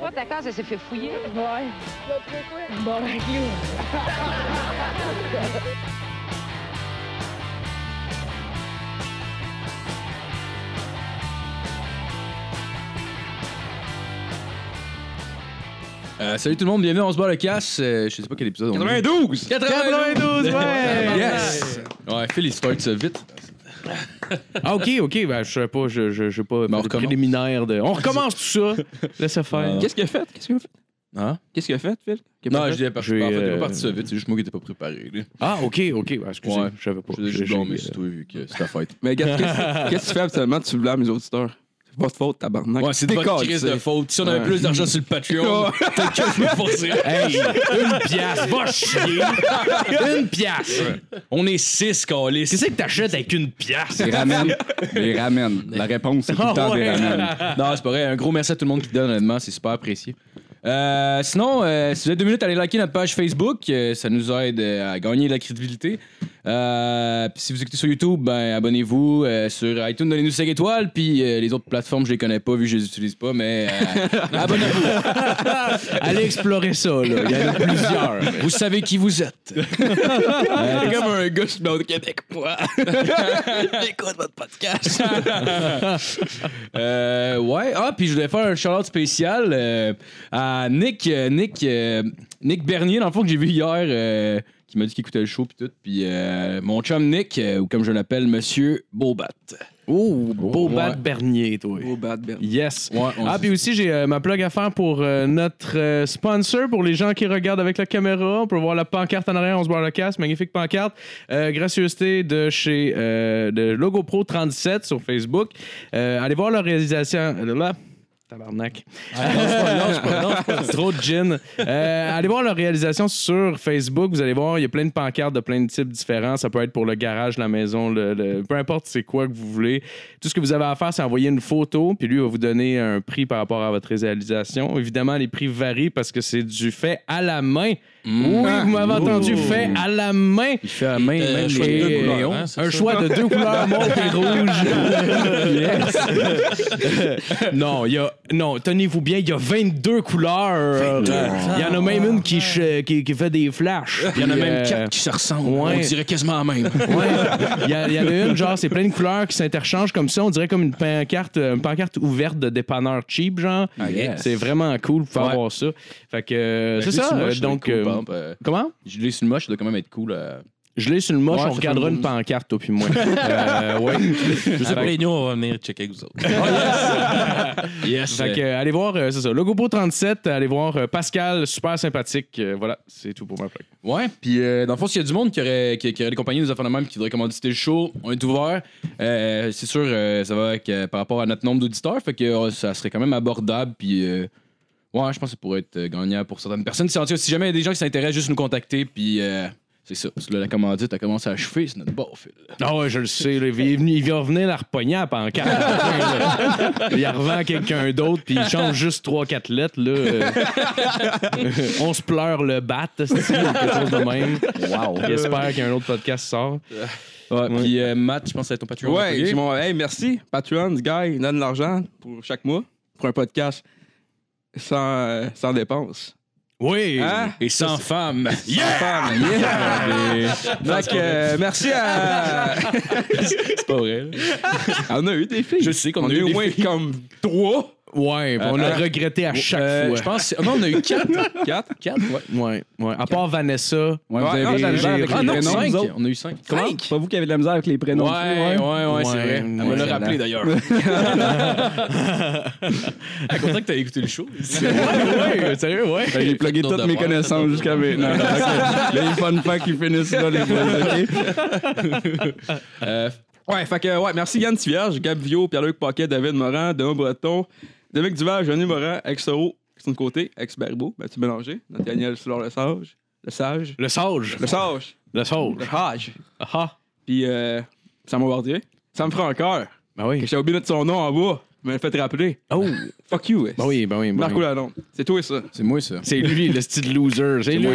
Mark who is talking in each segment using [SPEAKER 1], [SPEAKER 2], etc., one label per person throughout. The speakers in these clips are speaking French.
[SPEAKER 1] Pas ta case, elle s'est fait fouiller.
[SPEAKER 2] Ouais. Bon, ben, you.
[SPEAKER 3] Euh, salut tout le monde, bienvenue, on se bat le casse. Euh, je sais pas quel épisode on est.
[SPEAKER 4] 92!
[SPEAKER 3] 92!
[SPEAKER 4] ouais!
[SPEAKER 3] yes! Ouais, fais les starts euh, vite.
[SPEAKER 4] Ah, ok, ok, ben, je sais pas, je, je, je sais pas,
[SPEAKER 3] Ben, on
[SPEAKER 4] le
[SPEAKER 3] recommence. Ah.
[SPEAKER 4] préliminaire de. On recommence tout ça! Laissez faire.
[SPEAKER 3] Non.
[SPEAKER 5] Qu'est-ce qu'il a fait? Qu'est-ce qu'il a fait?
[SPEAKER 3] Hein?
[SPEAKER 5] Qu'est-ce qu'il a fait, Phil? Qu'il
[SPEAKER 3] Non,
[SPEAKER 5] a pas
[SPEAKER 3] je
[SPEAKER 5] fait?
[SPEAKER 3] disais parce
[SPEAKER 4] J'ai,
[SPEAKER 3] En fait, t'es
[SPEAKER 4] euh,
[SPEAKER 3] pas parti ça vite, c'est juste moi qui n'étais pas préparé. là.
[SPEAKER 4] Ah, ok, ok, ben, excusez,
[SPEAKER 3] Ouais.
[SPEAKER 4] je savais pas.
[SPEAKER 3] Je suis
[SPEAKER 4] J'ai-
[SPEAKER 3] blâmé
[SPEAKER 4] j'ai- euh,
[SPEAKER 3] sur toi vu que c'est ta fête.
[SPEAKER 5] Mais regarde, qu'est-ce- qu'est-ce que tu fais absolument? Tu blâmes les auditeurs. C'est pas de faute, tabarnak.
[SPEAKER 3] Ouais, c'est de votre
[SPEAKER 5] Décolle,
[SPEAKER 3] crise
[SPEAKER 5] tu sais.
[SPEAKER 3] de faute. Si on avait
[SPEAKER 5] Ouais.
[SPEAKER 3] plus d'argent sur le Patreon, peut-être que je me forcerais.
[SPEAKER 4] Hey, une pièce, va chier! Une pièce!
[SPEAKER 3] On est six, câlisse.
[SPEAKER 4] Qu'est-ce que t'achètes avec une pièce?
[SPEAKER 6] Les ramènes. Les ramènes. La réponse, c'est tout
[SPEAKER 3] Ah
[SPEAKER 6] le temps des ramènes.
[SPEAKER 3] Non, c'est pas vrai. Un gros merci à tout le monde qui donne, honnêtement. C'est super apprécié. Euh, sinon, euh, si vous avez deux minutes, allez liker notre page Facebook. Euh, ça nous aide euh, à gagner de la crédibilité. Euh, puis si vous écoutez sur YouTube, ben, abonnez-vous. Euh, sur iTunes, donnez-nous 5 étoiles. Puis euh, les autres plateformes, je les connais pas vu que je les utilise pas, mais euh, abonnez-vous.
[SPEAKER 4] Allez explorer ça, là. Il y en a plusieurs.
[SPEAKER 3] vous savez qui vous êtes.
[SPEAKER 5] C'est comme un gars qui demande au Québec, moi. J'écoute votre podcast.
[SPEAKER 3] Euh, ouais. Ah, puis je voulais faire un shout-out spécial euh, à Nick, euh, Nick, euh, Nick Bernier, dans le fond, que j'ai vu hier, euh, qui m'a dit qu'il écoutait le show, puis tout. Puis euh, mon chum Nick, euh, ou comme je l'appelle, Monsieur Bobat.
[SPEAKER 4] Oh, beau
[SPEAKER 3] ouais.
[SPEAKER 4] bat Bernier, toi.
[SPEAKER 5] Oh, bad, bad.
[SPEAKER 4] Yes.
[SPEAKER 3] Ouais, on
[SPEAKER 4] Ah,
[SPEAKER 3] s-
[SPEAKER 4] puis aussi, j'ai euh, ma plug à faire pour euh, notre euh, sponsor, pour les gens qui regardent avec la caméra. On peut voir la pancarte en arrière, on se boit le casse, magnifique pancarte. Euh, gracieuseté de chez euh, de Logo Pro 37 sur Facebook. Euh, allez voir leur réalisation. Là, tabarnak. Trop de gin. Euh, allez voir leur réalisation sur Facebook. Vous allez voir, il y a plein de pancartes de plein de types différents. Ça peut être pour le garage, la maison, le, le- peu importe c'est quoi que vous voulez. Tout ce que vous avez à faire, c'est envoyer une photo, puis lui va vous donner un prix par rapport à votre réalisation. Évidemment, les prix varient parce que c'est du fait à la main. Oui, vous m'avez entendu, fait à la main.
[SPEAKER 3] Mm. Ah. Il fait à euh, main, même
[SPEAKER 4] Et-
[SPEAKER 3] les
[SPEAKER 4] et-
[SPEAKER 3] néons.
[SPEAKER 4] un choix de deux couleurs, mauve et rouge. non, il y a, non, tenez-vous bien, il y a 22 couleurs. Il y en a même une qui, ch- qui, qui fait des flashs.
[SPEAKER 3] Il y en a
[SPEAKER 4] Puis,
[SPEAKER 3] même
[SPEAKER 4] euh,
[SPEAKER 3] quatre qui se ressemblent.
[SPEAKER 4] ouais.
[SPEAKER 3] On dirait quasiment la même.
[SPEAKER 4] Ouais. Il y, a- il y en a une, genre, c'est plein de couleurs qui s'interchangent comme ça. On dirait comme une pancarte, une pancarte ouverte de dépanneur cheap, genre.
[SPEAKER 3] Ah, yes.
[SPEAKER 4] C'est vraiment cool, vous
[SPEAKER 3] Ouais.
[SPEAKER 4] pouvez
[SPEAKER 3] Ben,
[SPEAKER 4] avoir ça. Fait que, euh, c'est
[SPEAKER 3] Je l'ai
[SPEAKER 4] ça.
[SPEAKER 3] sur le
[SPEAKER 4] euh,
[SPEAKER 3] moche, ça doit être
[SPEAKER 4] donc,
[SPEAKER 3] cool,
[SPEAKER 4] euh,
[SPEAKER 3] par exemple, euh,
[SPEAKER 4] comment?
[SPEAKER 3] Je l'ai sur le moche, ça doit quand même être cool. euh.
[SPEAKER 4] Je l'ai sur le moche,
[SPEAKER 3] Ouais,
[SPEAKER 4] on
[SPEAKER 3] ça
[SPEAKER 4] regardera
[SPEAKER 3] fait
[SPEAKER 4] une
[SPEAKER 3] une-
[SPEAKER 4] pancarte, toi puis moi. Euh, ouais. Je sais pas.
[SPEAKER 7] Après les news, on va venir checker avec vous autres.
[SPEAKER 3] Oh, Yes.
[SPEAKER 4] Fait que, euh, allez voir, euh, c'est ça, Logopo 37, allez voir euh, Pascal, super sympathique. Euh, voilà, c'est tout pour ma plug.
[SPEAKER 3] Ouais, puis euh, dans le fond, s'il y a du monde qui aurait, qui, qui aurait des compagnies des affaires de même qui voudrait commanditer le show, on est ouvert. Euh, c'est sûr, euh, ça va avec, euh, par rapport à notre nombre d'auditeurs, fait que euh, ça serait quand même abordable. Puis euh, ouais, je pense que ça pourrait être euh, gagnant pour certaines personnes. Si, en tout cas, si jamais il y a des gens qui s'intéressent, juste nous contacter. Puis euh, c'est ça, parce que là, la commandite a commencé à achever, c'est notre bord, Phil.
[SPEAKER 4] Ah ouais, je le sais, là, il, est venu- il vient revenir la repogner à la pancarte. il la revend à quelqu'un d'autre, puis il change juste 3-4 lettres. Là, euh. on se pleure le bat, c'est quelque chose de même. Wow. J'espère qu'un autre podcast sort.
[SPEAKER 3] Ouais, Puis euh, Matt, je pense que ça va être ton Patreon.
[SPEAKER 5] Ouais,
[SPEAKER 3] Ok.
[SPEAKER 5] j'ai mon. Hey, merci. Patreon, du gars, il donne de l'argent pour chaque mois pour un podcast sans, euh, sans dépenses.
[SPEAKER 4] Oui.
[SPEAKER 5] Hein?
[SPEAKER 3] Et sans femme.
[SPEAKER 5] Yeah! Donc, euh, merci à.
[SPEAKER 3] C'est pas vrai.
[SPEAKER 5] On a eu des filles.
[SPEAKER 3] Je sais qu'on
[SPEAKER 5] On
[SPEAKER 3] a
[SPEAKER 5] a eu
[SPEAKER 3] eu
[SPEAKER 5] au
[SPEAKER 3] des
[SPEAKER 5] moins
[SPEAKER 3] filles.
[SPEAKER 5] comme trois,
[SPEAKER 4] Ouais, puis on a regretté à chaque
[SPEAKER 3] Euh,
[SPEAKER 4] fois.
[SPEAKER 3] Je pense. Non, on a eu 4.
[SPEAKER 5] quatre.
[SPEAKER 3] 4, ouais.
[SPEAKER 4] Ouais, ouais. À part Vanessa.
[SPEAKER 6] Ouais, vous
[SPEAKER 5] Ouais,
[SPEAKER 6] avez
[SPEAKER 5] non, j'ai-
[SPEAKER 6] j'ai-
[SPEAKER 5] avec
[SPEAKER 6] j'ai-
[SPEAKER 3] Ah
[SPEAKER 5] les
[SPEAKER 3] non,
[SPEAKER 6] prénoms,
[SPEAKER 3] cinq.
[SPEAKER 6] vous autres.
[SPEAKER 3] On a eu 5.
[SPEAKER 6] Comment? C'est Pas vous qui avez de la misère avec les prénoms.
[SPEAKER 3] Ouais, ouais, ouais, c'est
[SPEAKER 4] Ouais,
[SPEAKER 3] vrai. Elle me
[SPEAKER 4] ouais,
[SPEAKER 3] l'a
[SPEAKER 4] là.
[SPEAKER 3] rappelé d'ailleurs. Elle est contente que t'as écouté le show.
[SPEAKER 4] Ah, ouais, sérieux, ouais.
[SPEAKER 6] Fait que J'ai plugué
[SPEAKER 7] D'autres
[SPEAKER 6] toutes mes
[SPEAKER 7] devoirs,
[SPEAKER 6] connaissances jusqu'à maintenant. Ok. Les fun facts qui finissent là, les boys, ok?
[SPEAKER 3] Euh,
[SPEAKER 5] Ouais, fait que, ouais, merci Yann Tivierge, Gab Vio, Pierre-Luc Paquet, David Morin, Demain Breton, Dominique Duval, Johnny Morin, Exoro, Christine Côté, Ex Barbeau, Mathieu Bélanger, Nathaniel Soulard Le Sage, Le Sage,
[SPEAKER 4] Le sage.
[SPEAKER 5] Le Sage,
[SPEAKER 4] Le sage.
[SPEAKER 5] Le Sage,
[SPEAKER 4] Ah,
[SPEAKER 5] puis euh, Sam Wardier. Ça me fera encore.
[SPEAKER 4] ben oui.
[SPEAKER 5] J'ai oublié de mettre son nom en bas, mais le fait rappeler.
[SPEAKER 4] Oh,
[SPEAKER 5] Fuck you, ouais.
[SPEAKER 4] ben oui, ben oui. ben
[SPEAKER 5] Marco
[SPEAKER 4] oui.
[SPEAKER 5] Lalonde. C'est toi ça. Ah, ben,
[SPEAKER 3] c'est moi ça.
[SPEAKER 4] C'est lui, le style loser. C'est lui.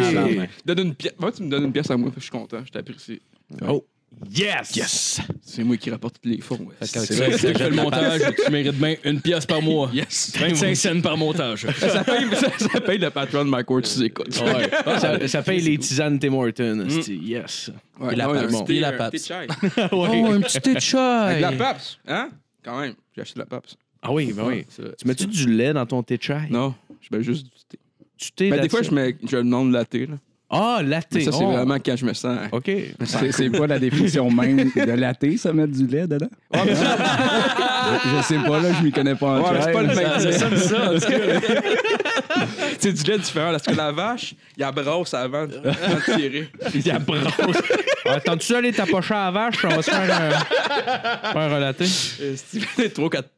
[SPEAKER 5] Donne une pièce. Moi, tu me donnes une pièce à moi, je suis content, je t'apprécie.
[SPEAKER 4] Oh, Yes!
[SPEAKER 3] Yes!
[SPEAKER 5] C'est moi qui rapporte tous les fonds. ouais.
[SPEAKER 3] C'est vrai, c'est toi qui fais le montage, tu mérites bien une pièce par mois.
[SPEAKER 5] Yes!
[SPEAKER 3] 25 cents par montage.
[SPEAKER 5] ça, paye, ça, ça paye le patron de Mike Ward, tu écoutes.
[SPEAKER 3] Ouais.
[SPEAKER 4] Ah, ça, ça paye les tisanes Tim Hortons. esti. Yes.
[SPEAKER 5] Ouais,
[SPEAKER 7] Et la
[SPEAKER 5] non,
[SPEAKER 7] pape.
[SPEAKER 5] un petit
[SPEAKER 7] Et
[SPEAKER 5] thé,
[SPEAKER 7] la
[SPEAKER 5] un
[SPEAKER 7] pape.
[SPEAKER 5] thé chai.
[SPEAKER 4] Ah oui.
[SPEAKER 6] Oh, un petit thé de
[SPEAKER 5] Avec la
[SPEAKER 6] chai.
[SPEAKER 5] PAPS, hein? Quand même, j'ai acheté de la PAPS.
[SPEAKER 4] Ah oui, ben oui.
[SPEAKER 5] C'est-
[SPEAKER 4] Tu mets-tu du lait dans ton thé chai?
[SPEAKER 5] Non, je mets juste du thé.
[SPEAKER 4] Tu t'es
[SPEAKER 5] Mais Ben, des
[SPEAKER 4] là-dessus?
[SPEAKER 5] fois, je, mets, je demande la thé. Là.
[SPEAKER 4] Ah, latte.
[SPEAKER 5] Mais ça, c'est
[SPEAKER 4] Oh.
[SPEAKER 5] vraiment quand je me sens. hein.
[SPEAKER 4] OK.
[SPEAKER 6] C'est c'est pas la définition même de la thé, ça met du lait dedans? je, je sais pas, là, je m'y connais pas en
[SPEAKER 5] Ouais, mais c'est
[SPEAKER 6] chai,
[SPEAKER 5] pas le
[SPEAKER 6] là.
[SPEAKER 5] même lait. C'est du lait différent. Parce que la vache, il la brosse avant de avant de tirer.
[SPEAKER 4] Il brosse. Attends-tu aller t'approcher à la vache? On va se faire un, faire un latte.
[SPEAKER 5] Euh, Si tu mets trop 4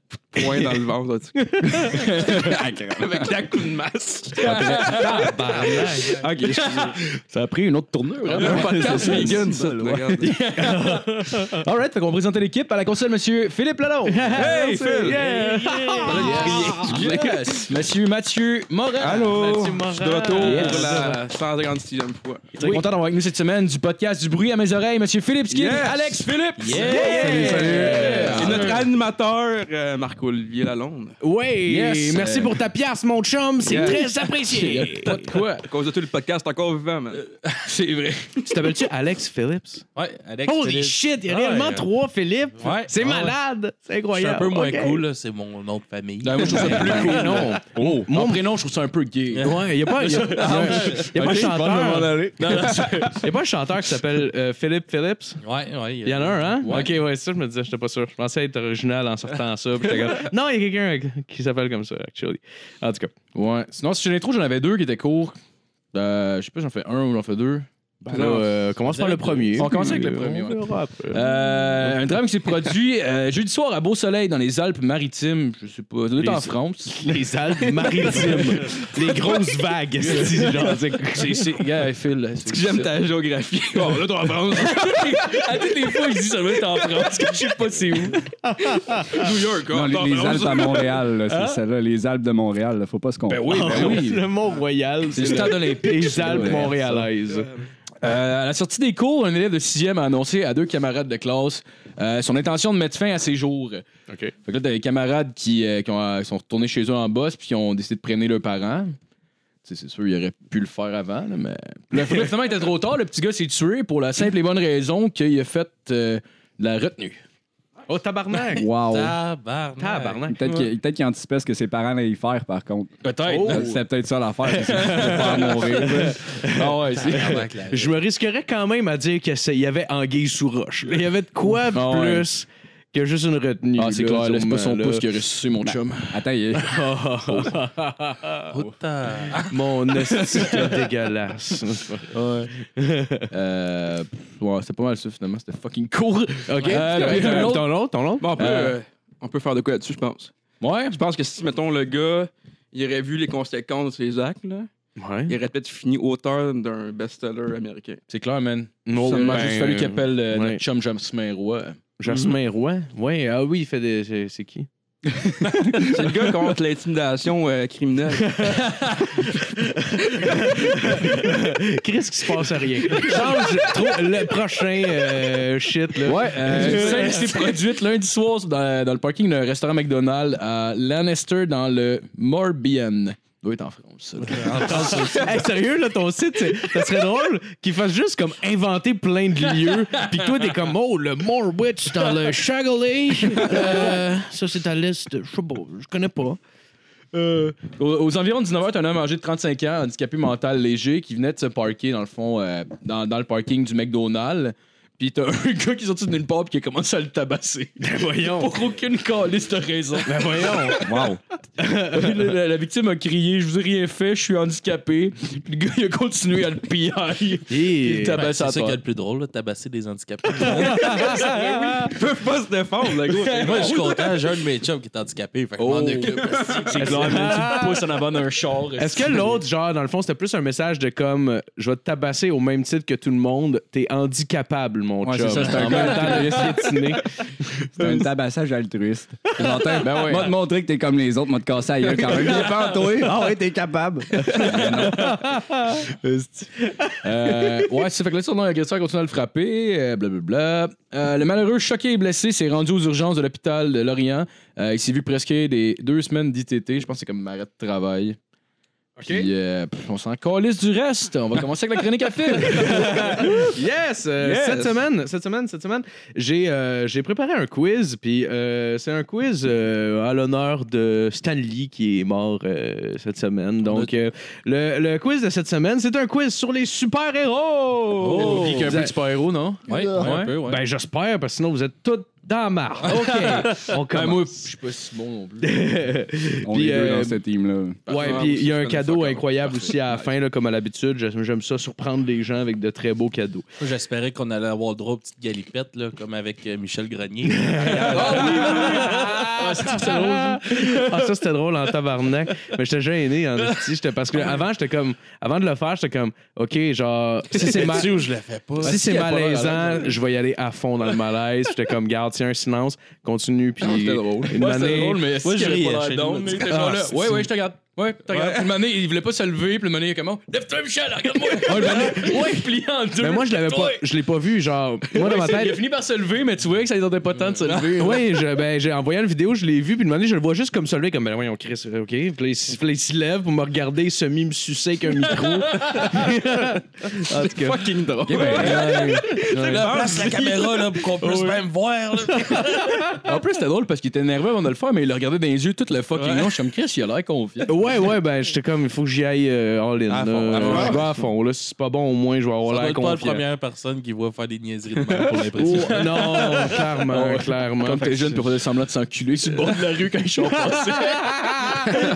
[SPEAKER 5] points dans le ventre, là, tu-
[SPEAKER 6] Ah,
[SPEAKER 5] avec la coup de masse.
[SPEAKER 6] ben,
[SPEAKER 5] ok, excusez.
[SPEAKER 3] Ça a pris une autre tournure.
[SPEAKER 7] hein?
[SPEAKER 5] On a un podcast vegan, ça. regarde.
[SPEAKER 3] All right, fait qu'on va présenter l'équipe à la console, monsieur Philippe Lalonde.
[SPEAKER 5] Hey, Phil!
[SPEAKER 3] Ah, Yes. Monsieur Mathieu Morin.
[SPEAKER 5] Ah, Allô!
[SPEAKER 4] Mathieu Morin.
[SPEAKER 5] Je suis de retour
[SPEAKER 3] Yes.
[SPEAKER 5] pour la 156e fois.
[SPEAKER 3] Très content d'avoir avec nous cette semaine du podcast du bruit à mes oreilles, monsieur Philippe Skin
[SPEAKER 5] Yes.
[SPEAKER 3] Alex Philippe.
[SPEAKER 5] Salut, salut.
[SPEAKER 3] Yeah.
[SPEAKER 5] Et notre animateur, euh, Marc-Olivier Lalonde.
[SPEAKER 4] Oui,
[SPEAKER 3] Yes.
[SPEAKER 4] merci pour ta pièce, mon chum. C'est
[SPEAKER 5] Yes.
[SPEAKER 4] très apprécié.
[SPEAKER 3] Pas de quoi.
[SPEAKER 5] À cause de tout le podcast, t'es encore vivant, man.
[SPEAKER 3] C'est vrai.
[SPEAKER 4] tu t'appelles-tu Alex Phillips?
[SPEAKER 7] Ouais, Alex.
[SPEAKER 4] Holy
[SPEAKER 7] Phillips.
[SPEAKER 4] shit, il y a
[SPEAKER 7] Ouais.
[SPEAKER 4] réellement trois Philippe.
[SPEAKER 7] Ouais.
[SPEAKER 4] C'est
[SPEAKER 7] Ouais.
[SPEAKER 4] malade. C'est
[SPEAKER 7] Je suis
[SPEAKER 4] incroyable.
[SPEAKER 7] un peu moins
[SPEAKER 4] Ok.
[SPEAKER 7] cool, là, c'est mon nom de famille.
[SPEAKER 3] Non, moi, je trouve ça plus cool. Non. Oh, mon prénom, je trouve ça un peu gay.
[SPEAKER 4] Ouais, il n'y a pas, y a- y a- y a pas un chanteur. Il a pas un chanteur qui s'appelle euh, Philippe Phillips.
[SPEAKER 7] Ouais, ouais.
[SPEAKER 4] Il y en a un, hein? Ok, ouais, c'est ça, je me disais, j'étais pas sûr. Je pensais être original en sortant ça. puis j'étais comme, non, il y a quelqu'un qui s'appelle comme ça, actually. En tout cas,
[SPEAKER 3] Ouais. Sinon, si j'ai l'intro, j'en avais deux qui étaient courts. Euh, je sais pas, j'en fais un ou j'en fais deux.
[SPEAKER 4] là, euh, commence par le premier.
[SPEAKER 3] On commence avec le premier,
[SPEAKER 4] On
[SPEAKER 3] ouais.
[SPEAKER 4] verra après.
[SPEAKER 3] Euh, un drame qui s'est produit euh, jeudi soir à Beau Soleil dans les Alpes-Maritimes. Je sais pas, ça doit être en
[SPEAKER 4] Les-
[SPEAKER 3] France.
[SPEAKER 4] Les Alpes maritimes. les grosses
[SPEAKER 3] Ben
[SPEAKER 4] vagues. c'est genre, c'est-
[SPEAKER 3] C'est, c'est, gars, Phil. c'est- Oh,
[SPEAKER 5] J'aime ta géographie. Bon, là, t'es en France.
[SPEAKER 3] À toutes les fois, je dis ça doit être en France, que je sais pas c'est où.
[SPEAKER 5] New York,
[SPEAKER 6] Non,
[SPEAKER 5] hein,
[SPEAKER 6] les,
[SPEAKER 5] t'es en
[SPEAKER 6] les
[SPEAKER 5] France.
[SPEAKER 6] Alpes à Montréal, là, c'est celle-là, les Alpes de Montréal, là, faut pas se
[SPEAKER 3] Ben
[SPEAKER 6] comprendre.
[SPEAKER 4] Le Mont-Royal.
[SPEAKER 3] C'est le stade olympique.
[SPEAKER 4] Les Alpes montréalaises.
[SPEAKER 3] Euh, à la sortie des cours, un élève de 6e a annoncé à deux camarades de classe euh, son intention de mettre fin à ses jours.
[SPEAKER 4] OK.
[SPEAKER 3] Fait que là, t'as des camarades qui, euh, qui ont, euh, sont retournés chez eux en bosse puis qui ont décidé de prévenir leurs parents. Tu sais, c'est sûr, ils auraient pu le faire avant, là, mais. Le, finalement, il était trop tard. Le petit gars s'est tué pour la simple et bonne raison qu'il a fait euh, de la retenue.
[SPEAKER 4] Oh, tabarnak.
[SPEAKER 6] Wow.
[SPEAKER 7] Ah, Tabarnak.
[SPEAKER 4] Tabarnak.
[SPEAKER 6] Peut-être qu'il peut-être qu'il anticipait ce que ses parents allaient y faire, par contre. Euh,
[SPEAKER 3] Peut-être.
[SPEAKER 6] C'était peut-être ça l'affaire. c'est ça, de faire mourir, là.
[SPEAKER 3] Ah ouais, c'est.
[SPEAKER 7] Tabarnak, la-
[SPEAKER 4] Je me risquerais quand même à dire qu'il y avait anguille sous roche. Il y avait de quoi de
[SPEAKER 3] Ah ouais.
[SPEAKER 4] plus que juste une retenue.
[SPEAKER 3] Ah, c'est
[SPEAKER 4] là,
[SPEAKER 3] clair, laisse
[SPEAKER 4] sûrement,
[SPEAKER 3] pas son
[SPEAKER 4] là. Ben,
[SPEAKER 3] pouce qui a ressuscité mon chum.
[SPEAKER 6] Attends, il-
[SPEAKER 7] Oh, ta-
[SPEAKER 4] Mon esti de dégueulasse.
[SPEAKER 3] Euh, pff, ouais, c'était pas mal ça finalement, c'était fucking court.
[SPEAKER 4] OK.
[SPEAKER 3] Euh, puis un autre-
[SPEAKER 4] ton autre, ton autre.
[SPEAKER 5] Bon, on peut,
[SPEAKER 3] Euh,
[SPEAKER 5] euh, on peut faire de quoi là-dessus, je pense.
[SPEAKER 3] Ouais,
[SPEAKER 5] Je pense que si, mettons, le gars, il aurait vu les conséquences de ses actes, là,
[SPEAKER 4] Ouais.
[SPEAKER 5] il aurait peut-être fini auteur d'un best-seller américain.
[SPEAKER 3] c'est clair, man.
[SPEAKER 4] Non,
[SPEAKER 3] Ça m'a
[SPEAKER 4] ben,
[SPEAKER 3] juste fallu qu'il appelle euh,
[SPEAKER 4] ouais.
[SPEAKER 3] notre chum Euh, Jasmin Roy.
[SPEAKER 4] Jasmin Roy. Ouais, ah oui, il fait des. c'est- C'est qui?
[SPEAKER 5] C'est le gars contre l'intimidation euh, criminelle.
[SPEAKER 4] Chris, qui se passe à rien. Change trop- le prochain euh, shit, là.
[SPEAKER 3] Ouais, euh, c'est produite lundi soir dans, dans le parking d'un restaurant McDonald's à Lanester dans le Morbihan. Ça Doit être en France. ça, là.
[SPEAKER 4] Hey, sérieux, là, ton site, c'est- ça serait drôle qu'il fasse juste comme inventer plein de lieux. Puis toi, t'es comme, oh, le Morwich dans le Chagolais. Euh, ça, c'est ta liste. Je sais pas, je connais pas.
[SPEAKER 3] Aux, aux environs de 19h, un homme âgé de 35 ans, handicapé mental léger, qui venait de se parquer, dans le fond, euh, dans, dans le parking du McDonald's. Puis t'as un gars qui est sorti de nulle part puis qui a commencé à le tabasser.
[SPEAKER 4] voyons.
[SPEAKER 3] Pour aucune calice de raison.
[SPEAKER 4] Ben voyons.
[SPEAKER 6] Wow.
[SPEAKER 3] la, la- la victime a crié Je vous ai rien fait, je suis handicapé. Puis le gars, il a continué à le piller.
[SPEAKER 4] Et...
[SPEAKER 3] Il tabasse
[SPEAKER 7] Ben, C'est
[SPEAKER 3] à
[SPEAKER 7] ça
[SPEAKER 3] terre.
[SPEAKER 7] qui est le plus drôle, là, tabasser des handicapés.
[SPEAKER 5] Ils peuvent pas se défendre, le gars.
[SPEAKER 7] Moi, je suis content, j'ai un de mes chums qui est handicapé. Fait que m'en occupe.
[SPEAKER 3] C'est clair, mais tu pousses en avant d'un char.
[SPEAKER 4] Est-ce que l'autre, genre, euh, dans le fond, c'était plus un message de comme, je vais te tabasser au même titre que tout le monde, t'es handicapable, mon
[SPEAKER 6] Ouais,
[SPEAKER 4] chum.
[SPEAKER 6] c'est ça, c'est un
[SPEAKER 4] en même temps, de laisser piétiner.
[SPEAKER 6] C'est un tabassage altruiste. Genre, t'as-
[SPEAKER 3] Ben oui.
[SPEAKER 6] Moi, te montrer que t'es comme les autres, moi, te casser ailleurs quand même. Viens pas en toi. Ah ouais, t'es capable.
[SPEAKER 3] Euh, ouais, c'est ça. Fait que là, son agresseur continue à le frapper, euh, blablabla. Euh, le malheureux, choqué et blessé, s'est rendu aux urgences de l'hôpital de Lorient. Euh, il s'est vu prescrire des deux semaines d'ITT. Je pense que c'est comme arrêt de travail.
[SPEAKER 4] OK.
[SPEAKER 3] Puis, euh, pff, on s'en calisse du reste. On va commencer avec la chronique à fil.
[SPEAKER 4] Yes, euh,
[SPEAKER 5] Yes!
[SPEAKER 4] Cette semaine, cette semaine, cette semaine, j'ai euh, j'ai préparé un quiz, puis euh, c'est un quiz euh, à l'honneur de Stan Lee qui est mort euh, cette semaine. Donc, euh, le, le quiz de cette semaine, c'est un quiz sur les super-héros.
[SPEAKER 3] Puis qu'il Oh, y a un
[SPEAKER 4] Vous
[SPEAKER 3] peu
[SPEAKER 4] a-
[SPEAKER 3] de super-héros, non?
[SPEAKER 7] Ouais, ouais, un peu, ouais.
[SPEAKER 4] Ben, j'espère, parce que sinon vous êtes tous dans la marre. OK, on
[SPEAKER 3] Ben, moi, je
[SPEAKER 4] commence.
[SPEAKER 3] suis pas si bon non plus.
[SPEAKER 6] On
[SPEAKER 4] Puis,
[SPEAKER 6] est deux
[SPEAKER 4] euh,
[SPEAKER 6] dans ce team-là.
[SPEAKER 4] Ouais,
[SPEAKER 5] Ah,
[SPEAKER 4] puis il y a
[SPEAKER 5] ça,
[SPEAKER 4] un
[SPEAKER 5] ça
[SPEAKER 4] cadeau
[SPEAKER 5] fuck up.
[SPEAKER 4] incroyable aussi à la fin, là, comme à l'habitude. J'aime j'aime ça, surprendre les gens avec de très beaux cadeaux.
[SPEAKER 7] Moi, J'espérais qu'on allait avoir le droit aux petites galipettes, là, comme avec euh, Michel Grenier.
[SPEAKER 4] Ah, c'est-tu que c'était drôle, ça? Ah, ça, c'était drôle en tabarnak. Mais j'étais gêné en esti. J'étais- Parce que avant, j'étais comme. Avant de le faire, j'étais comme. OK, genre. Si c'est mal-
[SPEAKER 7] Là-dessus, je le fais pas.
[SPEAKER 4] si c'est
[SPEAKER 3] y a pas
[SPEAKER 4] malaisant, je vais y aller à fond dans le malaise. J'étais comme, garde, tiens, un silence, continue. Puis.
[SPEAKER 3] C'était drôle.
[SPEAKER 4] Une
[SPEAKER 5] Moi, c'était
[SPEAKER 4] année-
[SPEAKER 5] drôle, mais
[SPEAKER 7] Moi,
[SPEAKER 5] si
[SPEAKER 7] je
[SPEAKER 5] j'aurais
[SPEAKER 7] riais
[SPEAKER 5] pas
[SPEAKER 7] chez
[SPEAKER 5] l'air down,
[SPEAKER 7] nous.
[SPEAKER 5] mais il était genre là. Ouais,
[SPEAKER 3] Ouais, ouais, je te regarde. Ouais, je te regarde. Puis, le mané, il voulait pas se lever. Puis, le mané, il est comme, oh, lève-toi, Michel, regarde-moi. ouais, plié en deux.
[SPEAKER 4] Mais Ben, moi, je l'avais pas.
[SPEAKER 3] Lève-toi.
[SPEAKER 4] Je l'ai pas vu, genre. Moi, dans ma
[SPEAKER 3] Ouais, Il a
[SPEAKER 4] tête.
[SPEAKER 3] fini par se lever, mais tu voyais que ça lui tentait pas tant de se lever.
[SPEAKER 4] Oui, je, ben, j'ai, en voyant la vidéo, je l'ai vu, puis de moment donné, je le vois juste comme se lever, comme, ben voyons, Chris, OK. Puis là, il, s- puis là, il se lève pour me regarder semi-me sucer avec un micro. en tout cas.
[SPEAKER 5] Fucking drôle.
[SPEAKER 4] Ouais.
[SPEAKER 7] Là, place la caméra là, pour qu'on puisse même voir. Là.
[SPEAKER 3] En plus, c'était drôle parce qu'il était nerveux avant de le faire, mais il le regardait dans les yeux tout le fucking long. Je suis comme Chris, il a l'air confiant.
[SPEAKER 4] Ouais, ouais, ben j'étais comme, il faut que j'y aille euh, all in.
[SPEAKER 7] À
[SPEAKER 4] là.
[SPEAKER 7] fond, à
[SPEAKER 5] fond.
[SPEAKER 4] je vais à fond. Là, si c'est pas bon, au moins, je vais
[SPEAKER 7] On
[SPEAKER 4] avoir
[SPEAKER 7] doit
[SPEAKER 4] l'air
[SPEAKER 7] être pas la
[SPEAKER 4] confiant.
[SPEAKER 7] première personne qui voit faire des niaiseries de même pour
[SPEAKER 4] Oh,
[SPEAKER 7] l'impression.
[SPEAKER 4] non, clairement, clairement.
[SPEAKER 3] Comme
[SPEAKER 4] Fait
[SPEAKER 3] t'es
[SPEAKER 4] que
[SPEAKER 3] jeune pour faire semblant de s'enculer sur le bord de la rue quand ils sont passés.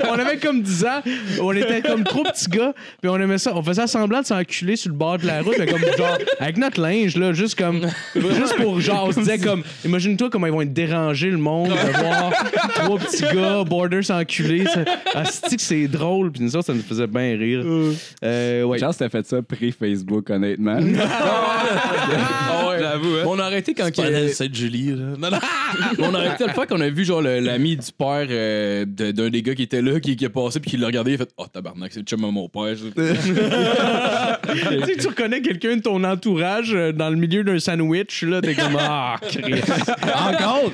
[SPEAKER 4] on avait comme 10 ans, on était comme trop petits gars, puis on aimait ça. On faisait semblant de s'enculer sur le bord de la route, mais comme genre, avec notre linge, là, juste comme, juste pour genre, on se disait comme, imagine-toi comment ils vont être dérangés le monde de voir trois petits gars, border s'enculer. Ça- Asti que c'est drôle, puis nous autres, ça nous faisait bien rire. Euh, ouais.
[SPEAKER 6] Charles, t'as fait ça pré-Facebook, honnêtement.
[SPEAKER 5] Ah ouais, j'avoue, hein.
[SPEAKER 3] on a arrêté quand
[SPEAKER 7] C'est
[SPEAKER 3] il y
[SPEAKER 7] pas
[SPEAKER 3] a-
[SPEAKER 7] la Sainte-Julie. là. Non, non.
[SPEAKER 3] on a arrêté le fois qu'on a vu genre le- l'ami du père euh, de- d'un des gars qui était là, qui, qui est passé puis qui l'a regardé, il a fait oh tabarnak, c'est le chum à mon père. ça.
[SPEAKER 4] tu sais, tu reconnais quelqu'un de ton entourage euh, dans le milieu d'un sandwich, là, t'es comme Ah, Chris. Encore?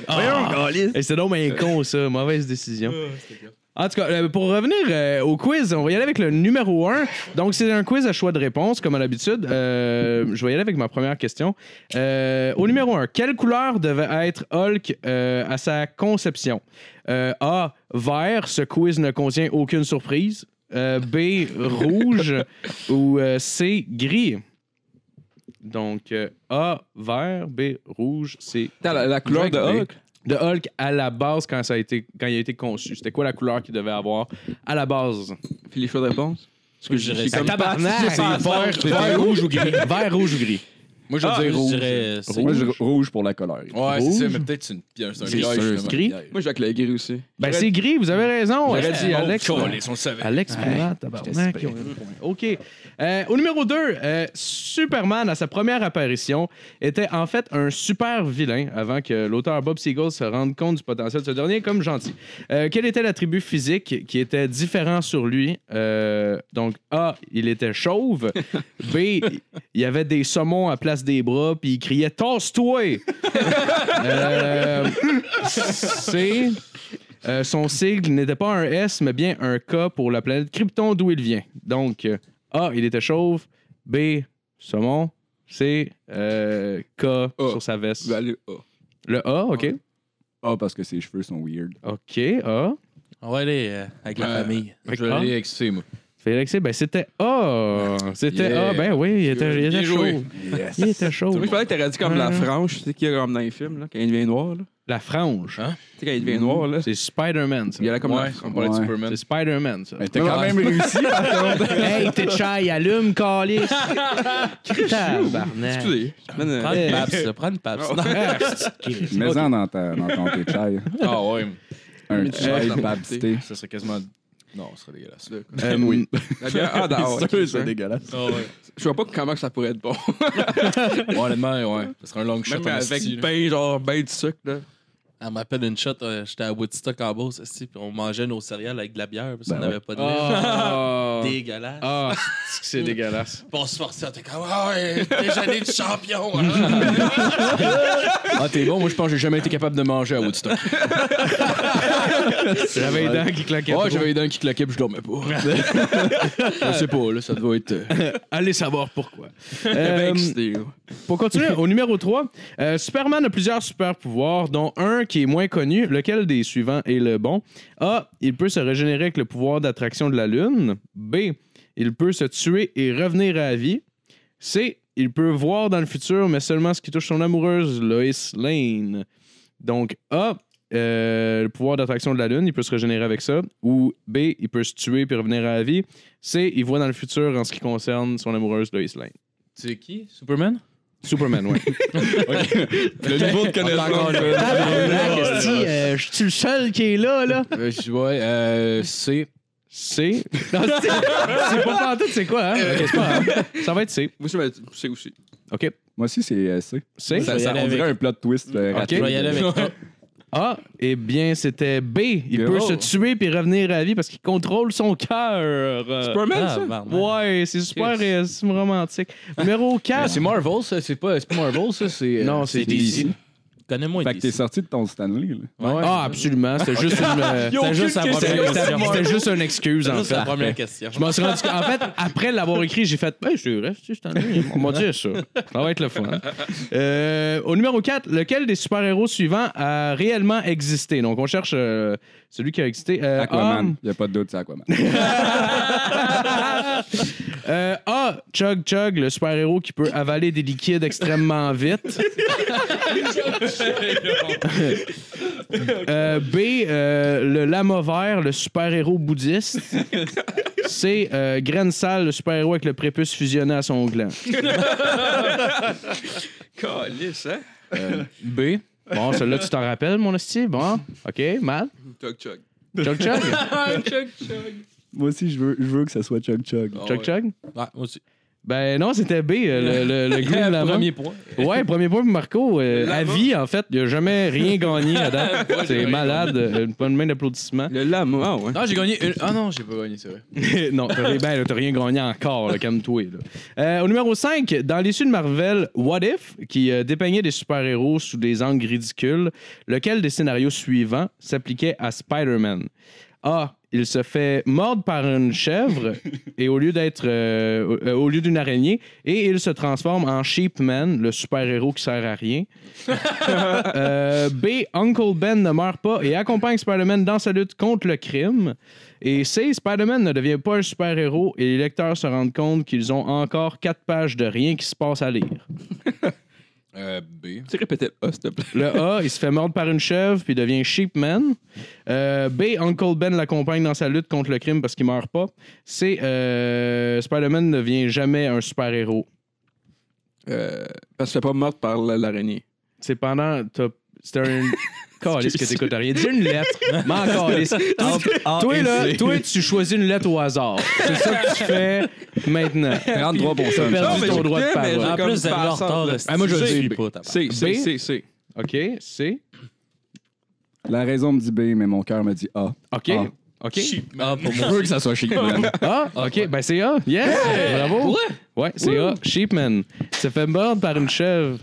[SPEAKER 4] Et c'est donc un con, ça. Mauvaise décision. En tout cas, euh, pour revenir euh, au quiz, on va y aller avec le numéro 1. Donc, c'est un quiz à choix de réponse, comme à l'habitude. Euh, je vais y aller avec ma première question. Euh, au numéro 1, quelle couleur devait être Hulk euh, à sa conception? Euh, A, vert, ce quiz ne contient aucune surprise. Euh, B, rouge ou euh, C, gris. Donc, euh, A, vert, B, rouge, C.
[SPEAKER 5] Attends, la, la couleur de
[SPEAKER 6] Jack
[SPEAKER 5] Hulk.
[SPEAKER 4] De Hulk à la base, quand, ça a été, quand il a été conçu, c'était quoi la couleur qu'il devait avoir à la base?
[SPEAKER 5] Puis les choix de réponse. Parce que
[SPEAKER 7] Je
[SPEAKER 5] je
[SPEAKER 7] dirais-
[SPEAKER 5] suis comme
[SPEAKER 4] tabarnak!
[SPEAKER 3] C'est vert, vert, rouge ou gris.
[SPEAKER 4] Vert, rouge ou gris?
[SPEAKER 3] Moi je veux
[SPEAKER 7] Je
[SPEAKER 3] dire rouge.
[SPEAKER 7] dirais, euh, c'est-
[SPEAKER 6] Moi, je rouge pour la colère.
[SPEAKER 3] Ouais, c'est ça, mais peut-être c'est une pièce, c'est un
[SPEAKER 4] C'est
[SPEAKER 3] piège,
[SPEAKER 4] sûr,
[SPEAKER 3] finalement.
[SPEAKER 4] c'est gris.
[SPEAKER 3] Ouais.
[SPEAKER 5] Moi, je vais avec le gris aussi.
[SPEAKER 4] Ben, c'est gris, vous avez raison.
[SPEAKER 3] J'aurais
[SPEAKER 4] Esti,
[SPEAKER 3] dit,
[SPEAKER 4] Alex. hein.
[SPEAKER 3] oh, calisse, on le savait.
[SPEAKER 4] Alex Murat, tabarnak. ils ont eu le point. OK. Euh, au numéro 2, Superman, à sa première apparition, était en fait un super vilain avant que l'auteur Bob Seagull se rende compte du potentiel de ce dernier comme gentil. Euh, quel était l'attribut physique qui était différent sur lui? Euh, donc, A, il était chauve. B, il y avait des saumons à place des bras, puis il criait « Tasse-toi! » Euh, C... Euh, son sigle n'était pas un S, mais bien un K pour la planète Krypton d'où il vient. Donc, euh, A, il était chauve. B, saumon. C, euh, K sur sa veste.
[SPEAKER 5] Vous allez- oh.
[SPEAKER 4] Le A, OK.
[SPEAKER 6] Ah, parce que ses cheveux sont weird.
[SPEAKER 4] OK, A.
[SPEAKER 7] On va aller euh, avec la
[SPEAKER 3] Euh,
[SPEAKER 7] famille.
[SPEAKER 3] Je vais aller avec C, moi.
[SPEAKER 4] Félix, ben c'était
[SPEAKER 5] Ah,
[SPEAKER 4] A. C'était
[SPEAKER 3] Yeah.
[SPEAKER 4] A, ben oui, il était, il
[SPEAKER 3] Bien
[SPEAKER 4] était
[SPEAKER 3] joué.
[SPEAKER 4] chauve.
[SPEAKER 6] Yes.
[SPEAKER 4] Il était
[SPEAKER 5] Moi,
[SPEAKER 4] chauve.
[SPEAKER 5] je parlais que t'aurais dit comme la frange, tu sais, qu'il y a comme dans les films, là, quand il devient noir. Là.
[SPEAKER 4] La frange,
[SPEAKER 5] Tu sais, quand il devient noir, là.
[SPEAKER 4] c'est Spider-Man, ça.
[SPEAKER 5] Il y a la comme la
[SPEAKER 3] Ouais, on
[SPEAKER 5] frange.
[SPEAKER 3] parlait de
[SPEAKER 6] Ouais.
[SPEAKER 3] Superman.
[SPEAKER 4] C'est Spider-man, ça.
[SPEAKER 6] Mais t'as quand même réussi, par contre.
[SPEAKER 4] hey, t'es chai, allume, calice. Tabarnak.
[SPEAKER 5] Excusez. je prends une-
[SPEAKER 7] Prends une paps, là, prends une
[SPEAKER 5] Ah,
[SPEAKER 7] paps.
[SPEAKER 5] Oh.
[SPEAKER 7] Non.
[SPEAKER 6] Mets-en dans, ta- dans ton thé de chai.
[SPEAKER 3] Ah ouais,
[SPEAKER 6] Un
[SPEAKER 5] Mais tu
[SPEAKER 6] chai
[SPEAKER 5] vas-
[SPEAKER 6] babsté.
[SPEAKER 3] ça serait quasiment Non, ce serait dégueulasse.
[SPEAKER 5] Euh,
[SPEAKER 3] oui.
[SPEAKER 5] La bière- Ah, d'accord.
[SPEAKER 6] C'est sûr, c'est dégueulasse.
[SPEAKER 5] Je vois pas comment que ça pourrait être bon.
[SPEAKER 3] Ouais, honnêtement, ouais. Ce serait un long shot.
[SPEAKER 5] Même
[SPEAKER 3] en
[SPEAKER 5] avec
[SPEAKER 3] esti, là.
[SPEAKER 5] pain, genre, ben du sucre, là.
[SPEAKER 7] Elle m'appelle une shot, euh, j'étais à Woodstock en Beauce, esti, puis on mangeait nos céréales avec de la bière parce qu'on
[SPEAKER 6] Ben
[SPEAKER 7] n'avait pas de lait.
[SPEAKER 4] Ah,
[SPEAKER 7] Dégueulasse.
[SPEAKER 4] Ah, c'est que c'est dégueulasse.
[SPEAKER 7] Puis on se forçait, on était comme, ah ouais, déjeuner du champion. hein.
[SPEAKER 3] Ah, t'es bon, moi je pense que j'ai jamais été capable de manger à Woodstock.
[SPEAKER 4] J'avais les dents qui claquaient.
[SPEAKER 3] Ouais,
[SPEAKER 4] trop.
[SPEAKER 3] j'avais les dents qui claquaient puis je dormais pas. je sais pas, là, ça doit être. euh,
[SPEAKER 4] Allez savoir pourquoi.
[SPEAKER 5] Ben,
[SPEAKER 4] Euh,
[SPEAKER 5] excité, ouais.
[SPEAKER 4] pour continuer, au numéro 3, Superman a plusieurs super pouvoirs, dont un qui est moins connu, lequel des suivants est le bon. A. Il peut se régénérer avec le pouvoir d'attraction de la Lune. B. Il peut se tuer et revenir à la vie. C. Il peut voir dans le futur, mais seulement ce qui touche son amoureuse, Lois Lane. Donc, A. euh, le pouvoir d'attraction de la Lune, il peut se régénérer avec ça. Ou B, il peut se tuer puis revenir à la vie. C, il voit dans le futur en ce qui concerne son amoureuse Lois Lane.
[SPEAKER 3] C'est qui Superman
[SPEAKER 4] Superman, ouais.
[SPEAKER 5] Le niveau de connaissance.
[SPEAKER 4] Ah, euh, je suis le seul qui est là, là.
[SPEAKER 3] Euh, je- Ouais, euh, c'est.
[SPEAKER 4] C. Non, c'est c'est pas pantoute, c'est quoi, hein?
[SPEAKER 3] Euh.
[SPEAKER 4] Ok, c'est pas grave. Ça va être C.
[SPEAKER 5] Moi, je me dis, c'est aussi.
[SPEAKER 4] OK.
[SPEAKER 6] Moi aussi, c'est euh, C.
[SPEAKER 4] C.
[SPEAKER 6] Ça,
[SPEAKER 7] vais y
[SPEAKER 6] ça-
[SPEAKER 7] aller
[SPEAKER 6] on dirait
[SPEAKER 7] avec-
[SPEAKER 6] un plot twist. euh,
[SPEAKER 4] Ok.
[SPEAKER 6] raté.
[SPEAKER 7] Je vais y aller avec toi.
[SPEAKER 4] Ah, eh bien, c'était B. Il peut
[SPEAKER 6] Oh.
[SPEAKER 4] se tuer puis revenir à la vie parce qu'il contrôle son cœur. Euh,
[SPEAKER 5] Superman,
[SPEAKER 7] Ah,
[SPEAKER 5] ça?
[SPEAKER 7] barman.
[SPEAKER 4] Ouais, c'est super euh, c'est romantique. Numéro 4.
[SPEAKER 3] C'est Marvel, ça. C'est pas, c'est pas Marvel, ça. C'est. euh,
[SPEAKER 4] Non, c'est DC.
[SPEAKER 7] Connais-moi
[SPEAKER 6] Fait que t'es
[SPEAKER 7] DC.
[SPEAKER 6] sorti de ton Stanley, là.
[SPEAKER 3] ouais.
[SPEAKER 4] Ah, absolument. C'était juste une. euh,
[SPEAKER 5] Yo,
[SPEAKER 7] C'était juste
[SPEAKER 5] aucune
[SPEAKER 7] la première
[SPEAKER 5] question.
[SPEAKER 7] question.
[SPEAKER 4] C'était juste une excuse, en
[SPEAKER 7] Ça, C'est
[SPEAKER 4] fait.
[SPEAKER 7] la première question.
[SPEAKER 4] Je m'en suis rendu compte. En fait, après l'avoir écrit, j'ai fait Ben, c'est vrai, c'est un On m'a dit ça. Ça va être le fun. Euh, au numéro 4, lequel des super-héros suivants a réellement existé Donc, on cherche euh, celui qui a existé.
[SPEAKER 6] Ah,
[SPEAKER 4] Euh,
[SPEAKER 6] Aquaman. Il n'y a pas de doute, c'est Aquaman.
[SPEAKER 4] A, euh, A, Chug Chug, le super-héros qui peut avaler des liquides extrêmement vite. Euh, B, euh, le lama vert, le super-héros bouddhiste. C, euh, Graine Sale, le super-héros avec le prépuce fusionné à son gland.
[SPEAKER 5] Calice, hein?
[SPEAKER 4] B. Bon, celui-là, tu t'en rappelles, mon hostie? Bon, OK, mal.
[SPEAKER 5] Chug chug.
[SPEAKER 4] Chug chug.
[SPEAKER 6] Moi aussi, je veux, je veux que ça soit Chug Chug.
[SPEAKER 4] Chug chug.
[SPEAKER 7] Ah Ouais, moi aussi.
[SPEAKER 4] Ben non, c'était B, euh, le, le, le Green Lama.
[SPEAKER 7] Premier point.
[SPEAKER 4] Ouais, premier point pour Marco. Euh,
[SPEAKER 5] Le
[SPEAKER 4] à
[SPEAKER 5] lama.
[SPEAKER 4] vie, en fait, il n'a jamais rien gagné à date. C'est
[SPEAKER 7] rien
[SPEAKER 4] malade. Euh, Une bonne main d'applaudissements.
[SPEAKER 5] Le lama, ah ouais.
[SPEAKER 3] Non, j'ai gagné une. Ah non, j'ai pas gagné, c'est vrai.
[SPEAKER 4] non, t'as rien, ben, là, t'as rien gagné encore, là, calme-toi. là. Euh, au numéro 5, dans l'issue de Marvel, What If, qui euh, dépeignait des super-héros sous des angles ridicules, lequel des scénarios suivants s'appliquait à Spider-Man? A. Il se fait mordre par une chèvre et au lieu d'être euh, euh, au lieu d'une araignée et il se transforme en Sheepman, le super-héros qui sert à rien. Euh, B. Uncle Ben ne meurt pas et accompagne Spider-Man dans sa lutte contre le crime. Et C. Spider-Man ne devient pas un super-héros et les lecteurs se rendent compte qu'ils ont encore quatre pages de rien qui se passe à lire.
[SPEAKER 3] Euh, B.
[SPEAKER 5] Tu répétais pas, s'il te plaît.
[SPEAKER 4] Le A, il se fait mordre par une chèvre puis devient Sheepman. Euh, B, Uncle Ben l'accompagne dans sa lutte contre le crime parce qu'il meurt pas. C, euh, Spider-Man ne devient jamais un super-héros.
[SPEAKER 5] Euh, parce que t'es pas morte par la- l'araignée.
[SPEAKER 4] C'est pendant. t'as- C'était un. Calisse que t'écoutes à rien. Dis une lettre. M'en calisse.
[SPEAKER 7] Ah,
[SPEAKER 4] Toi, là, toi, tu choisis une lettre au hasard. C'est ça que tu fais maintenant.
[SPEAKER 6] 33
[SPEAKER 4] T'as perdu
[SPEAKER 5] Non, mais
[SPEAKER 4] ton
[SPEAKER 5] j'écoutais,
[SPEAKER 4] droit de
[SPEAKER 5] mais
[SPEAKER 4] parole.
[SPEAKER 5] j'ai-
[SPEAKER 7] En
[SPEAKER 5] comme
[SPEAKER 7] plus, vous avez
[SPEAKER 5] par
[SPEAKER 7] en retard.
[SPEAKER 5] sorte, là.
[SPEAKER 7] esti.
[SPEAKER 4] Ah, moi, je le
[SPEAKER 7] suis
[SPEAKER 4] dis,
[SPEAKER 7] pas, tabarnak.
[SPEAKER 5] C'est, c'est,
[SPEAKER 4] B?
[SPEAKER 5] c'est, c'est.
[SPEAKER 4] OK, c'est.
[SPEAKER 6] La raison me dit B, mais mon cœur me dit A.
[SPEAKER 4] OK. OK.
[SPEAKER 7] Ah, pour
[SPEAKER 6] Je
[SPEAKER 7] moi.
[SPEAKER 6] veux que ça soit chic. man.
[SPEAKER 4] Ah, ok, ben c'est A. Yes! Bravo! Ouais, c'est A. Sheepman. Se fait mordre par une chèvre.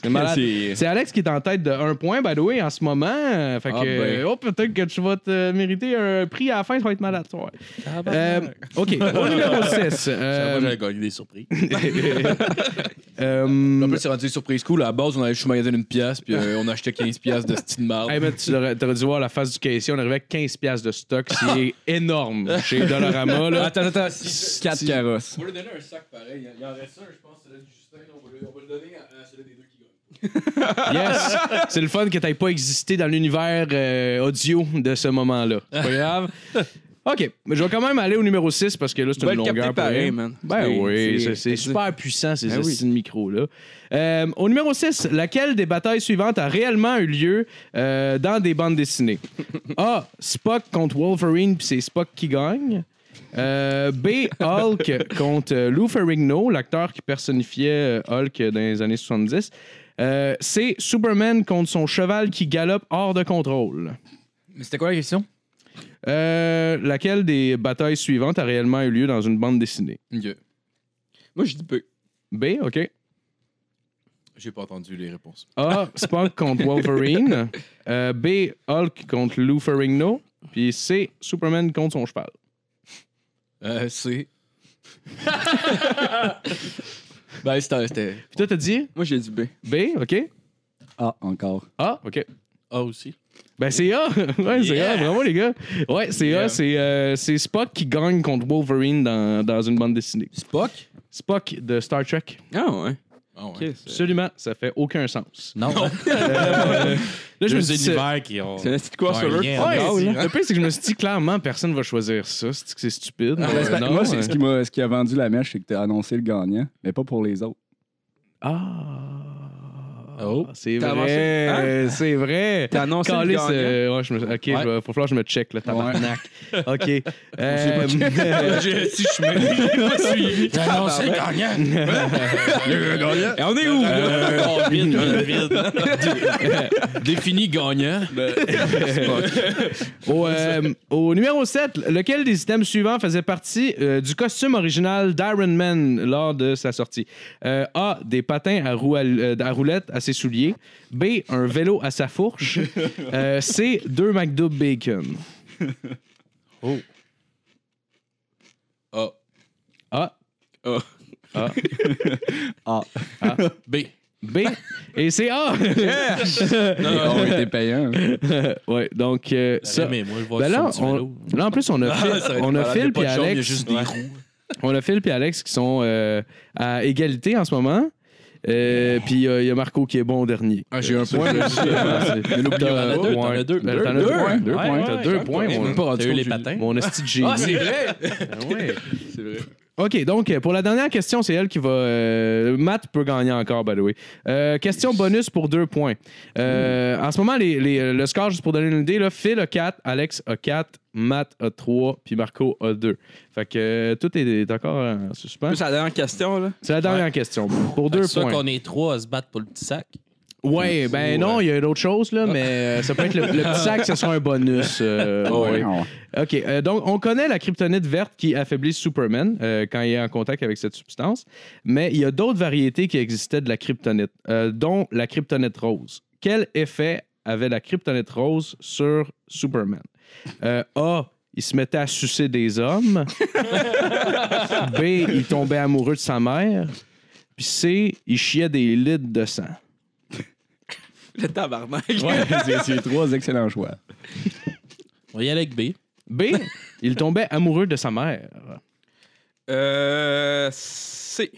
[SPEAKER 4] C'est malade. C'est Alex qui est en tête de 1 point, by the way, en ce moment. Euh, Fait que,
[SPEAKER 3] Ah ben.
[SPEAKER 4] oh, peut-être que tu vas te euh, mériter un prix à la fin, tu vas être malade. toi. Euh, ok, au numéro Euh, 6.
[SPEAKER 7] Moi, j'avais gagné des surprises.
[SPEAKER 3] En
[SPEAKER 4] euh,
[SPEAKER 3] plus, c'est rendu des surprises cool. À la base, on allait juste au magasin d'une pièce, puis euh, on achetait 15 pièces de style marde.
[SPEAKER 4] Hey, mais tu l'aurais- t'aurais dû voir la face du caissier, on arrivait à 15 piastres de stock, c'est énorme chez Dollarama. Là.
[SPEAKER 3] Attends, attends,
[SPEAKER 6] 4 carrosses.
[SPEAKER 3] On va lui donner un sac pareil. Il en reste un, je pense, celui de Justin. On va le donner à celui des deux qui gagnent.
[SPEAKER 4] Yes! C'est le fun que t'aies pas existé dans l'univers euh, audio de ce moment-là. Pas grave. OK, mais je vais quand même aller au numéro 6 parce que là, c'est
[SPEAKER 5] Tu vas
[SPEAKER 4] une
[SPEAKER 5] le
[SPEAKER 4] longueur
[SPEAKER 5] capter
[SPEAKER 4] pour
[SPEAKER 5] pareil,
[SPEAKER 4] rien.
[SPEAKER 5] man.
[SPEAKER 4] Ben oui, c'est- c'est
[SPEAKER 5] c'est-
[SPEAKER 4] super puissant ces
[SPEAKER 5] Ben oui.
[SPEAKER 4] hosties de micros-là. Euh, au numéro 6, laquelle des batailles suivantes a réellement eu lieu euh, dans des bandes dessinées? A. Spock contre Wolverine, puis c'est Spock qui gagne. Euh, B. Hulk contre euh, Lou Ferrigno, l'acteur qui personnifiait euh, Hulk dans les années 70. Euh, C. Superman contre son cheval qui galope hors de contrôle.
[SPEAKER 3] Mais c'était quoi la question?
[SPEAKER 4] Euh, laquelle des batailles suivantes a réellement eu lieu dans une bande dessinée?
[SPEAKER 3] Ok.
[SPEAKER 5] Moi, je dis peu.
[SPEAKER 4] B, OK.
[SPEAKER 3] J'ai pas entendu les réponses.
[SPEAKER 4] A. Spock contre Wolverine. Euh, B. Hulk contre Lou Ferrigno. Puis C. Superman contre son cheval.
[SPEAKER 3] Euh, c'est. ben, c'était. c'était-
[SPEAKER 4] Puis toi, t'as dit
[SPEAKER 5] Moi, j'ai dit B.
[SPEAKER 4] B, OK.
[SPEAKER 6] Ah, encore.
[SPEAKER 4] A, OK.
[SPEAKER 7] Ah, aussi.
[SPEAKER 4] Ben, c'est A. ouais, c'est A. Bravo, les gars. Ouais, c'est
[SPEAKER 3] Yeah.
[SPEAKER 4] A. C'est euh, c'est Spock qui gagne contre Wolverine dans, dans une bande dessinée.
[SPEAKER 3] Spock?
[SPEAKER 4] Spock de Star Trek.
[SPEAKER 5] Ah, ouais.
[SPEAKER 3] Ah ouais.
[SPEAKER 5] Chris, euh,
[SPEAKER 4] Absolument. Ça fait aucun sens.
[SPEAKER 3] Non.
[SPEAKER 4] Là, je me
[SPEAKER 7] Deux
[SPEAKER 4] suis dit,
[SPEAKER 7] univers qui ont.
[SPEAKER 5] C'est un petit
[SPEAKER 7] un
[SPEAKER 5] crossover.
[SPEAKER 7] lien.
[SPEAKER 4] Ouais,
[SPEAKER 7] Ah,
[SPEAKER 4] c'est-
[SPEAKER 7] là.
[SPEAKER 4] le pire, c'est que je me suis dit, clairement, personne va choisir ça. C'est que c'est stupide.
[SPEAKER 6] Ah,
[SPEAKER 4] Mais
[SPEAKER 6] ben, c'est pas-
[SPEAKER 4] non,
[SPEAKER 6] moi, c'est
[SPEAKER 4] euh,
[SPEAKER 6] ce qui m'a- ce qui a vendu la mèche, c'est que t'as annoncé le gagnant, mais pas pour les autres.
[SPEAKER 4] Ah.
[SPEAKER 7] Oh.
[SPEAKER 4] C'est
[SPEAKER 5] T'as avancé.
[SPEAKER 4] vrai. C'est vrai.
[SPEAKER 5] T'as annoncé le
[SPEAKER 4] Calisse,
[SPEAKER 5] gagnant.
[SPEAKER 4] euh, ouais, je me... Ok,
[SPEAKER 3] Ouais.
[SPEAKER 4] je vais- faut falloir que je me check, là, tabarnak. ok. Euh,
[SPEAKER 3] J'ai- si je me- j'ai pas suivi.
[SPEAKER 7] Non, c'est gagnant.
[SPEAKER 5] Et on est où, là?
[SPEAKER 4] Euh,
[SPEAKER 7] Oh, vite, vite, vite.
[SPEAKER 3] Défini gagnant.
[SPEAKER 4] au, euh, au numéro 7, lequel des items suivants faisait partie euh, du costume original d'Iron Man lors de sa sortie? Euh, A. Des patins à, roue à- euh, à roulette à ses souliers. B. Un vélo à sa fourche. Euh, C. Deux McDo Bacon.
[SPEAKER 3] Ah.
[SPEAKER 4] A.
[SPEAKER 5] Ah.
[SPEAKER 4] A.
[SPEAKER 6] A.
[SPEAKER 7] B.
[SPEAKER 4] B. Et c'est A.
[SPEAKER 6] Ah oui, t'es payant.
[SPEAKER 4] ouais, donc euh, ça.
[SPEAKER 7] Mais moi, je vois
[SPEAKER 4] Ben
[SPEAKER 7] ça
[SPEAKER 4] là,
[SPEAKER 7] du vélo.
[SPEAKER 4] on- là, en plus, on a Phil,
[SPEAKER 7] ça va être
[SPEAKER 4] on a
[SPEAKER 7] malade,
[SPEAKER 4] Phil
[SPEAKER 7] y a pas
[SPEAKER 4] puis
[SPEAKER 7] de jambe, y a
[SPEAKER 4] Alex.
[SPEAKER 7] juste des
[SPEAKER 4] Ouais.
[SPEAKER 7] roues.
[SPEAKER 4] On a Phil puis Alex qui sont euh, à égalité en ce moment. Euh, puis euh, il y a Marco qui est bon au dernier.
[SPEAKER 3] Ah, j'ai un
[SPEAKER 4] Ça,
[SPEAKER 3] point.
[SPEAKER 4] je-
[SPEAKER 3] Mais l'oublie,
[SPEAKER 4] T'as-
[SPEAKER 3] on en a deux,
[SPEAKER 4] ouais.
[SPEAKER 7] t'en as deux.
[SPEAKER 4] Ben, T'en as
[SPEAKER 3] Deux,
[SPEAKER 4] deux
[SPEAKER 3] deux.
[SPEAKER 4] points. Deux
[SPEAKER 7] Ouais,
[SPEAKER 4] points.
[SPEAKER 7] ouais,
[SPEAKER 4] T'as
[SPEAKER 7] ouais,
[SPEAKER 4] deux
[SPEAKER 7] ouais.
[SPEAKER 4] points.
[SPEAKER 7] J'ai
[SPEAKER 4] mon-
[SPEAKER 7] même pas rendu
[SPEAKER 4] T'as eu
[SPEAKER 7] compte
[SPEAKER 4] les
[SPEAKER 7] du-
[SPEAKER 4] patins. Mon esti de génie. Ben
[SPEAKER 3] Ah, c'est vrai!
[SPEAKER 5] C'est vrai.
[SPEAKER 4] OK, donc euh, pour la dernière question, c'est elle qui va. euh, Matt peut gagner encore, by the way. Euh, question bonus pour deux points. Euh, En ce moment, les- les- le score, juste pour donner une idée, là, Phil a 4, Alex a 4, Matt a 3, puis Marco a 2. Fait que euh, tout est encore en suspens.
[SPEAKER 5] Plus la dernière question, là.
[SPEAKER 4] C'est la dernière question. Pour
[SPEAKER 7] Fait que
[SPEAKER 4] deux
[SPEAKER 7] Soit
[SPEAKER 4] points.
[SPEAKER 7] qu'on est trois à se battre pour le petit sac.
[SPEAKER 4] Ouais, ben non, il y a d'autres choses, là, mais euh, ça peut être le, le petit sac, ce sera un bonus. euh, ouais.
[SPEAKER 6] Ah ouais.
[SPEAKER 4] OK. euh, donc, on connaît la kryptonite verte qui affaiblit Superman euh, quand il est en contact avec cette substance, mais il y a d'autres variétés qui existaient de la kryptonite, euh, dont la kryptonite rose. Quel effet avait la kryptonite rose sur Superman? Euh, A. Il se mettait à sucer des hommes. B. Il tombait amoureux de sa mère. Puis C. Il chiait des litres de sang.
[SPEAKER 5] Le tabarnak.
[SPEAKER 6] Ouais, c'est- c'est trois excellents choix.
[SPEAKER 7] On va y aller avec B.
[SPEAKER 4] B. Il tombait amoureux de sa mère.
[SPEAKER 5] Euh. C.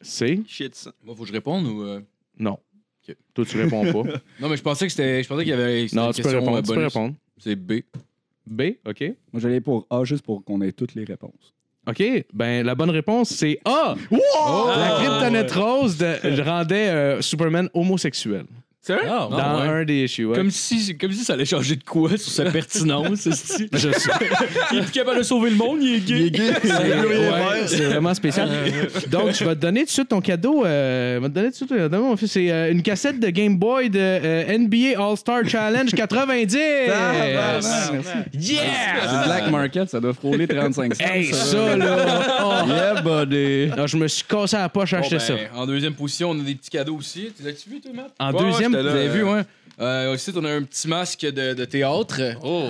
[SPEAKER 4] C.
[SPEAKER 5] Shit, ça.
[SPEAKER 3] Moi, faut que je réponde ou. euh?
[SPEAKER 4] Non.
[SPEAKER 3] Ok.
[SPEAKER 4] Toi, tu réponds pas.
[SPEAKER 3] Non, mais je pensais que c'était. Je pensais qu'il y avait. c'était
[SPEAKER 4] Non,
[SPEAKER 3] une
[SPEAKER 4] tu peux
[SPEAKER 3] question,
[SPEAKER 4] répondre.
[SPEAKER 3] euh,
[SPEAKER 4] Tu peux
[SPEAKER 3] bonus.
[SPEAKER 4] répondre.
[SPEAKER 3] C'est B.
[SPEAKER 4] B, OK.
[SPEAKER 6] Moi, j'allais pour A juste pour qu'on ait toutes les réponses.
[SPEAKER 4] OK, ben la bonne réponse, c'est A. La kryptonite rose de- rendait euh, Superman homosexuel.
[SPEAKER 5] Sérieux?
[SPEAKER 7] Ah,
[SPEAKER 4] dans un des issues, ouais.
[SPEAKER 3] Comme si, comme si ça allait changer de quoi sur sa pertinence, c'est
[SPEAKER 4] Je sais.
[SPEAKER 3] Il est plus capable de sauver le monde, il est gay.
[SPEAKER 4] C'est ouais, c'est vraiment spécial. Donc, je vais te donner tout de suite ton cadeau. euh, je vais te donner tout de suite ton cadeau, mon fils. C'est euh, une cassette de Game Boy de euh, NBA All-Star Challenge 90.
[SPEAKER 3] bah,
[SPEAKER 6] Ah, merci.
[SPEAKER 4] yeah!
[SPEAKER 6] Le Black Market, ça doit frôler 35 cents.
[SPEAKER 4] Hey, ça, là! oh.
[SPEAKER 6] Yeah, buddy.
[SPEAKER 4] Ah, je me suis cassé la poche à acheter ça.
[SPEAKER 3] ben, En deuxième position, on a des petits cadeaux aussi. Tu l'as-tu vu, toi, Matt?
[SPEAKER 4] En
[SPEAKER 5] Ouais, ouais,
[SPEAKER 4] deuxième,
[SPEAKER 5] j'étais là,
[SPEAKER 3] Vous avez
[SPEAKER 5] euh,
[SPEAKER 3] vu, ouais. Euh, aussi, on a un petit masque de, de théâtre. Oh!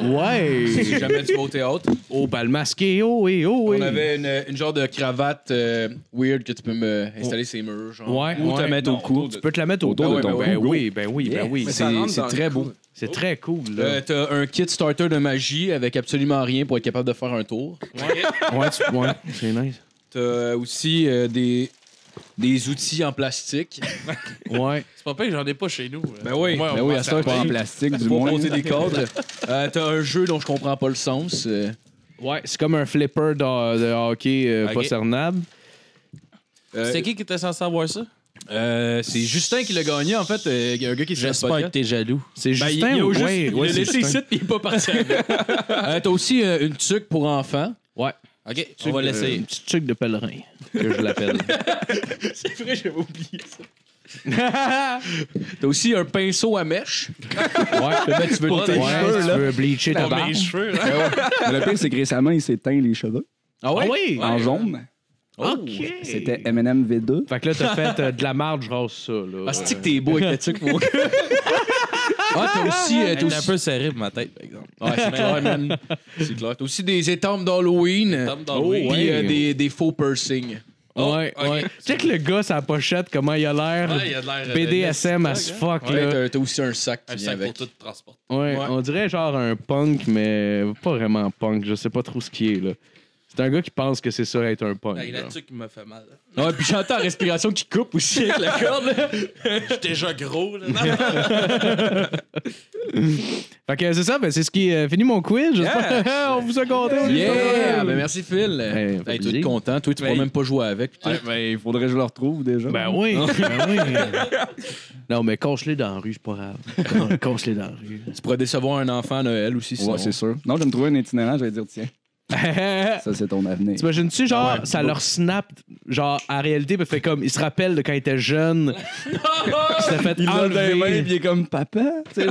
[SPEAKER 4] ouais.
[SPEAKER 3] Si jamais tu vas au théâtre.
[SPEAKER 4] hein? Oh, bal masqué, oh, et oh, et.
[SPEAKER 3] On avait une, une genre de cravate euh, weird que tu peux me installer ses murs, genre.
[SPEAKER 4] Ouais,
[SPEAKER 3] Oh. Ou te
[SPEAKER 4] ouais.
[SPEAKER 3] mettre au
[SPEAKER 4] Non,
[SPEAKER 3] cou.
[SPEAKER 4] Tu peux te la mettre
[SPEAKER 3] Ah
[SPEAKER 4] autour
[SPEAKER 3] ouais,
[SPEAKER 4] de ton
[SPEAKER 3] ben
[SPEAKER 4] Ben
[SPEAKER 6] oui.
[SPEAKER 4] oui, ben oui, ben oui.
[SPEAKER 5] Mais ça
[SPEAKER 4] C'est
[SPEAKER 5] rentre
[SPEAKER 4] c'est
[SPEAKER 5] dans
[SPEAKER 4] très
[SPEAKER 5] le
[SPEAKER 4] beau.
[SPEAKER 5] coup.
[SPEAKER 4] C'est très cool, là.
[SPEAKER 3] Euh, T'as un kit starter de magie avec absolument rien pour être capable de faire un tour.
[SPEAKER 4] Ouais, tu- ouais, c'est nice.
[SPEAKER 3] T'as aussi euh, des, des outils en plastique.
[SPEAKER 4] Ouais.
[SPEAKER 7] C'est pas pire, j'en ai pas chez nous. euh.
[SPEAKER 3] Ben oui,
[SPEAKER 7] Ouais,
[SPEAKER 3] ben
[SPEAKER 7] on va
[SPEAKER 3] oui, à
[SPEAKER 7] s'en
[SPEAKER 3] ça,
[SPEAKER 6] Pas en
[SPEAKER 3] pour
[SPEAKER 6] plastique, du
[SPEAKER 3] pour
[SPEAKER 6] moins.
[SPEAKER 3] monter des cadres. Euh, T'as un jeu dont je comprends pas le sens. euh,
[SPEAKER 4] Ouais, c'est comme un flipper de, de hockey euh, pas
[SPEAKER 3] Ok.
[SPEAKER 4] cernable.
[SPEAKER 3] Euh,
[SPEAKER 7] C'est qui qui était censé avoir ça?
[SPEAKER 3] euh, c'est Justin qui l'a gagné, en fait. euh, un gars qui est sur notre
[SPEAKER 7] J'espère que
[SPEAKER 3] podcast.
[SPEAKER 7] t'es jaloux.
[SPEAKER 4] C'est
[SPEAKER 3] Ben,
[SPEAKER 4] Justin
[SPEAKER 3] il, il a
[SPEAKER 4] ou-
[SPEAKER 3] juste-
[SPEAKER 4] ouais,
[SPEAKER 3] il
[SPEAKER 4] ouais,
[SPEAKER 3] l'a
[SPEAKER 4] c'est
[SPEAKER 3] laissé
[SPEAKER 4] Justin.
[SPEAKER 3] ici puis il est pas parti avec. Euh, T'as aussi euh, une tuque pour enfants.
[SPEAKER 4] Ouais.
[SPEAKER 7] OK, on va
[SPEAKER 4] Un
[SPEAKER 7] l'essayer.
[SPEAKER 4] petit truc de pèlerin, que je l'appelle.
[SPEAKER 3] C'est vrai, j'avais oublié ça. T'as aussi un pinceau à mèche.
[SPEAKER 4] ouais,
[SPEAKER 3] Ben, tu veux
[SPEAKER 7] Pour
[SPEAKER 3] le-
[SPEAKER 7] tes
[SPEAKER 4] ouais,
[SPEAKER 6] cheveux,
[SPEAKER 4] tu
[SPEAKER 6] là.
[SPEAKER 4] veux bleacher ta barbe.
[SPEAKER 7] cheveux,
[SPEAKER 6] Mais le pire, c'est que récemment, il s'est teint les cheveux
[SPEAKER 3] Ah ouais?
[SPEAKER 4] Ah oui!
[SPEAKER 6] en jaune.
[SPEAKER 4] OK!
[SPEAKER 6] C'était M&M V2.
[SPEAKER 4] Fait que là, t'as fait euh, de la marge, je rase ça. Là.
[SPEAKER 3] Ah, c'est que t'es beau avec ta tuque, mon gars. Ah, t'as aussi. euh, t'as
[SPEAKER 7] T'es un
[SPEAKER 3] aussi...
[SPEAKER 7] peu serré pour ma tête, par exemple.
[SPEAKER 3] Ouais, c'est clair, man. C'est clair. T'as aussi des étampes d'Halloween.
[SPEAKER 7] Étampes d'Halloween.
[SPEAKER 3] Puis euh,
[SPEAKER 4] Ouais.
[SPEAKER 3] des, des faux piercings.
[SPEAKER 4] Ouais,
[SPEAKER 7] Oh, ok.
[SPEAKER 4] ouais. Check le gars, sa pochette, comment il a l'air.
[SPEAKER 7] Ouais, il a de l'air, euh,
[SPEAKER 4] BDSM
[SPEAKER 7] de-
[SPEAKER 4] as fuck,
[SPEAKER 3] Ouais,
[SPEAKER 4] là.
[SPEAKER 3] t'as- T'as aussi un sac qui
[SPEAKER 7] Un
[SPEAKER 3] vient
[SPEAKER 7] sac
[SPEAKER 3] avec.
[SPEAKER 7] pour tout transport.
[SPEAKER 4] Ouais,
[SPEAKER 3] Ouais.
[SPEAKER 4] on dirait genre un punk, mais pas vraiment punk. Je sais pas trop ce qu'il est, là. C'est un gars qui pense que c'est ça être un punk.
[SPEAKER 7] Hey,
[SPEAKER 4] là.
[SPEAKER 7] là-dessus qui me fait mal.
[SPEAKER 3] Ouais, puis j'entends la respiration qui coupe aussi avec la corde. là.
[SPEAKER 7] J'étais déjà gros, là. Non,
[SPEAKER 4] Fait que c'est ça, ben, c'est ce qui euh, finit mon quiz. J'espère on vous a compté. on est
[SPEAKER 3] Yeah!
[SPEAKER 4] pas mal.
[SPEAKER 3] Ben merci, Phil.
[SPEAKER 4] Hey,
[SPEAKER 3] Hey,
[SPEAKER 4] fait
[SPEAKER 3] toi, t'es
[SPEAKER 4] plaisir.
[SPEAKER 3] content. Toi, tu pourras
[SPEAKER 7] Ben,
[SPEAKER 3] même pas jouer avec. puis tout.
[SPEAKER 6] mais il faudrait que je le retrouve déjà.
[SPEAKER 4] Ben oui, ben oui. Non, mais conche-les dans la rue, c'est pas grave. Conche-les dans la rue.
[SPEAKER 3] Tu pourras décevoir un enfant à Noël aussi. sinon.
[SPEAKER 6] Ouais, c'est sûr. Non, je vais me trouver un itinérant, je vais dire, tiens, ça, c'est ton avenir.
[SPEAKER 3] Ah
[SPEAKER 4] T'imagines-tu, genre, ça leur snap, genre, en réalité, puis fait comme, ils se rappellent de quand ils étaient jeunes. ils se fait
[SPEAKER 6] Il l'a dans les mains,
[SPEAKER 4] enlever.
[SPEAKER 6] puis il est comme papa. tu sais.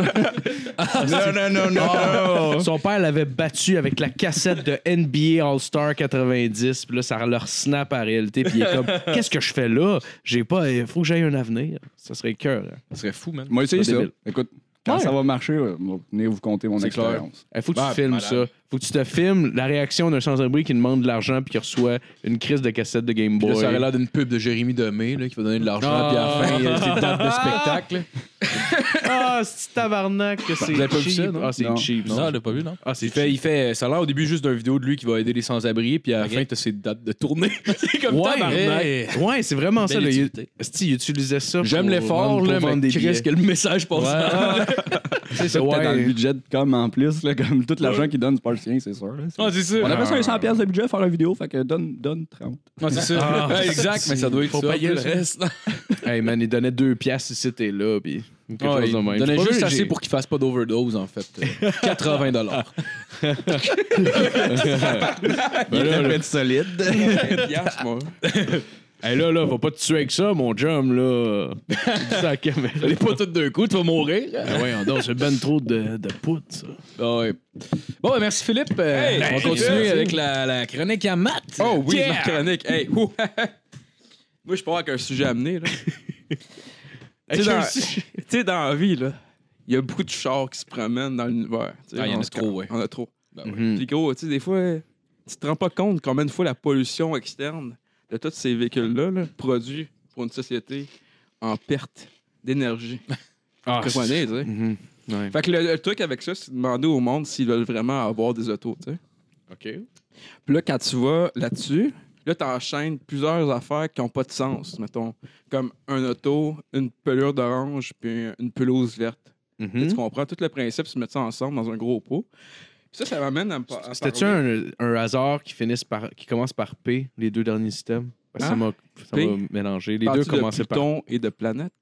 [SPEAKER 4] Ah,
[SPEAKER 6] non, non, non, non, non.
[SPEAKER 4] Son père l'avait battu avec la cassette de NBA All-Star 90, puis là, ça leur snap en réalité, puis il est comme, qu'est-ce que je fais là? J'ai pas, il faut que j'aille un avenir. Ça serait cœur. hein.
[SPEAKER 3] Ça serait fou, man.
[SPEAKER 6] Moi, essayez
[SPEAKER 4] C'est
[SPEAKER 6] ça.
[SPEAKER 4] débile.
[SPEAKER 6] Écoute, quand
[SPEAKER 4] Ouais.
[SPEAKER 6] ça va marcher, euh, bon, venez vous compter mon
[SPEAKER 3] C'est clair.
[SPEAKER 6] expérience.
[SPEAKER 4] Il Eh, faut que tu
[SPEAKER 3] Ah,
[SPEAKER 4] filmes
[SPEAKER 3] malade.
[SPEAKER 4] ça. faut que tu te filmes la réaction d'un sans-abri qui demande de l'argent puis qui reçoit une crise de cassette de Game
[SPEAKER 3] Puis
[SPEAKER 4] Boy.
[SPEAKER 3] là, ça aurait l'air d'une pub de Jérémy Demé là, qui va donner de l'argent,
[SPEAKER 4] Ah.
[SPEAKER 3] puis à la fin, euh, il y a des dates de spectacle.
[SPEAKER 4] Ah, c'est tabarnak que c'est
[SPEAKER 3] Vous avez pas vu
[SPEAKER 4] cheap.
[SPEAKER 3] ça, non?
[SPEAKER 4] Ah, c'est
[SPEAKER 6] Non.
[SPEAKER 4] cheap.
[SPEAKER 7] on l'a pas vu, non?
[SPEAKER 4] Ah, c'est
[SPEAKER 3] Il fait, il fait, euh, ça a l'air au début juste d'une vidéo de lui qui va aider les sans-abri, puis à la
[SPEAKER 7] Ok.
[SPEAKER 3] fin, t'as ses dates de tournée. c'est comme
[SPEAKER 4] Ouais,
[SPEAKER 3] tabarnak.
[SPEAKER 4] hey. ouais c'est vraiment ça.
[SPEAKER 7] Belle
[SPEAKER 4] là. Il-
[SPEAKER 7] utilité.
[SPEAKER 4] Esti, il utilisait ça.
[SPEAKER 3] J'aime
[SPEAKER 4] pour
[SPEAKER 3] l'effort,
[SPEAKER 4] vendre-
[SPEAKER 3] là,
[SPEAKER 4] pour
[SPEAKER 3] mais
[SPEAKER 4] vendre des
[SPEAKER 3] qu'est-ce
[SPEAKER 4] billets.
[SPEAKER 3] que le message passe.
[SPEAKER 4] C'est ça,
[SPEAKER 6] Peut-être dans le
[SPEAKER 4] ouais.
[SPEAKER 6] budget de com en plus, là, comme tout l'argent qu'il donne, c'est pas le sien, c'est sûr. là. C'est-
[SPEAKER 3] Ah, c'est ça.
[SPEAKER 6] On avait ça 100$ piastres de budget pour faire la vidéo, fait que donne, donne 30.
[SPEAKER 3] Ah, c'est ça.
[SPEAKER 4] Ah,
[SPEAKER 3] Ouais, exact, mais ça doit être
[SPEAKER 7] Faut
[SPEAKER 3] ça.
[SPEAKER 7] payer
[SPEAKER 3] en
[SPEAKER 7] le
[SPEAKER 3] plus.
[SPEAKER 7] reste.
[SPEAKER 4] Hey, man, il donnait deux piastres si c'était là. Puis quelque
[SPEAKER 3] Ouais,
[SPEAKER 4] chose de
[SPEAKER 3] il
[SPEAKER 4] même.
[SPEAKER 3] donnait
[SPEAKER 4] J'ai pas
[SPEAKER 3] juste
[SPEAKER 4] vu,
[SPEAKER 3] assez
[SPEAKER 4] j'ai-
[SPEAKER 3] pour qu'il fasse pas d'overdose, en fait. Euh, 80 dollars.
[SPEAKER 6] Il l'a fait solide.
[SPEAKER 5] Yes, moi.
[SPEAKER 4] Hey, là, là, faut pas te tuer avec ça, mon chum, là. Dis ça à la caméra.
[SPEAKER 3] Fallait pas tout d'un coup, tu vas mourir.
[SPEAKER 4] Ben voyons donc, c'est ben trop de, de poudre, ça.
[SPEAKER 3] Ah ouais. Bon, ben, merci Philippe. Euh,
[SPEAKER 5] Hey,
[SPEAKER 3] on
[SPEAKER 5] hey,
[SPEAKER 3] continue
[SPEAKER 5] merci.
[SPEAKER 3] avec la, la chronique à Matt.
[SPEAKER 5] Oh oui,
[SPEAKER 3] Yeah!
[SPEAKER 5] ma chronique. Hey, ouh. Moi, je pars avec un sujet amené. Là. Tu sais, dans- tu sais, dans la vie, là, il y a beaucoup de chars qui se promènent dans l'univers. tu sais,
[SPEAKER 3] Ah, il y en a
[SPEAKER 5] se-
[SPEAKER 3] trop, ouais.
[SPEAKER 5] On a trop.
[SPEAKER 4] Mhm.
[SPEAKER 5] Puis gros, tu sais, des fois, euh, tu te rends pas compte combien de fois la pollution externe de tous ces véhicules-là là, produit pour une société en perte d'énergie.
[SPEAKER 4] Ah,
[SPEAKER 5] Tu comprenez, tu sais?
[SPEAKER 4] Mhm. Ouais.
[SPEAKER 5] Fait que le, le truc avec ça, c'est de demander au monde s'ils veulent vraiment avoir des autos, tu sais.
[SPEAKER 4] OK.
[SPEAKER 5] Puis là, quand tu vas là-dessus, là, t'enchaînes plusieurs affaires qui n'ont pas de sens. Mettons, comme un auto, une pelure d'orange, puis une pelouse verte.
[SPEAKER 6] Mhm.
[SPEAKER 4] Mhm.
[SPEAKER 5] Là, Tu comprends tout le principe, tu mets ça ensemble dans un gros pot. Puis ça, ça m'amène à me par- à
[SPEAKER 4] Ah, C'était-tu
[SPEAKER 5] parler-
[SPEAKER 4] un, un hasard qui, finisse par, qui commence par P, les deux derniers systèmes? Parce que Ça
[SPEAKER 5] Hein?
[SPEAKER 4] m'a ça
[SPEAKER 5] P?
[SPEAKER 4] m'a mélangé. Les
[SPEAKER 5] Parles-tu
[SPEAKER 4] deux commençaient
[SPEAKER 5] de
[SPEAKER 4] par.
[SPEAKER 5] Pluton et de planète.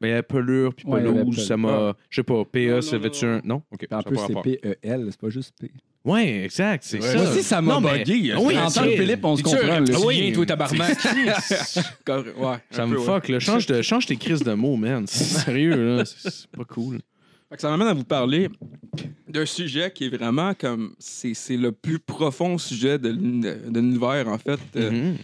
[SPEAKER 4] Mais il y avait pelure puis
[SPEAKER 6] Ouais, il y avait
[SPEAKER 4] pelouse.
[SPEAKER 6] Pel- Ah.
[SPEAKER 4] ça m'a. Je sais pas,
[SPEAKER 5] Non,
[SPEAKER 4] PE,
[SPEAKER 5] non,
[SPEAKER 4] ça
[SPEAKER 5] non,
[SPEAKER 4] avait-tu
[SPEAKER 5] non.
[SPEAKER 4] un. Non? Ok. ça
[SPEAKER 6] En
[SPEAKER 4] a
[SPEAKER 6] plus,
[SPEAKER 4] pas
[SPEAKER 6] c'est
[SPEAKER 4] rapport.
[SPEAKER 6] P-E-L, c'est pas juste P.
[SPEAKER 4] Ouais, exact, c'est
[SPEAKER 3] Ouais.
[SPEAKER 4] ça.
[SPEAKER 3] Moi aussi,
[SPEAKER 6] ça m'a
[SPEAKER 4] Non, mais- Ah
[SPEAKER 6] bugué.
[SPEAKER 4] Oui,
[SPEAKER 6] en tant
[SPEAKER 4] Phil.
[SPEAKER 6] que Philippe, on se
[SPEAKER 3] Tu
[SPEAKER 6] comprend.
[SPEAKER 3] un
[SPEAKER 6] là.
[SPEAKER 4] Ah
[SPEAKER 3] petit lien, toi, tabarnak.
[SPEAKER 5] Cor- Ouais, un
[SPEAKER 4] Ça
[SPEAKER 5] peu,
[SPEAKER 4] me
[SPEAKER 5] ouais.
[SPEAKER 4] fuck, là. Change, de, change tes crises de mots, man. C'est Sérieux, là. C'est c'est pas cool.
[SPEAKER 5] Fait que ça m'amène à vous parler d'un sujet qui est vraiment comme. C'est c'est le plus profond sujet de l'uni- de l'univers, en fait. Euh,
[SPEAKER 4] Mhm.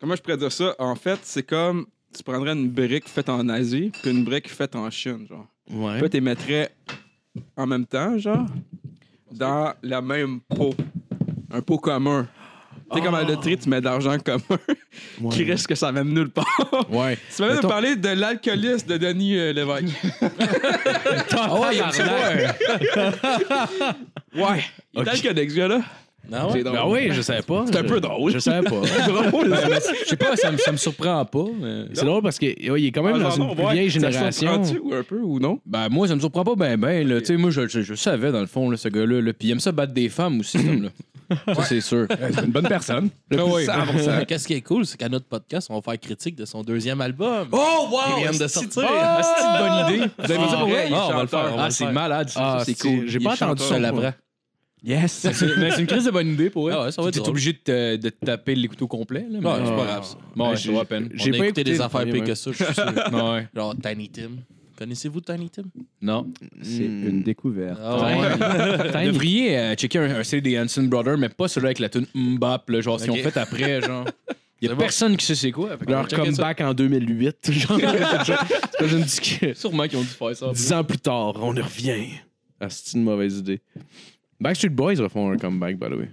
[SPEAKER 5] Comment je pourrais dire ça? En fait, c'est comme tu prendrais une brique faite en Asie puis une brique faite en Chine, genre.
[SPEAKER 4] Ouais.
[SPEAKER 5] Puis tu les mettrais en même temps, genre, dans la même pot. Un pot commun. Tu sais, comme à la loterie, tu mets de l'argent commun.
[SPEAKER 4] Ouais.
[SPEAKER 5] Qui risque que ça mène nulle part.
[SPEAKER 4] Ouais.
[SPEAKER 5] tu m'avais
[SPEAKER 4] Mettons-
[SPEAKER 5] parler de l'alcooliste de Denis euh, Lévesque. Ah,
[SPEAKER 4] Ah,
[SPEAKER 5] ouais. Il est
[SPEAKER 4] Ok.
[SPEAKER 5] alcoolique, ce gars-là.
[SPEAKER 7] Non, Ah ouais.
[SPEAKER 5] C'est drôle.
[SPEAKER 4] Ben oui, je savais pas.
[SPEAKER 5] C'est un
[SPEAKER 4] Je-
[SPEAKER 5] peu drôle.
[SPEAKER 4] Je savais pas.
[SPEAKER 3] Je sais pas, ça me, ça me surprend pas. mais-
[SPEAKER 4] C'est drôle parce qu'il est quand même
[SPEAKER 5] Ah,
[SPEAKER 4] dans
[SPEAKER 5] genre,
[SPEAKER 4] une
[SPEAKER 5] non,
[SPEAKER 4] plus
[SPEAKER 5] ouais,
[SPEAKER 4] vieille
[SPEAKER 5] ça
[SPEAKER 4] génération.
[SPEAKER 5] surprend-tu ou un peu ou non?
[SPEAKER 3] Ben, moi, ça me surprend pas ben, ben. Là. Tu sais, Moi, je, je, je savais, dans le fond, là, ce gars-là. là. Puis il aime ça battre des femmes aussi, ce homme-là. Ça, c'est sûr.
[SPEAKER 6] Euh, C'est une bonne personne.
[SPEAKER 3] Ah oui.
[SPEAKER 6] 100%.
[SPEAKER 7] Qu'est-ce qui est cool, c'est qu'à notre podcast, on va faire critique de son deuxième album.
[SPEAKER 3] Oh, wow!
[SPEAKER 7] Il vient de
[SPEAKER 3] c'est-
[SPEAKER 7] sortir.
[SPEAKER 3] Ah, c'est une bonne idée.
[SPEAKER 5] Vous avez dit pour vrai?
[SPEAKER 7] Ah, on va le faire. on va
[SPEAKER 3] Ah,
[SPEAKER 7] le
[SPEAKER 3] c'est
[SPEAKER 7] faire.
[SPEAKER 3] malade, ça.
[SPEAKER 4] Ah,
[SPEAKER 3] Ça, c'est
[SPEAKER 4] c'est-
[SPEAKER 3] cool.
[SPEAKER 4] j'ai pas
[SPEAKER 3] Il est
[SPEAKER 4] entendu
[SPEAKER 3] chanteur,
[SPEAKER 7] Ça
[SPEAKER 3] moi.
[SPEAKER 7] l'apprend.
[SPEAKER 6] Yes.
[SPEAKER 3] C'est- Mais c'est une crise de bonne idée pour vrai.
[SPEAKER 7] Ah ouais, ça va être
[SPEAKER 3] T'es
[SPEAKER 7] drôle.
[SPEAKER 3] obligé de te, de te taper les couteaux complets. Là, mais-
[SPEAKER 7] Ouais, c'est
[SPEAKER 4] Ah.
[SPEAKER 7] pas grave. ça.
[SPEAKER 3] Bon, ouais,
[SPEAKER 4] J'ai-
[SPEAKER 3] ça vaut à peine.
[SPEAKER 4] J'ai
[SPEAKER 7] J'ai
[SPEAKER 4] pas
[SPEAKER 7] pas écouté
[SPEAKER 4] écouté
[SPEAKER 7] des
[SPEAKER 4] le
[SPEAKER 7] affaires
[SPEAKER 4] premier,
[SPEAKER 7] pires
[SPEAKER 4] ouais.
[SPEAKER 7] que ça, je suis sûr.
[SPEAKER 3] Non, ouais.
[SPEAKER 7] Genre Tiny Tim. Connaissez-vous Tiny Tim?
[SPEAKER 3] Non.
[SPEAKER 6] C'est une découverte.
[SPEAKER 7] Ah
[SPEAKER 3] Vous devriez euh, checker un, un CD des Hanson Brothers, mais pas celui avec la tune Mbap, là, genre ce
[SPEAKER 7] Ok.
[SPEAKER 3] qu'ils ont fait après, genre. Il y a
[SPEAKER 7] C'est bon.
[SPEAKER 3] personne qui sait c'est quoi. Fait que-
[SPEAKER 4] Leur
[SPEAKER 3] Checker ça.
[SPEAKER 4] comeback en 2008. Genre, c'est une disque.
[SPEAKER 3] Sûrement qu'ils ont dû faire ça.
[SPEAKER 4] Dix ans plus tard, on y revient. Ah, c'est une mauvaise idée. Backstreet Boys refont un comeback, by the way.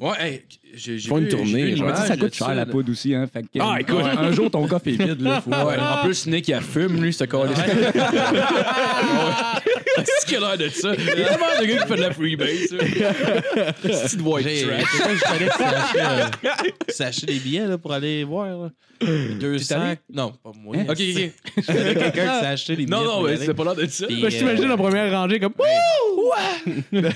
[SPEAKER 7] Ouais, hey, j'ai j'ai
[SPEAKER 4] Font une
[SPEAKER 7] vu-
[SPEAKER 4] tournée,
[SPEAKER 7] j'ai vu une
[SPEAKER 4] genre.
[SPEAKER 6] Ouais, tu sais,
[SPEAKER 7] image
[SPEAKER 6] ça coûte
[SPEAKER 7] de
[SPEAKER 6] cher la
[SPEAKER 7] là.
[SPEAKER 6] poudre aussi, hein. Fait que,
[SPEAKER 4] Ah, écoute.
[SPEAKER 6] Ouais, un jour ton coffre est vide, là. Faut...
[SPEAKER 3] Ah
[SPEAKER 6] euh,
[SPEAKER 3] Ouais. En plus, Nick, il a fume, lui, ce câlisse. Qu'est-ce qu'il a l'air de ça? Il y a tellement de gars qui fait de la freebase. C'est de white
[SPEAKER 7] J'ai-
[SPEAKER 3] trash.
[SPEAKER 7] quelqu'un que je connais qui s'est acheté, euh, qui s'est acheté des billets là, pour aller voir. Là. 200.
[SPEAKER 3] allé?
[SPEAKER 7] Non, pas moi.
[SPEAKER 3] Ok, ok.
[SPEAKER 7] Je connais quelqu'un qui s'est acheté des billets.
[SPEAKER 3] Non, non,
[SPEAKER 7] pour y
[SPEAKER 3] mais
[SPEAKER 7] aller.
[SPEAKER 3] c'est pas l'air de ça.
[SPEAKER 7] Puis,
[SPEAKER 4] Là, Ben, je t'imagine
[SPEAKER 7] euh,
[SPEAKER 4] la première rangée comme.
[SPEAKER 7] puis, euh,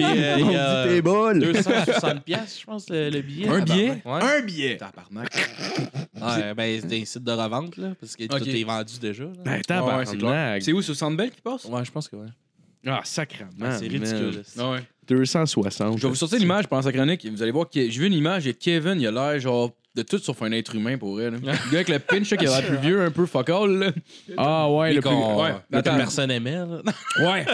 [SPEAKER 7] il y a
[SPEAKER 6] tes balles.
[SPEAKER 7] 260 piastres, je pense, le, le billet. Ah, bah,
[SPEAKER 3] Un billet?
[SPEAKER 7] Ouais.
[SPEAKER 3] Un billet. Tabarnak.
[SPEAKER 7] Ouais, ben, c'est un site de revente, là, parce que
[SPEAKER 3] Ok.
[SPEAKER 7] tout est vendu déjà. là.
[SPEAKER 4] Ben,
[SPEAKER 3] Ouais, c'est clair.
[SPEAKER 4] tabarnak.
[SPEAKER 3] C'est où, sur Sandbell qui passe?
[SPEAKER 7] Ouais, je pense que ouais.
[SPEAKER 4] Ah, sacrement.
[SPEAKER 7] c'est ridicule. là.
[SPEAKER 3] Ah Ouais.
[SPEAKER 4] 260.
[SPEAKER 3] Je vais vous sortir l'image pendant sa chronique. Vous allez voir que j'ai vu une image de Kevin, il a l'air genre de tout sauf un être humain pour elle. Le gars avec le pinch là, qui a l'air plus vieux, un peu fuck all. là.
[SPEAKER 4] Ah, ouais,
[SPEAKER 7] Et
[SPEAKER 4] le plus.
[SPEAKER 7] qu'on-
[SPEAKER 3] ouais,
[SPEAKER 7] mais que
[SPEAKER 3] attends.
[SPEAKER 7] personne aimait. là.
[SPEAKER 3] Ouais.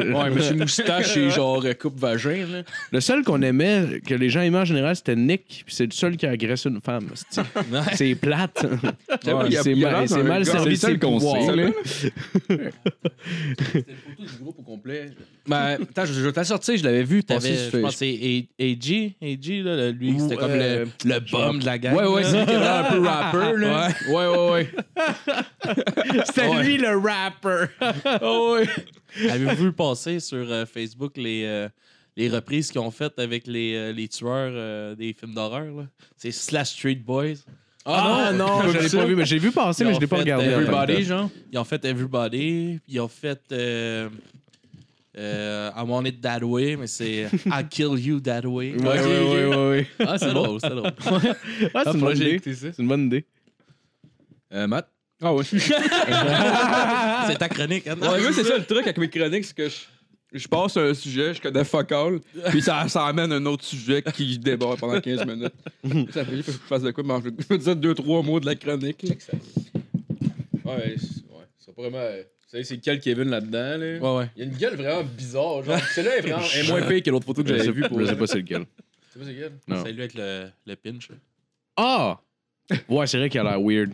[SPEAKER 3] Ouais, ouais, monsieur moustache et genre euh, coupe vagin. Là.
[SPEAKER 4] Le seul qu'on aimait, que les gens aimaient en général, c'était Nick, puis c'est le seul qui a agressé une femme. c'est-
[SPEAKER 7] Ouais.
[SPEAKER 4] C'est plate.
[SPEAKER 5] pas, il y a-
[SPEAKER 4] c'est
[SPEAKER 5] il y a
[SPEAKER 4] mal,
[SPEAKER 5] l'air
[SPEAKER 4] c'est
[SPEAKER 5] d'un
[SPEAKER 4] mal
[SPEAKER 5] gars,
[SPEAKER 6] C'est
[SPEAKER 4] servi
[SPEAKER 6] le
[SPEAKER 4] de ses
[SPEAKER 6] seul qu'on
[SPEAKER 4] pouvoirs.
[SPEAKER 6] sait, là.
[SPEAKER 3] C'était une photo du groupe au complet. Ben, attends, je, je t'ai sorti, je l'avais vu passer
[SPEAKER 7] T'avais,
[SPEAKER 3] sur
[SPEAKER 7] je pense, que
[SPEAKER 3] Facebook.
[SPEAKER 7] c'est A- AG, AG, là, le- lui,
[SPEAKER 3] Ou,
[SPEAKER 7] c'était comme
[SPEAKER 3] euh,
[SPEAKER 7] le, le bum de la gang.
[SPEAKER 3] Ouais, ouais,
[SPEAKER 7] là.
[SPEAKER 3] c'est lui qui avait l'air un peu
[SPEAKER 5] Ah,
[SPEAKER 3] rapper, là. Ouais, ouais, ouais.
[SPEAKER 4] C'était
[SPEAKER 3] Ouais.
[SPEAKER 4] lui le rapper.
[SPEAKER 3] Oh, ouais.
[SPEAKER 7] Avez-vous vu passer sur euh, Facebook les, euh, les reprises qu'ils ont faites avec les, euh, les tueurs euh, des films d'horreur? là? C'est Slash Street Boys.
[SPEAKER 4] Ah non, je l'ai pas vu, mais j'ai vu passer, mais
[SPEAKER 7] Ils
[SPEAKER 4] je l'ai
[SPEAKER 7] ont
[SPEAKER 4] pas
[SPEAKER 7] fait,
[SPEAKER 4] regardé.
[SPEAKER 7] euh,
[SPEAKER 4] en Ah, tant que
[SPEAKER 3] Everybody,
[SPEAKER 4] tel.
[SPEAKER 3] genre.
[SPEAKER 7] Ils ont fait Everybody, puis ils ont fait euh, euh, I Want It That Way, mais c'est I Kill You That Way.
[SPEAKER 4] Ouais, ouais, ouais, ouais, ouais.
[SPEAKER 7] Ah, c'est drôle, c'est drôle.
[SPEAKER 4] Ah, c'est une bonne idée. C'est une bonne idée.
[SPEAKER 3] Euh, Matt. Ah ouais.
[SPEAKER 7] C'est ta chronique, hein?
[SPEAKER 5] Ouais, moi, c'est ça le truc avec mes chroniques, c'est que je, je passe un sujet, je connais fuck all, puis ça, ça amène un autre sujet qui débat pendant 15 minutes. ça fait il faut que je fasse de quoi, mais je vais- je vais dire deux, trois mots de la chronique. là.
[SPEAKER 3] Ouais, c'est- ouais. C'est pas vraiment. euh, Vous savez, c'est quel Kevin là-dedans, là?
[SPEAKER 7] Ouais, ouais.
[SPEAKER 3] Il y a une gueule vraiment bizarre. Genre, celle-là est vraiment est moins pire que l'autre photo que j'avais vue pour.
[SPEAKER 4] Je sais pas c'est lequel.
[SPEAKER 3] C'est pas c'est quelle?
[SPEAKER 4] Non.
[SPEAKER 7] C'est lui avec le, le pinch. là.
[SPEAKER 4] Ah! Ouais, c'est vrai qu'il a l'air weird.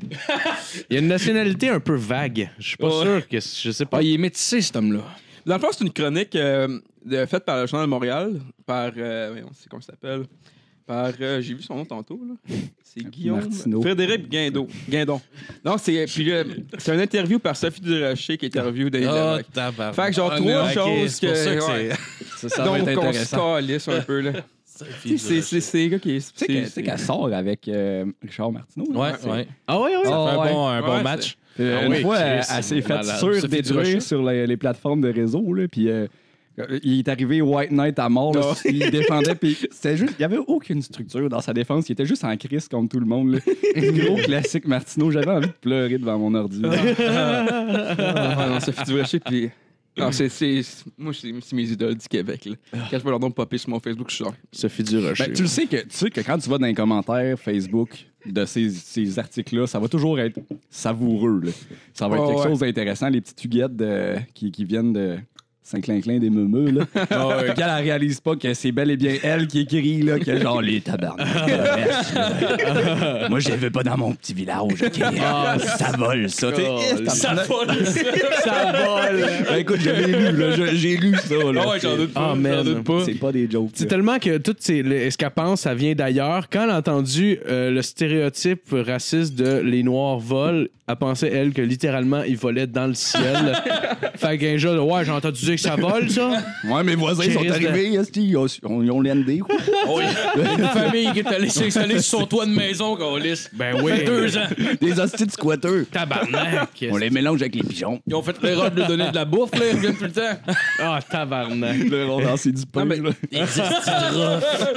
[SPEAKER 4] Il y a une nationalité un peu vague. Je suis pas
[SPEAKER 5] Ouais.
[SPEAKER 4] sûr que. Je sais pas.
[SPEAKER 3] Ah, il est métissé, cet homme-là.
[SPEAKER 5] Dans le fond, c'est une chronique euh, de- faite par le Journal de Montréal, par. euh, voyons, c'est comment il s'appelle Par. euh, J'ai vu son nom tantôt, là. C'est Guillaume.
[SPEAKER 6] Martineau.
[SPEAKER 5] Frédéric Guindon. Guindon. Non, c'est. Puis euh, c'est une interview par Sophie Durocher qui interview
[SPEAKER 6] Ah,
[SPEAKER 5] Daniel Larocque.
[SPEAKER 7] Ah, tabarnak.
[SPEAKER 5] Fait que genre
[SPEAKER 7] Ah,
[SPEAKER 5] trois
[SPEAKER 7] mais ok,
[SPEAKER 5] choses
[SPEAKER 7] c'est pour
[SPEAKER 5] que-
[SPEAKER 7] ça que
[SPEAKER 5] ouais.
[SPEAKER 6] Ça, ça va
[SPEAKER 5] Donc,
[SPEAKER 6] être
[SPEAKER 5] on se
[SPEAKER 6] intéressant.
[SPEAKER 5] calisse un peu, là.
[SPEAKER 7] c'est...
[SPEAKER 5] Tu sais, c'est- c'est c'est les gars qui.
[SPEAKER 6] Tu sais que- tu sais
[SPEAKER 5] c'est-
[SPEAKER 6] qu'elle sort avec euh, Richard Martineau. là.
[SPEAKER 7] Ouais, ouais.
[SPEAKER 4] Ah ouais, ouais.
[SPEAKER 6] Ah,
[SPEAKER 7] un
[SPEAKER 6] ouais.
[SPEAKER 7] bon, un bon
[SPEAKER 5] Ouais,
[SPEAKER 7] match.
[SPEAKER 6] Euh,
[SPEAKER 4] Ah
[SPEAKER 6] une
[SPEAKER 4] oui,
[SPEAKER 6] fois,
[SPEAKER 4] Chris,
[SPEAKER 6] elle, elle s'est faite
[SPEAKER 4] malade.
[SPEAKER 6] surdétruire sur
[SPEAKER 4] hein?
[SPEAKER 6] les, les plateformes de réseau. Là, puis, euh, il est arrivé White Knight à mort. là,
[SPEAKER 4] Oh.
[SPEAKER 5] Non.
[SPEAKER 6] il défendait. Puis c'était juste, il n'y avait aucune structure dans sa défense. Il était juste en crise contre tout le monde. là. Gros classique Martineau. J'avais envie de pleurer devant mon ordi. là.
[SPEAKER 5] Ah non, Sophie Durocher, puis. Non, c'est. c'est- Moi, c'est c'est mes idoles du Québec, là.
[SPEAKER 6] Ah.
[SPEAKER 5] Quand je vois leur nom popper sur mon Facebook, je suis genre.
[SPEAKER 4] Sophie Durocher.
[SPEAKER 6] Ben, tu le sais que tu sais que quand tu vas dans les commentaires Facebook de ces, ces articles-là, ça va toujours être savoureux. là. Ça va être
[SPEAKER 5] Ouais,
[SPEAKER 6] quelque
[SPEAKER 5] ouais.
[SPEAKER 6] chose d'intéressant. Les petites huguettes de- qui, qui viennent de Saint-Clinclin des Meumeux, là. Quand elle réalise pas que c'est bel et bien elle qui écrit, là, que genre les tabarnak. Moi, je les veux pas dans mon petit village, ok? ça vole, ça. T'es-
[SPEAKER 4] ça
[SPEAKER 6] vole, ça vole. Ben, écoute, j'avais lu, là. Je- J'ai lu ça, là.
[SPEAKER 4] Ah, man.
[SPEAKER 6] C'est pas des jokes.
[SPEAKER 4] C'est
[SPEAKER 6] là.
[SPEAKER 4] tellement que tout ces- le- ce qu'elle pense, ça vient d'ailleurs. Quand elle a entendu euh, le stéréotype raciste de les Noirs volent, elle pensait, elle, que littéralement, ils volaient dans le ciel. fait qu'un jour, ouais, j'ai entendu dire que ça vole, ça?
[SPEAKER 6] Ouais, mes voisins
[SPEAKER 4] Chris
[SPEAKER 6] sont
[SPEAKER 4] de-
[SPEAKER 6] arrivés, esti, ils ont, ils ont l'ND.
[SPEAKER 3] Une famille qui est allée s'installer sur son toit de maison, Gaulis.
[SPEAKER 4] ben
[SPEAKER 3] Ça fait
[SPEAKER 4] oui.
[SPEAKER 3] deux ans.
[SPEAKER 6] Des hosties de squatteurs.
[SPEAKER 4] Tabarnak.
[SPEAKER 6] On les mélange avec les pigeons.
[SPEAKER 3] Ils ont fait l'erreur de lui donner de la bouffe, là. Ils reviennent tout le temps.
[SPEAKER 4] Ah, tabarnak.
[SPEAKER 6] Là, on dansait du pain. là.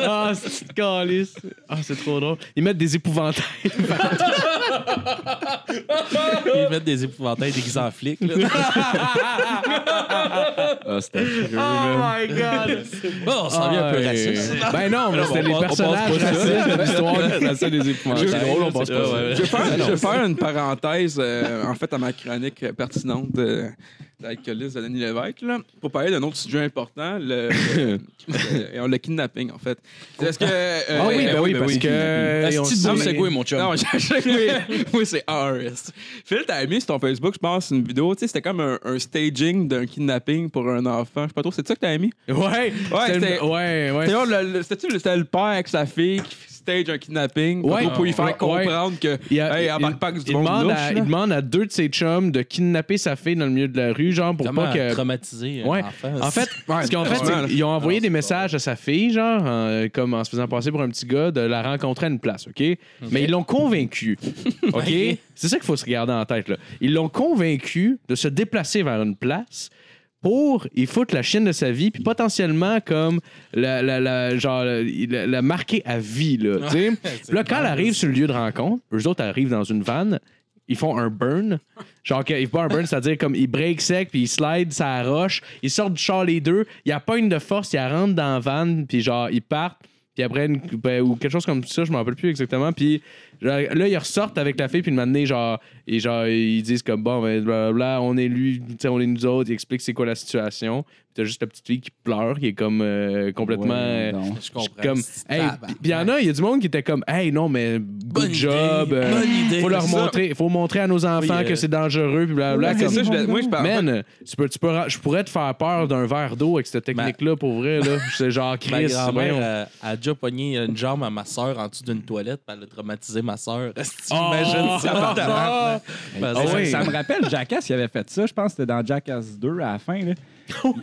[SPEAKER 4] Ah, c'est une calice. Ah, c'est trop drôle. Ils mettent des épouvantails.
[SPEAKER 7] Ils mettent des épouvantails déguisés en flics. là.
[SPEAKER 6] Ah, c'était affreux,
[SPEAKER 4] Oh my
[SPEAKER 6] man.
[SPEAKER 4] god.
[SPEAKER 7] Bon, Oh, on s'en vient un peu raciste.
[SPEAKER 4] Ben non, mais c'était les personnages racistes de l'histoire qui plaçaient des épouvantails.
[SPEAKER 5] C'est
[SPEAKER 7] drôle, on pense pas ça.
[SPEAKER 5] Je vais faire, je vais faire une parenthèse, euh, en fait, à ma chronique euh, pertinente de l'alcooliste de Denis Lévesque, là, pour parler d'un autre sujet important, le, le, euh, le- le kidnapping, en fait. Est-ce que... euh,
[SPEAKER 4] Ah oui,
[SPEAKER 5] euh,
[SPEAKER 4] ben oui,
[SPEAKER 3] ben
[SPEAKER 4] Ah, parce
[SPEAKER 3] oui.
[SPEAKER 4] que.
[SPEAKER 3] Asti
[SPEAKER 4] et on
[SPEAKER 3] de bon
[SPEAKER 4] sait-
[SPEAKER 3] segway, mon chum.
[SPEAKER 5] Non, je- je- oui, oui, c'est RS. Phil, t'as mis sur ton Facebook, je pense, une vidéo, tu sais, c'était comme un, un staging d'un kidnapping pour un enfant. Je sais pas trop, c'est ça que t'as mis?
[SPEAKER 4] Ouais,
[SPEAKER 5] Ouais,
[SPEAKER 4] c'était-
[SPEAKER 5] c'était-
[SPEAKER 4] ouais, ouais.
[SPEAKER 5] D'ailleurs, le- le- C'était-tu le, c'était le père avec sa fille qui stage un kidnapping
[SPEAKER 4] Ouais.
[SPEAKER 5] en gros, pour lui
[SPEAKER 4] Ouais.
[SPEAKER 5] faire comprendre que
[SPEAKER 4] Il, a-
[SPEAKER 5] hey,
[SPEAKER 4] il-
[SPEAKER 5] embarque pas que
[SPEAKER 4] il
[SPEAKER 5] du monde
[SPEAKER 4] demande
[SPEAKER 5] louche,
[SPEAKER 4] à,
[SPEAKER 5] là.
[SPEAKER 4] il demande à deux de ses chums de kidnapper sa fille dans le milieu de la rue, genre pour
[SPEAKER 7] Comment
[SPEAKER 4] pas que.
[SPEAKER 7] traumatiser un
[SPEAKER 4] Ouais.
[SPEAKER 7] enfant?
[SPEAKER 4] En fait, ce qu'ils ont fait,
[SPEAKER 5] vraiment, là.
[SPEAKER 4] c'est qu'ils ont envoyé des messages à sa fille, genre, euh, comme en se faisant passer pour un petit gars, de la rencontrer à une place, OK? Mais ils l'ont convaincu, OK? c'est ça qu'il faut se regarder en tête, là. Ils l'ont convaincu de se déplacer vers une place pour y foutre la chienne de sa vie, puis potentiellement, comme, la, la, la- genre, la, la marquer à vie, là, tu sais? Puis là, quand elle arrive sur le lieu de rencontre, eux autres arrivent dans une vanne, ils font un burn. Genre, que, ils font un burn, c'est-à-dire comme ils break sec, puis ils slide, ça roche. Ils sortent du char les deux, ils appognent de force, ils la rentrent dans la van, puis genre, ils partent. Puis après, une- ben, ou quelque chose comme ça, je m'en rappelle plus exactement. Puis genre, là, ils ressortent avec la fille, puis une matinée, genre, et genre, ils disent comme bon, ben, blablabla, on est lui, tu sais, on est nous autres, ils expliquent c'est quoi la situation. Puis t'as juste la petite fille qui pleure, qui est comme euh, complètement.
[SPEAKER 6] Ouais,
[SPEAKER 4] euh,
[SPEAKER 6] non.
[SPEAKER 7] je
[SPEAKER 4] je suis
[SPEAKER 7] comprends.
[SPEAKER 4] comme hey puis il y en a il y a du monde qui était comme hey non mais
[SPEAKER 7] Bonne
[SPEAKER 4] good
[SPEAKER 7] idée,
[SPEAKER 4] job euh,
[SPEAKER 7] bonne idée.
[SPEAKER 4] faut leur
[SPEAKER 7] C'est ça.
[SPEAKER 4] montrer faut montrer à nos enfants
[SPEAKER 7] Oui, euh,
[SPEAKER 4] que c'est dangereux puis
[SPEAKER 5] Ouais,
[SPEAKER 4] blablabla
[SPEAKER 5] c'est
[SPEAKER 4] comme,
[SPEAKER 5] ça, je voulais- moi, je parle.
[SPEAKER 4] man tu peux, tu peux ra- je pourrais te faire peur d'un verre d'eau avec cette technique là pour vrai là c'est genre
[SPEAKER 7] Ma
[SPEAKER 4] Chris
[SPEAKER 7] grand-mère
[SPEAKER 4] voyons.
[SPEAKER 7] euh, a déjà pogné une jambe à ma soeur en dessous d'une toilette, puis elle a traumatisé ma soeur.
[SPEAKER 4] Oh!
[SPEAKER 7] Imagine
[SPEAKER 5] Ah,
[SPEAKER 7] ça. tabarnak. Ben,
[SPEAKER 4] Ah
[SPEAKER 7] c'est-
[SPEAKER 6] ça,
[SPEAKER 4] oui.
[SPEAKER 6] ça me rappelle Jackass, il avait fait ça. Je pense que c'était dans Jackass 2 à la fin. Là.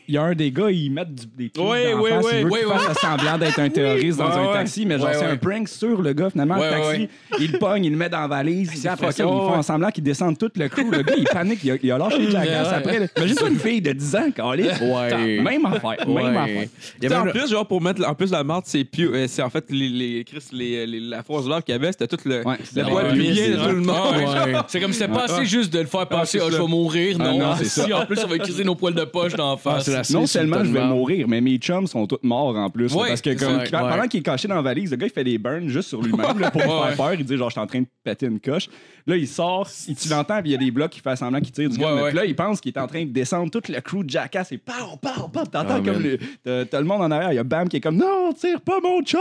[SPEAKER 6] Il y a un des gars, ils mettent du, des clous
[SPEAKER 5] Ouais,
[SPEAKER 6] dans
[SPEAKER 5] ouais,
[SPEAKER 6] la face,
[SPEAKER 5] ouais,
[SPEAKER 6] il veut
[SPEAKER 5] ouais,
[SPEAKER 6] qu'il
[SPEAKER 5] ouais.
[SPEAKER 6] fasse semblant d'être un terroriste dans
[SPEAKER 5] Ouais, ouais.
[SPEAKER 6] un taxi, mais genre
[SPEAKER 5] Ouais,
[SPEAKER 6] c'est
[SPEAKER 5] ouais.
[SPEAKER 6] un prank sur le gars. Finalement,
[SPEAKER 3] Ouais,
[SPEAKER 6] le taxi,
[SPEAKER 3] ouais.
[SPEAKER 6] il le pogne, il le met dans la valise, il après
[SPEAKER 5] fait
[SPEAKER 6] ça, ils
[SPEAKER 5] ça, ouais.
[SPEAKER 6] font semblant qu'ils descendent tout le crew. Le gars, il panique, il a, il a lâché Jackass
[SPEAKER 7] Ouais, ouais.
[SPEAKER 6] après. là. Imagine toi une fille de 10 ans, câlisse.
[SPEAKER 4] Ouais.
[SPEAKER 6] Même affaire, même affaire.
[SPEAKER 4] ouais il y avait
[SPEAKER 5] Putain,
[SPEAKER 4] le-
[SPEAKER 5] en plus, genre, pour mettre en plus la marde, c'est pieux. euh, c'est en fait les, les, Chris, les, les- la force de l'or qu'il y avait, c'était tout le,
[SPEAKER 6] Ouais,
[SPEAKER 5] le
[SPEAKER 6] c'était
[SPEAKER 5] poids
[SPEAKER 3] ouais,
[SPEAKER 5] pubien
[SPEAKER 3] ouais.
[SPEAKER 5] de tout le monde.
[SPEAKER 3] Ah, Ouais. C'est comme si c'était pas assez juste de le faire passer,
[SPEAKER 5] c'est
[SPEAKER 3] ah, je
[SPEAKER 5] ça.
[SPEAKER 3] vais mourir. Non,
[SPEAKER 6] non, c'est
[SPEAKER 3] si en plus, on va utiliser nos poils de poche d'en
[SPEAKER 4] Ah,
[SPEAKER 3] face.
[SPEAKER 4] c'est la
[SPEAKER 6] Non
[SPEAKER 4] cerise sur le
[SPEAKER 6] seulement
[SPEAKER 4] tas de
[SPEAKER 6] je vais
[SPEAKER 4] marde.
[SPEAKER 6] mourir, mais mes chums sont tous morts en plus. là,
[SPEAKER 3] Ouais,
[SPEAKER 6] parce que
[SPEAKER 3] c'est
[SPEAKER 6] comme,
[SPEAKER 4] vrai,
[SPEAKER 6] quand-
[SPEAKER 4] ouais.
[SPEAKER 6] pendant qu'il est caché dans la valise, le gars il fait des burns juste sur lui-même là, pour lui
[SPEAKER 3] Ouais.
[SPEAKER 6] faire peur. Il dit genre je suis en train de péter une coche. Là il sort, il, tu l'entends, puis il y a des blocs qui fait semblant qu'il tire du
[SPEAKER 3] Ouais,
[SPEAKER 6] gars. mais
[SPEAKER 3] ouais.
[SPEAKER 6] puis Là il pense qu'il est en train de descendre tout le crew de jackass et pow, pow, pow. T'entends
[SPEAKER 4] Ah, man.
[SPEAKER 6] comme le, t'as, t'as le monde en arrière. Il y a Bam qui est comme non tire pas mon chum.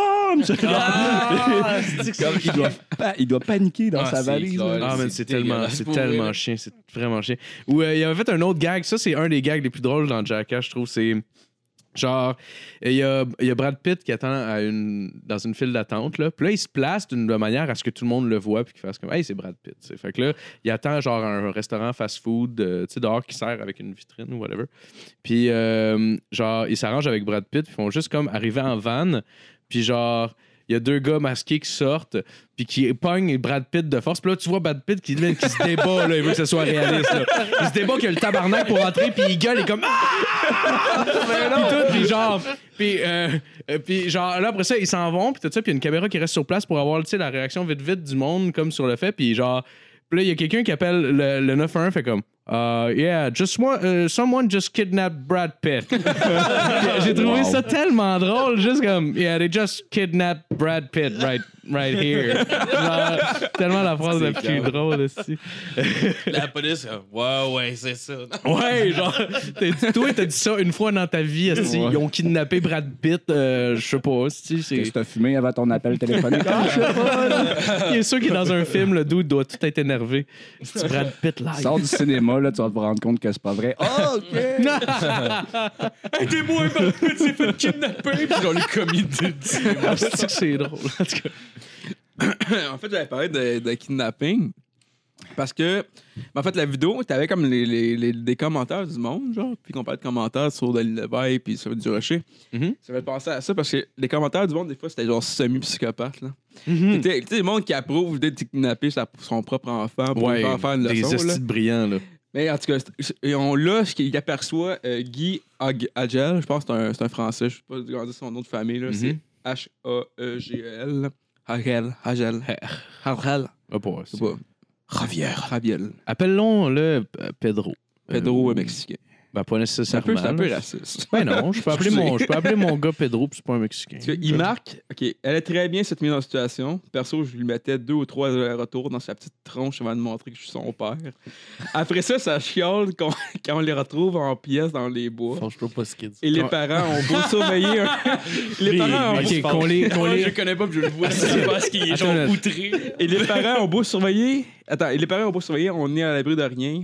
[SPEAKER 6] Comme, il, doit, pa- il doit paniquer dans
[SPEAKER 3] Ah,
[SPEAKER 6] sa
[SPEAKER 3] c'est
[SPEAKER 6] valise.
[SPEAKER 3] clair.
[SPEAKER 6] là.
[SPEAKER 4] Ah! Ah, man,
[SPEAKER 3] C'est
[SPEAKER 4] c'est tellement,
[SPEAKER 3] dégueulasse
[SPEAKER 4] c'est
[SPEAKER 3] pour
[SPEAKER 4] tellement
[SPEAKER 3] vrai.
[SPEAKER 4] chien, c'est vraiment chien. Ou euh, il avait fait un autre gag, ça c'est un des gags les plus drôles dans Jackass, je trouve. C'est genre, il y a, il y a Brad Pitt qui attend à une, dans une file d'attente, là. Puis là, il se place d'une manière à ce que tout le monde le voit, puis qu'il fasse comme, hey, c'est Brad Pitt. tu sais. Fait que là, il attend genre un restaurant fast-food, euh, tu sais, dehors qui sert avec une vitrine ou whatever. Puis euh, genre, ils s'arrangent avec Brad Pitt, puis ils font juste comme arriver en van, puis genre. Il y a deux gars masqués qui sortent, puis qui pognent Brad Pitt de force. Puis là, tu vois Brad Pitt qui, là, qui se débat, là, il veut que ce soit réaliste. là. Il se débat qu'il y a le tabarnak pour entrer, puis il gueule, il est comme puis tout, puis genre, puis, euh, euh, puis genre, là, après ça, ils s'en vont, puis tout ça, puis il y a une caméra qui reste sur place pour avoir, tu sais, la réaction vite-vite du monde, comme sur le fait, puis genre, puis là, il y a quelqu'un qui appelle le, le 911, fait comme, Uh, yeah, just one, euh, someone just kidnapped Brad Pitt. J'ai trouvé ça tellement drôle, juste comme, yeah, they just kidnapped Brad Pitt right, right here. Genre, tellement la phrase la plus drôle aussi.
[SPEAKER 7] La police, euh, ouais, ouais, c'est ça.
[SPEAKER 4] Ouais, genre, t'es- toi, t'as dit ça une fois dans ta vie. esti. Ils ont kidnappé Brad Pitt, euh, je sais pas. esti, c'est-
[SPEAKER 6] Qu'est-ce que t'as fumé avant ton appel téléphonique? Ah, je sais pas.
[SPEAKER 4] Il est sûr qu'il est dans un film, le dude doit tout être énervé. C'est Brad Pitt live.
[SPEAKER 6] Sors du cinéma, là, tu vas te rendre compte que c'est pas vrai. Oh, OK!
[SPEAKER 3] Aidez-moi, Brad Pitt s'est fait kidnapper, puis on l'a commis de
[SPEAKER 4] Ah, c'est-tu que c'est drôle. En tout cas,
[SPEAKER 5] en fait, j'avais parlé de, de kidnapping. Parce que, ben, en fait, la vidéo, t'avais comme les, les- les- des commentaires du monde, genre, puis qu'on parlait de commentaires sur de Leveille puis sur du Rocher.
[SPEAKER 4] Mhm.
[SPEAKER 5] Ça fait penser à ça parce que les commentaires du monde, des fois, c'était genre semi-psychopathe, là. Tu sais, tu sais, le monde qui approuve de kidnapper sa- son propre enfant pour lui faire faire une
[SPEAKER 4] des
[SPEAKER 5] leçon, là.
[SPEAKER 4] hosties de brillants, là.
[SPEAKER 5] Mais en tout cas, c'est- et on l'a, ce qu'il aperçoit euh, Guy Ag- Agel, je pense que c'est un, c'est un Français, je sais pas comment dire son nom de famille, là, c'est E H-A-E-G-E-L. là. Agel, Agel, Agel,
[SPEAKER 4] Ah, pour
[SPEAKER 5] je sais pas. Javier. Javier.
[SPEAKER 4] Appelons-le euh, Pedro.
[SPEAKER 5] Pedro
[SPEAKER 4] Euh,
[SPEAKER 5] mexicain.
[SPEAKER 4] Ben, pas
[SPEAKER 5] C'est un,
[SPEAKER 4] nécessairement.
[SPEAKER 5] peu- c'est un peu
[SPEAKER 4] là.
[SPEAKER 5] raciste.
[SPEAKER 4] Ben non, je peux appeler mon, je peux appeler mon gars Pedro, puis c'est pas un Mexicain.
[SPEAKER 5] Parce que il marque, OK, elle est très bien cette mise en situation. Perso, je lui mettais deux ou trois retours dans sa petite tronche avant de montrer que je suis son père. Après ça, ça chiale quand, quand on les retrouve en pièces dans les bois.
[SPEAKER 7] Franchement, je peux pas ce qu'il dit.
[SPEAKER 5] Et les
[SPEAKER 4] Quand-
[SPEAKER 5] parents ont beau surveiller un... les
[SPEAKER 7] Oui,
[SPEAKER 5] parents ont
[SPEAKER 4] Ah, Ok, qu'on les. qu'on les-
[SPEAKER 3] connais pas, puis je le vois.
[SPEAKER 7] parce qu'il
[SPEAKER 4] est genre Attends, là.
[SPEAKER 7] outré.
[SPEAKER 5] Et les parents ont beau surveiller. Attends, et les parents ont beau surveiller, on est à l'abri de rien.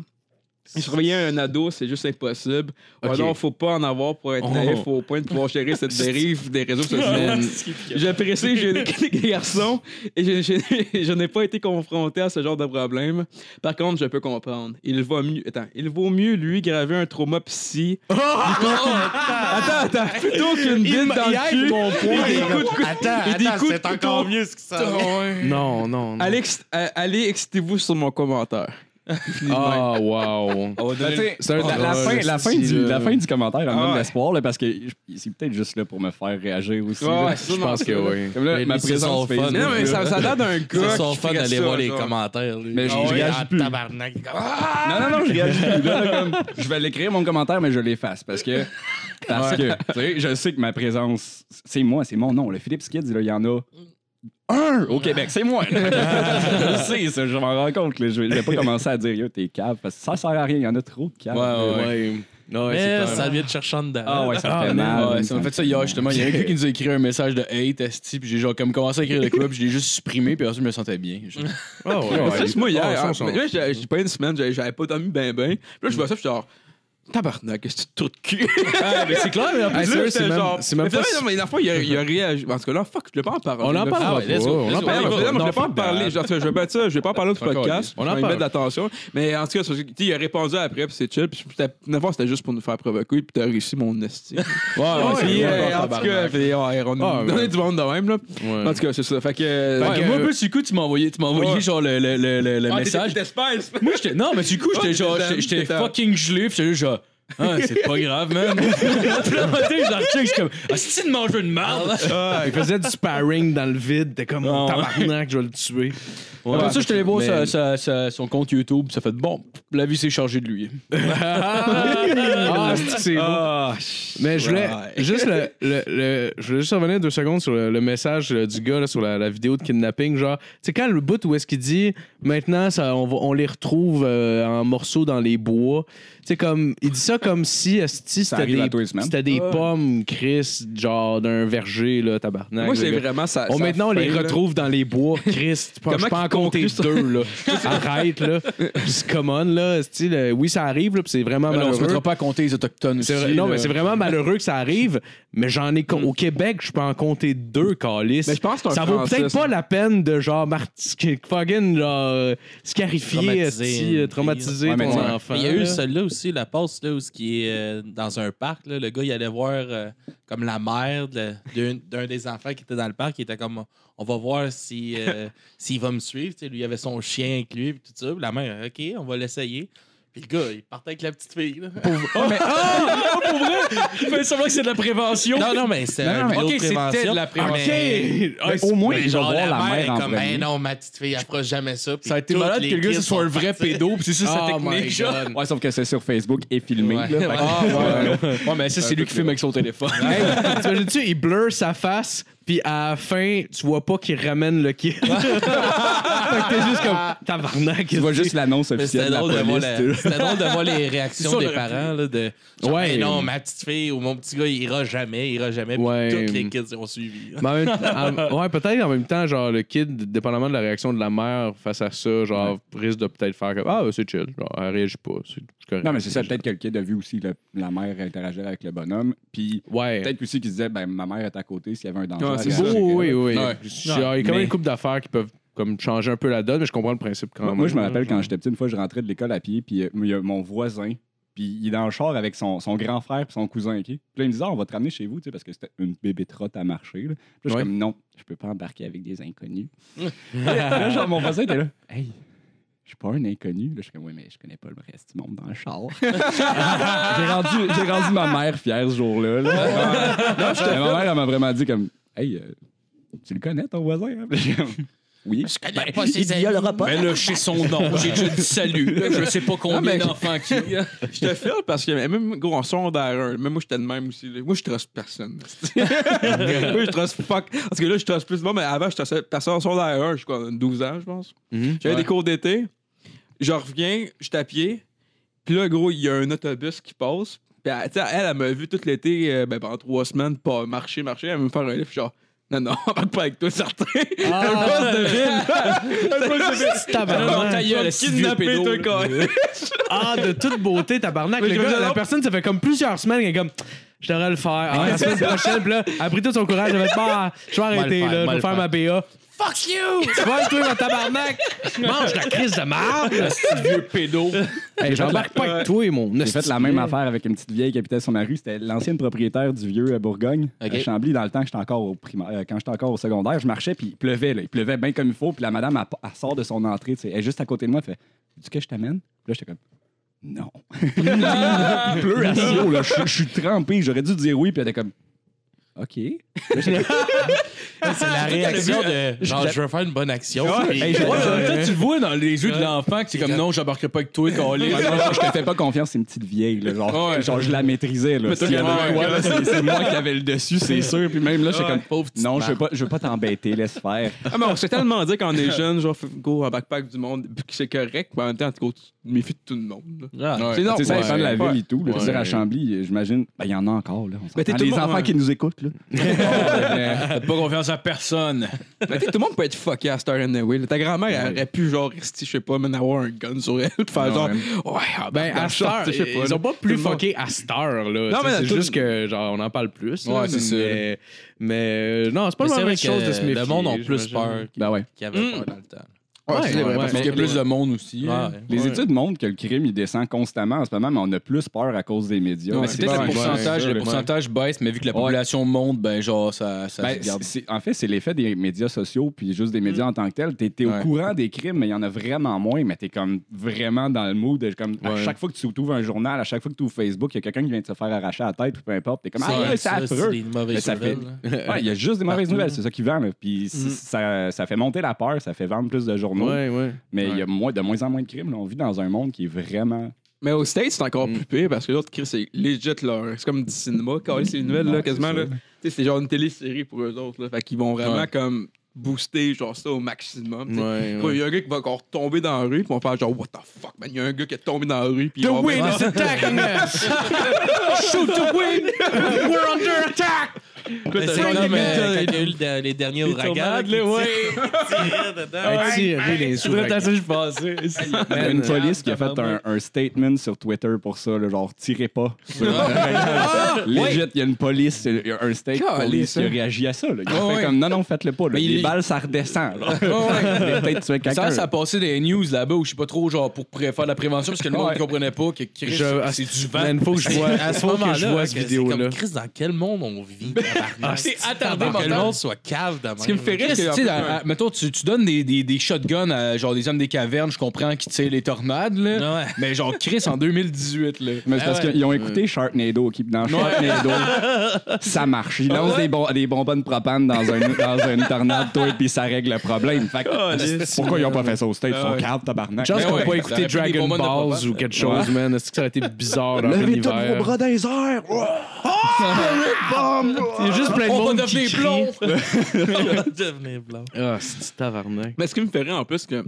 [SPEAKER 5] Et surveiller un ado, c'est juste impossible.
[SPEAKER 4] Ok.
[SPEAKER 5] non, faut pas en avoir pour être
[SPEAKER 4] Oh.
[SPEAKER 5] naïf au point de pouvoir gérer cette dérive des réseaux sociaux. J'apprécie, j'ai des garçons et je, je- je n'ai pas été confronté à ce genre de problème. Par contre, je peux comprendre. Il vaut mieux, attends, il vaut mieux lui graver un trauma psy. attends, attends, plutôt qu'une bille dans le cul. et des coups de cou- et des coups de couteau.
[SPEAKER 7] mieux ce qui s'en
[SPEAKER 4] Non, non, non.
[SPEAKER 5] Alex, euh, allez, excitez-vous sur mon commentaire.
[SPEAKER 4] Ah, wow. C'est un
[SPEAKER 6] Ben, La, la
[SPEAKER 4] drôle,
[SPEAKER 6] fin, la,
[SPEAKER 4] ce
[SPEAKER 6] fin du,
[SPEAKER 4] style, là.
[SPEAKER 6] la fin du commentaire en
[SPEAKER 5] Ah
[SPEAKER 6] mode
[SPEAKER 5] ouais.
[SPEAKER 6] d'espoir, là, parce que je- c'est peut-être juste là pour me faire réagir aussi. là.
[SPEAKER 4] Je pense que oui.
[SPEAKER 6] Comme là,
[SPEAKER 7] Mais
[SPEAKER 6] ma
[SPEAKER 7] lui, c'est
[SPEAKER 6] présence
[SPEAKER 7] son fun.
[SPEAKER 6] Facebook,
[SPEAKER 5] Mais non, mais ça,
[SPEAKER 6] là.
[SPEAKER 5] ça date d'un gars.
[SPEAKER 7] C'est son
[SPEAKER 5] qui
[SPEAKER 7] fun
[SPEAKER 5] ferait
[SPEAKER 7] d'aller
[SPEAKER 5] ça,
[SPEAKER 7] voir les
[SPEAKER 5] genre.
[SPEAKER 7] commentaires. lui.
[SPEAKER 6] Mais je-
[SPEAKER 7] Ah
[SPEAKER 6] je
[SPEAKER 7] ouais,
[SPEAKER 6] réagis
[SPEAKER 7] ah,
[SPEAKER 6] plus.
[SPEAKER 7] Tabarnak. Ah!
[SPEAKER 6] Non, non, non, je réagis plus. Là, là, comme, je vais l'écrire, mon commentaire, mais je l'efface parce que. Parce que, tu sais, je sais que ma présence, c'est moi, c'est mon nom. Le Philippe Skid, il y en a un au Québec, c'est moi. je sais ça, je m'en rends compte. là. je vais je vais pas commencer à dire, yo, t'es cave, parce que ça sert à rien, il y en a trop de caves.
[SPEAKER 3] Ouais, ouais, ouais.
[SPEAKER 4] Non, ouais,
[SPEAKER 7] Mais
[SPEAKER 4] c'est
[SPEAKER 7] ça
[SPEAKER 4] clair.
[SPEAKER 7] vient de chercher en dedans.
[SPEAKER 6] Ah ouais, ça
[SPEAKER 4] Ah,
[SPEAKER 6] fait mal.
[SPEAKER 3] Ouais, ça m'a fait ça hier justement. Il y a quelqu'un qui nous a écrit un message de hate, esti, puis j'ai genre comme commencé à écrire le club, puis je l'ai juste supprimé, puis ensuite je me sentais bien. Je-
[SPEAKER 4] Ah, ouais, ouais.
[SPEAKER 5] Parce que moi, hier,
[SPEAKER 4] Ah, ça,
[SPEAKER 5] hein,
[SPEAKER 4] ça.
[SPEAKER 5] mais là, j'ai j'ai pas une semaine, j'avais j'avais pas dormi ben ben. Puis là, je vois ça, je suis genre, tabarnak, qu'est-ce que tu te cul? Ah, mais c'est clair, mais en
[SPEAKER 4] plus, là, j'étais genre-
[SPEAKER 5] C'est
[SPEAKER 4] mais
[SPEAKER 5] même pas.
[SPEAKER 4] finalement,
[SPEAKER 5] mais la fois, il a, réagi. En tout cas, là, fuck, je l'ai pas en parler.
[SPEAKER 4] On en parlera
[SPEAKER 7] Ah
[SPEAKER 4] pas.
[SPEAKER 7] ouais, let's go,
[SPEAKER 4] On
[SPEAKER 7] let's
[SPEAKER 4] en
[SPEAKER 5] Ah,
[SPEAKER 7] go.
[SPEAKER 4] parlera pas.
[SPEAKER 5] mais finalement, je
[SPEAKER 4] Non,
[SPEAKER 5] vais pas en
[SPEAKER 4] fuck
[SPEAKER 5] parler.
[SPEAKER 4] that.
[SPEAKER 5] Genre, Je vais battre ça, je vais pas en parler au podcast.
[SPEAKER 4] On en
[SPEAKER 5] On en
[SPEAKER 4] parle.
[SPEAKER 5] mettre de l'attention. Mais en tout cas, tu sais, il a répondu après, puis c'est chill. Puis c'était- une fois, c'était juste pour nous faire provoquer, puis t'as réussi mon esti.
[SPEAKER 4] Ouais, Ah, ouais, c'est vrai.
[SPEAKER 5] Puis, euh, En tout cas, puis, ouais, on
[SPEAKER 4] Ah,
[SPEAKER 5] on est du monde de même, là.
[SPEAKER 4] Ouais.
[SPEAKER 5] En tout cas, c'est ça. Fait
[SPEAKER 3] Fait
[SPEAKER 5] que.
[SPEAKER 3] que
[SPEAKER 5] Ouais,
[SPEAKER 3] moi, un
[SPEAKER 5] euh,
[SPEAKER 3] peu, sur le coup, tu m'as envoyé, tu m'as envoyé
[SPEAKER 5] Ouais.
[SPEAKER 3] genre le, le, le, le, le
[SPEAKER 5] ah, t'étais
[SPEAKER 3] message.
[SPEAKER 5] plus d'espèce.
[SPEAKER 3] Moi, j'étais. Non, mais du coup, j'étais
[SPEAKER 5] Ah,
[SPEAKER 3] genre.
[SPEAKER 5] t'étais-
[SPEAKER 3] j'étais- J'étais
[SPEAKER 5] t'étais-
[SPEAKER 3] fucking gelé, pis j'étais juste genre. Ah, c'est pas grave, man. Puis là, matin, je la recheck, je suis comme. Ah, c'est-tu de manger une merde?
[SPEAKER 4] Ah, il faisait du sparring dans le vide. T'es comme,
[SPEAKER 3] Non.
[SPEAKER 4] tabarnak, je vais le tuer.
[SPEAKER 3] Après ça, je t'allais voir
[SPEAKER 4] Mais-
[SPEAKER 3] sa- sa- sa- son compte YouTube, ça fait bon. La vie s'est chargée de lui.
[SPEAKER 4] Ah, c'est- c'est beau. Mais je voulais juste le, le- le- je voulais juste revenir deux secondes sur le, le message euh, du gars là, sur la, la vidéo de kidnapping. Genre, tu sais, quand le bout où est-ce qu'il dit maintenant, ça, on, va- on les retrouve euh, en morceaux dans les bois, tu sais, comme il dit ça comme si esti,
[SPEAKER 6] Ça
[SPEAKER 4] c'était
[SPEAKER 6] arrive
[SPEAKER 4] des,
[SPEAKER 6] à tous les semaines.
[SPEAKER 4] c'était des
[SPEAKER 5] Ouais.
[SPEAKER 4] pommes, Chris, genre d'un verger, là, tabarnak.
[SPEAKER 5] Moi,
[SPEAKER 4] le
[SPEAKER 5] c'est
[SPEAKER 4] gars.
[SPEAKER 5] vraiment ça.
[SPEAKER 4] Oh,
[SPEAKER 5] ça
[SPEAKER 4] maintenant, on les
[SPEAKER 5] fait, là.
[SPEAKER 4] retrouve dans les bois, Chris. tu peux- Je
[SPEAKER 5] Comment
[SPEAKER 4] peux en
[SPEAKER 5] qu'ils
[SPEAKER 4] compter
[SPEAKER 5] concluent ça?
[SPEAKER 4] deux, là. Arrête, là. Just come on, là. esti, là. Oui, ça arrive, là, puis c'est vraiment
[SPEAKER 3] Alors, Ah, on se
[SPEAKER 4] malheureux.
[SPEAKER 3] mettra pas à compter les Autochtones.
[SPEAKER 4] C'est vrai-
[SPEAKER 3] aussi,
[SPEAKER 4] non,
[SPEAKER 3] là. Mm.
[SPEAKER 4] mais c'est vraiment malheureux que ça arrive, mais j'en ai. co- Au Québec, je peux en compter deux, Calis.
[SPEAKER 5] Mais je pense que c'est
[SPEAKER 4] Ça
[SPEAKER 5] un
[SPEAKER 4] vaut
[SPEAKER 5] Français,
[SPEAKER 4] peut-être
[SPEAKER 5] ça.
[SPEAKER 4] pas la peine de genre mar- sc- fucking genre euh, scarifier,
[SPEAKER 7] Traumatiser
[SPEAKER 4] esti,
[SPEAKER 7] une
[SPEAKER 4] euh, traumatiser
[SPEAKER 6] fille, là.
[SPEAKER 4] ton
[SPEAKER 6] Ouais, mais tu-
[SPEAKER 4] enfant.
[SPEAKER 7] Mais il y a eu
[SPEAKER 4] là.
[SPEAKER 7] celle-là aussi, la passe là, où ce qui est euh, dans un parc. là, le gars, il allait voir euh, comme la mère de la- d'un d'un des enfants qui était dans le parc. Il était comme, on va voir si, euh, s'il va me suivre. Tu sais, lui, il avait son chien avec lui, puis tout ça. Puis la mère, OK, on va l'essayer. Puis le gars, il partait avec la petite fille. là.
[SPEAKER 3] Il fallait savoir que c'est de la prévention.
[SPEAKER 7] Non, non, mais c'est
[SPEAKER 6] Non,
[SPEAKER 7] un
[SPEAKER 6] non, mais-
[SPEAKER 7] vidéo
[SPEAKER 3] Ok,
[SPEAKER 7] de
[SPEAKER 3] c'était
[SPEAKER 7] prévention. Ah,
[SPEAKER 3] de la prévention.
[SPEAKER 7] Mais-
[SPEAKER 6] Mais Euh, au moins,
[SPEAKER 7] mais
[SPEAKER 6] il va
[SPEAKER 7] genre,
[SPEAKER 6] voir la
[SPEAKER 7] est
[SPEAKER 6] mère en
[SPEAKER 7] comme,
[SPEAKER 6] premier.
[SPEAKER 7] hey, non, ma petite fille, approche jamais ça. Puis
[SPEAKER 3] Ça a été
[SPEAKER 7] toutes
[SPEAKER 3] malade
[SPEAKER 7] les
[SPEAKER 3] que le gars, ce
[SPEAKER 7] kids
[SPEAKER 3] soit un
[SPEAKER 7] sont
[SPEAKER 3] vrai
[SPEAKER 7] partis.
[SPEAKER 3] pédo, puis c'est ça sa
[SPEAKER 4] Oh
[SPEAKER 3] technique,
[SPEAKER 4] my
[SPEAKER 3] genre.
[SPEAKER 4] God.
[SPEAKER 6] Ouais, sauf que c'est sur Facebook et filmé.
[SPEAKER 7] Ouais.
[SPEAKER 6] là. Fait que-
[SPEAKER 3] Ah, ouais. ouais, mais ça, c'est lui qui filme avec son téléphone.
[SPEAKER 4] Hey, T'imagines-tu, il blur sa face, puis à la fin, tu vois pas qu'il ramène le kid. fait que t'es juste comme tabarnak.
[SPEAKER 6] Tu vois
[SPEAKER 4] esti.
[SPEAKER 6] juste l'annonce
[SPEAKER 7] Mais
[SPEAKER 6] officielle
[SPEAKER 7] C'était
[SPEAKER 6] de la
[SPEAKER 7] drôle, de voir
[SPEAKER 6] police.
[SPEAKER 7] la-
[SPEAKER 6] tu sais.
[SPEAKER 7] c'était drôle de voir les réactions
[SPEAKER 3] Ça, on
[SPEAKER 7] des
[SPEAKER 3] aurait
[SPEAKER 7] parents. Là, de genre,
[SPEAKER 4] Ouais.
[SPEAKER 7] Mais non, ma petite fille ou mon petit gars, il ira jamais, il ira jamais. Puis
[SPEAKER 4] Ouais.
[SPEAKER 7] toutes les kids ont suivi.
[SPEAKER 4] Mais en même temps- en- ouais, peut-être en même temps, genre, le kid, dépendamment de la réaction de la mère face à ça, genre, risque de peut-être faire comme Ah, c'est chill. Genre, elle réagit pas. C'est c'est correct.
[SPEAKER 6] Non, mais c'est ça. Peut-être que le kid a vu aussi le- la mère interagir avec le bonhomme. Puis
[SPEAKER 4] Ouais.
[SPEAKER 6] peut-être aussi qu'il se disait, ben, ma mère est à côté s'il y avait un danger.
[SPEAKER 5] Ouais, c'est
[SPEAKER 6] elle
[SPEAKER 5] ça.
[SPEAKER 6] réagirait.
[SPEAKER 4] Oui, oui, oui.
[SPEAKER 3] Ouais.
[SPEAKER 4] Genre, il y a quand même
[SPEAKER 6] Mais-
[SPEAKER 4] une couple d'affaires qui peuvent comme changer un peu la donne, mais je comprends le principe quand
[SPEAKER 6] Moi,
[SPEAKER 4] même.
[SPEAKER 6] moi, je me rappelle
[SPEAKER 4] là,
[SPEAKER 6] quand
[SPEAKER 4] genre.
[SPEAKER 6] j'étais petit, une fois, je rentrais de l'école à pied, puis euh, il y a mon voisin, puis il est dans le char avec son, son grand frère puis son cousin. ok? Puis là, il me disait, Ah, on va te ramener chez vous, tu sais, parce que c'était une bébé trotte à marcher. là. Puis là, je suis
[SPEAKER 4] Ouais.
[SPEAKER 6] comme, non, je peux pas embarquer avec des inconnus. Puis là, genre, mon voisin était là, hey. Je suis pas un inconnu. Là, je suis comme, oui, mais je connais pas le reste du monde dans le char. j'ai, rendu, j'ai rendu ma mère fière ce jour-là. là. Non, j'étais- ma mère, elle m'a vraiment dit, comme, hey, euh, tu le connais ton voisin? hein? Puis j'ai comme, oui.
[SPEAKER 7] Je connais pas ses amis.
[SPEAKER 3] Mais là, chez son nom, j'ai déjà dit salut. Là, je sais pas combien
[SPEAKER 5] mais-
[SPEAKER 3] d'enfants qui.
[SPEAKER 5] Je te file parce que même gros, en secondaire un, même moi j'étais le même aussi. là. Moi je trosse personne. moi je trosse fuck. Parce que là je trosse plus. Bon, mais avant je trossais personne en secondaire 1, je suis quoi, 12 ans, je pense. J'avais des cours d'été. Je reviens, je suis à pied. Puis là, gros, il y a un autobus qui passe. Puis elle, tu sais, elle, elle m'a vu tout l'été, euh, ben, pendant trois semaines, pas marcher, marcher. Elle veut me faire un livre, genre, non, non, on parle pas avec toi, certain. un boss de ville. un boss de ville.
[SPEAKER 4] Tabarnak.
[SPEAKER 5] Ta gueule,
[SPEAKER 3] si
[SPEAKER 5] kidnapper,
[SPEAKER 3] vieux pédo,
[SPEAKER 5] toi, quand-
[SPEAKER 4] Ah, de toute beauté, tabarnak.
[SPEAKER 5] Mais
[SPEAKER 4] Le
[SPEAKER 5] je me
[SPEAKER 4] gars,
[SPEAKER 5] disais,
[SPEAKER 4] la
[SPEAKER 5] non.
[SPEAKER 4] personne, ça fait comme plusieurs semaines qu'elle est comme. Je devrais le faire. Ah, la semaine prochaine, puis là, elle a pris tout son courage. Elle a fait, bah, je vais arrêter,
[SPEAKER 7] faire,
[SPEAKER 4] là,
[SPEAKER 7] mal
[SPEAKER 4] je vais faire
[SPEAKER 7] faire.
[SPEAKER 4] ma BA.
[SPEAKER 7] Fuck you!
[SPEAKER 4] Tu vas toi, mon tabarnak. Mange la crise de marde.
[SPEAKER 3] vieux pédo.
[SPEAKER 4] Hey, J'embarque pas avec toi, mon.
[SPEAKER 6] J'ai fait la même affaire avec une petite vieille qui habitait sur ma rue. C'était l'ancienne propriétaire du vieux à Bourgogne,
[SPEAKER 7] Ok.
[SPEAKER 6] à Chambly, dans le temps que j'étais encore au primaire, euh, quand j'étais encore au secondaire. Je marchais, puis il pleuvait, là. Il pleuvait bien comme il faut. Puis la madame, elle, elle sort de son entrée, tu sais. Elle est juste à côté de moi, elle fait Du que je t'amène Puis là, j'étais comme Non. il pleut à Sio, là. Je je suis trempé. J'aurais dû dire oui, puis elle était comme OK. Là, j'étais comme,
[SPEAKER 7] C'est la réaction de genre, je veux faire une bonne action. puis-
[SPEAKER 6] Hey, je-
[SPEAKER 3] tu le vois dans les yeux de l'enfant que c'est comme non, j'embarquerai pas avec toi, Colin.
[SPEAKER 6] je te fais pas confiance, c'est une petite vieille. là. genre,
[SPEAKER 3] Ouais.
[SPEAKER 6] genre, je la maîtrisais. là.
[SPEAKER 3] t'as
[SPEAKER 6] S'il y avait
[SPEAKER 3] gagné.
[SPEAKER 6] quoi, là, C'est c'est moi qui avais le dessus, c'est sûr. Puis même là, j'étais comme
[SPEAKER 7] Pauvre petite
[SPEAKER 6] Non, je veux pas, je veux pas t'embêter, laisse faire.
[SPEAKER 5] Ah, mais on s'est tellement dit qu'on est jeune, genre, faut- go, un backpack du monde, puis que c'est correct, mais en même temps, tu tu te méfies de tout le monde. là.
[SPEAKER 7] Ah.
[SPEAKER 3] Ouais.
[SPEAKER 5] C'est
[SPEAKER 6] Tu sais, ça dépend de la
[SPEAKER 5] Ouais.
[SPEAKER 6] ville et tout. là. Je veux
[SPEAKER 3] Ouais.
[SPEAKER 6] dire, à Chambly, euh, j'imagine, ben, il y en a encore. Là, on s'entend. Ah,
[SPEAKER 5] Mais t'es tout le
[SPEAKER 6] les
[SPEAKER 5] monde-
[SPEAKER 6] enfants
[SPEAKER 5] ouais.
[SPEAKER 6] qui nous écoutent, là.
[SPEAKER 3] Faites pas confiance à personne.
[SPEAKER 5] Mais tu sais, tout le monde peut être fucké à Star and the Wheel. Ta grand-mère elle aurait pu, genre, rester, je sais pas, mais avoir un gun sur elle, puis faire genre, ouais, ah,
[SPEAKER 4] Ben,
[SPEAKER 5] dans
[SPEAKER 4] à
[SPEAKER 5] le
[SPEAKER 4] cette heure,
[SPEAKER 5] short, tu sais, je sais pas.
[SPEAKER 4] ils
[SPEAKER 5] là.
[SPEAKER 4] ont pas plus
[SPEAKER 5] Tout le monde.
[SPEAKER 4] fucké à cette heure, là.
[SPEAKER 5] Non,
[SPEAKER 4] Tu sais,
[SPEAKER 5] mais
[SPEAKER 4] c'est
[SPEAKER 5] tout-
[SPEAKER 4] juste que, genre, on en parle plus.
[SPEAKER 3] Ouais,
[SPEAKER 4] là,
[SPEAKER 3] c'est ça.
[SPEAKER 4] mais, mais, euh, non, c'est pas
[SPEAKER 7] Mais
[SPEAKER 4] la
[SPEAKER 7] c'est
[SPEAKER 4] même
[SPEAKER 7] vrai
[SPEAKER 4] chose
[SPEAKER 7] que
[SPEAKER 4] de se méfier.
[SPEAKER 7] le monde a plus peur
[SPEAKER 6] Ben ouais.
[SPEAKER 7] qu'il y avait peur dans le temps.
[SPEAKER 5] Ouais,
[SPEAKER 4] Ouais,
[SPEAKER 5] c'est vrai,
[SPEAKER 4] ouais,
[SPEAKER 5] parce
[SPEAKER 3] Parce qu'il y a
[SPEAKER 5] que
[SPEAKER 3] plus de monde aussi. hein.
[SPEAKER 7] Ouais.
[SPEAKER 6] Les études montrent que le crime, il descend constamment en ce moment, mais on a plus peur à cause des médias.
[SPEAKER 3] Mais
[SPEAKER 6] Ben,
[SPEAKER 3] c'est
[SPEAKER 6] pas
[SPEAKER 3] peut-être le
[SPEAKER 6] mal.
[SPEAKER 3] pourcentage, le pourcentage baisse, mais vu que la population monte, ben genre ça, ça
[SPEAKER 6] Ben,
[SPEAKER 3] se garde. Mm.
[SPEAKER 6] c'est- c'est- en fait, c'est l'effet des médias sociaux, puis juste des médias en tant que tels. T'es t'es
[SPEAKER 3] Ouais.
[SPEAKER 6] au courant des crimes, mais il y en a vraiment moins, mais t'es comme vraiment dans le mood. de Comme, À
[SPEAKER 3] Ouais.
[SPEAKER 6] chaque fois que tu ouvres un journal, à chaque fois que tu ouvres Facebook, il y a quelqu'un qui vient de se faire arracher la tête, ou peu importe. T'es comme, ah, ouais, c'est
[SPEAKER 7] ça,
[SPEAKER 6] affreux.
[SPEAKER 7] c'est des
[SPEAKER 6] Mais
[SPEAKER 7] mauvaises
[SPEAKER 6] ça fait-
[SPEAKER 7] nouvelles. là.
[SPEAKER 6] Ouais, il y a juste des mauvaises nouvelles, c'est ça qui vend. là.
[SPEAKER 3] Mm.
[SPEAKER 6] Puis c- ça, ça fait monter la peur, ça fait vendre plus de journaux.
[SPEAKER 4] Ouais, ouais.
[SPEAKER 6] Mais il y a moins, de moins en moins de crimes. là. On vit dans un monde qui est vraiment.
[SPEAKER 5] Mais aux States, c'est encore plus pire parce que l'autre, Chris, c'est legit leur. C'est comme du cinéma, quand c'est une nouvelle, là, quasiment. là. Tu sais, c'est genre une télésérie pour eux autres, là. Fait qu'ils vont vraiment,
[SPEAKER 3] Ouais.
[SPEAKER 5] comme, booster, genre, ça au maximum. tu sais.
[SPEAKER 4] Ouais,
[SPEAKER 5] Il y a un gars qui va encore tomber dans la rue, puis on va faire genre, What the fuck, man, il y a un gars qui est tombé dans la rue, puis il va-
[SPEAKER 4] attacking us! Shoot the wind! We're under attack!
[SPEAKER 7] Mais
[SPEAKER 4] t'as-
[SPEAKER 7] C'est comme
[SPEAKER 4] t'as-
[SPEAKER 7] euh, quand il y a eu le de- les derniers ouragans.
[SPEAKER 4] tornades,
[SPEAKER 7] qui
[SPEAKER 4] là, ouais.
[SPEAKER 7] tiraient dedans.
[SPEAKER 4] Attirer les ouragans.
[SPEAKER 7] je pensais.
[SPEAKER 6] Il y a une
[SPEAKER 4] Man,
[SPEAKER 6] police qui a fait un,
[SPEAKER 7] tabarnak.
[SPEAKER 6] un statement sur Twitter pour ça, là, genre tirez pas. sur le Royal. Legit, il y a une police, il y a un state
[SPEAKER 5] Calisse,
[SPEAKER 6] police qui a
[SPEAKER 5] hein.
[SPEAKER 6] réagi à ça. là. Ils
[SPEAKER 3] Ah
[SPEAKER 6] ont fait
[SPEAKER 3] ouais.
[SPEAKER 6] comme non, non, faites-le pas. là.
[SPEAKER 3] Mais il
[SPEAKER 6] Les
[SPEAKER 3] est-
[SPEAKER 6] balles, ça redescend. là.
[SPEAKER 3] Ouais.
[SPEAKER 6] Peut-être tuer quelqu'un.
[SPEAKER 3] Ça, ça a passé des news là-bas où je sais pas trop, genre, pour pré- faire de la prévention, parce que le monde
[SPEAKER 6] Ouais.
[SPEAKER 3] comprenait pas que Chris,
[SPEAKER 4] Je- ah,
[SPEAKER 3] c'est du vent.
[SPEAKER 4] Man, faut que je vois,
[SPEAKER 7] À ce
[SPEAKER 4] faut que je
[SPEAKER 7] moment-là,
[SPEAKER 4] vois
[SPEAKER 7] que
[SPEAKER 4] cette
[SPEAKER 7] c'est
[SPEAKER 4] vidéo-là.
[SPEAKER 7] comme Chris, dans quel monde on vit tabarnak?
[SPEAKER 3] c'est attardé,
[SPEAKER 7] Pour que le
[SPEAKER 3] mental.
[SPEAKER 7] monde soit cave de même.
[SPEAKER 5] Ce qui me fait rire,
[SPEAKER 3] Chris,
[SPEAKER 5] c'est
[SPEAKER 3] tu sais, dans- à- mettons, tu, tu donnes des, des, des shotguns à genre des hommes des cavernes, je comprends qu'ils tirent les tornades, là.
[SPEAKER 7] Ouais.
[SPEAKER 3] Mais genre, Chris en 2018, là.
[SPEAKER 6] Mais c'est
[SPEAKER 7] Ah
[SPEAKER 6] parce
[SPEAKER 7] ouais.
[SPEAKER 6] qu'ils ont écouté Sharknado, qui dans Sharknado, ça marche. Ils lancent des, bon- des bonbonnes propane dans, un, dans une tornade, toi, puis ça règle le problème. Fait que- pourquoi ils ont pas fait ça au States? Ils
[SPEAKER 3] Ah
[SPEAKER 6] sont caves, tabarnak.
[SPEAKER 4] Chance
[SPEAKER 3] Mais
[SPEAKER 4] qu'on n'a
[SPEAKER 3] ouais,
[SPEAKER 4] pas
[SPEAKER 3] ça
[SPEAKER 4] écouté
[SPEAKER 3] aurait pris des
[SPEAKER 4] Dragon
[SPEAKER 3] bonbonnes de
[SPEAKER 4] Balls
[SPEAKER 3] propane.
[SPEAKER 4] ou quelque chose, man. Est-ce que ça aurait été bizarre dans
[SPEAKER 6] Levez tous vos
[SPEAKER 4] l'univers?
[SPEAKER 6] bras dans les airs!
[SPEAKER 4] Il y a juste plein de
[SPEAKER 3] On va
[SPEAKER 4] monde qui
[SPEAKER 3] devenir
[SPEAKER 4] crie.
[SPEAKER 3] blond!
[SPEAKER 7] Devenir blanc.
[SPEAKER 4] Ah, c'est du tabarnak.
[SPEAKER 5] Mais ce qui me ferait en plus que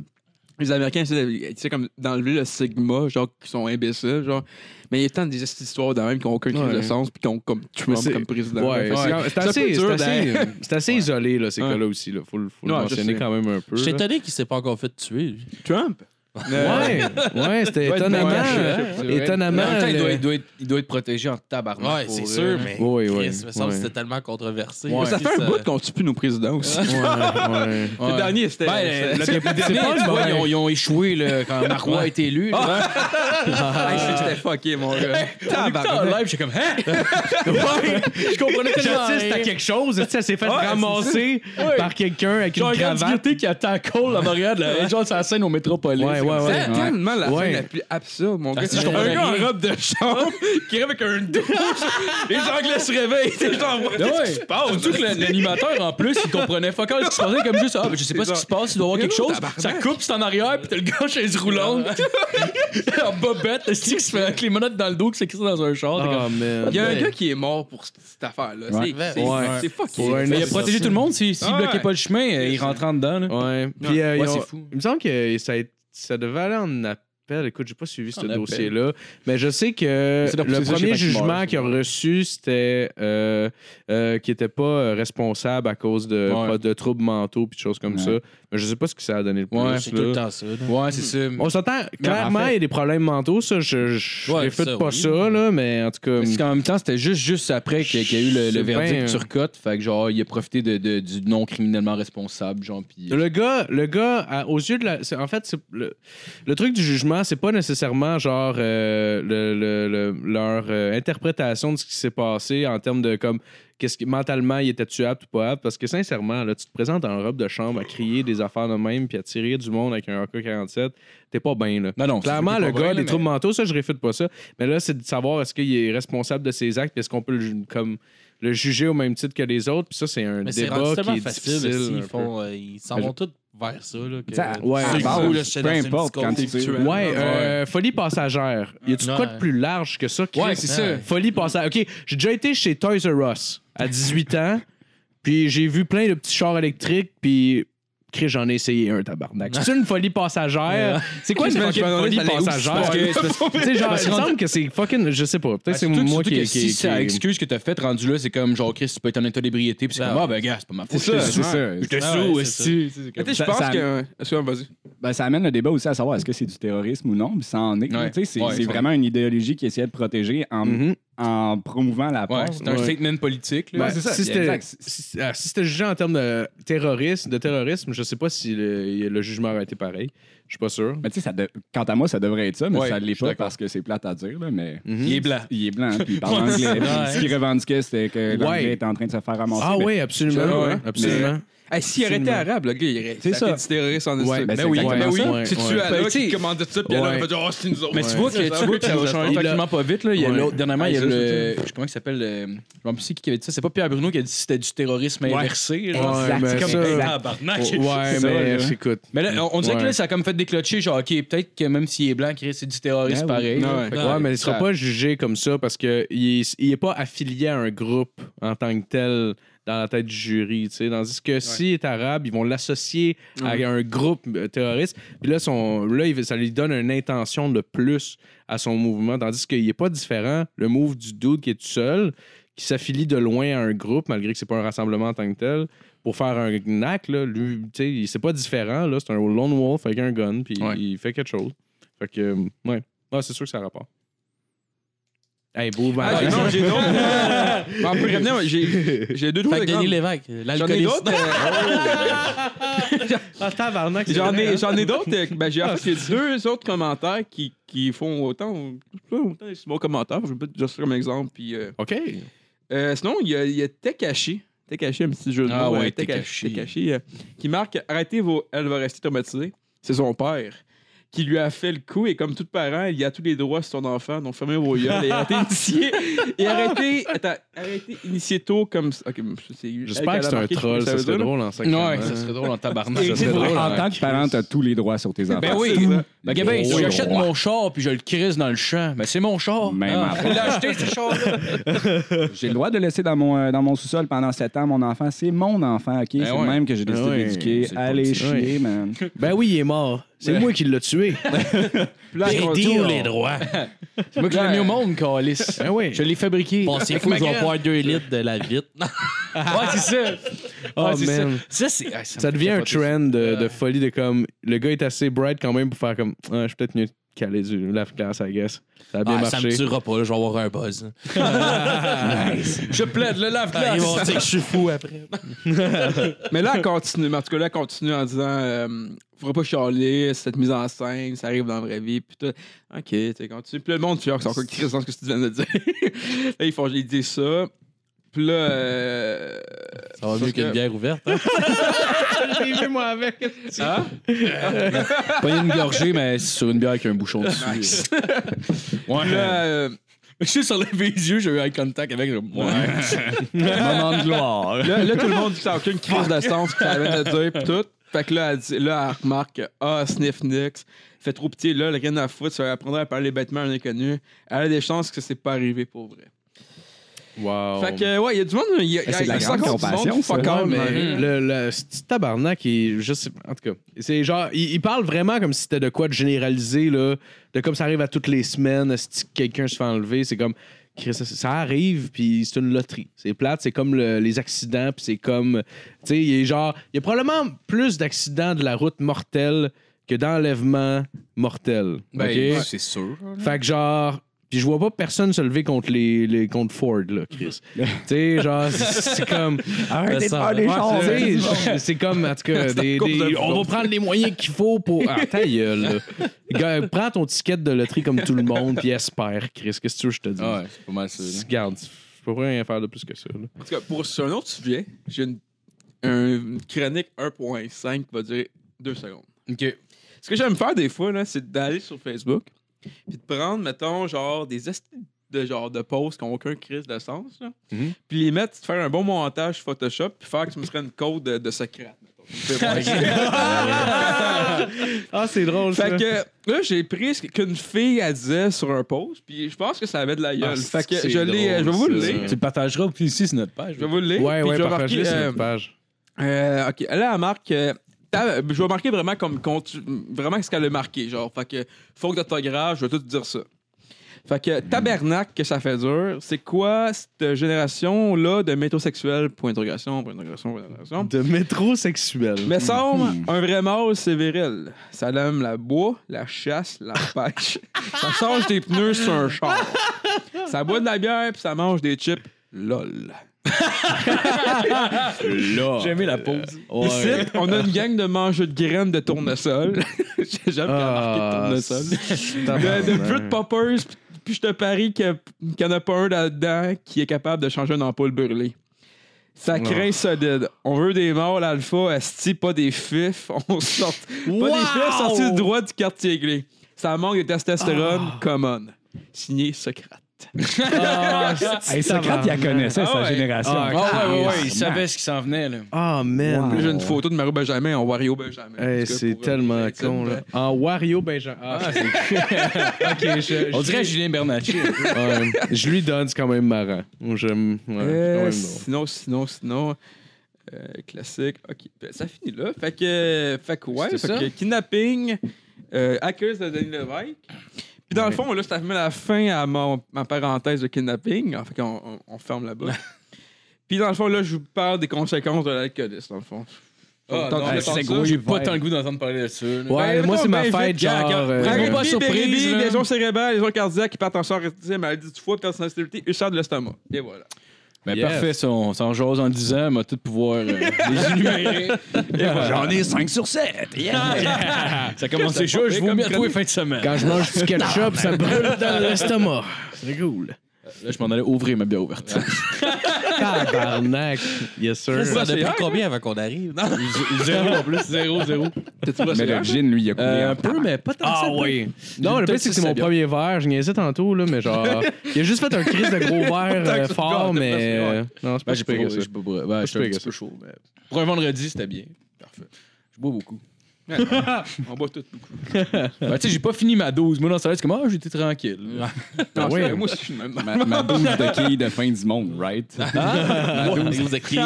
[SPEAKER 5] les Américains essaient de- tu sais, comme d'enlever le sigma, genre qui sont imbéciles, genre. Mais il y a tant de petites histoires de même qui n'ont aucun crise
[SPEAKER 4] Ouais.
[SPEAKER 5] de sens puis qui ont comme Trump
[SPEAKER 4] c'est-
[SPEAKER 5] comme président.
[SPEAKER 4] Ouais,
[SPEAKER 5] Fait que
[SPEAKER 4] c'est- c'est
[SPEAKER 5] un
[SPEAKER 4] assez,
[SPEAKER 5] peu dur
[SPEAKER 4] c'est assez,
[SPEAKER 5] d'être-
[SPEAKER 4] c'est assez isolé, là, ces
[SPEAKER 5] Ouais.
[SPEAKER 4] cas-là aussi. Là. Faut, le- faut le
[SPEAKER 5] Ouais, je
[SPEAKER 4] mentionner
[SPEAKER 5] sais.
[SPEAKER 4] quand même un peu.
[SPEAKER 7] Je suis
[SPEAKER 4] là.
[SPEAKER 7] étonné qu'il s'est pas encore fait tuer. lui.
[SPEAKER 5] Trump?
[SPEAKER 4] Ouais, ouais, c'était
[SPEAKER 3] doit être bien
[SPEAKER 4] étonnamment.
[SPEAKER 3] caché,
[SPEAKER 4] euh,
[SPEAKER 3] je sais pas.
[SPEAKER 4] étonnamment.
[SPEAKER 3] En même temps, il
[SPEAKER 4] le-
[SPEAKER 3] doit, être, doit être- il doit être protégé en tabarnak.
[SPEAKER 7] Ouais,
[SPEAKER 3] pour
[SPEAKER 7] c'est
[SPEAKER 3] vrai.
[SPEAKER 7] sûr, mais.
[SPEAKER 4] Oui, oui,
[SPEAKER 7] Chris, me semble
[SPEAKER 4] oui.
[SPEAKER 7] que c'était tellement controversé.
[SPEAKER 3] Ouais.
[SPEAKER 5] Ça
[SPEAKER 7] Chris,
[SPEAKER 5] fait un
[SPEAKER 7] euh,
[SPEAKER 5] bout qu'on tue plus nos présidents aussi.
[SPEAKER 4] Ouais, ouais.
[SPEAKER 3] Ouais.
[SPEAKER 5] Le dernier, c'était.
[SPEAKER 3] Ben, le,
[SPEAKER 5] c'était-
[SPEAKER 3] le dernier,
[SPEAKER 4] pas le
[SPEAKER 3] tu vois,
[SPEAKER 4] mauvais.
[SPEAKER 3] ils, ont, ils ont échoué là, quand Marois a été
[SPEAKER 5] Ah,
[SPEAKER 3] élu. là.
[SPEAKER 5] Hey, c'était fucké, mon gars.
[SPEAKER 3] En écoutant le live, j'ai comme, hein?
[SPEAKER 4] Je comprenais tellement. Justice, t'as quelque chose. Tu sais, elle s'est fait ramasser par quelqu'un avec une
[SPEAKER 3] Genre, regarde
[SPEAKER 4] cravate.
[SPEAKER 3] Duty qui attend Cole en arrière de la. Genre, c'est la scène au métropolis.
[SPEAKER 4] Ouais, ouais, ouais.
[SPEAKER 5] C'est tellement la
[SPEAKER 4] Ouais.
[SPEAKER 5] scène la plus absurde, mon gars.
[SPEAKER 3] si je comprends
[SPEAKER 5] un gars
[SPEAKER 3] rien.
[SPEAKER 5] en robe de chambre qui rêve avec un douche. Les gens qui se réveillent. T'es genre, what the
[SPEAKER 3] Ouais. Surtout que le- l'animateur, en plus, il comprenait fuck all ce qui se passait comme juste, ah, ben, je sais pas ce qui se passe, il doit y avoir quelque chose. Ça coupe, c'est en arrière, pis t'as le gars en chaise roulante.
[SPEAKER 5] Ah,
[SPEAKER 3] en bobette, le stick se fait avec les menottes dans le dos, qui s'écrit dans un char. t'es comme-
[SPEAKER 4] Oh, man.
[SPEAKER 5] Il y a un gars qui est mort pour cette, cette affaire-là.
[SPEAKER 6] Ouais.
[SPEAKER 5] C'est- C'est
[SPEAKER 4] Ouais.
[SPEAKER 5] c'est fucké.
[SPEAKER 4] Ouais,
[SPEAKER 3] Mais il a
[SPEAKER 4] c'est
[SPEAKER 3] protégé
[SPEAKER 4] ça.
[SPEAKER 3] tout le monde, s'il s'il
[SPEAKER 5] Ah
[SPEAKER 3] bloquait
[SPEAKER 5] ouais.
[SPEAKER 3] pas le chemin, euh, il rentrait en dedans. là.
[SPEAKER 4] Ouais. Puis, euh, ils
[SPEAKER 3] Ouais,
[SPEAKER 4] ont-
[SPEAKER 3] c'est fou.
[SPEAKER 4] Il me semble que ça, a été- ça devait aller en appel. Écoute, j'ai pas suivi ce
[SPEAKER 3] En appel.
[SPEAKER 4] dossier-là. Mais je sais que
[SPEAKER 3] C'est leur
[SPEAKER 4] le
[SPEAKER 3] processus chez
[SPEAKER 4] premier
[SPEAKER 3] Pac-Mart.
[SPEAKER 4] jugement qu'il a reçu, c'était euh, euh, qu'il n'était pas euh, responsable à cause de,
[SPEAKER 3] Ouais.
[SPEAKER 4] pas de troubles mentaux et de choses comme
[SPEAKER 6] Ouais.
[SPEAKER 4] ça. Mais je sais pas ce que ça a donné le plus.
[SPEAKER 3] Ouais,
[SPEAKER 7] C'est tout le
[SPEAKER 4] là.
[SPEAKER 7] temps ça. là.
[SPEAKER 3] Ouais, c'est ça.
[SPEAKER 4] On s'entend, clairement, il y a des problèmes mentaux, ça. Je, je
[SPEAKER 7] Ouais,
[SPEAKER 4] réfute
[SPEAKER 7] ça,
[SPEAKER 4] pas
[SPEAKER 7] oui.
[SPEAKER 4] ça, là, mais en tout cas.
[SPEAKER 3] Parce qu'en même temps, c'était juste, juste après qu'il y a- qu'il y a eu le, le
[SPEAKER 4] C'est
[SPEAKER 3] verdict
[SPEAKER 4] bien, hein.
[SPEAKER 3] Turcotte. Fait que genre, il a profité de, de- du non criminellement responsable, genre. Pis...
[SPEAKER 4] Le gars, le gars, à- aux yeux de la. c'est- En fait, c'est le, le truc du jugement, c'est pas nécessairement genre euh, le- le- le- leur euh, interprétation de ce qui s'est passé en termes de comme qu'est-ce qui mentalement il était tuable ou pas apte. Parce que sincèrement, là, tu te présentes en robe de chambre à crier des affaires de même puis à tirer du monde avec un AK-47, t'es pas bien là.
[SPEAKER 3] Non, non,
[SPEAKER 4] Clairement,
[SPEAKER 3] c'est- c'est
[SPEAKER 4] le
[SPEAKER 3] pas
[SPEAKER 4] gars,
[SPEAKER 3] vrai,
[SPEAKER 4] des
[SPEAKER 3] là,
[SPEAKER 4] troubles mentaux, ça, je réfute pas ça. Mais là, c'est de savoir est-ce qu'il est responsable de ses actes, puis est-ce qu'on peut le, ju- comme, le juger au même titre que les autres. Puis ça, c'est un
[SPEAKER 7] Mais c'est rendu
[SPEAKER 4] débat qui
[SPEAKER 7] tellement
[SPEAKER 4] est
[SPEAKER 7] facile.
[SPEAKER 4] difficile.
[SPEAKER 7] aussi,
[SPEAKER 4] un
[SPEAKER 7] ils
[SPEAKER 4] peu.
[SPEAKER 7] font, euh, ils s'en
[SPEAKER 6] Mais je-
[SPEAKER 7] vont tous vers ça. Là, que...
[SPEAKER 6] Tu sais, à-
[SPEAKER 4] Ouais.
[SPEAKER 6] à
[SPEAKER 4] C'est
[SPEAKER 6] base,
[SPEAKER 7] fou, là, j'étais
[SPEAKER 6] peu
[SPEAKER 7] dans une
[SPEAKER 6] importe quand t'es
[SPEAKER 7] discothèque.
[SPEAKER 6] tué.
[SPEAKER 4] Ouais, euh, folie passagère. Y a-tu
[SPEAKER 7] Ouais.
[SPEAKER 4] quoi de plus large que ça? Chris?
[SPEAKER 3] Ouais, c'est ça.
[SPEAKER 4] Folie passagère. OK, j'ai déjà été chez Toys R Us à 18 ans, puis j'ai vu plein de petits chars électriques, puis... Chris, j'en ai essayé un tabarnak. C'est une folie passagère. C'est quoi une
[SPEAKER 5] Chris, je
[SPEAKER 4] fucking
[SPEAKER 5] me demandais,
[SPEAKER 4] folie
[SPEAKER 5] ça allait où,
[SPEAKER 4] passagère?
[SPEAKER 5] ce
[SPEAKER 4] Tu sais, genre, il me semble que c'est fucking. Je sais pas. Peut-être c'est
[SPEAKER 3] Ah, Bah, Surtout-
[SPEAKER 4] moi
[SPEAKER 3] surtout
[SPEAKER 4] qui.
[SPEAKER 3] que
[SPEAKER 4] qui-
[SPEAKER 3] si
[SPEAKER 4] qui-
[SPEAKER 3] ça excuse que t'as fait rendu là, c'est comme genre Chris, tu peux être en état d'ébriété, puis c'est
[SPEAKER 7] Ben
[SPEAKER 3] comme ah ben gars, c'est pas ma faute.
[SPEAKER 6] C'est ça.
[SPEAKER 3] Je te
[SPEAKER 7] Ah
[SPEAKER 3] sous,
[SPEAKER 7] ouais, c'est
[SPEAKER 3] esti.
[SPEAKER 5] Mais tu sais,
[SPEAKER 6] Ça-
[SPEAKER 5] Je pense
[SPEAKER 6] ça-
[SPEAKER 5] que. Excuse-moi, vas-y.
[SPEAKER 6] Ben, ça amène le débat aussi à savoir est-ce que c'est du terrorisme ou non. Puis ça en est. là.
[SPEAKER 3] Ouais.
[SPEAKER 6] Tu sais, C'est
[SPEAKER 3] Ouais,
[SPEAKER 6] c'est
[SPEAKER 3] c'est Mm-hmm.
[SPEAKER 6] vraiment une idéologie qui essayait de protéger en,
[SPEAKER 4] Mhm.
[SPEAKER 6] en promouvant la
[SPEAKER 3] Ouais,
[SPEAKER 6] peur.
[SPEAKER 3] c'est un
[SPEAKER 4] Ouais.
[SPEAKER 3] statement politique. là.
[SPEAKER 4] Ben,
[SPEAKER 6] Ouais, c'est ça,
[SPEAKER 4] Si c'était
[SPEAKER 6] exact.
[SPEAKER 4] si- ah, si c'était jugé en termes de terrorisme, de terrorisme, je sais pas si le, le jugement aurait été pareil. Je suis pas sûr.
[SPEAKER 6] Mais tu sais, ça de- quant à moi, ça devrait être ça, mais
[SPEAKER 3] Ouais,
[SPEAKER 6] ça ne
[SPEAKER 3] je
[SPEAKER 6] l'est
[SPEAKER 3] suis
[SPEAKER 6] pas
[SPEAKER 3] d'accord. Mm-hmm.
[SPEAKER 6] parce que c'est plate à dire, là, mais
[SPEAKER 3] Il est blanc.
[SPEAKER 6] il est blanc, puis il parle anglais. Puis Ce qu'il revendiquait, c'était que l'anglais
[SPEAKER 4] Ouais.
[SPEAKER 6] était en train de se faire ramasser. Ben,
[SPEAKER 4] Ah
[SPEAKER 6] mais-
[SPEAKER 4] oui, absolument.
[SPEAKER 5] Ouais,
[SPEAKER 3] hein?
[SPEAKER 4] ouais, absolument.
[SPEAKER 5] Hey, S'il aurait été arabe, le gars, il aurait
[SPEAKER 6] C'est
[SPEAKER 5] tapé
[SPEAKER 6] ça.
[SPEAKER 5] du terroriste en
[SPEAKER 4] Ouais,
[SPEAKER 5] Israël.
[SPEAKER 6] ben
[SPEAKER 5] Ben
[SPEAKER 6] c'est
[SPEAKER 5] oui,
[SPEAKER 6] exactement
[SPEAKER 5] ben oui.
[SPEAKER 4] ça. Ouais,
[SPEAKER 5] Tu
[SPEAKER 4] ouais.
[SPEAKER 5] tues
[SPEAKER 3] Ben,
[SPEAKER 5] Allah
[SPEAKER 3] tu sais-
[SPEAKER 5] qui commande ça, puis
[SPEAKER 4] Ouais.
[SPEAKER 5] Allah va dire, oh, c'est nous autres.
[SPEAKER 3] Mais tu vois que tu vois que ça va changer
[SPEAKER 4] Il a-
[SPEAKER 3] tranquillement pas vite là, il y a
[SPEAKER 4] Ouais.
[SPEAKER 3] l'autre dernièrement il y a
[SPEAKER 5] Ouais,
[SPEAKER 3] le je- comment il s'appelle euh, je me rappelle plus qui qui avait dit ça, c'est pas Pierre Bruno qui a dit que c'était du terrorisme inversé genre.
[SPEAKER 4] Ouais, mais
[SPEAKER 3] C'est comme
[SPEAKER 4] ça-
[SPEAKER 3] tabarnak.
[SPEAKER 4] Ouais,
[SPEAKER 6] ça,
[SPEAKER 4] mais
[SPEAKER 6] là.
[SPEAKER 4] écoute.
[SPEAKER 3] Mais là, on, on dirait
[SPEAKER 4] Ouais.
[SPEAKER 3] que là, ça a comme fait déclocher, genre, OK, peut-être que même s'il est blanc, Chris, c'est du terrorisme
[SPEAKER 6] Ouais,
[SPEAKER 3] pareil.
[SPEAKER 6] oui.
[SPEAKER 3] là.
[SPEAKER 5] Ouais.
[SPEAKER 3] Fait que,
[SPEAKER 4] Ah Ouais, mais il sera
[SPEAKER 3] ça-
[SPEAKER 4] pas jugé comme ça parce que il est, il est pas affilié à un groupe en tant que tel dans la tête du jury, tu sais. Tandis que s'il est arabe, ils vont l'associer à un groupe euh, terroriste. Puis là, son, là il- ça lui donne une intention de plus à son mouvement. Tandis qu'il est pas différent, le move du dude qui est tout seul, qui s'affilie de loin à un groupe, malgré que c'est pas un rassemblement en tant que tel, pour faire un acte, là, lui, tu sais, il- c'est pas différent, là. C'est un lone wolf avec un gun, puis
[SPEAKER 3] Ouais.
[SPEAKER 4] il fait quelque chose. Fait que, euh, ouais. Ah, c'est sûr que ça a rapport. Hey, beau
[SPEAKER 5] Ah, j'ai-
[SPEAKER 4] ben,
[SPEAKER 5] non, j'ai d'autres. Ben, On peut revenir, mais j'ai j'ai deux, trois
[SPEAKER 7] Fait que Denis
[SPEAKER 5] exemples.
[SPEAKER 7] Lévesque,
[SPEAKER 5] J'en ai
[SPEAKER 7] l'alcooliste.
[SPEAKER 5] d'autres. euh,
[SPEAKER 4] Ah, tabarnak, c'est
[SPEAKER 5] J'en
[SPEAKER 4] vrai,
[SPEAKER 5] ai,
[SPEAKER 4] hein? Ah,
[SPEAKER 5] j'en ai d'autres. euh, Ben, j'ai, en fait, il y a deux autres commentaires qui, qui font autant. Autant des bons commentaires. Je vais pas dire ça comme exemple. Puis, euh,
[SPEAKER 4] OK.
[SPEAKER 5] euh, sinon, il y a, il y a Tekashi. Tekashi, un petit jeu de
[SPEAKER 3] Ah
[SPEAKER 5] mots.
[SPEAKER 3] ouais,
[SPEAKER 5] euh, Tekashi.
[SPEAKER 3] Tekashi.
[SPEAKER 5] Tekashi, euh, qui marque Arrêtez vos. Elle va rester traumatisée. C'est son père qui lui a fait le coup. Et comme tout parent, il a tous les droits sur son enfant. Donc, fermez vos yeux. Et arrêtez d'initier. Et arrêtez. Attends, arrêtez initier tôt comme. ça. Ok, c'est-
[SPEAKER 4] J'espère
[SPEAKER 5] elle
[SPEAKER 4] que
[SPEAKER 5] a
[SPEAKER 4] c'est un
[SPEAKER 5] marqué, je sais pas
[SPEAKER 4] troll,
[SPEAKER 5] ce
[SPEAKER 4] ça
[SPEAKER 5] que veut
[SPEAKER 4] serait
[SPEAKER 5] dire, là.
[SPEAKER 4] drôle en sacrement.
[SPEAKER 3] Ouais, ça serait drôle en tabarnak.
[SPEAKER 5] Et
[SPEAKER 3] ça serait
[SPEAKER 5] pour-
[SPEAKER 3] drôle.
[SPEAKER 6] En tant Oh. que parent, t'as tous les droits sur tes enfants.
[SPEAKER 3] Ben oui, ben, Gabin,
[SPEAKER 6] Oui,
[SPEAKER 3] si
[SPEAKER 6] oui,
[SPEAKER 3] j'achète
[SPEAKER 6] oui.
[SPEAKER 3] mon char puis je le crise dans le champ, ben c'est mon char.
[SPEAKER 6] Même
[SPEAKER 3] Ah,
[SPEAKER 6] après.
[SPEAKER 3] je l'ai acheté, ce char-là.
[SPEAKER 6] J'ai le droit de laisser dans mon, euh, dans mon sous-sol pendant 7 ans mon enfant. C'est mon enfant, OK? c'est
[SPEAKER 3] ouais.
[SPEAKER 6] le même que j'ai décidé
[SPEAKER 4] Ben ouais,
[SPEAKER 6] d'éduquer.
[SPEAKER 4] c'est
[SPEAKER 6] Allez
[SPEAKER 4] pas le-
[SPEAKER 6] chier, man.
[SPEAKER 4] Ben oui, il est mort. C'est moi qui l'ai tué.
[SPEAKER 5] Puis là, on-
[SPEAKER 7] droits.
[SPEAKER 3] C'est moi qui l'ai mis au monde, Calice.
[SPEAKER 4] Ben oui.
[SPEAKER 3] Je l'ai fabriqué.
[SPEAKER 7] Bon, c'est
[SPEAKER 3] Avec
[SPEAKER 7] fou,
[SPEAKER 3] ma
[SPEAKER 7] je vais
[SPEAKER 3] graine.
[SPEAKER 7] boire 2 litres de la vite.
[SPEAKER 3] Ouais, c'est ça. Ouais,
[SPEAKER 4] Oh,
[SPEAKER 3] Ah, c'est ça.
[SPEAKER 4] man.
[SPEAKER 3] Ça, c'est. ah, me
[SPEAKER 4] Ça
[SPEAKER 3] fait
[SPEAKER 4] devient un
[SPEAKER 3] capoter, ça.
[SPEAKER 4] trend de, de folie de comme le gars est assez bright quand même pour faire comme ah, je suis peut-être mieux de caler du lave classe, I guess. Ça a bien
[SPEAKER 7] Ah, ça
[SPEAKER 4] marché.
[SPEAKER 7] me tuera pas, là, je vais avoir un buzz.
[SPEAKER 3] Je plaide, le lave
[SPEAKER 4] Ah,
[SPEAKER 5] Ah,
[SPEAKER 7] Ils vont dire que je suis fou après.
[SPEAKER 5] Mais là, elle continue. Mais en tout cas, là, elle continue en disant euh, Faudra pas chialer, cette mise en scène, ça arrive dans la vraie vie. Puis tout. Ok, tu sais, continue. Puis là, le monde, tu vois, c'est encore Chris dans ce que tu viens de dire. là, ils font J'ai dit ça. Puis là, euh,
[SPEAKER 7] Ça va
[SPEAKER 5] Sauf
[SPEAKER 7] mieux qu'une
[SPEAKER 5] que-
[SPEAKER 7] bière ouverte. hein.
[SPEAKER 4] J'ai vu moi avec.
[SPEAKER 3] Pas une gorgée, mais sur une bière avec un bouchon dessus.
[SPEAKER 5] puis
[SPEAKER 3] Ouais.
[SPEAKER 5] là, euh,
[SPEAKER 3] Je suis sur les yeux, j'ai eu un contact avec. je- Ouais.
[SPEAKER 6] Moment de gloire.
[SPEAKER 5] Là, là, tout le monde dit que ça n'a aucune crise de sens, que ça avait de dire, pis tout. Fait que là, elle, dit- là, elle remarque que, ah, sniff nix, fait trop petit, là, le rien à foutre, ça apprendre à parler bêtement à un inconnu. Elle a des chances que c'est pas arrivé pour vrai.
[SPEAKER 4] Wow.
[SPEAKER 5] Fait que, ouais, il y a du monde, il y a,
[SPEAKER 6] Oh. c'est de la
[SPEAKER 5] il y a
[SPEAKER 6] grande
[SPEAKER 5] encore du monde,
[SPEAKER 6] compassion,
[SPEAKER 5] fuck
[SPEAKER 6] ça.
[SPEAKER 5] all,
[SPEAKER 4] Ouais, mais
[SPEAKER 5] mais-
[SPEAKER 4] le, le ce petit tabarnak, il, je sais, en tout cas, c'est genre, il, il parle vraiment comme si c'était de quoi de généralisé, là, de comme ça arrive à toutes les semaines, si quelqu'un se fait enlever, c'est comme, Chris, ça, ça arrive, puis c'est une loterie. C'est plate, c'est comme le- les accidents, puis c'est comme, tu sais, il est genre, il y a probablement plus d'accidents de la route mortelle que d'enlèvements mortels.
[SPEAKER 3] Ben,
[SPEAKER 4] ok?
[SPEAKER 3] c'est sûr.
[SPEAKER 4] Fait que genre. Puis je vois pas personne se lever contre les, les contre Ford là, Chris. tu sais, genre c'est c'est comme
[SPEAKER 6] Arrêtez de
[SPEAKER 7] ça,
[SPEAKER 6] faire des
[SPEAKER 7] ouais,
[SPEAKER 6] choses. hein,
[SPEAKER 4] tu sais, je- c'est comme, en tout cas, des-
[SPEAKER 5] coupe
[SPEAKER 4] des-
[SPEAKER 5] de
[SPEAKER 4] on va prendre les moyens qu'il faut pour. Ah, ta gueule, là. Gars, Prends ton ticket de loterie comme tout le monde, puis espère, Chris. Qu'est-ce que tu veux que je te dise?
[SPEAKER 3] Ouais, c'est pas mal ça. là.
[SPEAKER 4] Regarde, je peux rien faire de plus que ça. là.
[SPEAKER 5] En tout cas, pour sur un autre sujet, j'ai une, une chronique 1.5 qui va durer deux secondes.
[SPEAKER 3] Ok.
[SPEAKER 5] Ce que j'aime faire des fois, là, c'est d'aller sur Facebook puis de prendre, mettons, genre, des esti de genre de posts qui n'ont aucun crise de sens, là,
[SPEAKER 3] Mhm.
[SPEAKER 5] puis les mettre, te faire un bon montage Photoshop puis faire que tu me ferais une code de, de secret. mettons.
[SPEAKER 4] Ah, c'est drôle, ça.
[SPEAKER 5] fait que là, j'ai pris ce qu'une fille elle disait sur un post, puis je pense que ça avait de la gueule.
[SPEAKER 4] Ah,
[SPEAKER 5] fait
[SPEAKER 4] c'est
[SPEAKER 5] que je, l'ai- euh,
[SPEAKER 4] drôle,
[SPEAKER 5] je vais vous le
[SPEAKER 4] ça.
[SPEAKER 5] lire.
[SPEAKER 4] Tu
[SPEAKER 6] le partageras puis ici sur notre page.
[SPEAKER 5] Je vais vous le lire.
[SPEAKER 4] Ouais,
[SPEAKER 5] puis
[SPEAKER 4] ouais,
[SPEAKER 5] je vais
[SPEAKER 4] partagez
[SPEAKER 5] marquer,
[SPEAKER 4] sur
[SPEAKER 5] euh,
[SPEAKER 4] notre page.
[SPEAKER 5] Euh, ok, là, elle marque. euh, ta- je vais marquer vraiment comme contu- vraiment ce qu'elle a marqué. Genre, fait que faute d'orthographe, je vais tout dire ça. Fait que
[SPEAKER 4] Hmm.
[SPEAKER 5] tabernacle que ça fait dur, c'est quoi cette génération-là de métrosexuels? Point d'interrogation, point d'interrogation, point d'interrogation.
[SPEAKER 4] De métro sexuel.
[SPEAKER 5] Mais semble, un vrai mâle, c'est viril. Ça aime la bois, la chasse, la pêche. ça change des pneus sur un char. Ça boit de la bière, puis ça mange des chips. LOL.
[SPEAKER 6] Là.
[SPEAKER 3] J'ai aimé la pause.
[SPEAKER 5] Ici, on a une gang de mangeurs de graines de tournesol. J'ai jamais
[SPEAKER 4] Ah,
[SPEAKER 5] remarqué de tournesol.
[SPEAKER 4] tabarnak.
[SPEAKER 5] De, de fruit poppers, puis- puis je te parie que- qu'il n'y en a pas un là-dedans qui est capable de changer une ampoule brûlée. Ça craint solide. On veut des mâles alpha, asti, pas des fifs. On sort... Pas des fifs sortis du droit du quartier clé. Ça manque de testostérone common. Signé Socrate.
[SPEAKER 4] Ah, c'est-
[SPEAKER 6] Hey, Socrate, il la connaissait,
[SPEAKER 5] Ah
[SPEAKER 6] sa
[SPEAKER 5] ouais.
[SPEAKER 6] génération.
[SPEAKER 3] Ah, ouais, ouais, ouais, il savait ce qui s'en venait, là.
[SPEAKER 4] Ah, man.
[SPEAKER 5] Là, J'ai une photo de Mario Benjamin en Wario Benjamin. En
[SPEAKER 4] Hey,
[SPEAKER 5] tout cas,
[SPEAKER 4] c'est
[SPEAKER 5] pour, euh,
[SPEAKER 4] tellement
[SPEAKER 5] les intimes,
[SPEAKER 4] con, là. En Wario Benjamin. Ah, c'est. ok, je.
[SPEAKER 3] On
[SPEAKER 4] je-
[SPEAKER 3] dirait Julien Bernatchez.
[SPEAKER 4] Ouais, je lui donne, c'est quand même marrant. Moi, J'aime. Ouais,
[SPEAKER 5] Euh,
[SPEAKER 4] c'est
[SPEAKER 5] sinon, sinon, sinon. euh, classique. Ok, ben, ça finit là. Fait que, euh, fait que ouais,
[SPEAKER 3] C'était
[SPEAKER 5] fait
[SPEAKER 3] ça?
[SPEAKER 5] que kidnapping, euh, accuse de Denis Lévesque. Puis dans le fond, là, ça fait la fin à mon- ma parenthèse de kidnapping. En fait, qu'on- on, on ferme là-bas. Puis dans le fond, là, je vous parle des conséquences de l'alcoolisme, dans le fond.
[SPEAKER 3] Ah,
[SPEAKER 5] Autant
[SPEAKER 3] non,
[SPEAKER 5] de
[SPEAKER 3] mais
[SPEAKER 5] temps
[SPEAKER 3] c'est
[SPEAKER 5] que ça.
[SPEAKER 3] gros, J'ai
[SPEAKER 6] Ouais.
[SPEAKER 3] pas tant le goût d'entendre parler de ça. là.
[SPEAKER 4] bon. Ouais,
[SPEAKER 5] Ben,
[SPEAKER 4] moi, c'est
[SPEAKER 5] mettons,
[SPEAKER 4] ma
[SPEAKER 5] ben,
[SPEAKER 4] fête,
[SPEAKER 5] vite, Jack,
[SPEAKER 4] genre.
[SPEAKER 5] hein.
[SPEAKER 4] euh,
[SPEAKER 3] Dragon Ball.
[SPEAKER 5] Rugby,
[SPEAKER 3] surprise,
[SPEAKER 5] bérébis,
[SPEAKER 3] là.
[SPEAKER 5] lésions cérébrales, lésions cardiaques, hypertension, rétine, maladie du foie, perte de sensibilité, ulcère de l'estomac. Et voilà.
[SPEAKER 3] Ben,
[SPEAKER 4] Yes.
[SPEAKER 3] parfait, ça, on s'en jase en 10 ans, on va tout pouvoir euh, les énumérer.
[SPEAKER 6] J'en ai 5 sur 7.
[SPEAKER 3] Ça commence déjà,
[SPEAKER 5] pas
[SPEAKER 3] je
[SPEAKER 5] fait
[SPEAKER 3] vous
[SPEAKER 5] comme
[SPEAKER 3] mets à tous les
[SPEAKER 5] chronique.
[SPEAKER 3] fins de semaine.
[SPEAKER 4] Quand je mange du ketchup, ça brûle dans l'estomac. C'est cool.
[SPEAKER 3] Là, je m'en allais ouvrir ma bière ouverte.
[SPEAKER 4] Tabarnak. Yes, sir.
[SPEAKER 7] Ça a
[SPEAKER 5] c'est
[SPEAKER 7] pris
[SPEAKER 5] vrai,
[SPEAKER 7] combien avant qu'on arrive? Non.
[SPEAKER 3] zéro en plus, zéro, zéro.
[SPEAKER 6] Mais le gin, lui, il a coulé.
[SPEAKER 3] Euh,
[SPEAKER 6] en
[SPEAKER 3] un peu, mais pas tant que ça.
[SPEAKER 4] Ah oui. Non,
[SPEAKER 3] Peut-être
[SPEAKER 4] le pire, c'est que
[SPEAKER 3] si
[SPEAKER 4] c'est
[SPEAKER 3] c'est
[SPEAKER 4] mon
[SPEAKER 3] bien.
[SPEAKER 4] premier verre. Je niaisais tantôt, là, mais genre. Il a juste fait un crise de gros verre euh, fort, mais. euh, Non, c'est
[SPEAKER 3] Ben,
[SPEAKER 4] pas
[SPEAKER 3] j'ai
[SPEAKER 4] si
[SPEAKER 3] pas
[SPEAKER 4] pire que
[SPEAKER 3] eu
[SPEAKER 4] ça.
[SPEAKER 3] ça. J'ai pas ben, j'étais
[SPEAKER 4] pire
[SPEAKER 3] un
[SPEAKER 4] que
[SPEAKER 3] petit peu chaud. Mais... Pour un vendredi, c'était bien. Parfait. Je bois beaucoup.
[SPEAKER 5] On boit tout beaucoup.
[SPEAKER 3] Ben, tu sais, j'ai pas fini ma dose. Moi, dans ce là c'est comme, ah, j'étais tranquille.
[SPEAKER 5] Non,
[SPEAKER 4] oui.
[SPEAKER 5] c'est vrai, Moi aussi, je suis le même.
[SPEAKER 6] Ma, ma douche de quilles de fin du monde, right?
[SPEAKER 7] Il nous a crié.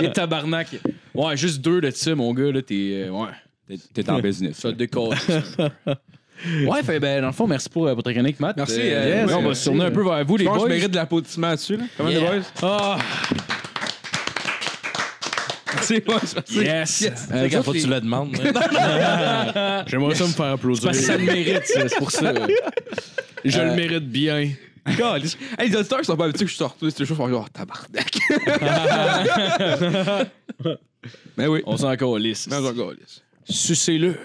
[SPEAKER 3] Et tabarnak. Ouais, juste deux de ça, mon gars, là, t'es. euh, ouais.
[SPEAKER 6] T'es- T'es en business.
[SPEAKER 3] Ça décolle. Ouais, fait, ben, dans le fond, merci pour, euh, pour ta chronique, Matt. Euh,
[SPEAKER 5] Merci, euh,
[SPEAKER 3] yes,
[SPEAKER 5] oui,
[SPEAKER 3] on va
[SPEAKER 5] merci.
[SPEAKER 3] se tourner un peu vers vous,
[SPEAKER 5] Je
[SPEAKER 3] les
[SPEAKER 5] pense que
[SPEAKER 3] boys.
[SPEAKER 5] je mérite de l'applaudissement dessus. Là. Comment les
[SPEAKER 7] Yeah.
[SPEAKER 5] boys?
[SPEAKER 4] Ah,
[SPEAKER 5] Merci, boys.
[SPEAKER 3] Yes!
[SPEAKER 5] Merci.
[SPEAKER 3] Euh,
[SPEAKER 7] Quand
[SPEAKER 3] regarde,
[SPEAKER 7] faut que
[SPEAKER 3] faut-tu
[SPEAKER 7] tu
[SPEAKER 3] le-
[SPEAKER 7] le demandes. hein.
[SPEAKER 4] J'aimerais ça me faire applaudir.
[SPEAKER 3] Parce que ça le mérite, ça, c'est pour ça.
[SPEAKER 4] Je le mérite bien.
[SPEAKER 5] Caliste. Hey, les auditeurs, ils sont pas habitués que je suis sorti. C'est toujours, ils vont dire, oh, tabarnak. Mais oui.
[SPEAKER 3] On s'en calisse.
[SPEAKER 5] Mais on calisse.
[SPEAKER 3] Sucez-le.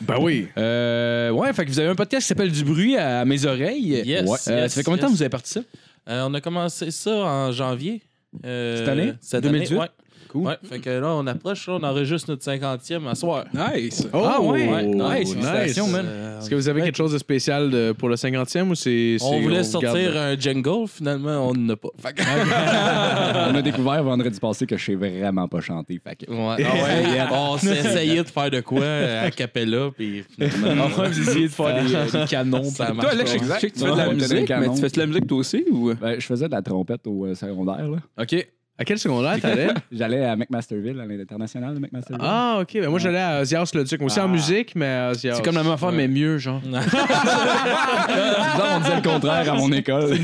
[SPEAKER 4] Ben oui.
[SPEAKER 3] Euh, ouais, fait que vous avez un podcast qui s'appelle Du bruit à mes oreilles.
[SPEAKER 7] Yes,
[SPEAKER 3] Ouais. Euh,
[SPEAKER 7] yes,
[SPEAKER 3] ça fait combien de temps
[SPEAKER 7] yes.
[SPEAKER 3] que vous avez parti ça?
[SPEAKER 7] Euh, on a commencé ça en janvier. euh,
[SPEAKER 3] Cette année?
[SPEAKER 7] Cette
[SPEAKER 3] 2018?
[SPEAKER 7] année, ouais.
[SPEAKER 3] Cool.
[SPEAKER 7] Ouais, fait que là, on approche, là, on enregistre notre 50e à soir.
[SPEAKER 5] Nice.
[SPEAKER 4] Oh,
[SPEAKER 3] Ah, ouais. Nice.
[SPEAKER 4] nice.
[SPEAKER 3] Félicitations, man.
[SPEAKER 7] Euh,
[SPEAKER 4] Est-ce que vous avez quelque chose de spécial de- pour le 50e ou c'est. c'est-
[SPEAKER 7] on voulait
[SPEAKER 4] garde-
[SPEAKER 7] sortir un jingle, finalement, on n'en a pas. Fait que-
[SPEAKER 6] On a découvert vendredi passé que je sais vraiment pas chanter. Fait que...
[SPEAKER 7] Ah Ouais. on s'est essayé de faire de quoi euh, à Capella, puis finalement,
[SPEAKER 3] Enfin, vous essayez de faire des, euh, des canons.
[SPEAKER 7] ça
[SPEAKER 3] puis-
[SPEAKER 7] marche
[SPEAKER 5] Toi, Alex,
[SPEAKER 7] pas.
[SPEAKER 5] je sais que tu fais
[SPEAKER 6] Non,
[SPEAKER 5] de la
[SPEAKER 6] la musique,
[SPEAKER 5] musique, mais
[SPEAKER 6] canon.
[SPEAKER 5] tu fais de la musique toi aussi ou?
[SPEAKER 6] Ben, je faisais de la trompette au euh, secondaire. Là.
[SPEAKER 3] OK.
[SPEAKER 4] À quel secondaire t'allais?
[SPEAKER 6] J'allais à McMasterville, à l'international de McMasterville.
[SPEAKER 4] ah, ok. Ben moi, j'allais à Osias le Duc. Moi
[SPEAKER 7] Ah.
[SPEAKER 4] aussi en musique, mais à Osias.
[SPEAKER 3] C'est comme la même affaire, mais mieux, genre.
[SPEAKER 6] C'est bizarre, on disait le contraire à mon école.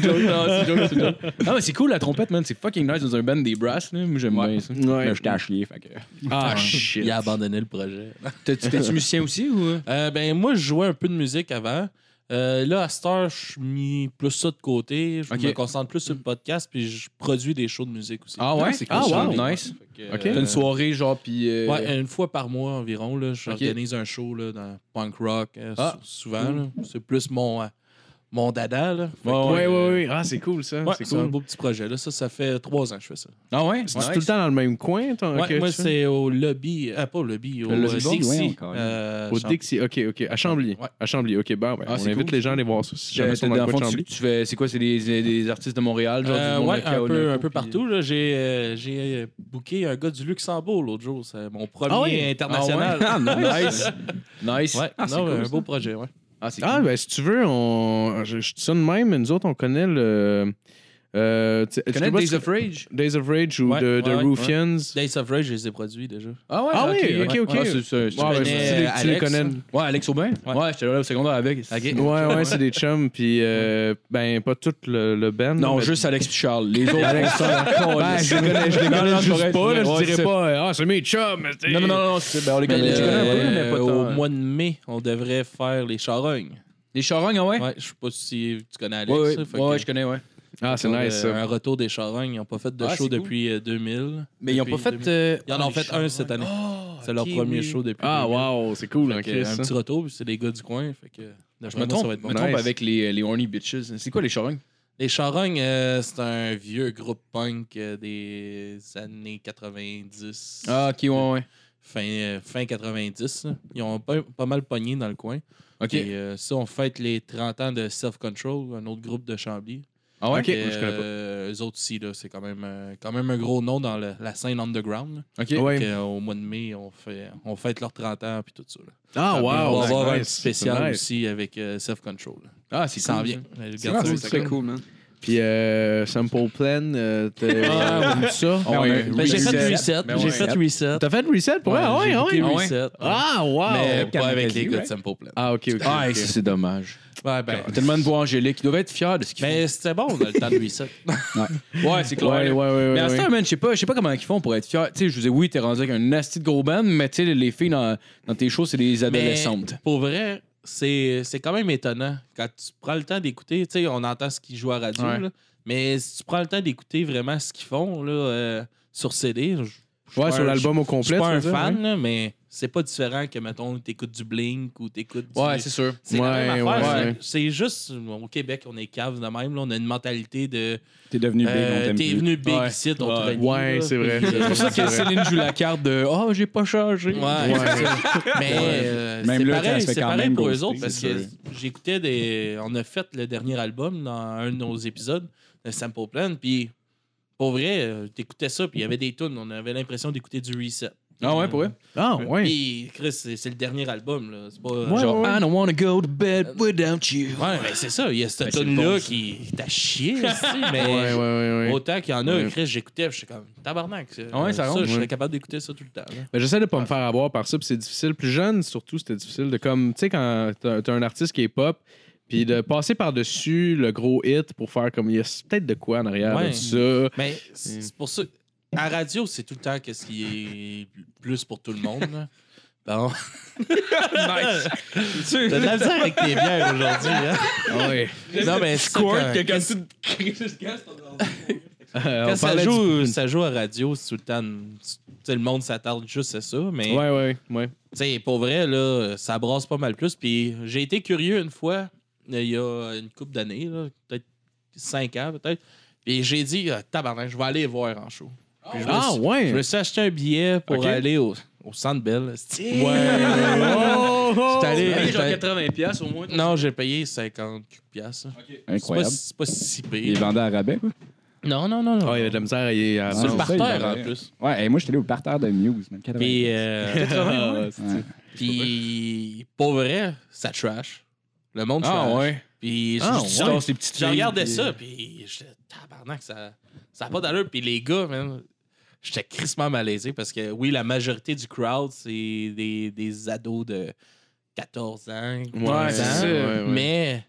[SPEAKER 3] Ah, mais c'est cool, la trompette, man. C'est fucking nice dans un band des brass, là. Moi, j'aime bien ça.
[SPEAKER 6] Mais
[SPEAKER 4] Ouais.
[SPEAKER 6] Ben, j'étais à chier. Fait que...
[SPEAKER 4] Ah,
[SPEAKER 7] il
[SPEAKER 4] shit.
[SPEAKER 7] a abandonné le projet.
[SPEAKER 3] T'es-tu t'es-tu musicien aussi ou.
[SPEAKER 7] Euh, ben, moi, je jouais un peu de musique avant. Euh, là, à cette heure, je mis plus ça de côté. Je
[SPEAKER 3] Ok.
[SPEAKER 7] me concentre plus sur le podcast, puis je produis des shows de musique aussi.
[SPEAKER 3] Ah ouais?
[SPEAKER 7] c'est
[SPEAKER 3] Ah,
[SPEAKER 7] cool.
[SPEAKER 3] wow,
[SPEAKER 7] Ouais.
[SPEAKER 3] nice.
[SPEAKER 7] Fait que,
[SPEAKER 3] OK.
[SPEAKER 7] euh,
[SPEAKER 3] T'as une soirée, genre, puis. euh,
[SPEAKER 7] Ouais, une fois par mois environ, là, j'organise un show là, dans punk rock euh,
[SPEAKER 3] Ah.
[SPEAKER 7] sou- souvent. là. C'est plus mon, euh, mon dada. Là. Fait que,
[SPEAKER 4] Ouais, ouais,
[SPEAKER 7] euh,
[SPEAKER 4] ouais. Ah, c'est cool ça.
[SPEAKER 7] ouais,
[SPEAKER 4] c'est
[SPEAKER 7] c'est
[SPEAKER 4] cool.
[SPEAKER 7] un beau petit projet. Là. Ça, ça fait trois ans que je fais ça.
[SPEAKER 3] Ah ouais?
[SPEAKER 4] C'est tout le temps dans le même coin, ton.
[SPEAKER 7] Ouais,
[SPEAKER 4] que
[SPEAKER 7] moi,
[SPEAKER 4] tu fais?
[SPEAKER 7] c'est au lobby. Ah, pas au lobby, au
[SPEAKER 6] Le
[SPEAKER 7] euh,
[SPEAKER 6] lobby,
[SPEAKER 7] Dixie.
[SPEAKER 6] ouais, encore, là.
[SPEAKER 7] euh,
[SPEAKER 4] Au
[SPEAKER 7] Champ-
[SPEAKER 4] Dixie, ok, ok. À Chambly.
[SPEAKER 7] Ouais.
[SPEAKER 4] À Chambly, ok. Ben, ouais.
[SPEAKER 3] Ah,
[SPEAKER 4] on
[SPEAKER 3] c'est
[SPEAKER 4] invite
[SPEAKER 3] cool,
[SPEAKER 4] les gens à aller voir ça. Si jamais ils sont
[SPEAKER 3] T'es
[SPEAKER 4] dans le
[SPEAKER 3] dans
[SPEAKER 4] coin
[SPEAKER 3] le
[SPEAKER 4] de
[SPEAKER 3] fond, tu,
[SPEAKER 4] Chambly.
[SPEAKER 3] tu fais. C'est quoi? C'est des, des- des artistes de Montréal, genre
[SPEAKER 7] Euh,
[SPEAKER 3] du monde
[SPEAKER 7] ouais,
[SPEAKER 3] local,
[SPEAKER 7] un peu,
[SPEAKER 3] là,
[SPEAKER 7] un peu
[SPEAKER 3] puis-
[SPEAKER 7] partout. là. J'ai euh, j'ai euh, booké un gars du Luxembourg l'autre jour. C'est mon premier
[SPEAKER 3] Ah ouais?
[SPEAKER 7] international.
[SPEAKER 3] Ah, ouais? nice. nice.
[SPEAKER 7] Ouais, non, un beau projet. Ouais.
[SPEAKER 3] Ah, c'est
[SPEAKER 4] Ah,
[SPEAKER 3] cool.
[SPEAKER 4] ben, si tu veux, on... je, je dis ça de même, mais nous autres, on connaît le. Euh, tu-
[SPEAKER 3] Tu connais
[SPEAKER 4] tu-
[SPEAKER 3] Days of Rage?
[SPEAKER 4] Days of Rage ou
[SPEAKER 7] Ouais,
[SPEAKER 4] de, de
[SPEAKER 7] ouais, ouais.
[SPEAKER 4] Roofians.
[SPEAKER 7] Days of Rage, je les ai produits déjà.
[SPEAKER 3] Ah ouais?
[SPEAKER 4] Ah oui,
[SPEAKER 3] ok,
[SPEAKER 4] ok, ok.
[SPEAKER 3] Ah, c'est- c'est- c'est-
[SPEAKER 4] Ouais, ben,
[SPEAKER 7] connais,
[SPEAKER 4] c'est-
[SPEAKER 7] euh,
[SPEAKER 4] tu les
[SPEAKER 7] Alex,
[SPEAKER 4] connais.
[SPEAKER 3] Ouais, Alex Aubin? Ouais, j'étais là au secondaire avec.
[SPEAKER 4] Ouais, ouais, c'est des chums, puis euh, ben, pas tout le, le band.
[SPEAKER 3] Non,
[SPEAKER 4] mais-
[SPEAKER 3] juste Alex Charles. Les autres, Alex
[SPEAKER 4] Ben, je les connais, je les connais juste pas, là, je dirais pas, euh, ah, c'est mes chums, mais t'sais.
[SPEAKER 3] Non, non, non, non, c'est- ben, on les
[SPEAKER 7] Mais,
[SPEAKER 3] connaît.
[SPEAKER 7] euh,
[SPEAKER 3] tu connais un peu, mais pas
[SPEAKER 7] au
[SPEAKER 3] tant.
[SPEAKER 7] mois de mai, on devrait faire les charognes.
[SPEAKER 3] Les charognes, ah ouais?
[SPEAKER 7] Ouais, je sais pas si tu connais Alex.
[SPEAKER 3] Ouais,
[SPEAKER 7] ça,
[SPEAKER 3] ouais,
[SPEAKER 7] fait
[SPEAKER 3] ouais,
[SPEAKER 7] que-
[SPEAKER 3] je connais, ouais.
[SPEAKER 4] Ah, c'est
[SPEAKER 7] Euh,
[SPEAKER 4] nice, ça.
[SPEAKER 7] Un retour des charognes. Ils n'ont pas fait de
[SPEAKER 3] Ah,
[SPEAKER 7] show
[SPEAKER 3] c'est cool.
[SPEAKER 7] depuis euh, 2000.
[SPEAKER 3] Mais ils ont pas
[SPEAKER 7] Depuis
[SPEAKER 3] fait.
[SPEAKER 7] 2000.
[SPEAKER 3] euh,
[SPEAKER 7] Ils en ont fait un cette année. c'est leur
[SPEAKER 3] Ah, ok,
[SPEAKER 7] premier
[SPEAKER 3] oui.
[SPEAKER 7] show depuis.
[SPEAKER 4] Ah,
[SPEAKER 7] 2000.
[SPEAKER 4] wow, c'est cool,
[SPEAKER 7] Fait
[SPEAKER 4] hein,
[SPEAKER 7] que,
[SPEAKER 4] Chris,
[SPEAKER 7] un
[SPEAKER 4] ça.
[SPEAKER 7] petit retour, puis c'est des gars du coin. Fait que,
[SPEAKER 3] Je me
[SPEAKER 7] d'après moi, ça va
[SPEAKER 3] trompe,
[SPEAKER 7] être bon.
[SPEAKER 3] me trompe
[SPEAKER 4] Nice.
[SPEAKER 3] avec les, les horny bitches. hein. C'est quoi les charognes?
[SPEAKER 7] Les Charognes, euh, c'est un vieux groupe punk euh, des années 90.
[SPEAKER 3] Ah, ok, ouais, ouais.
[SPEAKER 7] Fin, euh, fin 90. là. Ils ont pas, pas mal pogné dans le coin.
[SPEAKER 3] Ok.
[SPEAKER 7] Et euh, ça, on fête les 30 ans de Self Control, un autre groupe de Chambly.
[SPEAKER 3] Ah ouais?
[SPEAKER 7] Fait que,
[SPEAKER 3] Moi, je connais
[SPEAKER 7] euh, eux autres ici, là, c'est quand même, euh, quand même un gros nom dans le- la scène underground. là.
[SPEAKER 3] pas. Ok.
[SPEAKER 4] Ouais.
[SPEAKER 7] Fait que, euh, au mois de mai, on, fait, on fête leurs 30 ans puis tout ça. là.
[SPEAKER 4] Ah, wow,
[SPEAKER 7] ben, on va
[SPEAKER 4] nice,
[SPEAKER 7] avoir un
[SPEAKER 4] nice,
[SPEAKER 7] petit spécial
[SPEAKER 4] nice.
[SPEAKER 7] aussi avec euh, Self Control. là.
[SPEAKER 3] Ah, c'est
[SPEAKER 7] Il s'en
[SPEAKER 3] cool,
[SPEAKER 7] vient.
[SPEAKER 5] C'est cool, c'est cool, man.
[SPEAKER 4] Puis euh, Sample Plan, euh, t'as euh, ça.
[SPEAKER 3] Ah, ouais,
[SPEAKER 6] Ben,
[SPEAKER 3] oui.
[SPEAKER 7] Ben, j'ai fait Reset.
[SPEAKER 3] Ben
[SPEAKER 7] J'ai
[SPEAKER 3] ouais.
[SPEAKER 7] fait Reset.
[SPEAKER 4] T'as fait Reset pour vrai? Ouais,
[SPEAKER 7] j'ai
[SPEAKER 4] ouais.
[SPEAKER 7] booké
[SPEAKER 3] Ah ouais?
[SPEAKER 7] Reset.
[SPEAKER 4] Ah, wow.
[SPEAKER 7] Mais
[SPEAKER 6] ouais.
[SPEAKER 7] pas avec les
[SPEAKER 6] Canadiens,
[SPEAKER 7] gars de
[SPEAKER 6] right?
[SPEAKER 7] Simple Plan.
[SPEAKER 4] Ah, ok, ok.
[SPEAKER 3] Ah,
[SPEAKER 4] ok.
[SPEAKER 3] ça, c'est dommage.
[SPEAKER 7] Ouais, ben,
[SPEAKER 3] Tellement de voix angélique. Ils doivent être fiers de ce qu'ils
[SPEAKER 7] mais c'était bon, dans le temps de Reset.
[SPEAKER 3] font. Ouais, c'est
[SPEAKER 4] Ouais, ouais, ouais.
[SPEAKER 3] Mais
[SPEAKER 4] ouais,
[SPEAKER 3] à ce
[SPEAKER 4] ouais.
[SPEAKER 3] temps, man, je sais pas, je sais pas comment ils font pour être fiers. Tu sais, je vous ai oui, t'es rendu avec un nasty de gros band, mais tu sais, les filles dans, dans tes shows, c'est des adolescentes.
[SPEAKER 7] Mais Pour vrai, c'est c'est quand même étonnant. Quand tu prends le temps d'écouter, tu sais, on entend ce qu'ils jouent à radio,
[SPEAKER 3] Ouais.
[SPEAKER 7] là, mais si tu prends le temps d'écouter vraiment ce qu'ils font là, euh, sur CD, je- je suis
[SPEAKER 4] Ouais,
[SPEAKER 7] pas
[SPEAKER 4] sur
[SPEAKER 7] un-
[SPEAKER 4] l'album au
[SPEAKER 7] Je
[SPEAKER 4] complet.
[SPEAKER 7] suis pas
[SPEAKER 4] tu
[SPEAKER 7] un
[SPEAKER 4] veux dire,
[SPEAKER 7] fan,
[SPEAKER 4] ouais.
[SPEAKER 7] là, mais c'est pas différent que, mettons, t'écoutes du Blink ou t'écoutes du...
[SPEAKER 3] Ouais, c'est sûr.
[SPEAKER 7] c'est la même
[SPEAKER 4] Ouais,
[SPEAKER 7] affaire,
[SPEAKER 4] ouais.
[SPEAKER 7] c'est c'est juste, au Québec, on est cave de même. là, on a une mentalité de...
[SPEAKER 6] T'es devenu big, on
[SPEAKER 7] euh,
[SPEAKER 6] t'aime
[SPEAKER 7] T'es
[SPEAKER 6] plus.
[SPEAKER 7] venu big
[SPEAKER 3] Ouais.
[SPEAKER 7] ici, on
[SPEAKER 3] Ouais.
[SPEAKER 7] te renie,
[SPEAKER 4] Ouais,
[SPEAKER 7] là.
[SPEAKER 4] c'est vrai.
[SPEAKER 3] C'est pour ça que Céline joue la carte de Oh, j'ai pas changé.
[SPEAKER 7] Ouais,
[SPEAKER 4] Ouais.
[SPEAKER 7] c'est ça. mais euh,
[SPEAKER 6] Même
[SPEAKER 7] c'est
[SPEAKER 6] là, ça
[SPEAKER 7] pareil,
[SPEAKER 6] se fait
[SPEAKER 7] c'est
[SPEAKER 6] quand
[SPEAKER 7] pareil
[SPEAKER 6] même
[SPEAKER 7] pour eux
[SPEAKER 6] ghoster,
[SPEAKER 7] autres parce
[SPEAKER 6] c'est
[SPEAKER 7] que
[SPEAKER 6] sûr.
[SPEAKER 7] j'écoutais des. On a fait le dernier album dans un de nos épisodes de Sample Plan, puis pour vrai, euh, t'écoutais ça, puis il y avait des tunes, on avait l'impression d'écouter du reset.
[SPEAKER 3] Ah ouais, pour vrai?
[SPEAKER 4] Ah, ouais.
[SPEAKER 7] Puis, Chris, c'est c'est le dernier album. là. C'est pas.
[SPEAKER 4] Ouais,
[SPEAKER 7] genre-
[SPEAKER 4] ouais.
[SPEAKER 3] I don't wanna go to bed without you.
[SPEAKER 7] Ouais, mais c'est ça. Il y a cette
[SPEAKER 3] c'est
[SPEAKER 7] tune
[SPEAKER 3] bon,
[SPEAKER 7] là
[SPEAKER 3] ça.
[SPEAKER 7] qui qui t'a chié, tu sais, mais
[SPEAKER 4] Ouais, ouais, ouais, ouais.
[SPEAKER 7] autant qu'il y en a,
[SPEAKER 4] Ouais.
[SPEAKER 7] Chris, j'écoutais, puis j'étais comme tabarnak.
[SPEAKER 3] Ah ouais, ça rentre,
[SPEAKER 7] je
[SPEAKER 3] ouais.
[SPEAKER 7] serais capable d'écouter ça tout le temps. là.
[SPEAKER 4] Ben, J'essaie de pas me faire avoir par ça, puis c'est difficile. Plus jeune, surtout, c'était difficile de comme. Tu sais, quand t'as t'as un artiste qui est pop, puis de passer par-dessus le gros hit pour faire comme. Il y a peut-être de quoi en arrière
[SPEAKER 7] Ouais.
[SPEAKER 4] de ça.
[SPEAKER 7] Mais c'est c'est pour ça. À radio, c'est tout le temps qu'est-ce qui est plus pour tout le monde. là. Bon. T'as de la misère avec tes bières aujourd'hui. Hein?
[SPEAKER 4] oui.
[SPEAKER 7] Non, mais c'est ça, quand- quand
[SPEAKER 4] Euh, On
[SPEAKER 7] ça,
[SPEAKER 4] parlait du-
[SPEAKER 7] joue, ça joue à radio, c'est tout le temps. une- tu sais, le monde s'attarde juste à ça, mais.
[SPEAKER 4] Ouais, ouais, ouais.
[SPEAKER 7] Tu sais, pour vrai, là, ça brasse pas mal plus. Puis j'ai été curieux une fois, euh, il y a une couple d'années, là, peut-être 5 ans, peut-être. Puis j'ai dit, ah, tabarnak, je vais aller voir en show. Puis je me
[SPEAKER 4] Ah,
[SPEAKER 7] suis-
[SPEAKER 4] ouais.
[SPEAKER 7] Je me suis acheté un billet pour aller au, au Centre Bell. Ouais. J'étais allé-
[SPEAKER 3] Hey, genre
[SPEAKER 7] j'étais-
[SPEAKER 3] 80 pièces au moins.
[SPEAKER 7] Non, j'ai payé 50 piastres. là. C'est pas,
[SPEAKER 6] Incroyable.
[SPEAKER 7] si- c'est pas si
[SPEAKER 6] Il
[SPEAKER 7] pire.
[SPEAKER 6] vendait à rabais, hein? quoi.
[SPEAKER 7] Non, non, non, non.
[SPEAKER 4] Ah, il y avait de la misère à y à-
[SPEAKER 7] Sur le
[SPEAKER 6] Ah, ça, il
[SPEAKER 7] parterre,
[SPEAKER 6] vendait.
[SPEAKER 7] en plus.
[SPEAKER 6] Ouais, et moi, j'étais allé au parterre de Muse, man.
[SPEAKER 7] Puis, euh,
[SPEAKER 4] Ah, c'est-
[SPEAKER 6] Ouais.
[SPEAKER 7] puis pour vrai, ça trash. Le monde
[SPEAKER 3] Ah
[SPEAKER 7] trash.
[SPEAKER 3] ouais.
[SPEAKER 7] Puis
[SPEAKER 4] Ah,
[SPEAKER 7] je- je-
[SPEAKER 4] ouais.
[SPEAKER 7] je-
[SPEAKER 3] ces petites
[SPEAKER 7] Je regardais ça, puis euh, j'étais tabarnak, ça ça a pas d'allure. Puis les gars, man, j'étais crissement malaisé parce que, oui, la majorité du crowd, c'est des, des ados de 14 ans, 15
[SPEAKER 4] Ouais,
[SPEAKER 3] c'est
[SPEAKER 7] ans.
[SPEAKER 3] ça,
[SPEAKER 4] ouais, ouais.
[SPEAKER 7] Mais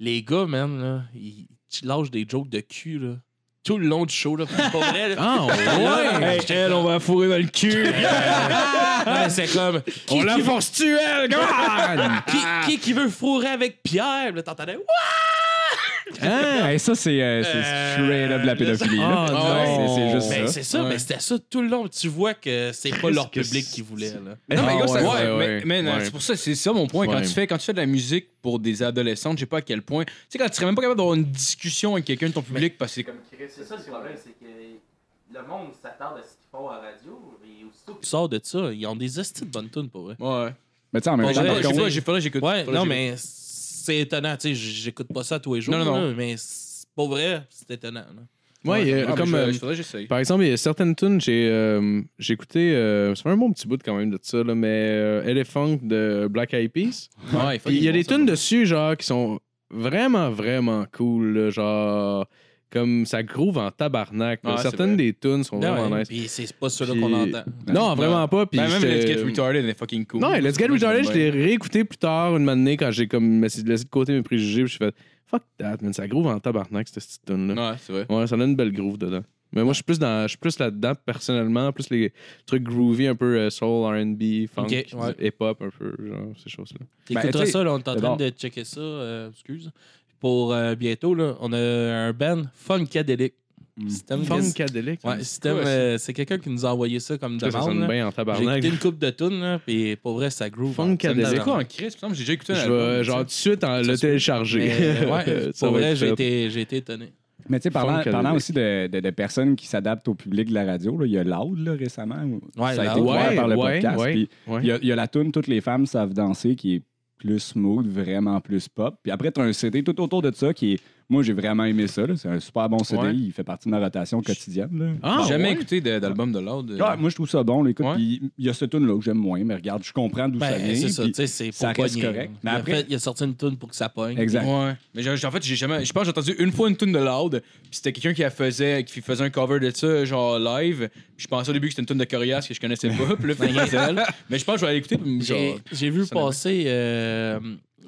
[SPEAKER 7] les gars, man, là, ils ils lâchent des jokes de cul, là, tout le long du show. Là, pour vrai, là.
[SPEAKER 4] Ah,
[SPEAKER 7] Là,
[SPEAKER 4] ouais.
[SPEAKER 7] j'étais
[SPEAKER 3] Elle, on va fourrer dans le cul.
[SPEAKER 7] Non, mais c'est comme. Ah. Qui,
[SPEAKER 4] On la force-tu, elle? Come on!
[SPEAKER 7] qui, qui, qui veut fourrer avec Pierre? Là, t'entendais. Ouah!
[SPEAKER 4] Hein?
[SPEAKER 6] Hey, ça, c'est euh, c'est
[SPEAKER 7] Euh,
[SPEAKER 6] straight up de la pédophilie. là.
[SPEAKER 4] Ah,
[SPEAKER 6] Ah, ouais,
[SPEAKER 4] non.
[SPEAKER 6] c'est- C'est juste
[SPEAKER 7] Mais
[SPEAKER 6] ça.
[SPEAKER 7] Ben, c'est ça, mais c'était ça tout le long. Tu vois que c'est pas
[SPEAKER 4] Qu'est-ce
[SPEAKER 7] leur
[SPEAKER 4] que
[SPEAKER 7] public
[SPEAKER 4] c'est-
[SPEAKER 7] qui voulait. Là.
[SPEAKER 3] Non, mais
[SPEAKER 4] Ah,
[SPEAKER 3] gars, ça-
[SPEAKER 4] ouais,
[SPEAKER 3] ouais,
[SPEAKER 4] ouais,
[SPEAKER 3] mais- mais,
[SPEAKER 4] ouais.
[SPEAKER 3] c'est pour ça, c'est ça mon point. Quand,
[SPEAKER 4] Ouais.
[SPEAKER 3] tu fais, quand tu fais de la musique pour des adolescentes, je sais pas à quel point. Tu sais, quand tu serais même pas capable d'avoir une discussion avec quelqu'un de ton public parce que c'est comme.
[SPEAKER 1] C'est ça le problème, c'est que le monde s'attarde à ce qu'ils font à la radio et aussitôt
[SPEAKER 7] Tu sors de ça, ils ont des hosties de bonnes tunes pour vrai.
[SPEAKER 3] Ouais.
[SPEAKER 6] Mais tu sais, en
[SPEAKER 7] Pour
[SPEAKER 6] même temps,
[SPEAKER 7] vrai,
[SPEAKER 6] par
[SPEAKER 3] Je sais
[SPEAKER 6] contre,
[SPEAKER 3] pas, j'ai pas là, j'écoute.
[SPEAKER 7] Ouais,
[SPEAKER 3] faudrait
[SPEAKER 7] non,
[SPEAKER 3] que
[SPEAKER 7] mais c'est étonnant. Tu sais, j- j'écoute pas ça tous les jours.
[SPEAKER 3] Non, non, non.
[SPEAKER 7] là, mais c'est- pour vrai, c'est étonnant. là.
[SPEAKER 4] Ouais, il y a
[SPEAKER 3] j'écoute. Ah,
[SPEAKER 4] comme.
[SPEAKER 3] mais
[SPEAKER 4] euh,
[SPEAKER 3] je- faudrait que j'essaye.
[SPEAKER 4] Par exemple, il y a certaines tunes, j'ai euh, j'ai écouté, euh, ça fait un bon petit bout quand même de ça, là, mais euh, Elephant de Black Eyed Peas.
[SPEAKER 3] Ouais,
[SPEAKER 4] Puis il y a des tunes dessus, genre, qui sont vraiment, vraiment cool, là, genre, comme ça groove en tabarnak. là.
[SPEAKER 3] Ouais, Ah, c'est
[SPEAKER 4] certaines
[SPEAKER 3] vrai. Ah
[SPEAKER 4] des tunes sont vraiment
[SPEAKER 7] Ouais,
[SPEAKER 4] nice.
[SPEAKER 7] Puis c'est pas ceux-là
[SPEAKER 4] Puis-
[SPEAKER 7] qu'on entend.
[SPEAKER 4] Non, vraiment pas. Puis
[SPEAKER 3] Ben, même
[SPEAKER 4] j'étais-
[SPEAKER 3] Let's Get Retarded est fucking cool.
[SPEAKER 4] Non, Let's Get
[SPEAKER 3] Moi, j'aime
[SPEAKER 4] Retarded, je
[SPEAKER 3] bien.
[SPEAKER 4] l'ai réécouté plus tard, une matinée, quand j'ai comme laissé laissé de côté mes préjugés, puis je fait fuck that, man, ça groove en tabarnak, cette petite tune-là.
[SPEAKER 3] Ouais, c'est vrai.
[SPEAKER 4] Ouais, ça donne une belle groove dedans. Mais moi, je suis plus dans, je suis plus là-dedans personnellement, plus les trucs groovy, un peu euh, soul, R&B, funk,
[SPEAKER 7] Ok, ouais.
[SPEAKER 4] hip-hop, un peu, genre ces choses-là.
[SPEAKER 6] Ben,
[SPEAKER 7] T'écouteras
[SPEAKER 6] tu sais,
[SPEAKER 7] ça, là, on est en train
[SPEAKER 6] d'abord-
[SPEAKER 7] de checker ça, euh, excuse. Pour euh, bientôt, là, on a un band funkadelic.
[SPEAKER 6] Mm.
[SPEAKER 7] Système
[SPEAKER 4] Funkadelic.
[SPEAKER 3] hein.
[SPEAKER 7] Ouais, système,
[SPEAKER 3] Ouais, c'est-
[SPEAKER 7] euh, c'est quelqu'un qui nous a envoyé ça comme
[SPEAKER 4] Ça, ça
[SPEAKER 7] demande.
[SPEAKER 4] sonne
[SPEAKER 7] là.
[SPEAKER 4] bien en
[SPEAKER 7] J'ai
[SPEAKER 4] tabarnak.
[SPEAKER 7] écouté une couple de tunes, là, puis pour vrai, ça groove.
[SPEAKER 4] Funkadelic.
[SPEAKER 7] Ça me
[SPEAKER 3] C'est
[SPEAKER 7] donne
[SPEAKER 3] quoi en Chris? Il me semble que J'ai déjà écouté
[SPEAKER 4] Je
[SPEAKER 3] un
[SPEAKER 4] vais
[SPEAKER 3] album.
[SPEAKER 4] euh, genre tout de suite en le télécharger.
[SPEAKER 7] Mais, ouais,
[SPEAKER 4] Ça
[SPEAKER 7] pour
[SPEAKER 4] va
[SPEAKER 7] vrai,
[SPEAKER 4] être
[SPEAKER 7] j'ai
[SPEAKER 4] fait.
[SPEAKER 7] été, j'ai été étonné.
[SPEAKER 6] Mais tu sais, parlant,
[SPEAKER 4] Funkadelic.
[SPEAKER 6] parlant aussi de, de- de personnes qui s'adaptent au public de la radio, là, il y a Loud là, récemment. où
[SPEAKER 7] Ouais,
[SPEAKER 6] ça a
[SPEAKER 7] Loud.
[SPEAKER 6] été ouvert
[SPEAKER 4] Ouais,
[SPEAKER 6] par le
[SPEAKER 4] ouais,
[SPEAKER 6] podcast.
[SPEAKER 4] ouais,
[SPEAKER 6] puis
[SPEAKER 4] ouais.
[SPEAKER 6] Il, y a, il y a la tune Toutes les femmes savent danser qui est plus smooth, vraiment plus pop. Puis après, tu as un CD tout autour de ça qui est. Moi, j'ai vraiment aimé ça. là. C'est un super bon CD.
[SPEAKER 3] Ouais.
[SPEAKER 6] Il fait partie de ma rotation quotidienne. là.
[SPEAKER 4] Ah,
[SPEAKER 3] J'ai jamais
[SPEAKER 4] ouais?
[SPEAKER 3] écouté de- d'album de Loud. euh,
[SPEAKER 6] Ouais, moi, je trouve ça bon. là, écoute,
[SPEAKER 3] Ouais.
[SPEAKER 6] puis il y a ce tune là que j'aime moins, mais regarde, je comprends d'où ça
[SPEAKER 7] Ben,
[SPEAKER 6] vient.
[SPEAKER 7] c'est ça,
[SPEAKER 6] puis-
[SPEAKER 7] tu sais, c'est
[SPEAKER 6] ça
[SPEAKER 7] pour
[SPEAKER 6] reste
[SPEAKER 7] pogner.
[SPEAKER 6] correct. Mais
[SPEAKER 7] Il a
[SPEAKER 6] après-
[SPEAKER 7] fait- il a sorti une tune pour que ça pogne.
[SPEAKER 6] Exact.
[SPEAKER 3] Ouais. Mais j'ai- en fait, j'ai jamais. Je pense que j'ai entendu une fois une tune de Loud, puis c'était quelqu'un qui la faisait qui faisait un cover de ça genre live. Puis Je pensais au début que c'était une tune de Corias que je connaissais pas, puis là finalement c'est elle. Mais je pense que je vais aller écouter puis
[SPEAKER 7] J'ai
[SPEAKER 3] genre
[SPEAKER 7] j'ai vu
[SPEAKER 3] ça n'a-
[SPEAKER 7] passer euh,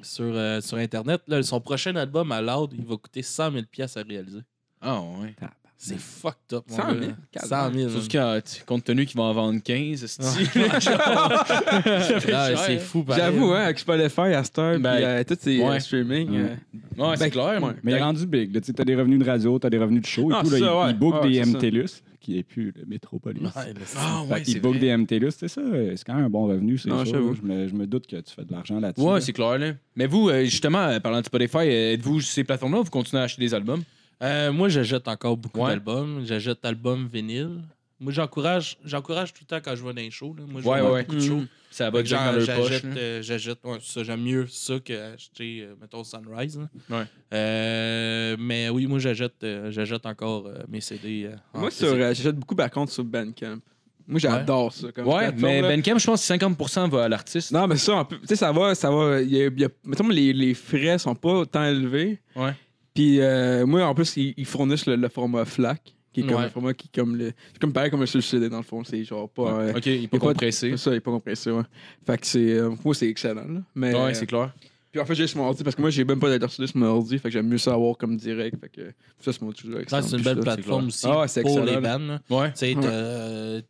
[SPEAKER 7] sur, euh, sur Internet, là, son prochain album à Loud, il va coûter 100 000 pièces à réaliser.
[SPEAKER 3] ah ouais.
[SPEAKER 7] C'est fucked up. mon
[SPEAKER 3] 100 000?
[SPEAKER 7] gars. 100 000.
[SPEAKER 3] Surtout que tu- compte tenu qu'ils vont en vendre 15, c'est
[SPEAKER 7] Ah, c'est fou, pareil.
[SPEAKER 5] J'avoue, hein, avec Spotify, Aster,
[SPEAKER 3] Ben,
[SPEAKER 5] puis euh, tous ces euh,
[SPEAKER 3] ouais.
[SPEAKER 5] streaming.
[SPEAKER 6] Ouais.
[SPEAKER 5] euh,
[SPEAKER 3] Ouais, c'est
[SPEAKER 5] Ben,
[SPEAKER 3] clair.
[SPEAKER 5] ouais.
[SPEAKER 6] Mais il est rendu big. là, Tu as des revenus de radio, tu as des revenus de show.
[SPEAKER 5] Ah,
[SPEAKER 6] et tout, là,
[SPEAKER 5] c'est
[SPEAKER 6] il,
[SPEAKER 5] ça, ouais.
[SPEAKER 6] il book
[SPEAKER 5] Ouais,
[SPEAKER 6] des
[SPEAKER 5] c'est ça.
[SPEAKER 6] MTLUS, qui est plus le Métropolis.
[SPEAKER 7] Ouais, mais c'est-
[SPEAKER 3] Ah
[SPEAKER 6] Fait
[SPEAKER 3] ouais,
[SPEAKER 6] qu'il
[SPEAKER 3] c'est
[SPEAKER 6] book
[SPEAKER 3] vrai.
[SPEAKER 6] des MTLUS, c'est ça. euh, C'est quand même un bon revenu, c'est
[SPEAKER 5] Non,
[SPEAKER 6] sûr.
[SPEAKER 5] j'avoue.
[SPEAKER 6] Je me, je me doute que tu fais de l'argent là-dessus.
[SPEAKER 3] Ouais,
[SPEAKER 6] là.
[SPEAKER 3] c'est clair là. Mais vous euh, justement euh, parlant de Spotify, euh, êtes-vous sur ces plateformes là ou vous continuez à acheter des albums
[SPEAKER 7] Euh, moi, j'achète encore beaucoup
[SPEAKER 3] Ouais.
[SPEAKER 7] d'albums. J'achète albums vinyle. Moi, j'encourage, j'encourage tout le temps quand je vais dans les shows. là. Moi, je
[SPEAKER 3] Ouais,
[SPEAKER 7] vais dans
[SPEAKER 3] ouais.
[SPEAKER 7] beaucoup de shows.
[SPEAKER 3] Ça va direct dans
[SPEAKER 7] Genre,
[SPEAKER 3] leur poche.
[SPEAKER 7] j'achète,
[SPEAKER 3] là.
[SPEAKER 7] euh, j'achète, ouais, ça, j'aime mieux ça qu'acheter, euh, mettons, Sunrise. là.
[SPEAKER 3] Ouais.
[SPEAKER 7] Euh, mais oui, moi, j'achète, euh, j'achète encore euh, mes CD. euh, en
[SPEAKER 5] Moi, sur,
[SPEAKER 3] Ah,
[SPEAKER 7] physique.
[SPEAKER 5] euh, j'achète beaucoup, par contre, sur Bandcamp. Moi, j'adore ça. Comme
[SPEAKER 3] Ouais,
[SPEAKER 5] plateforme,
[SPEAKER 3] mais Ben-
[SPEAKER 5] là.
[SPEAKER 3] Benkem, je pense que 50% va à l'artiste.
[SPEAKER 5] Non, mais ça, en plus, tu sais, ça va, ça va. il y a- il y a- mettons, les, les frais sont pas tant élevés.
[SPEAKER 3] Ouais.
[SPEAKER 5] Puis euh, moi, en plus, ils, ils fournissent le, le format FLAC, qui est comme
[SPEAKER 7] Ouais.
[SPEAKER 5] le format qui est comme le. C'est comme pareil comme le seul CD dans le fond. C'est genre pas. euh,
[SPEAKER 3] Ok, il
[SPEAKER 5] y
[SPEAKER 3] peut
[SPEAKER 5] a pas de-
[SPEAKER 3] compresser.
[SPEAKER 5] c'est ça, il est pas compressé, ouais. Fait que c'est. euh, moi, c'est excellent, là. Mais,
[SPEAKER 3] Ouais,
[SPEAKER 5] euh,
[SPEAKER 3] c'est clair.
[SPEAKER 5] Puis en fait, j'ai sur mon ordi parce que moi, j'ai même pas d'adversité sur mon ordi. Fait que j'aime mieux ça avoir comme direct. Fait que ça, c'est mon truc.
[SPEAKER 7] Ça, c'est une belle plateforme aussi
[SPEAKER 5] Ah ouais, c'est
[SPEAKER 7] pour les
[SPEAKER 5] excellent.
[SPEAKER 7] bands. là.
[SPEAKER 3] Ouais.
[SPEAKER 7] Tu sais, t'as, euh,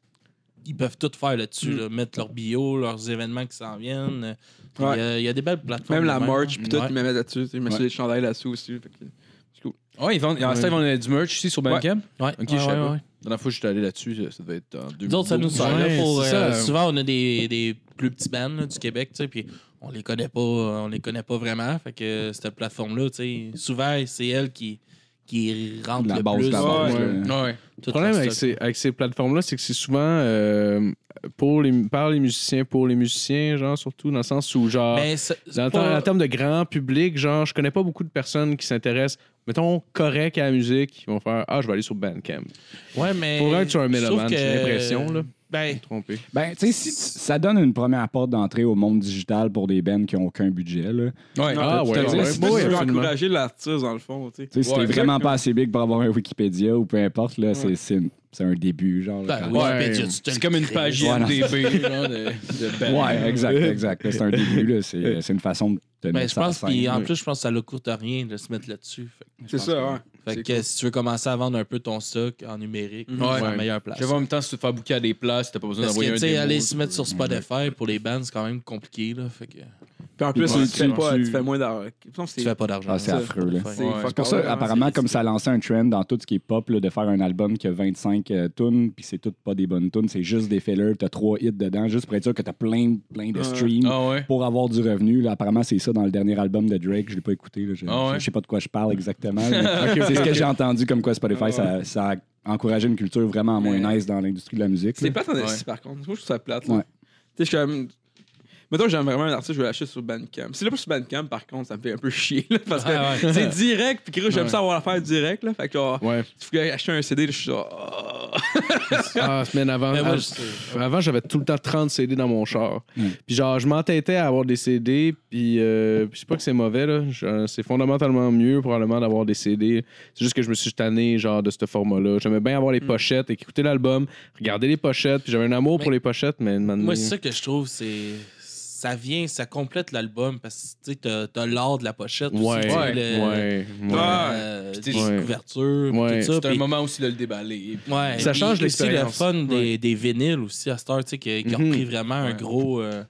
[SPEAKER 7] ils peuvent tout faire
[SPEAKER 4] Mm.
[SPEAKER 7] là-dessus, là, mettre leur bio, leurs événements qui s'en viennent. Euh, Il
[SPEAKER 5] Ouais.
[SPEAKER 7] y a- il y, a des belles plateformes.
[SPEAKER 5] Même la
[SPEAKER 7] de
[SPEAKER 5] merch, puis tout,
[SPEAKER 7] Ouais.
[SPEAKER 5] ils me mettent là-dessus. tu sais, Ils mettent
[SPEAKER 6] Ouais.
[SPEAKER 5] des chandails là-dessus aussi. Fait que-
[SPEAKER 3] Ouais, ils vendent, en fait, ils vendent euh, du merch ici sur Bandcamp.
[SPEAKER 7] Ouais,
[SPEAKER 3] Ok,
[SPEAKER 7] ouais,
[SPEAKER 3] je savais
[SPEAKER 7] ouais,
[SPEAKER 3] pas.
[SPEAKER 7] ouais.
[SPEAKER 3] La dernière fois que j'étais allé là-dessus, ça devait être en 2012.
[SPEAKER 7] Nous autres, ça nous sert. là,
[SPEAKER 4] Ouais,
[SPEAKER 7] pour,
[SPEAKER 4] c'est
[SPEAKER 7] euh,
[SPEAKER 4] ça.
[SPEAKER 7] souvent, on a des, des plus petits bands là, du Québec, tu sais, puis on les connaît pas, on les connaît pas vraiment. Fait que euh, cette plateforme-là, tu sais, souvent, c'est elle qui, qui rentre
[SPEAKER 6] La
[SPEAKER 7] le
[SPEAKER 6] base,
[SPEAKER 7] plus.
[SPEAKER 6] la base.
[SPEAKER 7] dans
[SPEAKER 6] là.
[SPEAKER 7] tout
[SPEAKER 3] Ouais.
[SPEAKER 7] le
[SPEAKER 4] Le problème avec
[SPEAKER 7] stock.
[SPEAKER 4] ces, avec ces plateformes-là, c'est que c'est souvent euh, pour les, par les musiciens, pour les musiciens, genre, surtout dans le sens où,
[SPEAKER 3] Ben,
[SPEAKER 4] genre,
[SPEAKER 7] Mais ça-
[SPEAKER 4] dans le
[SPEAKER 7] pas-
[SPEAKER 4] temps- en termes de grand public, genre, je connais pas beaucoup de personnes qui s'intéressent, mettons, correct à la musique, qui vont faire Ah, je vais aller sur Bandcamp.
[SPEAKER 7] Ouais, mais.
[SPEAKER 4] Pour être sur un
[SPEAKER 7] je trouve
[SPEAKER 4] mélomane,
[SPEAKER 7] que-
[SPEAKER 4] j'ai l'impression, là. Je
[SPEAKER 7] Ben,
[SPEAKER 4] me suis trompé.
[SPEAKER 6] Ben, tu sais, si tu- ça donne une première porte d'entrée au monde digital pour des bands qui n'ont aucun budget. Là.
[SPEAKER 3] Ouais.
[SPEAKER 5] Non,
[SPEAKER 4] Ah,
[SPEAKER 5] tu- tu-
[SPEAKER 4] ouais,
[SPEAKER 5] tu-
[SPEAKER 4] ouais,
[SPEAKER 5] tu-
[SPEAKER 4] ouais,
[SPEAKER 5] tu veux
[SPEAKER 4] absolument.
[SPEAKER 5] encourager l'artiste, dans le fond. tu sais.
[SPEAKER 6] Tu sais, si
[SPEAKER 3] Ouais,
[SPEAKER 6] t'es vraiment
[SPEAKER 5] exactement.
[SPEAKER 6] pas assez big pour avoir un Wikipédia ou peu importe, là, c'est- c'est c'est un début. Genre, là,
[SPEAKER 7] ben,
[SPEAKER 6] quand-
[SPEAKER 7] oui,
[SPEAKER 4] Ouais.
[SPEAKER 7] mais tu- tu te le
[SPEAKER 3] C'est comme une
[SPEAKER 7] crées.
[SPEAKER 3] page
[SPEAKER 6] Ouais, non.
[SPEAKER 3] IMDB, genre, de, de band.
[SPEAKER 6] Ouais, exact, exact. Là, C'est un début, là, c'est c'est une façon de te
[SPEAKER 7] Ben,
[SPEAKER 6] mettre
[SPEAKER 7] je
[SPEAKER 6] ça en
[SPEAKER 7] pense,
[SPEAKER 6] scène.
[SPEAKER 7] puis en plus, je pense que ça ne coûte rien de se mettre là-dessus. Fait,
[SPEAKER 5] C'est ça, hein. ouais.
[SPEAKER 7] fait
[SPEAKER 5] C'est
[SPEAKER 7] que si tu veux commencer à vendre un peu ton stock en numérique,
[SPEAKER 3] Ouais.
[SPEAKER 7] c'est la meilleure place.
[SPEAKER 3] J'avais en même temps, si tu te fais bouquer à des places, t'as pas besoin
[SPEAKER 7] Parce
[SPEAKER 3] d'envoyer un
[SPEAKER 7] que, tu sais,
[SPEAKER 3] démo,
[SPEAKER 7] aller
[SPEAKER 3] tu
[SPEAKER 7] se mettre
[SPEAKER 3] peux-
[SPEAKER 7] sur Spotify pour les bands, c'est quand même compliqué, là. Fait que
[SPEAKER 5] Puis en plus,
[SPEAKER 6] Ouais,
[SPEAKER 5] tu,
[SPEAKER 6] c'est
[SPEAKER 5] fais
[SPEAKER 6] bon.
[SPEAKER 5] pas,
[SPEAKER 6] Tu-
[SPEAKER 5] tu fais moins d'argent. Je pense que
[SPEAKER 7] tu
[SPEAKER 5] c'est-
[SPEAKER 7] fais pas d'argent.
[SPEAKER 6] Ah, c'est
[SPEAKER 7] Ça,
[SPEAKER 6] affreux, là.
[SPEAKER 7] Spotify.
[SPEAKER 5] c'est
[SPEAKER 3] Ouais,
[SPEAKER 5] fuck
[SPEAKER 6] C'est pour
[SPEAKER 5] all,
[SPEAKER 6] ça,
[SPEAKER 5] hein,
[SPEAKER 6] apparemment,
[SPEAKER 5] c'est-
[SPEAKER 6] comme ça a lancé un trend dans tout ce qui est pop, là, de faire un album qui a 25 euh, tunes, puis c'est toutes pas des bonnes tunes, c'est juste des fillers, t'as trois hits dedans, juste pour être sûr que t'as plein, plein de
[SPEAKER 5] Ouais.
[SPEAKER 6] streams
[SPEAKER 3] Ah ouais.
[SPEAKER 6] pour avoir du revenu. Là, apparemment, c'est ça dans le dernier album de Drake, je l'ai pas écouté, là, je,
[SPEAKER 3] Ah ouais?
[SPEAKER 6] je sais pas de quoi je parle exactement. mais c'est ce que j'ai entendu comme quoi Spotify,
[SPEAKER 5] Ah
[SPEAKER 6] ça, ça a encouragé une culture vraiment moins
[SPEAKER 5] Mais-
[SPEAKER 6] nice dans l'industrie de la musique.
[SPEAKER 5] C'est
[SPEAKER 6] là.
[SPEAKER 5] plate en
[SPEAKER 3] Ouais.
[SPEAKER 5] esti, par contre. Moi, je trouve ça plate. là.
[SPEAKER 6] Ouais.
[SPEAKER 5] Tu sais, je suis comme. Mettons que j'aime vraiment un artiste, je vais l'acheter sur Bandcamp. Si là, pas sur Bandcamp, par contre, ça me fait un peu chier, là, parce que
[SPEAKER 7] Ah, Ouais,
[SPEAKER 5] c'est direct, puis que j'aime ça avoir l'affaire direct, là. Fait que genre,
[SPEAKER 4] Ouais.
[SPEAKER 5] tu fais acheter un CD, là, je suis genre. ah.
[SPEAKER 4] Ah, semaine avant.
[SPEAKER 7] Mais moi,
[SPEAKER 4] ah,
[SPEAKER 7] je- Mm.
[SPEAKER 4] pff, avant, j'avais tout le temps 30 CD dans mon char. Puis genre, je m'entêtais à avoir des CD. Puis euh, puis je sais pas que c'est mauvais, là. Je- C'est fondamentalement mieux, probablement, d'avoir des CD. C'est juste que je me suis tanné, genre, de ce format-là. J'aimais bien avoir les pochettes, écouter l'album, regarder les pochettes. Puis j'avais un amour
[SPEAKER 7] Mm. Mais-
[SPEAKER 4] pour les pochettes, mais une
[SPEAKER 7] Moi,
[SPEAKER 4] manière-
[SPEAKER 7] c'est ça que je trouve, c'est. Ça vient, ça complète l'album parce que tu sais, t'as- t'as l'art de la pochette. aussi, tu
[SPEAKER 4] Ouais,
[SPEAKER 7] sais,
[SPEAKER 4] ouais,
[SPEAKER 7] le-
[SPEAKER 4] ouais, ouais.
[SPEAKER 7] euh,
[SPEAKER 3] tu sais,
[SPEAKER 7] les
[SPEAKER 4] ouais.
[SPEAKER 7] couvertures,
[SPEAKER 4] Ouais.
[SPEAKER 7] puis tout ça.
[SPEAKER 3] C'est un
[SPEAKER 7] puis-
[SPEAKER 3] moment aussi de le déballer.
[SPEAKER 7] Ouais,
[SPEAKER 4] Ça
[SPEAKER 7] puis
[SPEAKER 4] change
[SPEAKER 7] aussi le
[SPEAKER 4] l'expérience.
[SPEAKER 7] fun des, des vinyles aussi à Star, tu sais, qui, qui a
[SPEAKER 4] Mhm.
[SPEAKER 7] repris vraiment un gros. euh,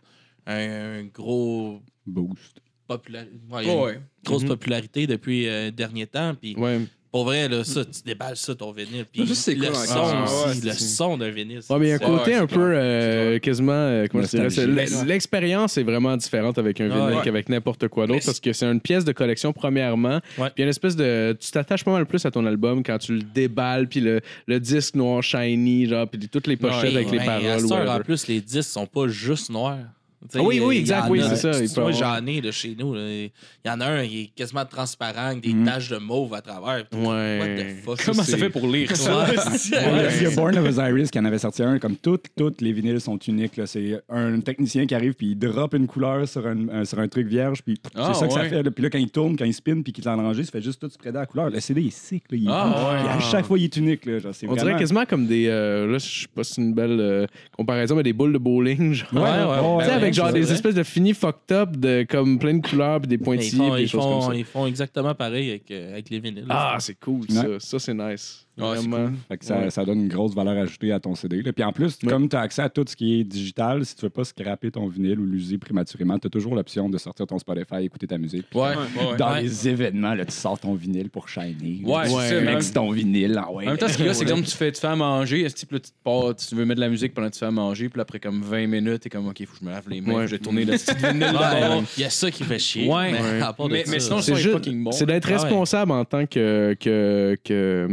[SPEAKER 7] un, un gros.
[SPEAKER 6] Boost.
[SPEAKER 7] popula- ouais, il y a une
[SPEAKER 1] Ouais.
[SPEAKER 7] grosse
[SPEAKER 4] Mhm.
[SPEAKER 7] popularité depuis euh, dernier temps. Puis
[SPEAKER 4] Ouais. Mhm.
[SPEAKER 7] pour vrai, là, ça, tu déballes ça ton vinyle. Puis
[SPEAKER 5] Juste, c'est
[SPEAKER 7] le
[SPEAKER 5] cool, hein,
[SPEAKER 7] son
[SPEAKER 5] quand-
[SPEAKER 7] aussi,
[SPEAKER 5] ouais,
[SPEAKER 7] le son d'un vinyle.
[SPEAKER 4] Ah Ouais, mais il y a un
[SPEAKER 7] c'est-
[SPEAKER 4] côté
[SPEAKER 1] ouais,
[SPEAKER 4] un
[SPEAKER 1] c'est
[SPEAKER 4] peu
[SPEAKER 1] clair.
[SPEAKER 4] euh, quasiment. euh, comment je dirais ça,
[SPEAKER 6] Nostalgique.
[SPEAKER 4] L'expérience est vraiment différente avec un vinyle
[SPEAKER 7] Ah, Ouais.
[SPEAKER 4] qu'avec n'importe quoi
[SPEAKER 7] Mais
[SPEAKER 4] d'autre
[SPEAKER 7] c'est-
[SPEAKER 4] parce que c'est une pièce de collection, premièrement.
[SPEAKER 7] Ouais.
[SPEAKER 4] Puis il y a une espèce de. Tu t'attaches pas mal plus à ton album quand tu le déballes, puis le, le disque noir shiny, genre, puis toutes les
[SPEAKER 7] Ouais,
[SPEAKER 4] pochettes avec
[SPEAKER 7] ouais,
[SPEAKER 4] les
[SPEAKER 7] à
[SPEAKER 4] paroles.
[SPEAKER 7] cette heure, en
[SPEAKER 4] whatever.
[SPEAKER 7] plus, les disques sont pas juste noirs. Tu sais,
[SPEAKER 4] Ah oui, oui,
[SPEAKER 7] il y
[SPEAKER 4] exact,
[SPEAKER 7] en
[SPEAKER 4] oui,
[SPEAKER 7] a-
[SPEAKER 4] c'est ça,
[SPEAKER 7] tu-
[SPEAKER 4] il
[SPEAKER 7] tu
[SPEAKER 4] peut
[SPEAKER 7] vois,
[SPEAKER 4] avoir-
[SPEAKER 7] j'en ai de chez nous. là. Il y en a un, il est quasiment transparent, avec des taches de mauve à travers.
[SPEAKER 4] Mhm. Ouais.
[SPEAKER 7] What the fuck?
[SPEAKER 3] Comment ça
[SPEAKER 7] c'est-
[SPEAKER 3] fait pour lire ça?
[SPEAKER 7] Ouais,
[SPEAKER 6] Ouais, Il y a Born of Osiris qui en avait sorti un, comme toutes, toutes les vinyles sont uniques. là. C'est un technicien qui arrive, puis il drop une couleur sur un, un- sur un truc vierge, puis
[SPEAKER 3] Ah,
[SPEAKER 6] c'est ça que ça
[SPEAKER 3] ouais.
[SPEAKER 6] fait. là. Puis là, quand il tourne, quand il spin, puis qu'il est en rangée, ça fait juste tout spreader la couleur. Le CD est sick, là. Il est
[SPEAKER 3] Ah,
[SPEAKER 6] unique.
[SPEAKER 3] ouais.
[SPEAKER 6] Puis à chaque fois, il est unique. Là. Genre, c'est
[SPEAKER 4] On dirait
[SPEAKER 6] vraiment-
[SPEAKER 4] quasiment comme des. euh, là, je sais pas si c'est une belle euh, comparaison, mais des boules de bowling, genre.
[SPEAKER 6] Ouais, ouais, ouais.
[SPEAKER 4] Tu sais, avec genre
[SPEAKER 6] c'est
[SPEAKER 4] des
[SPEAKER 6] vrai.
[SPEAKER 4] espèces de finis fucked up, de, comme plein de couleurs, puis des
[SPEAKER 7] Mais Ils
[SPEAKER 4] pointillés,
[SPEAKER 7] font,
[SPEAKER 4] puis des
[SPEAKER 7] ils
[SPEAKER 4] choses
[SPEAKER 7] font-
[SPEAKER 4] comme ça.
[SPEAKER 7] ils font exactement pareil avec, euh, avec les vinyles.
[SPEAKER 4] Ah, c'est cool, ça. Ça, c'est nice.
[SPEAKER 3] Ah, c'est
[SPEAKER 4] Vraiment.
[SPEAKER 6] Fait que ça, ça donne une grosse valeur ajoutée à ton CD. là. Puis en plus,
[SPEAKER 4] Ouais.
[SPEAKER 6] comme tu as accès à tout ce qui est digital, si tu veux pas scraper ton vinyle ou l'user prématurément, tu as toujours l'option de sortir ton Spotify et écouter ta musique. Puis
[SPEAKER 3] Ouais, ouais.
[SPEAKER 6] Dans
[SPEAKER 7] Ouais.
[SPEAKER 6] les événements, là, tu sors ton vinyle pour shiner.
[SPEAKER 3] Ouais,
[SPEAKER 6] tu
[SPEAKER 3] ouais.
[SPEAKER 6] mixes ton vinyle. ah ouais.
[SPEAKER 3] En même temps, ce qu'il y a, c'est exemple, tu fais, tu fais à manger, est-ce que tu, là, tu te pars, tu veux mettre de la musique pendant que tu fais à manger, puis là, après comme 20 minutes, t'es comme, OK, faut que je me lave les mains,
[SPEAKER 4] Ouais.
[SPEAKER 3] j'ai tourné la petite vinyle
[SPEAKER 7] Ouais,
[SPEAKER 4] Ah, ben.
[SPEAKER 3] d'abord.
[SPEAKER 7] Ah, Il y a ça qui fait chier.
[SPEAKER 3] Ouais.
[SPEAKER 7] mais, à part de
[SPEAKER 3] Mais- mais
[SPEAKER 7] ça,
[SPEAKER 3] sinon,
[SPEAKER 7] euh,
[SPEAKER 3] c'est-
[SPEAKER 4] C'est
[SPEAKER 3] sont
[SPEAKER 4] juste-
[SPEAKER 3] fucking bons.
[SPEAKER 4] c'est d'être
[SPEAKER 7] Ah ouais.
[SPEAKER 4] responsable en tant que, que- que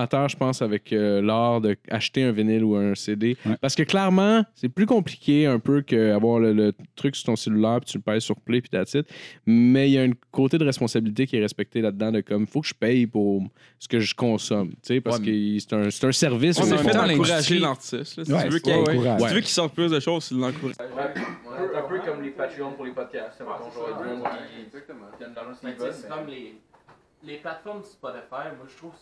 [SPEAKER 4] amateur, je pense, avec euh, l'art d'acheter un vinyle ou un CD.
[SPEAKER 6] Ouais.
[SPEAKER 4] Parce que clairement, c'est plus compliqué un peu qu'avoir le, le truc sur ton cellulaire, puis tu le payes sur Play, puis that's it. Mais il y a un côté de responsabilité qui est respecté là-dedans, de comme, faut que je paye pour ce que je consomme, tu sais, parce
[SPEAKER 3] Ouais,
[SPEAKER 4] que c'est un, c'est un service.
[SPEAKER 5] On
[SPEAKER 4] mais
[SPEAKER 5] est
[SPEAKER 4] bon.
[SPEAKER 5] fait
[SPEAKER 6] dans
[SPEAKER 5] encourager
[SPEAKER 6] l'industrie.
[SPEAKER 5] l'artiste. là. Si
[SPEAKER 6] Ouais,
[SPEAKER 5] tu veux
[SPEAKER 6] c'est-
[SPEAKER 5] qu'il si
[SPEAKER 6] ouais, ouais.
[SPEAKER 5] tu veux qu'il sorte plus de choses, tu l'encourages.
[SPEAKER 1] Un peu comme les Patreons pour les podcasts. C'est Exactement. Mais tu sais, c'est comme les, les plateformes Spotify, moi je trouve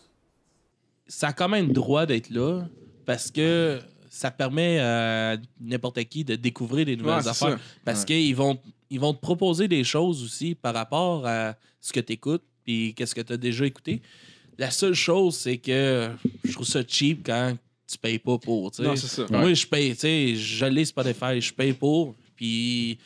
[SPEAKER 7] ça a quand même droit d'être là parce que ça permet à n'importe qui de découvrir des nouvelles
[SPEAKER 5] Ouais, c'est
[SPEAKER 7] affaires.
[SPEAKER 5] ça.
[SPEAKER 7] Parce qu'ils vont, ils vont te proposer des choses aussi par rapport à ce que tu écoutes puis qu'est-ce que tu as déjà écouté. La seule chose, c'est que je trouve ça cheap quand tu payes pas pour. tu sais.
[SPEAKER 5] Non, c'est ça.
[SPEAKER 7] Moi, je paye, tu sais, je l'ai Spotify, je paye pour. Puis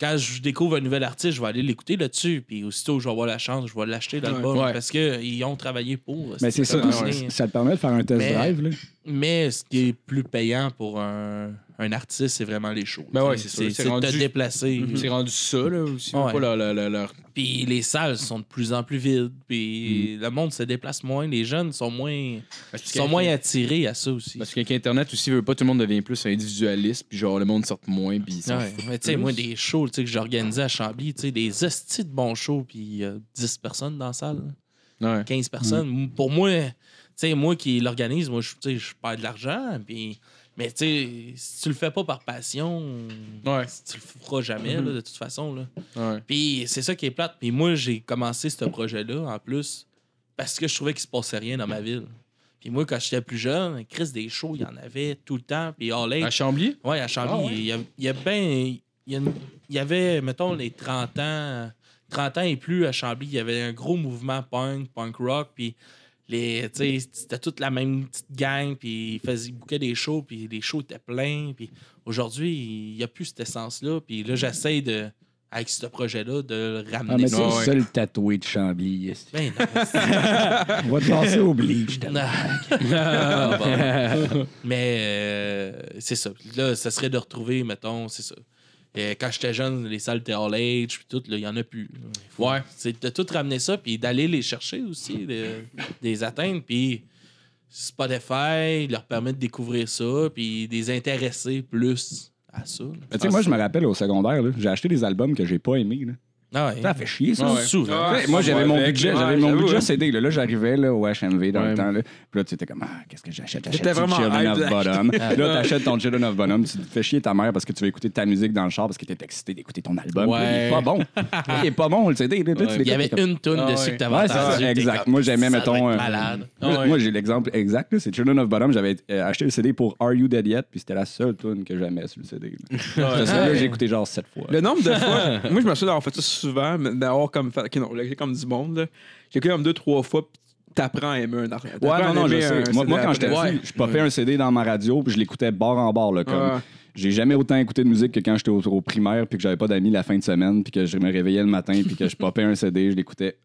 [SPEAKER 7] quand je découvre un nouvel artiste, je vais aller l'écouter là-dessus. Puis aussitôt, je vais avoir la chance, je vais l'acheter l'album
[SPEAKER 3] Ouais.
[SPEAKER 7] parce qu'ils ont travaillé pour. euh,
[SPEAKER 6] Mais c'est ça, Ah
[SPEAKER 7] terminé.
[SPEAKER 6] ça, ça te permet de faire un test
[SPEAKER 7] Mais-
[SPEAKER 6] drive. Là.
[SPEAKER 7] Mais ce qui est plus payant pour un, un artiste, c'est vraiment les shows.
[SPEAKER 3] Ben ouais,
[SPEAKER 7] Tu sais,
[SPEAKER 3] c'est sûr. C'est
[SPEAKER 7] de te
[SPEAKER 3] rendu- Mhm.
[SPEAKER 7] déplacer.
[SPEAKER 3] C'est rendu ça, là, aussi.
[SPEAKER 7] Ouais.
[SPEAKER 3] Pas la- la- la- leur-
[SPEAKER 7] Puis les salles sont de plus en plus vides. Puis
[SPEAKER 3] Mhm.
[SPEAKER 7] le monde se déplace moins. Les jeunes sont
[SPEAKER 3] Ben,
[SPEAKER 7] moins,
[SPEAKER 3] Parce que-
[SPEAKER 7] sont moins attirés à ça aussi.
[SPEAKER 3] Parce qu'avec Internet aussi, veut pas, tout le monde devient plus individualiste, puis genre, le monde sort moins, puis ils s'en
[SPEAKER 7] Ouais,
[SPEAKER 3] foutent
[SPEAKER 7] mais tu sais,
[SPEAKER 3] plus.
[SPEAKER 7] moi, des shows tu sais, que j'organisais à Chambly, tu sais, des hosties de bons shows, puis il y a 10 personnes dans la salle,
[SPEAKER 3] Ouais. Mm.
[SPEAKER 7] 15 personnes. Pour moi, tu sais, moi qui l'organise, moi, je tu sais, je perds de l'argent, puis. Mais tu sais, si tu le fais pas par passion,
[SPEAKER 3] Ouais. Mm-hmm.
[SPEAKER 7] tu le feras jamais, là, de toute façon. Là.
[SPEAKER 3] Ouais.
[SPEAKER 7] Puis c'est ça qui est plate. Puis moi, j'ai commencé ce projet-là, en plus, parce que je trouvais qu'il se passait rien dans ma ville. Puis moi, quand j'étais plus jeune, Chris, des shows, il y en avait tout le temps. Puis All Age,
[SPEAKER 3] À Chambly?
[SPEAKER 7] Ouais, à Chambly,
[SPEAKER 3] Ah ouais?
[SPEAKER 7] il y a- il y a, ben- il y a une- il y avait, mettons, les 30 ans, 30 ans et plus à Chambly, il y avait un gros mouvement punk, punk rock, puis les, tu sais, c'était toute la même petite gang, puis ils faisaient ils bouquaient des shows, puis les shows étaient pleins, puis aujourd'hui, il n'y a plus cette essence-là, puis là, j'essaie de, avec ce projet-là, de le
[SPEAKER 6] Ah,
[SPEAKER 7] ramener.
[SPEAKER 6] mais c'est
[SPEAKER 3] Ouais,
[SPEAKER 6] le
[SPEAKER 3] ouais.
[SPEAKER 6] seul tatoué de Chambly. est-ce
[SPEAKER 7] Ben non,
[SPEAKER 6] que- On va te lancer au bleach.
[SPEAKER 7] Non. Ah, bon. Mais euh, c'est ça. Là, ça serait de retrouver, mettons, c'est ça. Euh, quand j'étais jeune, les salles étaient all age, puis tout, là, il y en a plus.
[SPEAKER 3] Ouais.
[SPEAKER 7] C'est de tout ramener ça, puis d'aller les chercher aussi, de, des atteindre, puis Spotify leur permet de découvrir ça, puis des intéresser plus à ça. là.
[SPEAKER 6] Mais tu sais, moi, je me rappelle au secondaire, là, j'ai acheté des albums que j'ai pas aimés. là.
[SPEAKER 7] Ah ouais.
[SPEAKER 6] Ça fait chier, ça.
[SPEAKER 7] Ah
[SPEAKER 6] Tu
[SPEAKER 7] ouais. Souvent.
[SPEAKER 6] sais, Moi, j'avais mon
[SPEAKER 5] Ouais,
[SPEAKER 6] budget,
[SPEAKER 5] ouais,
[SPEAKER 6] j'avais mon
[SPEAKER 5] j'avoue,
[SPEAKER 6] budget
[SPEAKER 5] hein.
[SPEAKER 6] CD. Là, Là, j'arrivais là, au HMV dans
[SPEAKER 4] Ouais.
[SPEAKER 6] le temps. Là. Puis là, tu étais comme, ah, qu'est-ce que j'achète? J'achète
[SPEAKER 5] T'étais
[SPEAKER 6] du
[SPEAKER 5] vraiment
[SPEAKER 6] Children
[SPEAKER 5] hype
[SPEAKER 6] of Bottom. là, t'achètes ton Children of Bottom. Tu te fais chier ta mère parce que tu veux écouter ta musique dans le char parce que t'es excité d'écouter ton album.
[SPEAKER 3] Ouais.
[SPEAKER 6] Puis là, Il est pas bon. Il est pas bon, le CD. là. Là, tu l'écoutes,
[SPEAKER 7] Il y avait
[SPEAKER 6] t'es comme-
[SPEAKER 7] une toune
[SPEAKER 3] Ah
[SPEAKER 7] dessus
[SPEAKER 3] ouais.
[SPEAKER 7] que t'avais
[SPEAKER 6] Ouais, c'est ça,
[SPEAKER 7] entendue, t'es
[SPEAKER 6] exact.
[SPEAKER 7] comme,
[SPEAKER 6] Moi, j'aimais,
[SPEAKER 7] ça doit
[SPEAKER 6] mettons,
[SPEAKER 7] être
[SPEAKER 6] euh,
[SPEAKER 7] malade.
[SPEAKER 3] Ah ouais.
[SPEAKER 6] Moi, j'ai l'exemple exact. là, C'est Children of Bottom. J'avais euh, acheté le CD pour Are You Dead Yet? Puis c'était la seule tune que j'aimais sur le CD. là. Ce là j'ai écouté genre sept fois.
[SPEAKER 5] Le nombre de fois, moi je me souviens d'avoir fait ça souvent, mais d'avoir comme fait, que non, j'ai comme du monde. là. J'ai écouté comme deux, trois fois, puis t'apprends à aimer un artiste.
[SPEAKER 6] Ouais, non, non, je sais. Moi, moi, quand j'étais
[SPEAKER 5] j'étais
[SPEAKER 6] petit, je popais un CD dans ma radio, puis je l'écoutais bord en bord. Là, comme.
[SPEAKER 5] Ouais.
[SPEAKER 6] J'ai jamais autant écouté de musique que quand j'étais au, au primaire, puis que j'avais pas d'amis la fin de semaine, puis que je me réveillais le matin, puis que je popais un CD, je l'écoutais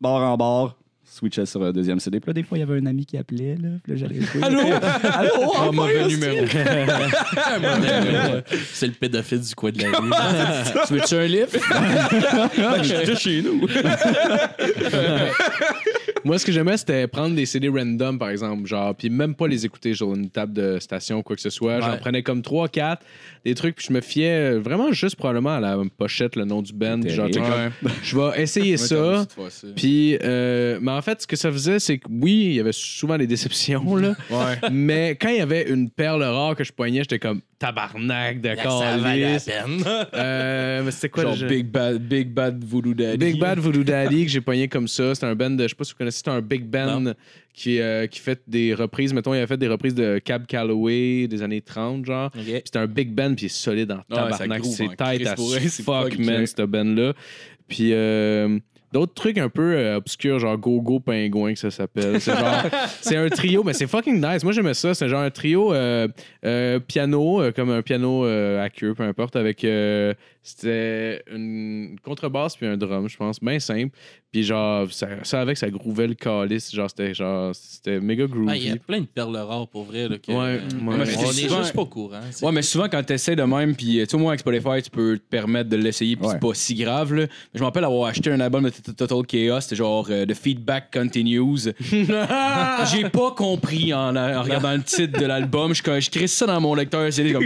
[SPEAKER 6] bord en bord. Switchais sur un deuxième CD. Puis là, des fois, il y avait un ami qui appelait. Là, puis là, j'allais jouer. Allô? Allô?
[SPEAKER 3] Oh, mauvais numéro.
[SPEAKER 7] C'est le pédophile du coin de la rue.
[SPEAKER 3] tu veux-tu un livre?
[SPEAKER 4] Ben,
[SPEAKER 5] chez nous.
[SPEAKER 4] Moi, ce que j'aimais, c'était prendre des CD random, par exemple, genre, puis même pas les écouter sur une table de station ou quoi que ce soit. J'en
[SPEAKER 7] Ouais.
[SPEAKER 4] prenais comme 3, 4, des trucs, puis je me fiais euh, vraiment juste probablement à la pochette, le nom du band. puis Genre, tu sais,
[SPEAKER 6] Terrible.
[SPEAKER 4] comme, je vais essayer ça. Puis, euh, mais en fait, ce que ça faisait, c'est que oui, il y avait souvent des déceptions, là. Mais quand il y avait une perle rare que je poignais, j'étais comme tabarnak, d'accord.
[SPEAKER 7] Ça valait la peine.
[SPEAKER 4] Euh, mais c'était quoi
[SPEAKER 3] Genre
[SPEAKER 4] déjà?
[SPEAKER 3] Big Bad, Big Bad Voodoo Daddy.
[SPEAKER 4] Big Bad Voodoo Daddy que j'ai poigné comme ça. C'était un band, de, je sais pas si vous connaissez, c'était un big band qui, euh, qui fait des reprises. Mettons, il a fait des reprises de Cab Calloway des années 30, genre. Puis C'était un big band, puis il est solide en tabarnak.
[SPEAKER 3] Ah groove
[SPEAKER 4] c'est
[SPEAKER 3] en
[SPEAKER 4] tight
[SPEAKER 3] crise
[SPEAKER 4] as
[SPEAKER 3] pour elle, c'est
[SPEAKER 4] fuck,
[SPEAKER 3] fuck,
[SPEAKER 4] man,
[SPEAKER 3] Jack.
[SPEAKER 4] ce band-là. Puis euh, d'autres trucs un peu euh, obscurs, genre Go Go Pingouin, que ça s'appelle. C'est genre- c'est un trio, mais c'est fucking nice. Moi, j'aimais ça. C'est genre un trio euh, euh, piano, euh, comme un piano euh, à queue, peu importe, avec... euh, C'était une contrebasse puis un drum, je pense, bien simple. Puis genre, ça, ça avec, ça grouvait le calice. Genre, c'était genre, c'était méga groovy.
[SPEAKER 7] Ah, Il y a plein de perles rares pour vrai. Là, que,
[SPEAKER 4] Ouais,
[SPEAKER 7] euh,
[SPEAKER 4] ouais.
[SPEAKER 7] on
[SPEAKER 4] Mais
[SPEAKER 7] est
[SPEAKER 4] c'est
[SPEAKER 3] souvent-
[SPEAKER 7] juste pas au courant. c'est-
[SPEAKER 3] Ouais, mais souvent, quand tu essaies de même, puis euh, tu sais, au moins avec Spotify, tu peux te permettre de l'essayer, puis
[SPEAKER 6] Ouais.
[SPEAKER 3] c'est pas si grave. Là. Je me rappelle avoir acheté un album de T- Total Chaos, c'était genre euh, The Feedback Continues. J'ai pas compris en, en regardant le titre de l'album. Je, je crée ça dans mon lecteur CD comme.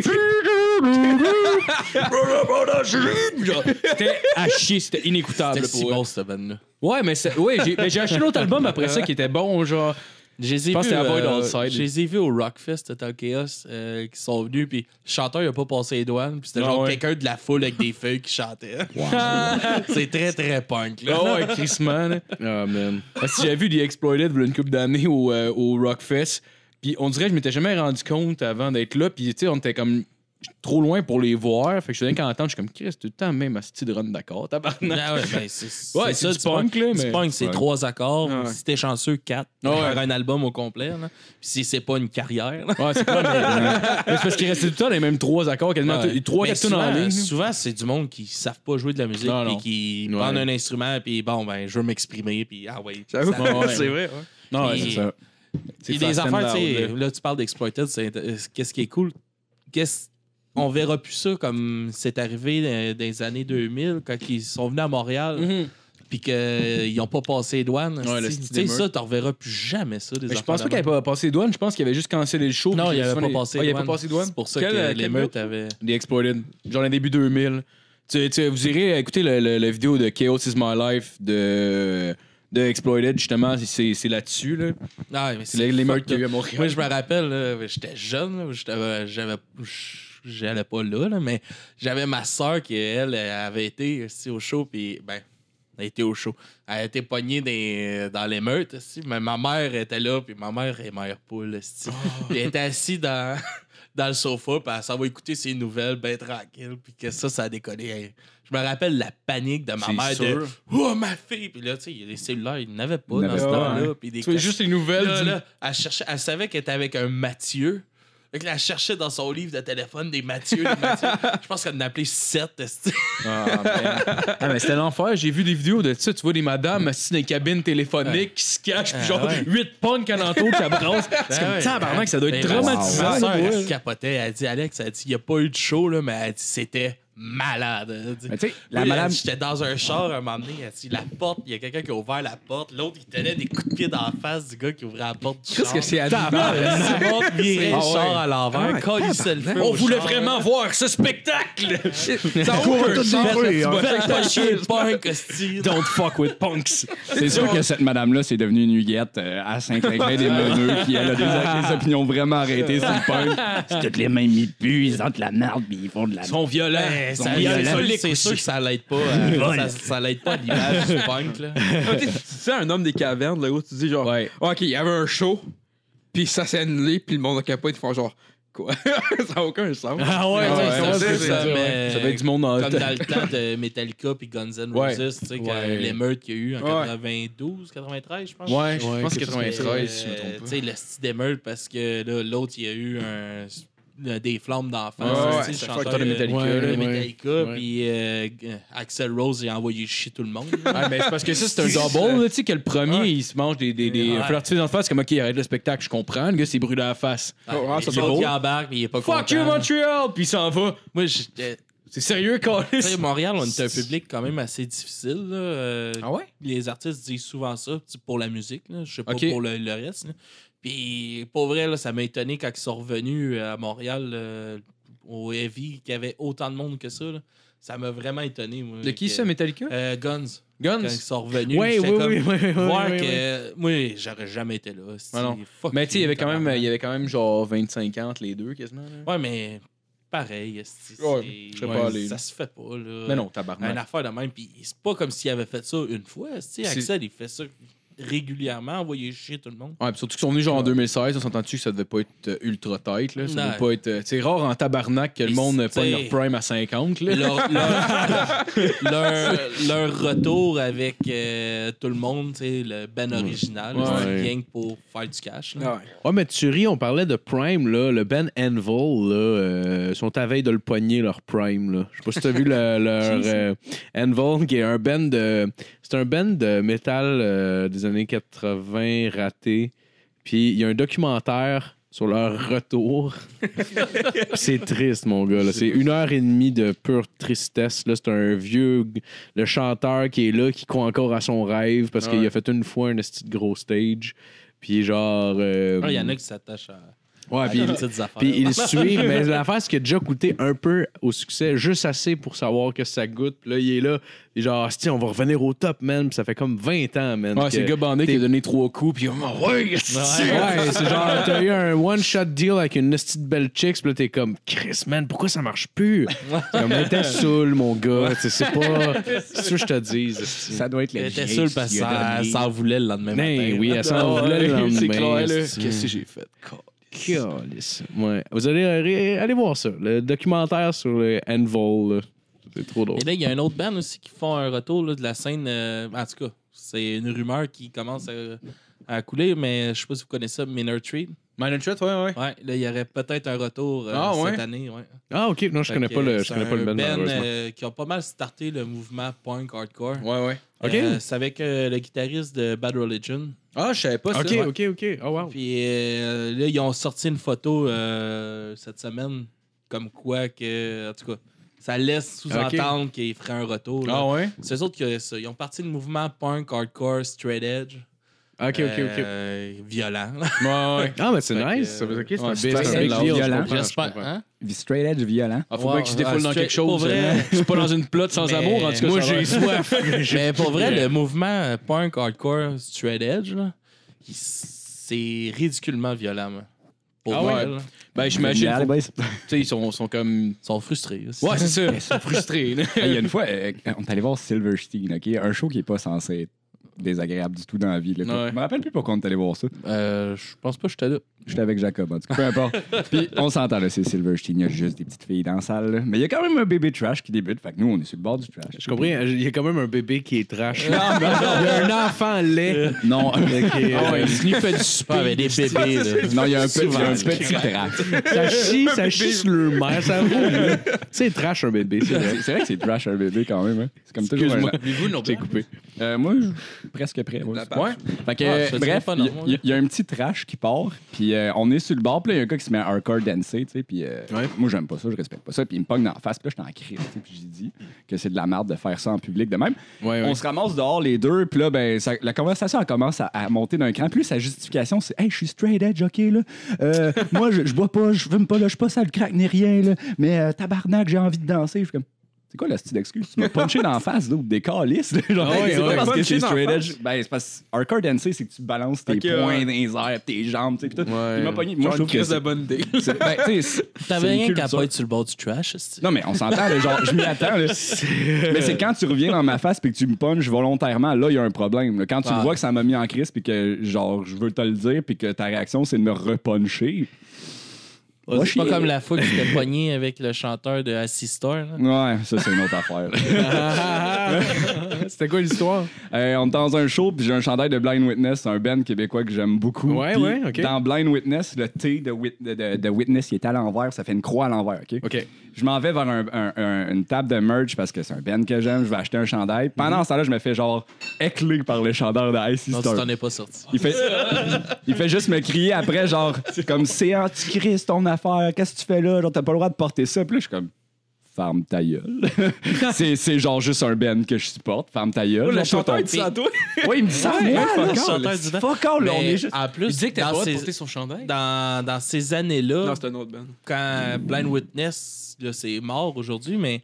[SPEAKER 3] Genre, C'était à chier, c'était inécoutable
[SPEAKER 7] C'était
[SPEAKER 3] pour
[SPEAKER 7] si
[SPEAKER 3] eux.
[SPEAKER 7] bon, cette bande-là.
[SPEAKER 3] Ouais, mais c'est- ouais, j'ai mais j'ai acheté l'autre album après ça qui était bon, genre.
[SPEAKER 7] Je les ai
[SPEAKER 3] pense
[SPEAKER 7] vus,
[SPEAKER 3] que c'était Avoid
[SPEAKER 7] euh,
[SPEAKER 3] Outside.
[SPEAKER 7] Je les ai vus au Rockfest, Total Chaos, euh, qui sont venus, puis le chanteur, il a pas passé les douanes, puis c'était
[SPEAKER 3] Ah
[SPEAKER 7] genre
[SPEAKER 3] ouais.
[SPEAKER 7] quelqu'un de la foule avec des feuilles qui chantait. c'est très, très punk, là.
[SPEAKER 3] Oh, ouais, Chris Man.
[SPEAKER 4] Ah, man.
[SPEAKER 3] Parce que j'avais vu The Exploited voilà, une couple d'années au, euh, au Rockfest. Puis on dirait que je m'étais jamais rendu compte avant d'être là. Puis tu sais, on était comme trop loin pour les voir. Fait que je suis qu'à entendre, je suis comme Chris, tout le temps même à ce de run d'accord, tabarnak.
[SPEAKER 7] Ah ouais, ben, c'est c'est
[SPEAKER 3] Ouais, c'est
[SPEAKER 7] ça,
[SPEAKER 3] du punk, là,
[SPEAKER 7] Du
[SPEAKER 3] mais-
[SPEAKER 7] punk, c'est
[SPEAKER 6] Ouais.
[SPEAKER 7] trois accords.
[SPEAKER 5] Ah ouais.
[SPEAKER 7] Si t'es chanceux, quatre.
[SPEAKER 3] Ah ouais.
[SPEAKER 7] Faire un album au complet. là. Puis si c'est pas une carrière. là.
[SPEAKER 3] Ouais, c'est pas mais, euh, mais c'est parce qu'il restait tout le temps les mêmes trois accords, quasiment
[SPEAKER 7] Ouais.
[SPEAKER 3] tout- Ah, trois,
[SPEAKER 7] Mais
[SPEAKER 3] quatre tunes en
[SPEAKER 7] souvent,
[SPEAKER 3] ligne. là.
[SPEAKER 7] Souvent, c'est du monde qui savent pas jouer de la musique,
[SPEAKER 3] Non, non.
[SPEAKER 7] puis qui
[SPEAKER 3] Ouais.
[SPEAKER 7] prennent un instrument, puis bon, ben, je veux m'exprimer, puis ah ouais.
[SPEAKER 5] J'avoue,
[SPEAKER 7] ça-
[SPEAKER 3] Ouais, ouais.
[SPEAKER 5] c'est vrai. ouais.
[SPEAKER 3] Non, ouais,
[SPEAKER 7] Puis-
[SPEAKER 3] c'est ça.
[SPEAKER 7] C'est
[SPEAKER 3] C'est
[SPEAKER 7] des
[SPEAKER 3] fast and
[SPEAKER 7] affaires, tu sais,
[SPEAKER 3] loud,
[SPEAKER 7] là, tu parles d'Exploited, c'est int- euh, qu'est-ce qui est cool? Qu'est-ce... On verra plus ça comme c'est arrivé euh, dans les années 2000, quand ils sont venus à Montréal,
[SPEAKER 3] Mhm.
[SPEAKER 7] puis qu'ils n'ont pas passé les douanes.
[SPEAKER 3] Ouais, le
[SPEAKER 7] Tu
[SPEAKER 3] style
[SPEAKER 7] sais,
[SPEAKER 3] d'émeute.
[SPEAKER 7] ça, tu reverras plus jamais ça. Des
[SPEAKER 3] Mais je
[SPEAKER 7] affaires
[SPEAKER 3] pense pas
[SPEAKER 7] de
[SPEAKER 3] qu'il avait
[SPEAKER 7] même.
[SPEAKER 3] pas passé les douanes, je pense qu'il avait juste cancellé le show.
[SPEAKER 7] Non,
[SPEAKER 3] puis
[SPEAKER 7] il
[SPEAKER 3] que
[SPEAKER 7] avait
[SPEAKER 3] souvent,
[SPEAKER 7] pas
[SPEAKER 3] les-
[SPEAKER 7] passé
[SPEAKER 3] Ah, il
[SPEAKER 7] les
[SPEAKER 3] avait pas
[SPEAKER 7] douanes.
[SPEAKER 3] passé les douanes.
[SPEAKER 7] C'est pour ça
[SPEAKER 3] Quel- euh,
[SPEAKER 7] que
[SPEAKER 3] quel
[SPEAKER 7] l'émeute avait.
[SPEAKER 3] The Exploited, genre les débuts 2000. Tu, tu- vous irez écouter le- le- la vidéo de Chaos is My Life de, de Exploited, justement, c'est c'est là-dessus. Là.
[SPEAKER 7] Ah, mais
[SPEAKER 3] C'est les- les meurtres
[SPEAKER 7] fucked
[SPEAKER 3] qu'il y a eu à
[SPEAKER 7] up.
[SPEAKER 3] Montréal.
[SPEAKER 7] Moi, je me rappelle, là, j'étais jeune, là, j'étais- euh, j'avais. j- J'allais pas là, là, mais j'avais ma soeur qui, elle, elle avait été aussi au show, puis ben, elle a été au show. Elle a été pognée dans, dans l'émeute, aussi, mais ma mère était là, puis ma mère est mère poule, aussi.
[SPEAKER 3] Oh.
[SPEAKER 7] Puis elle était assise dans, dans le sofa, puis elle s'en va écouter ses nouvelles, ben tranquille, puis que ça, ça a déconné. Elle- Je me rappelle la panique de ma
[SPEAKER 3] C'est
[SPEAKER 7] mère de
[SPEAKER 3] sûr.
[SPEAKER 7] Oh, ma fille! Puis là, tu sais, il y a des cellulaires, il n'avait pas
[SPEAKER 6] Il
[SPEAKER 7] dans
[SPEAKER 6] n'avait
[SPEAKER 7] ce
[SPEAKER 6] pas,
[SPEAKER 7] temps-là. Puis des
[SPEAKER 3] hein. Tu vois juste les nouvelles.
[SPEAKER 7] Là,
[SPEAKER 3] du-
[SPEAKER 7] là, elle, cherchait, elle savait qu'elle était avec un Mathieu. Fait que là, elle cherchait dans son livre de téléphone des Mathieu. des Mathieu. Je pense qu'elle en a appelé 7.
[SPEAKER 3] Ah, man. Ah, mais c'était l'enfer. J'ai vu des vidéos de ça. Tu vois des madames assises dans les cabines téléphoniques qui se cachent, puis
[SPEAKER 7] Ah,
[SPEAKER 3] genre
[SPEAKER 7] ouais.
[SPEAKER 3] 8 punks en entour qui brassent. C'est comme tabarnak, ça doit être traumatisant.
[SPEAKER 7] Ben, Ma soeur,
[SPEAKER 3] Ouais.
[SPEAKER 7] elle capotait. Elle dit Alex, elle dit, il n'y a pas eu de show, là, mais elle dit c'était malade. Elle dit,
[SPEAKER 6] Mais tu sais, la
[SPEAKER 7] Oui, elle
[SPEAKER 6] madame-
[SPEAKER 7] dit, J'étais dans un char à un moment donné. Elle dit la porte, il y a quelqu'un qui a ouvert la porte. L'autre, il tenait des coups de pied d'en face du gars qui ouvrait la porte du char.
[SPEAKER 6] Qu'est-ce que c'est à dire?
[SPEAKER 7] Elle monte, virait le
[SPEAKER 6] Ah ouais.
[SPEAKER 7] char à l'envers,
[SPEAKER 6] Ah,
[SPEAKER 7] colle le feu
[SPEAKER 3] On
[SPEAKER 7] au
[SPEAKER 3] voulait
[SPEAKER 7] char.
[SPEAKER 3] vraiment voir ce spectacle!
[SPEAKER 6] Ça ouvre tout
[SPEAKER 7] Faites-
[SPEAKER 6] le
[SPEAKER 7] faites pas chier le punk, hostie.
[SPEAKER 3] Don't fuck with punks!
[SPEAKER 6] C'est sûr que cette madame-là, c'est devenue une huguette euh, à Saint-Clinclin des Meneux, qui elle a des, des opinions vraiment arrêtées sur le punk. C'est toutes les mêmes ils puent, ils ont de la merde, puis ils font de la
[SPEAKER 3] Ils sont violents!
[SPEAKER 7] Ben,
[SPEAKER 3] Ils sont
[SPEAKER 7] ça-
[SPEAKER 3] violents.
[SPEAKER 7] c'est sûr-
[SPEAKER 3] Solides
[SPEAKER 7] C'est sûr que
[SPEAKER 3] aussi.
[SPEAKER 7] ça l'aide pas. à- ça, ça l'aide pas à l'image du punk. Là.
[SPEAKER 5] Tu sais, un homme des cavernes, là, où tu dis genre, Ah,
[SPEAKER 3] Ouais.
[SPEAKER 5] OK, il y avait un show, puis ça s'est annulé, puis le monde a capoté, ils font genre, quoi? ça n'a aucun sens.
[SPEAKER 3] Ah ouais,
[SPEAKER 7] ouais,
[SPEAKER 3] ça,
[SPEAKER 5] ça,
[SPEAKER 3] c'est
[SPEAKER 5] c'est
[SPEAKER 3] ça,
[SPEAKER 7] ça,
[SPEAKER 3] ouais.
[SPEAKER 7] mais-
[SPEAKER 3] Ça fait du monde en
[SPEAKER 7] Comme dans le temps de Metallica puis Guns N'
[SPEAKER 3] Ouais.
[SPEAKER 7] Roses, tu sais, quand
[SPEAKER 3] Ouais.
[SPEAKER 7] l'émeute qu'il y a eu en
[SPEAKER 5] Ouais.
[SPEAKER 7] 92, 93, je pense.
[SPEAKER 3] Ouais, je pense
[SPEAKER 4] quelque chose
[SPEAKER 3] 93, si je me
[SPEAKER 7] Euh,
[SPEAKER 3] trompe
[SPEAKER 7] Tu sais, le style d'émeute parce que là, l'autre, il y a eu un- euh, des flammes d'enfance.
[SPEAKER 5] Ouais, ouais,
[SPEAKER 7] tu sais,
[SPEAKER 5] c'est
[SPEAKER 7] le
[SPEAKER 5] fucked
[SPEAKER 7] chanteur
[SPEAKER 3] up de Metallica,
[SPEAKER 4] là,
[SPEAKER 7] euh, de
[SPEAKER 4] ouais.
[SPEAKER 7] Metallica,
[SPEAKER 4] Ouais.
[SPEAKER 7] puis euh, Axel Rose, il a envoyé chier tout le monde. là.
[SPEAKER 3] pas. Ouais, mais c'est parce que ça, c'est un double, là, tu sais, que le premier, il se mange des, des, des
[SPEAKER 7] Ouais.
[SPEAKER 3] fleurtiers dans la face, comme, ok, arrête le spectacle, je comprends, le gars, c'est brûlé à la face.
[SPEAKER 7] Ah,
[SPEAKER 5] ouais, ça doit être
[SPEAKER 7] il saute,
[SPEAKER 5] beau.
[SPEAKER 7] il embarque, mais il est pas
[SPEAKER 3] Fuck
[SPEAKER 7] content.
[SPEAKER 3] you, Montreal! Puis il s'en va.
[SPEAKER 7] Moi, j'étais...
[SPEAKER 3] C'est sérieux,
[SPEAKER 7] Tu sais,
[SPEAKER 3] Carlis?
[SPEAKER 7] Montréal, on est un public quand même assez difficile. là. Euh,
[SPEAKER 3] Ah ouais?
[SPEAKER 7] Les artistes disent souvent ça tu- pour la musique. là. Je sais pas
[SPEAKER 3] Ok.
[SPEAKER 7] pour le, le reste. là. Puis, pour vrai, là, ça m'a étonné quand ils sont revenus à Montréal euh, au Heavy, qu'il y avait autant de monde que ça. là. Ça m'a vraiment étonné. moi,
[SPEAKER 3] De qui
[SPEAKER 7] que-
[SPEAKER 3] ça, Metallica?
[SPEAKER 7] Euh, Guns. Quand
[SPEAKER 3] Guns?
[SPEAKER 7] ils sont revenus,
[SPEAKER 4] Ouais,
[SPEAKER 7] j'étais
[SPEAKER 4] oui,
[SPEAKER 7] comme,
[SPEAKER 4] oui, oui, oui,
[SPEAKER 7] voir
[SPEAKER 4] oui, oui.
[SPEAKER 7] que moi, j'aurais jamais été là. c'est-
[SPEAKER 3] Ouais, Ah non.
[SPEAKER 7] fuck
[SPEAKER 3] Mais tu sais, il y
[SPEAKER 7] you,
[SPEAKER 3] avait quand même,
[SPEAKER 7] tabarnak.
[SPEAKER 3] il y avait quand même genre 25 ans entre les deux, quasiment. là.
[SPEAKER 7] Ouais, mais pareil. c'est- c'est-
[SPEAKER 3] Ouais, je serais pas allé.
[SPEAKER 7] Ça se fait pas. Là.
[SPEAKER 3] Mais non,
[SPEAKER 7] Une
[SPEAKER 3] tabarnak.
[SPEAKER 7] affaire de même. Puis c'est pas comme s'il avait fait ça une fois. tu sais,
[SPEAKER 3] C'est-
[SPEAKER 7] Axel, il fait ça régulièrement envoyer chier tout le monde.
[SPEAKER 3] Ouais, puis surtout qu'ils sont venus genre en 2016, on s'entend-tu que ça devait pas être euh, ultra tight, là? Ça
[SPEAKER 7] Non.
[SPEAKER 3] devait pas être. euh, C'est rare en tabarnak que le
[SPEAKER 7] Et
[SPEAKER 3] monde
[SPEAKER 7] c'est-
[SPEAKER 3] pogne leur prime à 50, là.
[SPEAKER 7] Leur, leur- leur- leur retour avec euh, tout le monde, tu sais, le ben original,
[SPEAKER 4] Ouais.
[SPEAKER 7] c'est gang pour faire du cash. là.
[SPEAKER 5] Ah
[SPEAKER 4] Ouais, mais tu ris, on parlait de Prime, là. Le Ben Anvil, là, euh, sont à veille de le poigner, leur Prime, là. Je sais pas si t'as vu le, leur euh, Anvil, qui est un band de... C'est un band de métal euh, des années 80 raté. Puis il y a un documentaire sur leur retour. Puis c'est triste, mon gars. là. C'est une heure et demie de pure tristesse. là. C'est un vieux... g- Le chanteur qui est là, qui croit encore à son rêve parce qu'il a fait une fois un esti de gros stage. Puis genre... euh,
[SPEAKER 7] Ah, Il y en a Ah, qui s'attachent à,
[SPEAKER 4] Ouais,
[SPEAKER 7] à
[SPEAKER 4] puis
[SPEAKER 7] des petites affaires.
[SPEAKER 4] puis ils suivent, mais l'affaire, c'est qu'il a déjà coûté un peu au succès, juste assez pour savoir que ça goûte. Puis là, il est là, il est genre, Asti, on va revenir au top, man. Puis ça fait comme 20 ans, man.
[SPEAKER 3] Ouais,
[SPEAKER 4] que-
[SPEAKER 3] c'est le gars bandé qui a donné trois coups, puis oh, ouais,
[SPEAKER 4] Ouais, c'est genre, t'as eu un one-shot deal avec une petite belle chicks, puis là, t'es comme, Chris, man, pourquoi ça marche plus? C'est comme, t'es saoul, mon gars, tu sais, c'est pas. C'est ce que je te dis. esti.
[SPEAKER 6] Ça doit être
[SPEAKER 7] Elle
[SPEAKER 6] le
[SPEAKER 7] était sûre parce que ça, ça en voulait le lendemain
[SPEAKER 4] Ben
[SPEAKER 7] matin.
[SPEAKER 4] oui, elle
[SPEAKER 5] Ah
[SPEAKER 4] s'en voulait le lendemain. esti.
[SPEAKER 3] Qu'est-ce que j'ai fait?
[SPEAKER 4] Calisse. Ouais. Vous allez allez- allez voir ça, le documentaire sur le Anvil. là. C'est trop drôle.
[SPEAKER 7] Et là, il y a un autre band aussi qui font un retour là, de la scène. euh, en tout cas, c'est une rumeur qui commence à, à couler, mais je sais pas si vous connaissez ça, Minor Tree.
[SPEAKER 3] Man shot, ouais, ouais.
[SPEAKER 7] Ouais, là, il y aurait peut-être un retour euh,
[SPEAKER 3] Ah, ouais?
[SPEAKER 7] cette année. Ouais.
[SPEAKER 4] Ah, ok. Non, je
[SPEAKER 7] Fait
[SPEAKER 4] connais
[SPEAKER 7] que,
[SPEAKER 4] pas le, je
[SPEAKER 7] c'est
[SPEAKER 4] connais pas le
[SPEAKER 7] un
[SPEAKER 4] band, malheureusement.
[SPEAKER 7] euh, qui ont pas mal starté le mouvement punk hardcore.
[SPEAKER 3] Ouais, ouais.
[SPEAKER 4] Ok.
[SPEAKER 7] Euh, c'est avec euh, le guitariste de Bad Religion.
[SPEAKER 3] Ah, je savais pas ça.
[SPEAKER 4] ok,
[SPEAKER 3] Ouais.
[SPEAKER 4] ok, ok. Oh, wow.
[SPEAKER 7] Puis euh, là, ils ont sorti une photo euh, cette semaine, comme quoi que, en tout cas, ça laisse sous-entendre qu'ils feraient un retour. là.
[SPEAKER 3] Ah, ouais?
[SPEAKER 7] C'est eux autres qui ont ça. Ils ont parti du mouvement punk, hardcore, straight edge.
[SPEAKER 4] Ok, ok, ok.
[SPEAKER 7] Euh, violent.
[SPEAKER 3] Ouais, ouais.
[SPEAKER 4] Ah, mais c'est
[SPEAKER 7] fait que,
[SPEAKER 4] nice. Ça veut dire
[SPEAKER 3] ouais,
[SPEAKER 4] que
[SPEAKER 3] c'est
[SPEAKER 4] c'est un
[SPEAKER 3] facile,
[SPEAKER 4] big
[SPEAKER 3] là,
[SPEAKER 4] deal, je
[SPEAKER 6] violent.
[SPEAKER 4] comprends, je
[SPEAKER 7] J'espère.
[SPEAKER 4] comprends.
[SPEAKER 7] hein?
[SPEAKER 6] Straight edge violent.
[SPEAKER 3] Ah, faut
[SPEAKER 7] Ouais,
[SPEAKER 3] bien qu'il se défoule
[SPEAKER 7] ouais,
[SPEAKER 3] dans
[SPEAKER 7] straight-
[SPEAKER 3] quelque chose.
[SPEAKER 7] pour vrai.
[SPEAKER 3] hein. C'est pas dans une plotte sans
[SPEAKER 7] Mais-
[SPEAKER 3] amour, en tout cas.
[SPEAKER 7] Moi,
[SPEAKER 3] ça va.
[SPEAKER 7] j'ai
[SPEAKER 4] soif.
[SPEAKER 7] Mais pour vrai, le mouvement euh, punk, hardcore, straight edge, là, il- c'est ridiculement violent. man. Pour
[SPEAKER 3] Ah
[SPEAKER 7] vrai,
[SPEAKER 3] ouais?
[SPEAKER 7] là.
[SPEAKER 3] Ben, j'imagine. faut- Tu sais, ils sont, sont comme.
[SPEAKER 7] ils sont frustrés. aussi.
[SPEAKER 3] Ouais, c'est ça. Ils sont frustrés. là.
[SPEAKER 6] Hey, Il y a une fois, euh, on est allé voir Silverstein, OK? Un show qui est pas censé être désagréable du tout dans la vie. là.
[SPEAKER 3] Ouais.
[SPEAKER 6] Je me rappelle plus pourquoi on est allé voir ça.
[SPEAKER 7] Euh, je pense pas que j'étais là.
[SPEAKER 6] J'étais avec Jacob, en tout cas. Peu importe. Puis on s'entend, là, c'est Silverstein. Il y a juste des petites filles dans la salle. là. Mais il y a quand même un bébé trash qui débute. Fait que nous, on est sur le bord du trash.
[SPEAKER 4] Je comprends. Il y a quand même un bébé qui est trash. là. Il y a un enfant laid.
[SPEAKER 6] Non,
[SPEAKER 4] qui est,
[SPEAKER 3] Ah ouais,
[SPEAKER 4] euh,
[SPEAKER 3] il sniffait du super.
[SPEAKER 7] Pas avec des bébés. là.
[SPEAKER 6] non, il y a un petit, il y a un petit trash.
[SPEAKER 4] ça chie, ça chie sur le mère. Ça vaut, là. C'est trash, un bébé. c'est vrai.
[SPEAKER 6] C'est c'est vrai que c'est trash un bébé quand même. hein. C'est comme toujours. un-
[SPEAKER 3] vous non
[SPEAKER 6] J'ai coupé. Euh, moi, je- presque prêt. ouais.
[SPEAKER 3] Ouais.
[SPEAKER 6] Fait que,
[SPEAKER 7] Ah,
[SPEAKER 6] euh,
[SPEAKER 7] ça, c'est
[SPEAKER 6] bref,
[SPEAKER 7] pas
[SPEAKER 6] il
[SPEAKER 7] normal.
[SPEAKER 6] y, il y a un petit trash qui part, puis euh, on est sur le bord, puis là, il y a un gars qui se met à hardcore dancer, tu sais, puis euh, moi, j'aime pas ça, je respecte pas ça, puis il me pogne dans la face, puis là, je t'en crise, tu sais, puis j'ai dit que c'est de la merde de faire ça en public de même.
[SPEAKER 3] Ouais, ouais.
[SPEAKER 6] On se ramasse dehors, les deux, puis là, ben, ça- la conversation, elle commence à, à monter d'un cran, plus sa justification, c'est « Hey, je suis straight edge, OK, là, Euh, moi, je je bois pas, je fume pas, là, je suis pas sale crack ni rien, là, mais euh, tabarnak, j'ai envie de danser. » Je suis comme « C'est quoi la style d'excuse? Tu m'as punché dans la face, d'autres des câlisses, là. Genre,
[SPEAKER 3] Ah ouais,
[SPEAKER 6] c'est pas
[SPEAKER 3] ouais.
[SPEAKER 6] parce que
[SPEAKER 3] Punché
[SPEAKER 6] c'est
[SPEAKER 3] dans la
[SPEAKER 6] straight
[SPEAKER 3] face. euh,
[SPEAKER 6] edge ben, c'est parce que hardcore dancer, c'est que tu balances tes
[SPEAKER 5] Ok, ouais.
[SPEAKER 6] poings dans les airs, tes jambes, tu sais, pis tout.
[SPEAKER 4] Ouais.
[SPEAKER 6] Il m'a pogné. Moi, je trouve que
[SPEAKER 5] crise de
[SPEAKER 6] c'est.
[SPEAKER 5] bonne idée.
[SPEAKER 6] c'est- ben, tu sais, c'est-
[SPEAKER 7] T'avais
[SPEAKER 6] c'est une
[SPEAKER 7] rien qu'à
[SPEAKER 6] culture.
[SPEAKER 7] pas être sur le bord du trash. c'est-
[SPEAKER 6] Non, mais on s'entend, là, genre, je m'y attends, là. Mais c'est quand tu reviens dans ma face puis que tu me punches volontairement, là, il y a un problème. là. Quand tu
[SPEAKER 7] Ah.
[SPEAKER 6] vois que ça m'a mis en crise puis que, genre, je veux te le dire puis que ta réaction, c'est de me repuncher.
[SPEAKER 7] Ouais,
[SPEAKER 6] Va
[SPEAKER 7] c'est pas
[SPEAKER 6] chier.
[SPEAKER 7] comme la fois que j'étais pogné avec le chanteur de Assister.
[SPEAKER 6] Ouais, ça, c'est une autre affaire.
[SPEAKER 4] C'était quoi l'histoire?
[SPEAKER 6] Euh, on est dans un show, puis j'ai un chandail de Blind Witness, un band québécois que j'aime beaucoup.
[SPEAKER 4] Ouais,
[SPEAKER 6] Puis
[SPEAKER 4] ouais, ok.
[SPEAKER 6] Dans Blind Witness, le T de, Wit- de- de- de Witness, il est à l'envers, ça fait une croix à l'envers, ok?
[SPEAKER 4] Ok.
[SPEAKER 6] Je m'en vais vers un- un- un- une table de merch parce que c'est un band que j'aime, je vais acheter un chandail.
[SPEAKER 4] Mm-hmm.
[SPEAKER 6] Pendant ce temps-là, je me fais genre écler par le chandail de Icy
[SPEAKER 7] Non, tu
[SPEAKER 6] Star.
[SPEAKER 7] t'en es pas sorti.
[SPEAKER 6] Il fait, il fait juste me crier après, genre, comme c'est antichrist ton affaire, qu'est-ce que tu fais là? Genre, t'as pas le droit de porter ça. Puis là, je suis comme, ferme ta gueule. c'est, c'est genre juste un band que je supporte, ferme ta
[SPEAKER 7] Oh,
[SPEAKER 6] gueule.
[SPEAKER 5] Le
[SPEAKER 6] Genre,
[SPEAKER 5] chanteur,
[SPEAKER 6] toi,
[SPEAKER 5] il
[SPEAKER 6] ton-
[SPEAKER 5] dit ça à toi.
[SPEAKER 6] Oui, il me dit ça, mais
[SPEAKER 7] le
[SPEAKER 6] fuck all.
[SPEAKER 7] chanteur du band.
[SPEAKER 6] Fuck all, là, on
[SPEAKER 7] Mais
[SPEAKER 6] est juste.
[SPEAKER 7] En plus, dans ces-
[SPEAKER 1] son chandail?
[SPEAKER 7] dans, dans ces années-là,
[SPEAKER 5] Non, c'est un autre band.
[SPEAKER 7] quand Blind Witness, là, c'est mort aujourd'hui, mais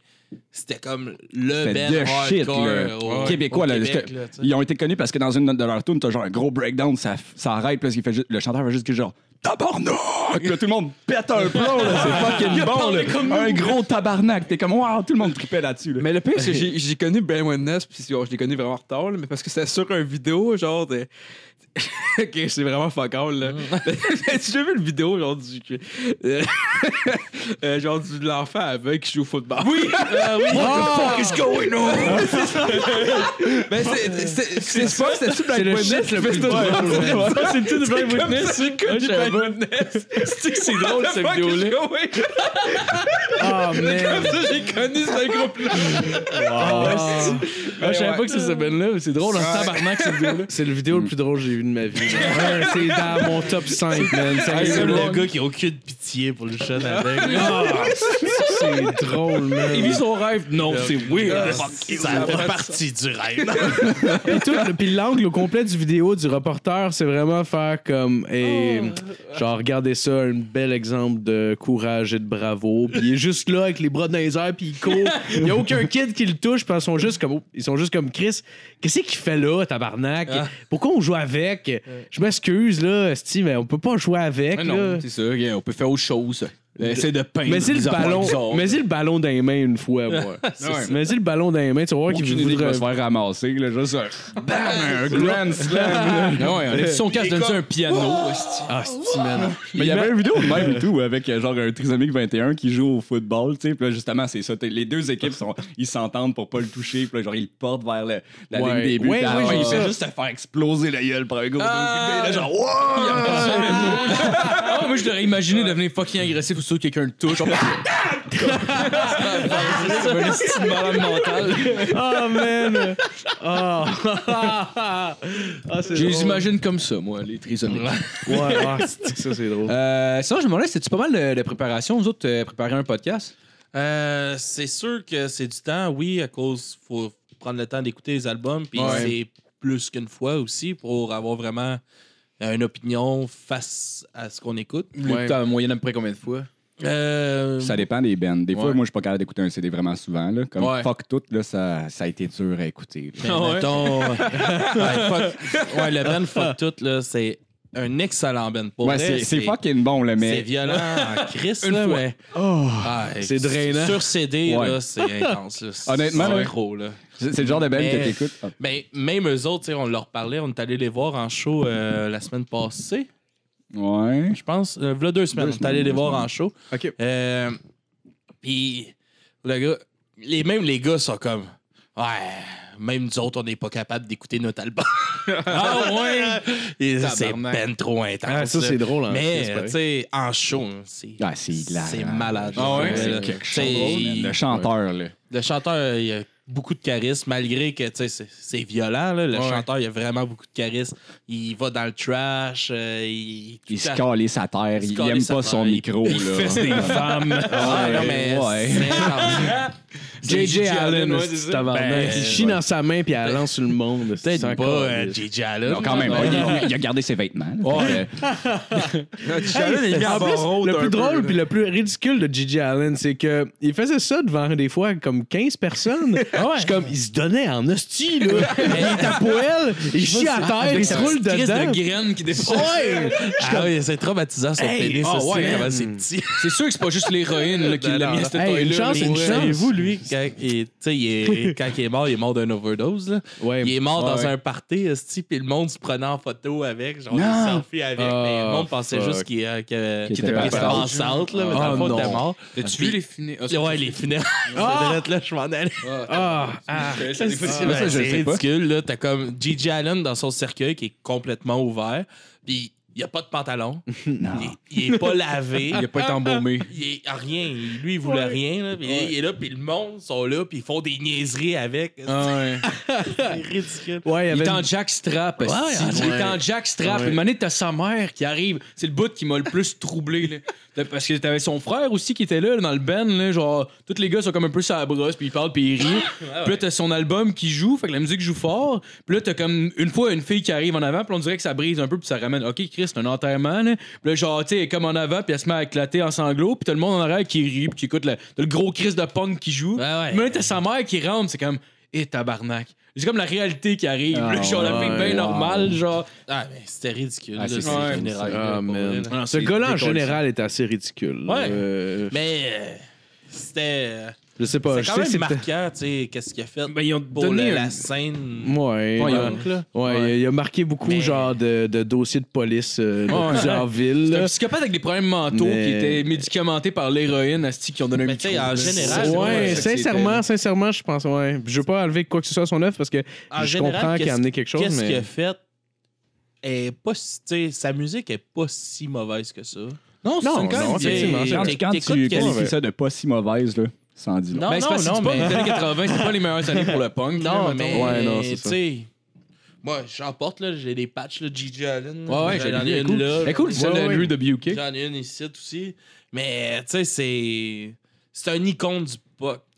[SPEAKER 7] c'était comme le
[SPEAKER 6] C'était de
[SPEAKER 7] band
[SPEAKER 6] shit,
[SPEAKER 7] hardcore
[SPEAKER 6] là.
[SPEAKER 7] au-
[SPEAKER 6] euh, Québécois,
[SPEAKER 7] au
[SPEAKER 6] là,
[SPEAKER 7] Québec,
[SPEAKER 6] parce que
[SPEAKER 7] là, tu sais.
[SPEAKER 6] Ils ont été connus parce que dans une note de leur tune, t'as genre un gros breakdown, ça, ça arrête, parce qu'il fait juste, le chanteur fait juste que genre, tabarnak! Puis là, tout le monde pète un plomb, là, c'est fucking bon, là. Un gros tabarnak. T'es comme, wow, tout le monde tripait là-dessus, là.
[SPEAKER 5] Mais le pire, c'est que j'ai- j'ai connu Ben Witness, puis genre, je l'ai connu vraiment tard, là, mais parce que c'était sur un vidéo, genre de. ok, c'est vraiment fuck all,
[SPEAKER 4] Mm.
[SPEAKER 5] là. J'ai déjà vu le vidéo, genre du. euh, euh, genre du- de l'enfant aveugle qui joue au football. Oui!
[SPEAKER 4] euh, Ah!
[SPEAKER 5] What the fuck is going on? Mais c'est- c'est. c'est- C'est pas c'est-tu Black
[SPEAKER 4] C'est le
[SPEAKER 5] Witness
[SPEAKER 4] shit le
[SPEAKER 5] qui fait
[SPEAKER 4] plus
[SPEAKER 5] ça?
[SPEAKER 4] drôle.
[SPEAKER 5] Ouais,
[SPEAKER 4] C'est tout de Black
[SPEAKER 5] comme
[SPEAKER 4] Witness.
[SPEAKER 5] ça que
[SPEAKER 4] Ah,
[SPEAKER 5] j'ai
[SPEAKER 4] j'avais-
[SPEAKER 5] Black Witness.
[SPEAKER 4] C'est que c'est drôle cette vidéo-là. Ah, man.
[SPEAKER 5] Comme ça, j'ai connu ce groupe-là.
[SPEAKER 4] Ah, Je savais pas que c'est ce ben-là, mais c'est drôle en tabarnak cette vidéo-là. C'est le vidéo le plus drôle que j'ai vu de ma vie. Ah, man. C'est dans mon top 5, man.
[SPEAKER 7] C'est comme
[SPEAKER 4] Sérieusement.
[SPEAKER 7] le gars qui a aucune pitié pour le jeune avec.
[SPEAKER 4] C'est drôle, man.
[SPEAKER 3] Il vit son rêve. Non, c'est weird.
[SPEAKER 7] Ça fait partie du rêve.
[SPEAKER 4] Puis tout, le- puis l'angle au complet du vidéo du reporter, c'est vraiment faire comme. Hey, Genre, regardez ça, un bel exemple de courage et de bravo. Puis il est juste là avec les bras dans les airs, puis il court. Il n'y a aucun kid qui le touche, puis ils sont juste comme, oh, ils sont juste comme Chris. Qu'est-ce qu'il fait là, tabarnak? Pourquoi on joue avec? Je m'excuse, là, Steve, mais on peut pas jouer avec.
[SPEAKER 3] Mais
[SPEAKER 4] là.
[SPEAKER 3] non, c'est ça. ok, on peut faire autre chose. Essaye de peindre.
[SPEAKER 4] Mais c'est le
[SPEAKER 3] des affaires
[SPEAKER 4] ballon.
[SPEAKER 3] bizarres.
[SPEAKER 4] Mais c'est le ballon dans les mains une fois, moi. Mais c'est le ballon dans les mains, tu vas voir
[SPEAKER 6] Aucune
[SPEAKER 4] qu'il
[SPEAKER 6] idée qu'il
[SPEAKER 4] voudrait.
[SPEAKER 6] va se faire ramasser, là, juste un...
[SPEAKER 7] Ben,
[SPEAKER 6] Bam! Un grand slam,
[SPEAKER 3] Ah ouais, enlève son casque, donne ça un piano.
[SPEAKER 4] Ah, Steve, man.
[SPEAKER 6] Mais il y avait une vidéo de même et tout, avec euh, genre un trisomique 21 qui joue au football, tu sais. Puis là, justement, c'est ça. t'es- Les deux équipes, sont, ils s'ententendent pour pas le toucher. Puis là, genre, ils le portent vers le- la
[SPEAKER 4] Ouais.
[SPEAKER 6] ligne des buts.
[SPEAKER 4] Ouais,
[SPEAKER 6] puis
[SPEAKER 4] ouais,
[SPEAKER 6] après,
[SPEAKER 4] j'ai
[SPEAKER 6] il
[SPEAKER 4] vu
[SPEAKER 6] fait
[SPEAKER 4] ça.
[SPEAKER 6] juste se faire exploser la gueule par un gros. là, genre, wow!
[SPEAKER 3] Ah, moi, je l'aurais imaginé devenir fucking agressif ou sûr que quelqu'un le touche. Genre, c'est une malade mentale.
[SPEAKER 4] Oh man! Oh! ah, c'est
[SPEAKER 3] Je
[SPEAKER 4] drôle.
[SPEAKER 3] les imagine comme ça, moi, les trisomiques.
[SPEAKER 4] Ouais, ah, c'est- ça c'est drôle.
[SPEAKER 3] Euh, sinon, je me demandais, c'était-tu pas mal de, de préparation, vous autres, euh, préparer un podcast?
[SPEAKER 7] Euh, c'est sûr que c'est du temps, oui, à cause faut prendre le temps d'écouter les albums, puis
[SPEAKER 3] Ouais.
[SPEAKER 7] c'est plus qu'une fois aussi pour avoir vraiment euh, une opinion face à ce qu'on écoute.
[SPEAKER 3] Le temps, en moyenne, à peu près combien de fois?
[SPEAKER 7] Euh,
[SPEAKER 6] Ça dépend des bands. Des fois,
[SPEAKER 3] Ouais.
[SPEAKER 6] moi, je suis pas capable d'écouter un CD vraiment souvent. Là. Comme
[SPEAKER 3] Ouais.
[SPEAKER 6] fuck tout, là, ça, ça a été dur à écouter. là.
[SPEAKER 7] mais mettons- ouais, fuck- ouais, le band Fuck Tout, là, c'est un excellent band. Pour
[SPEAKER 6] Ouais,
[SPEAKER 7] vrai,
[SPEAKER 6] c'est- c'est fucking bon, là,
[SPEAKER 7] C'est
[SPEAKER 6] mais. Oh,
[SPEAKER 7] violent en Christ, là, mais. Ah,
[SPEAKER 4] C'est drainant.
[SPEAKER 7] Sur CD,
[SPEAKER 6] Ouais.
[SPEAKER 7] là, c'est intense. Là. C'est-
[SPEAKER 6] Honnêtement,
[SPEAKER 7] c'est
[SPEAKER 6] là.
[SPEAKER 7] trop, là.
[SPEAKER 6] C'est c'est le genre de band
[SPEAKER 7] Mais-
[SPEAKER 6] que t'écoutes. Ah.
[SPEAKER 7] Mais même eux autres, tu sais, on leur parlait, on est allé les voir en show euh, la semaine passée,
[SPEAKER 6] Ouais.
[SPEAKER 7] je pense. Euh, v'là deux semaines,
[SPEAKER 6] Deux
[SPEAKER 7] on est allé les
[SPEAKER 6] semaines, deux
[SPEAKER 7] voir
[SPEAKER 6] semaines.
[SPEAKER 7] en show.
[SPEAKER 4] Ok.
[SPEAKER 7] Euh, Puis, le gars, les, même les gars sont comme, ouais, même nous autres, on n'est pas capable d'écouter notre album. ah ouais! Et ça, c'est
[SPEAKER 3] Tabarnak.
[SPEAKER 7] ben trop intense.
[SPEAKER 4] Ah, ça
[SPEAKER 7] là.
[SPEAKER 4] c'est drôle. hein,
[SPEAKER 7] Mais,
[SPEAKER 4] c'est
[SPEAKER 7] euh,
[SPEAKER 4] vrai.
[SPEAKER 7] tu sais, en show, hein, c'est.
[SPEAKER 6] Ah, c'est hilarant.
[SPEAKER 7] C'est malade.
[SPEAKER 3] Ah ouais?
[SPEAKER 7] là.
[SPEAKER 3] C'est
[SPEAKER 7] Là,
[SPEAKER 6] quelque
[SPEAKER 7] tu sais, il-
[SPEAKER 6] Le chanteur, là.
[SPEAKER 7] le chanteur, il a beaucoup de charisme, malgré que tu sais, c'est c'est violent. là. Le chanteur, il a vraiment beaucoup de charisme. Il va dans le trash. euh, il
[SPEAKER 6] Il se
[SPEAKER 7] tout à-
[SPEAKER 6] calisse à terre.
[SPEAKER 7] Il se
[SPEAKER 6] Il
[SPEAKER 7] calisse
[SPEAKER 6] aime
[SPEAKER 7] à
[SPEAKER 6] pas
[SPEAKER 7] terre,
[SPEAKER 6] son
[SPEAKER 7] il-
[SPEAKER 6] micro,
[SPEAKER 7] il
[SPEAKER 6] là.
[SPEAKER 7] fesse des
[SPEAKER 6] femmes.
[SPEAKER 7] Ah, non, mais c'est intense. C'est
[SPEAKER 4] JJ Allen,
[SPEAKER 7] ouais,
[SPEAKER 4] c'est
[SPEAKER 7] c'est ça.
[SPEAKER 4] tabarnak.
[SPEAKER 7] Ben,
[SPEAKER 4] il chie dans sa main puis elle lance sur le monde. c'est
[SPEAKER 7] Peut-être pas
[SPEAKER 4] encore-
[SPEAKER 7] euh, JJ Allen.
[SPEAKER 6] Non, quand même.
[SPEAKER 7] Ouais.
[SPEAKER 6] il, il a gardé ses vêtements. là. Fait que,
[SPEAKER 4] En plus, le plus drôle puis le plus ridicule de Gigi Allen, c'est que il faisait ça devant des fois comme 15 personnes. Je suis comme, il se donnait en hostie, là. il est à poêle, il chie à terre, il se roule
[SPEAKER 3] Crise
[SPEAKER 4] dedans.
[SPEAKER 3] de graines qui descend.
[SPEAKER 4] Ouais!
[SPEAKER 7] Ah oui, c'est traumatisant son
[SPEAKER 4] Hey,
[SPEAKER 7] pénis
[SPEAKER 4] ah
[SPEAKER 7] aussi,
[SPEAKER 4] ouais,
[SPEAKER 7] comment
[SPEAKER 4] man.
[SPEAKER 7] c'est petit.
[SPEAKER 3] C'est sûr que c'est pas juste l'héroïne là, qui
[SPEAKER 7] Non,
[SPEAKER 3] l'a mis
[SPEAKER 7] non,
[SPEAKER 3] à cette
[SPEAKER 4] non. Hey,
[SPEAKER 3] taille-là.
[SPEAKER 4] une chance,
[SPEAKER 3] mais-
[SPEAKER 4] une
[SPEAKER 3] Ouais.
[SPEAKER 4] chance.
[SPEAKER 7] Savez-vous, lui, quand il, tu sais, il est- quand il est mort, il est mort d'une overdose. là.
[SPEAKER 4] Ouais.
[SPEAKER 7] Il est mort dans
[SPEAKER 3] Ouais.
[SPEAKER 7] un party, esti, puis le monde se prenait en photo avec, genre des
[SPEAKER 6] Non.
[SPEAKER 7] selfies avec. mais le monde pensait juste qu'il euh, que-
[SPEAKER 6] Qu'il
[SPEAKER 7] qu'il
[SPEAKER 6] était
[SPEAKER 7] était
[SPEAKER 6] pas
[SPEAKER 7] en
[SPEAKER 6] out.
[SPEAKER 7] salte, là, mais dans
[SPEAKER 4] Ah,
[SPEAKER 7] le fond, il était
[SPEAKER 4] non.
[SPEAKER 7] mort.
[SPEAKER 3] T'as-tu vu les finis? Ah,
[SPEAKER 7] Puis, Ouais, les funérailles. Ça devait être là, je m'en allais.
[SPEAKER 4] Ah, ah.
[SPEAKER 3] ça, des fois, c'est-
[SPEAKER 7] Ben,
[SPEAKER 6] ça, je
[SPEAKER 7] c'est
[SPEAKER 6] le sais pas.
[SPEAKER 7] ridicule, là. T'as comme Gigi Allen dans son cercueil qui est complètement ouvert, puis il n'y a pas de pantalon, il, il est pas lavé.
[SPEAKER 3] Il a pas été embaumé.
[SPEAKER 7] Il est à rien. Lui, il voulait rien. Là. Puis Il est là, puis le monde sont là, puis ils font des niaiseries avec.
[SPEAKER 3] Ah, ouais.
[SPEAKER 7] C'est ridicule.
[SPEAKER 4] Ouais, il y
[SPEAKER 3] Il
[SPEAKER 4] avait
[SPEAKER 3] est
[SPEAKER 4] une-
[SPEAKER 3] en jackstrap.
[SPEAKER 7] Ouais,
[SPEAKER 3] esti. Il est en jackstrap.
[SPEAKER 4] Ouais.
[SPEAKER 3] Une manette, t'as sa mère qui arrive. C'est le bout qui m'a le plus troublé. là. T'as- Parce que t'avais son frère aussi qui était là, dans le band. Là, genre, tous les gars sont comme un peu sur la brosse, puis ils parlent, puis ils rient. Puis là, t'as son album qui joue, fait que la musique joue fort. Puis là, t'as comme une fois une fille qui arrive en avant, puis on dirait que ça brise un peu, puis ça ramène. Ok, Chris, c'est un enterrement. Là. Puis là, genre, tu sais, elle est comme en avant, puis elle se met à éclater en sanglots, puis t'as le monde en arrière qui rit, puis qui écoute le, t'as le gros Chris de punk qui joue.
[SPEAKER 7] Ouais, ouais.
[SPEAKER 3] Mais là, t'as sa mère qui rentre, c'est comme. et tabarnak. C'est comme la réalité qui arrive, là, genre la vie
[SPEAKER 4] Ah, ouais,
[SPEAKER 3] bien
[SPEAKER 4] wow.
[SPEAKER 3] normale, genre.
[SPEAKER 7] Ah, mais c'était ridicule.
[SPEAKER 3] Ah,
[SPEAKER 7] là,
[SPEAKER 3] c'est-
[SPEAKER 7] ces
[SPEAKER 3] ouais,
[SPEAKER 7] funérailles,
[SPEAKER 4] c'est-
[SPEAKER 7] là,
[SPEAKER 4] ah,
[SPEAKER 7] pour
[SPEAKER 4] man.
[SPEAKER 7] vrai, là.
[SPEAKER 3] Ah non,
[SPEAKER 4] Ce
[SPEAKER 3] c'est
[SPEAKER 4] gars-là, en
[SPEAKER 3] décolle,
[SPEAKER 4] général, est assez ridicule.
[SPEAKER 7] Ouais.
[SPEAKER 4] Euh,
[SPEAKER 7] Mais euh, c'était
[SPEAKER 4] je sais pas.
[SPEAKER 7] c'était
[SPEAKER 4] Bah, Je
[SPEAKER 7] quand
[SPEAKER 4] sais que
[SPEAKER 7] même
[SPEAKER 4] c'est
[SPEAKER 7] marquant, tu sais, qu'est-ce qu'il a fait
[SPEAKER 3] Ben, ils ont
[SPEAKER 7] pour
[SPEAKER 3] donné
[SPEAKER 7] le-
[SPEAKER 3] un-
[SPEAKER 7] la scène.
[SPEAKER 4] Ouais,
[SPEAKER 3] Ouais,
[SPEAKER 4] ouais,
[SPEAKER 3] il y a-
[SPEAKER 4] ouais, il a marqué beaucoup
[SPEAKER 7] Mais-
[SPEAKER 4] genre de, de dossiers de police euh, dans plusieurs villes.
[SPEAKER 3] C'est un
[SPEAKER 4] là.
[SPEAKER 3] psychopathe avec des problèmes mentaux
[SPEAKER 4] Mais-
[SPEAKER 3] qui était médicamenté par l'héroïne, Asti, qui en donne un
[SPEAKER 7] Mais tu sais,
[SPEAKER 3] micro.
[SPEAKER 7] en général, c'est pas
[SPEAKER 4] Ouais,
[SPEAKER 7] mal ça que
[SPEAKER 4] sincèrement, sincèrement, je pense, ouais. Je veux pas enlever quoi que ce soit à son œuvre parce que
[SPEAKER 7] En
[SPEAKER 4] je
[SPEAKER 7] général,
[SPEAKER 4] comprends qu'il a
[SPEAKER 7] qu'est-ce-
[SPEAKER 4] amené quelque chose,
[SPEAKER 7] Qu'est-ce
[SPEAKER 4] mais.
[SPEAKER 7] qu'il a fait? Est pas, si- tu sais, sa musique est pas si mauvaise que ça.
[SPEAKER 3] Non, c'est
[SPEAKER 4] Non,
[SPEAKER 3] une
[SPEAKER 4] non,
[SPEAKER 3] conne.
[SPEAKER 7] c'est-
[SPEAKER 4] effectivement.
[SPEAKER 7] Quand-
[SPEAKER 4] c'est-
[SPEAKER 7] t'écoutes
[SPEAKER 6] Quand tu
[SPEAKER 7] quel-
[SPEAKER 6] qualifies ça de pas si mauvaise, là, sans dire.
[SPEAKER 7] Non,
[SPEAKER 3] Ben, c'est
[SPEAKER 7] non,
[SPEAKER 3] parce que
[SPEAKER 7] non,
[SPEAKER 3] c'est pas
[SPEAKER 7] mais-
[SPEAKER 3] les années 80, c'est pas les meilleures années pour le punk. là,
[SPEAKER 7] Non,
[SPEAKER 3] mettons.
[SPEAKER 7] mais
[SPEAKER 4] Ouais, non,
[SPEAKER 7] tu
[SPEAKER 4] c'est ça.
[SPEAKER 7] sais, moi, j'en porte, là, j'ai des patchs, là, Gigi Allen.
[SPEAKER 3] Ouais, ouais, j'ai
[SPEAKER 7] j'en
[SPEAKER 3] lu,
[SPEAKER 7] ai
[SPEAKER 3] elle est
[SPEAKER 7] une
[SPEAKER 3] cool.
[SPEAKER 7] là.
[SPEAKER 3] Elle est cool, celle
[SPEAKER 4] Ouais, ouais.
[SPEAKER 3] de Louis WK.
[SPEAKER 7] J'en ai une ici aussi. Mais, tu sais, c'est. C'est un icône du punk.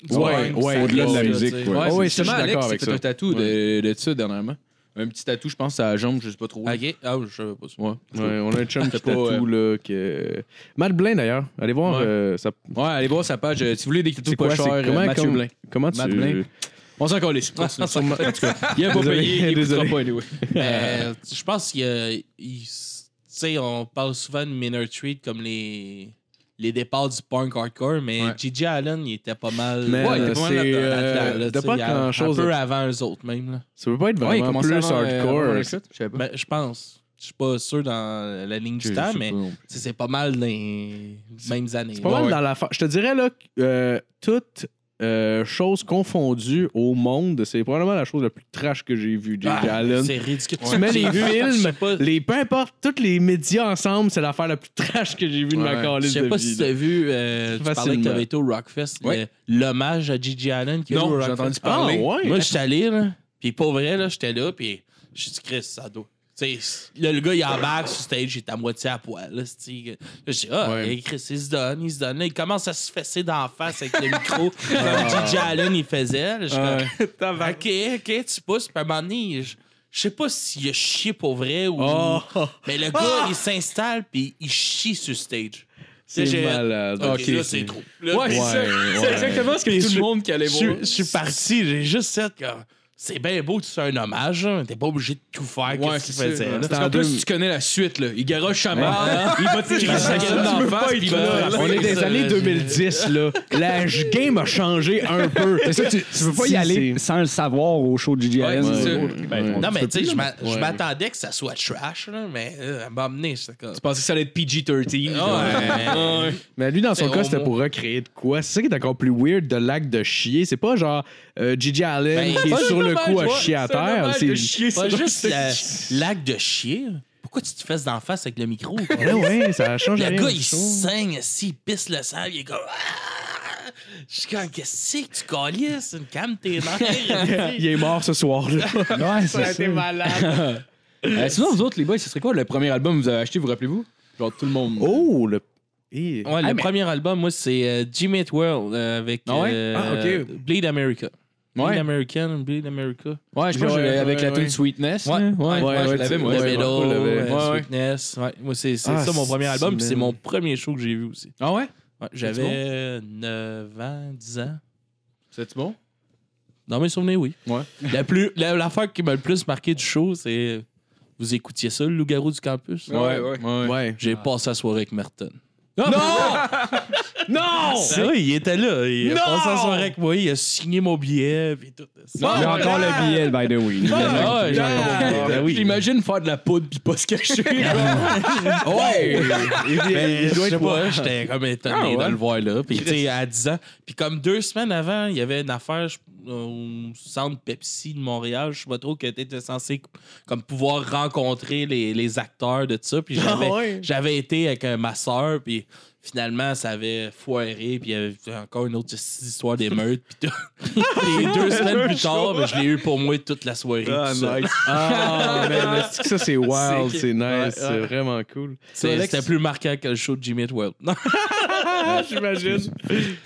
[SPEAKER 7] du
[SPEAKER 4] Ouais,
[SPEAKER 7] punk,
[SPEAKER 4] ouais,
[SPEAKER 7] ça
[SPEAKER 6] au-delà de la
[SPEAKER 7] reste,
[SPEAKER 6] musique,
[SPEAKER 7] tu sais.
[SPEAKER 6] ouais.
[SPEAKER 4] Ouais, ouais,
[SPEAKER 3] c'est
[SPEAKER 4] ça, je suis
[SPEAKER 3] justement
[SPEAKER 4] d'accord
[SPEAKER 3] Alex qui
[SPEAKER 4] avec
[SPEAKER 3] s'est fait
[SPEAKER 4] ça.
[SPEAKER 3] un tatou de, de ça dernièrement. Un petit tatou, je pense, à la jambe, je sais pas trop.
[SPEAKER 7] Ok, ah, je savais pas ça.
[SPEAKER 3] Ouais.
[SPEAKER 4] Ouais, on a un chum qui
[SPEAKER 3] pas, euh,
[SPEAKER 4] tatoue, là, que... Matt Blain, d'ailleurs. Allez voir,
[SPEAKER 3] Ouais.
[SPEAKER 4] euh, ça...
[SPEAKER 3] Ouais, allez voir sa page. euh, Si vous voulez des tatous
[SPEAKER 4] c'est
[SPEAKER 3] pas
[SPEAKER 4] quoi,
[SPEAKER 3] chers,
[SPEAKER 4] c'est
[SPEAKER 3] euh,
[SPEAKER 4] comment,
[SPEAKER 3] Mathieu
[SPEAKER 4] comme-
[SPEAKER 3] Blain.
[SPEAKER 4] comment tu...
[SPEAKER 3] Matt Blain. On s'en calisse.
[SPEAKER 4] Sûrement- en tout cas,
[SPEAKER 3] Il a pas
[SPEAKER 4] Désolé,
[SPEAKER 3] payé, il écoutera
[SPEAKER 4] désolé.
[SPEAKER 3] pas, anyway.
[SPEAKER 7] Mais, je pense qu'il y a. il- Tu sais, on parle souvent de Minor Treat comme les. Les départs du punk hardcore, mais
[SPEAKER 3] Ouais.
[SPEAKER 7] Gigi Allen, il était pas mal.
[SPEAKER 4] Mais,
[SPEAKER 3] Ouais, il était
[SPEAKER 4] euh,
[SPEAKER 3] pas mal
[SPEAKER 4] c'est,
[SPEAKER 3] là-dedans,
[SPEAKER 4] euh, t'as
[SPEAKER 7] là, tu sais,
[SPEAKER 4] pas
[SPEAKER 7] il y a-
[SPEAKER 4] grand-chose.
[SPEAKER 7] Un peu avant eux autres, même. Là.
[SPEAKER 4] Ça peut pas être
[SPEAKER 3] Ouais, il
[SPEAKER 4] vraiment
[SPEAKER 3] commençait
[SPEAKER 4] plus
[SPEAKER 3] avant, euh, avant
[SPEAKER 4] hardcore.
[SPEAKER 3] Roller Cut, Je savais pas.
[SPEAKER 7] Ben, je pense. Je suis pas sûr dans la ligne
[SPEAKER 3] Je-
[SPEAKER 7] du
[SPEAKER 3] je
[SPEAKER 7] temps,
[SPEAKER 3] sais
[SPEAKER 7] mais
[SPEAKER 3] pas non plus.
[SPEAKER 7] c'est c'est pas mal dans les mêmes années.
[SPEAKER 4] C'est pas mal
[SPEAKER 7] là.
[SPEAKER 4] dans la fa- Je te dirais, là, que, euh, toute euh, chose confondue au monde, c'est probablement la chose la plus trash que j'ai vue, J.J.
[SPEAKER 7] Ah,
[SPEAKER 4] Allen.
[SPEAKER 7] C'est ridicule.
[SPEAKER 4] Tu mets les
[SPEAKER 7] J'ai vu-
[SPEAKER 4] films,
[SPEAKER 7] je sais pas-
[SPEAKER 4] Les, peu importe, tous les médias ensemble, c'est l'affaire la plus trash que j'ai vue de ma
[SPEAKER 3] Ouais.
[SPEAKER 7] Je
[SPEAKER 4] carliste de
[SPEAKER 7] sais pas
[SPEAKER 4] vie,
[SPEAKER 7] si
[SPEAKER 4] là.
[SPEAKER 7] t'as vu, euh, tu parlais que
[SPEAKER 4] Facilement.
[SPEAKER 7] t'avais été au Rockfest, le-
[SPEAKER 3] Ouais.
[SPEAKER 7] l'hommage à Gigi Allen qu'il y a eu au
[SPEAKER 3] Non, j'ai
[SPEAKER 7] Rockfest.
[SPEAKER 3] entendu
[SPEAKER 4] Ah,
[SPEAKER 3] parler.
[SPEAKER 4] ouais?
[SPEAKER 7] Moi, j'étais allé, là, puis pour vrai, là, j'étais là, puis je suis dit, Chris, ça doit. Tu sais, là, le gars, il embarque sur stage, il est à moitié à poil. Là, c'est-tu. Là, je dis, ah,
[SPEAKER 4] Ouais.
[SPEAKER 7] hey, Chris, il se donne, il se donne. Là, il commence à se fesser d'en face avec le micro,
[SPEAKER 4] Ah.
[SPEAKER 7] comme Gigi Allen, il faisait. Là, je suis comme, Ok, ok, tu pousses. Puis à un moment donné, je, je sais pas s'il a chié pour vrai ou.
[SPEAKER 4] Oh.
[SPEAKER 7] Mais le gars, il s'installe puis il chie sur stage.
[SPEAKER 4] Ah. C'est
[SPEAKER 7] Là, j'ai-
[SPEAKER 4] malade.
[SPEAKER 7] Ok,
[SPEAKER 4] Ok,
[SPEAKER 7] là, c'est trop. Là,
[SPEAKER 3] Ouais, c'est ça. C'est exactement ce que tout le monde qui allait
[SPEAKER 7] je,
[SPEAKER 3] voir.
[SPEAKER 7] je suis parti, j'ai juste cette. comme, C'est bien beau, tu fais un hommage, hein, t'es pas obligé de tout faire.
[SPEAKER 3] Ouais, c'est
[SPEAKER 7] qu'est-ce qu'il
[SPEAKER 3] ça.
[SPEAKER 7] faisait, là.
[SPEAKER 3] Parce qu'en plus, tu connais la suite, là. Il garoche sa mère, il va te tirer sa gueule
[SPEAKER 7] Tu
[SPEAKER 3] d'en
[SPEAKER 7] veux
[SPEAKER 3] face, puis il va
[SPEAKER 4] Là,
[SPEAKER 3] te
[SPEAKER 4] on est des années 2010, là. La j- game a changé un peu.
[SPEAKER 6] C'est ça, tu, tu veux pas
[SPEAKER 4] Si,
[SPEAKER 6] y aller
[SPEAKER 4] c'est-
[SPEAKER 6] sans le savoir au show de Gigi
[SPEAKER 3] Ouais,
[SPEAKER 6] Allen.
[SPEAKER 3] c'est
[SPEAKER 6] ou-
[SPEAKER 3] ça.
[SPEAKER 6] Ben, on-
[SPEAKER 7] Non, mais tu sais, je m'a-
[SPEAKER 4] Ouais.
[SPEAKER 7] je m'attendais que ça soit trash, là, mais euh, elle m'a amené, c'est comme.
[SPEAKER 3] Tu pensais que ça allait être PG-13.
[SPEAKER 7] Ah, ouais.
[SPEAKER 4] Mais lui, dans son
[SPEAKER 7] C'est
[SPEAKER 4] cas,
[SPEAKER 7] au
[SPEAKER 4] c'était
[SPEAKER 7] moins-
[SPEAKER 4] pour recréer de quoi. C'est ça qui est encore plus weird de l'acte de chier. C'est pas genre euh, Gigi Allen
[SPEAKER 7] Ben,
[SPEAKER 4] qui
[SPEAKER 7] c'est
[SPEAKER 4] est sur le coup à
[SPEAKER 3] Ouais,
[SPEAKER 4] chier à
[SPEAKER 3] c'est un
[SPEAKER 4] terre.
[SPEAKER 3] hommage
[SPEAKER 4] C'est
[SPEAKER 3] de chier
[SPEAKER 7] Pas
[SPEAKER 3] sur-
[SPEAKER 7] juste la- l'acte de chier. Pourquoi tu te fesses d'en face avec le micro?
[SPEAKER 4] Ouais, ouais, ça change rien.
[SPEAKER 7] Le gars,
[SPEAKER 4] au
[SPEAKER 7] il
[SPEAKER 4] show.
[SPEAKER 7] saigne, s'il pisse le sang, il est comme. Ah! Je suis comme, qu'est-ce que tu calisses? Une cam, tes nerfs.
[SPEAKER 4] Il est mort ce soir, là.
[SPEAKER 6] Ouais, c'est ça.
[SPEAKER 3] Euh, Sinon, vous autres, les boys, ce serait quoi le premier album que vous avez acheté, vous rappelez-vous? Genre tout le monde.
[SPEAKER 4] Oh, le. Eh.
[SPEAKER 7] Ouais, le premier album, moi, c'est euh, G-Mate World euh, avec
[SPEAKER 3] Ah ouais?
[SPEAKER 7] euh,
[SPEAKER 3] Ah, ok.
[SPEAKER 7] Bleed America. Bleed
[SPEAKER 3] Ouais,
[SPEAKER 7] American, Bleed America.
[SPEAKER 3] ouais je pense que
[SPEAKER 4] Ouais,
[SPEAKER 3] j'avais- avec
[SPEAKER 4] ouais,
[SPEAKER 3] la tune
[SPEAKER 4] ouais.
[SPEAKER 3] Sweetness.
[SPEAKER 7] Ouais,
[SPEAKER 3] ouais, je
[SPEAKER 4] ouais,
[SPEAKER 3] l'avais,
[SPEAKER 4] tu-
[SPEAKER 3] moi.
[SPEAKER 7] The
[SPEAKER 4] ouais,
[SPEAKER 7] Middle,
[SPEAKER 4] Marco l'avait.
[SPEAKER 7] euh,
[SPEAKER 3] Ouais, ouais.
[SPEAKER 7] Sweetness. Ouais, moi, c'est c'est
[SPEAKER 4] Ah,
[SPEAKER 7] ça mon premier
[SPEAKER 4] c'est-
[SPEAKER 7] album, puis c'est
[SPEAKER 4] man.
[SPEAKER 7] mon premier show que j'ai vu aussi.
[SPEAKER 3] Ah ouais?
[SPEAKER 7] Ouais,
[SPEAKER 3] bon?
[SPEAKER 7] J'avais 9 ans, 10 ans.
[SPEAKER 3] C'est bon?
[SPEAKER 7] Dans mes souvenirs, oui.
[SPEAKER 3] Ouais.
[SPEAKER 7] La plus, la- l'affaire qui m'a le plus marqué du show, c'est. Vous écoutiez ça, le loup-garou du campus?
[SPEAKER 3] Ouais, ouais.
[SPEAKER 4] Ouais.
[SPEAKER 7] J'ai passé la soirée avec Merton.
[SPEAKER 4] Non!
[SPEAKER 7] C'est vrai, il était là. Il a passé la soirée avec moi, il a signé mon billet, puis tout.
[SPEAKER 6] J'ai
[SPEAKER 3] Oh,
[SPEAKER 6] encore
[SPEAKER 3] yeah!
[SPEAKER 6] le billet, by the way.
[SPEAKER 7] Ah, ouais, j'ai
[SPEAKER 3] Ah,
[SPEAKER 7] encore-
[SPEAKER 3] ben oui. J'imagine faire de la poudre pis pas se cacher.
[SPEAKER 7] Ben,
[SPEAKER 4] Ouais!
[SPEAKER 7] Mais
[SPEAKER 4] Il
[SPEAKER 7] je
[SPEAKER 4] doit
[SPEAKER 7] sais
[SPEAKER 4] être
[SPEAKER 7] pas, j'étais comme étonné
[SPEAKER 3] Ah, ouais?
[SPEAKER 7] de le voir là. Puis, tu sais, à 10 ans. Puis, comme deux semaines avant, il y avait une affaire je- euh, au centre Pepsi de Montréal, je sais pas trop, que t'étais censé comme pouvoir rencontrer les, les acteurs de ça. Puis, j'avais
[SPEAKER 4] ouais?
[SPEAKER 7] j'avais été avec euh, ma soeur, puis finalement, ça avait foiré, puis il y avait encore une autre histoire d'émeute. Puis, tout. Puis deux semaines plus tard, ben, je l'ai eu pour moi toute la soirée. tout seul.
[SPEAKER 4] Ah, man, est-ce que ça, c'est wild,
[SPEAKER 7] C'est-
[SPEAKER 4] c'est nice,
[SPEAKER 7] Ouais, ouais.
[SPEAKER 4] c'est vraiment cool.
[SPEAKER 7] C'est-
[SPEAKER 3] Alex-
[SPEAKER 7] C'était plus marquant que le show de Jimmy World.
[SPEAKER 4] J'imagine.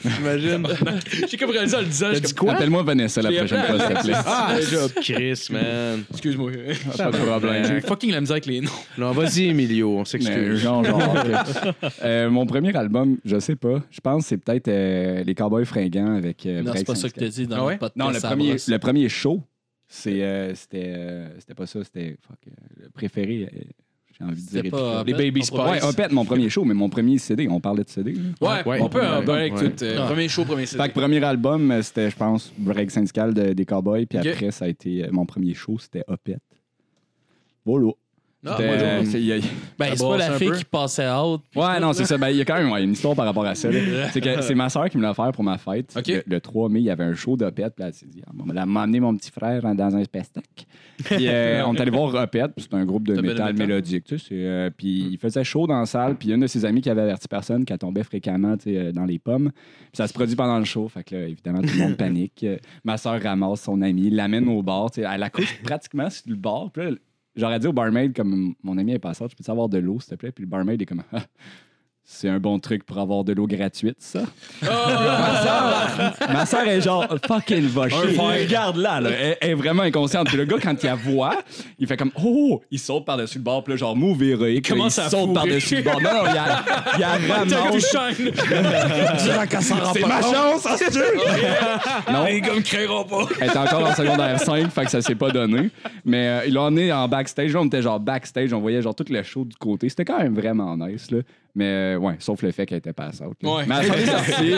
[SPEAKER 4] J'imagine.
[SPEAKER 8] J'ai comme réalisé en le disant.
[SPEAKER 3] T'as
[SPEAKER 8] j'ai
[SPEAKER 3] dit
[SPEAKER 8] comme-
[SPEAKER 3] quoi? Appelle-moi Vanessa la prochaine fois, s'il te plaît.
[SPEAKER 4] Ah, Chris, man.
[SPEAKER 8] Excuse-moi.
[SPEAKER 3] Pas de problème.
[SPEAKER 8] J'ai eu fucking la misère avec les noms.
[SPEAKER 4] Non, vas-y, Emilio, on
[SPEAKER 6] Mais
[SPEAKER 4] s'excuse.
[SPEAKER 6] genre, genre, euh, mon premier album, je sais pas. Je pense que c'est peut-être euh, Les Cowboys Fringants avec. euh,
[SPEAKER 7] Non, c'est
[SPEAKER 6] Break
[SPEAKER 7] pas ça que
[SPEAKER 6] Syndicate.
[SPEAKER 7] t'as dit dans
[SPEAKER 8] Ah ouais?
[SPEAKER 7] le podcast.
[SPEAKER 6] Non, le
[SPEAKER 7] ça
[SPEAKER 6] premier,
[SPEAKER 7] brosse.
[SPEAKER 6] le premier show, c'est, euh, c'était, euh, c'était pas ça, c'était fuck, euh, le préféré. euh, j'ai envie de dire.
[SPEAKER 7] C'était pas.
[SPEAKER 8] Les Baby
[SPEAKER 7] Spice.
[SPEAKER 8] Spice.
[SPEAKER 6] Ouais, Opet, mon premier show, mais mon premier CD. On parlait de CD. là.
[SPEAKER 8] Ouais,
[SPEAKER 4] Ouais,
[SPEAKER 8] on peut
[SPEAKER 4] ouais,
[SPEAKER 8] un break
[SPEAKER 4] ouais.
[SPEAKER 8] tout. euh,
[SPEAKER 7] Ouais.
[SPEAKER 8] Premier show, premier CD.
[SPEAKER 6] Fait que premier album, euh, c'était, je pense, Break syndical de- des Cowboys. Puis
[SPEAKER 8] Ok.
[SPEAKER 6] après, ça a été. euh, Mon premier show, c'était Opet. Voilà.
[SPEAKER 8] Non,
[SPEAKER 7] Ah,
[SPEAKER 6] C'était,
[SPEAKER 8] bonjour.
[SPEAKER 6] euh, c'est- il y a-
[SPEAKER 7] Ben, c'est pas
[SPEAKER 8] brosse
[SPEAKER 7] la
[SPEAKER 8] un
[SPEAKER 7] fille
[SPEAKER 8] peu.
[SPEAKER 7] qui passait out.
[SPEAKER 6] Ouais, non, c'est ça. Ben, il y a quand même ouais, une histoire par rapport à ça. là. C'est que c'est ma soeur qui me l'a offert pour ma fête.
[SPEAKER 8] Ok.
[SPEAKER 6] Le, le 3 mai, il y avait un show d'Opette. Puis elle s'est dit, ah, bon, ben, elle m'a amené mon petit frère hein, dans un spectacle. Puis euh, on est allé voir Opette. puis C'est un groupe de
[SPEAKER 8] De
[SPEAKER 6] métal
[SPEAKER 8] métal.
[SPEAKER 6] mélodique. tu sais, c'est, euh, puis il faisait chaud dans la salle. Puis une de ses amies qui avait averti personne, qu'elle tombait fréquemment tu sais, euh, dans les pommes. Puis ça se produit pendant le show. Fait que là, évidemment, tout le monde panique. Euh, Ma soeur ramasse son amie, l'amène au bar. tu sais, Elle accouche pratiquement sur le bar. Puis là, J'aurais dit au barmaid, comme mon ami est passant, je peux avoir de l'eau, s'il te plaît? Puis le barmaid est comme, Ah, c'est un bon truc pour avoir de l'eau gratuite, ça. Ma soeur est genre, fucking va chier. Regarde là, là, elle, elle est vraiment inconsciente. Puis le gars, quand il la voit, il fait comme, oh, il saute par-dessus le bord, puis là, genre, move héroïque.
[SPEAKER 8] Comment
[SPEAKER 6] il
[SPEAKER 8] ça a
[SPEAKER 6] saute
[SPEAKER 8] fourré?
[SPEAKER 6] par-dessus le bord. Non, non, il a, il a ramasse.
[SPEAKER 8] chaîne.
[SPEAKER 6] C'est ma chance, ça se tue! non,
[SPEAKER 8] Les gars me créeront pas.
[SPEAKER 6] elle était encore en secondaire 5, fait que ça s'est pas donné. Mais euh, il l'a emmené en backstage. Là, on était genre backstage, on voyait genre tout le show du côté. C'était quand même vraiment nice, là. Mais euh, ouais, sauf le fait qu'elle était passante. là.
[SPEAKER 8] Ouais.
[SPEAKER 6] Mais elle s'en est sortie.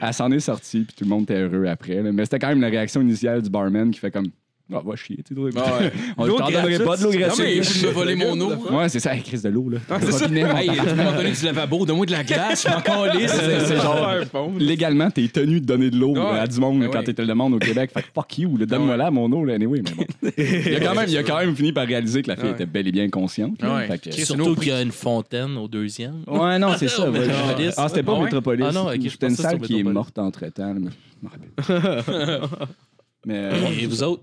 [SPEAKER 6] elle s'en est sortie, puis tout le monde était heureux après. là. Mais c'était quand même la réaction initiale du barman qui fait comme. Ah, va chier, tu sais, toi. On
[SPEAKER 4] L'eau
[SPEAKER 6] t'en donnerait
[SPEAKER 4] gratuite,
[SPEAKER 6] pas de l'eau
[SPEAKER 8] Non, mais
[SPEAKER 6] gratuite.
[SPEAKER 8] vous me volez mon eau.
[SPEAKER 6] Ouais, c'est ça, la crise de l'eau, là. Le robinet, mon
[SPEAKER 8] Hey, tu m'as donné du lavabo, donne-moi de la glace, je suis encore lisse.
[SPEAKER 6] c'est- c'est genre- légalement, t'es tenu de donner de l'eau euh,
[SPEAKER 8] Ouais.
[SPEAKER 6] à du monde
[SPEAKER 8] Ben
[SPEAKER 6] quand
[SPEAKER 8] oui.
[SPEAKER 6] t'es le demande au Québec. Fait que fuck you, là, donne-moi là mon eau, là, anyway. Mais bon. il, a quand même, il a quand même fini par réaliser que la fille
[SPEAKER 4] Ouais.
[SPEAKER 6] était bel et bien consciente. là.
[SPEAKER 8] Ouais.
[SPEAKER 6] Fait que-
[SPEAKER 8] Chris,
[SPEAKER 7] Surtout qu'il y a une fontaine au deuxième.
[SPEAKER 6] Ouais, non, c'est ça. ouais.
[SPEAKER 7] Métropolis.
[SPEAKER 6] Ah, c'était pas
[SPEAKER 8] Ah ouais?
[SPEAKER 6] Métropolis.
[SPEAKER 7] Ah non, ok, je
[SPEAKER 6] c'était une
[SPEAKER 7] pensais que
[SPEAKER 6] salle
[SPEAKER 7] c'était
[SPEAKER 6] qui est
[SPEAKER 7] Métropolis.
[SPEAKER 6] morte entre temps. Mais, je m'en rappelle pas. mais euh, ouais.
[SPEAKER 7] Et vous autres?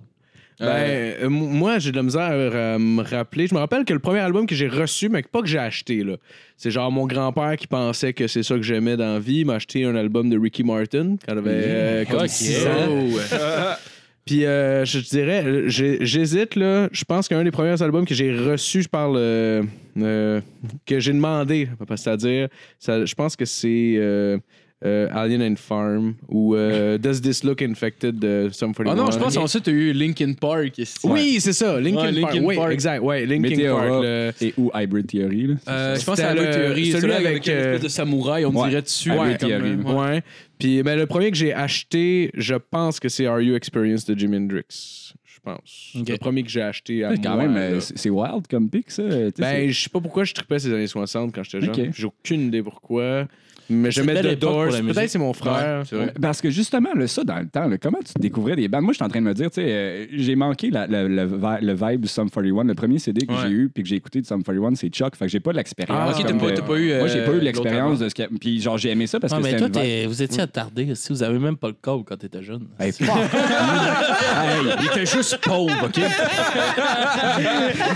[SPEAKER 4] Ben, euh, m- moi, j'ai de la misère euh, à me rappeler. Je me rappelle que le premier album que j'ai reçu, mais que pas que j'ai acheté, là. C'est genre mon grand-père qui pensait que c'est ça que j'aimais dans la vie. Il m'a acheté un album de Ricky Martin quand j'avais euh, comme
[SPEAKER 7] Ok.
[SPEAKER 4] six ans. Puis euh, je dirais, euh, j'ai- j'hésite, là. Je pense qu'un des premiers albums que j'ai reçu, je parle, euh, euh, que j'ai demandé, c'est-à-dire, ça- je pense que c'est. euh, euh, Alien and Farm ou euh, Does This Look Infected de Sum 41.
[SPEAKER 8] Ah non, je pense qu'ensuite, t'as eu Linkin Park. ici.
[SPEAKER 4] Oui, c'est ça, Linkin,
[SPEAKER 8] Ouais,
[SPEAKER 4] Park.
[SPEAKER 8] Linkin
[SPEAKER 4] Oui,
[SPEAKER 8] Park.
[SPEAKER 4] exact, ouais, Linkin
[SPEAKER 6] Météora,
[SPEAKER 4] Park. le-
[SPEAKER 6] et ou Hybrid Theory. Là, c'est
[SPEAKER 8] Euh,
[SPEAKER 6] ça.
[SPEAKER 8] je pense
[SPEAKER 4] C'était
[SPEAKER 8] à la
[SPEAKER 4] le-
[SPEAKER 8] théorie,
[SPEAKER 4] celui
[SPEAKER 8] celui, avec,
[SPEAKER 4] avec,
[SPEAKER 8] une
[SPEAKER 4] euh,
[SPEAKER 8] espèce de samouraï, on
[SPEAKER 6] Ouais.
[SPEAKER 8] dirait dessus.
[SPEAKER 6] Avec
[SPEAKER 8] Ouais,
[SPEAKER 6] les
[SPEAKER 8] comme,
[SPEAKER 6] théories,
[SPEAKER 8] euh,
[SPEAKER 4] Ouais. Puis ben, le premier que j'ai acheté, je pense que c'est Are You Experienced de Jimi Hendrix. Je pense.
[SPEAKER 7] Ok.
[SPEAKER 4] Le premier que j'ai acheté à
[SPEAKER 6] C'est quand
[SPEAKER 4] moi,
[SPEAKER 6] même,
[SPEAKER 4] là.
[SPEAKER 6] euh, c'est c'est wild comme pic, ça. tu sais, c'est-
[SPEAKER 4] Ben, je sais pas pourquoi je tripais ces années 60 quand j'étais jeune.
[SPEAKER 6] Ok.
[SPEAKER 4] J'ai aucune idée pourquoi. Mais
[SPEAKER 7] C'est une
[SPEAKER 4] j'aimais
[SPEAKER 7] belle
[SPEAKER 4] The
[SPEAKER 7] époque pour
[SPEAKER 4] Doors.
[SPEAKER 7] la
[SPEAKER 4] Peut-être
[SPEAKER 7] musique.
[SPEAKER 4] c'est mon frère.
[SPEAKER 6] Ouais, Parce que justement, là, ça, dans le temps, là, comment tu découvrais des bandes? Moi, je suis en train de me dire, tu sais, euh, j'ai manqué la- la- la vi- le vibe du Sum 41. Le premier CD que
[SPEAKER 8] Ouais.
[SPEAKER 6] j'ai eu puis que j'ai écouté de Sum 41, c'est Chuck. Fait que j'ai pas l'expérience.
[SPEAKER 8] Ah, ok, t'as
[SPEAKER 6] comme
[SPEAKER 8] pas,
[SPEAKER 6] de-
[SPEAKER 8] t'as pas eu.
[SPEAKER 6] Moi, j'ai
[SPEAKER 8] euh,
[SPEAKER 6] pas eu
[SPEAKER 8] l'autre
[SPEAKER 6] l'expérience de ce que. Puis genre, j'ai aimé ça parce
[SPEAKER 7] Ah,
[SPEAKER 6] que
[SPEAKER 7] mais
[SPEAKER 6] c'était
[SPEAKER 7] toi,
[SPEAKER 6] une Mm. vibe.
[SPEAKER 7] t'es- vous étiez attardé. Si vous avez même pas le câble quand t'étais jeune.
[SPEAKER 6] Hey, fuck. Hey,
[SPEAKER 8] Il était juste pauvre, OK?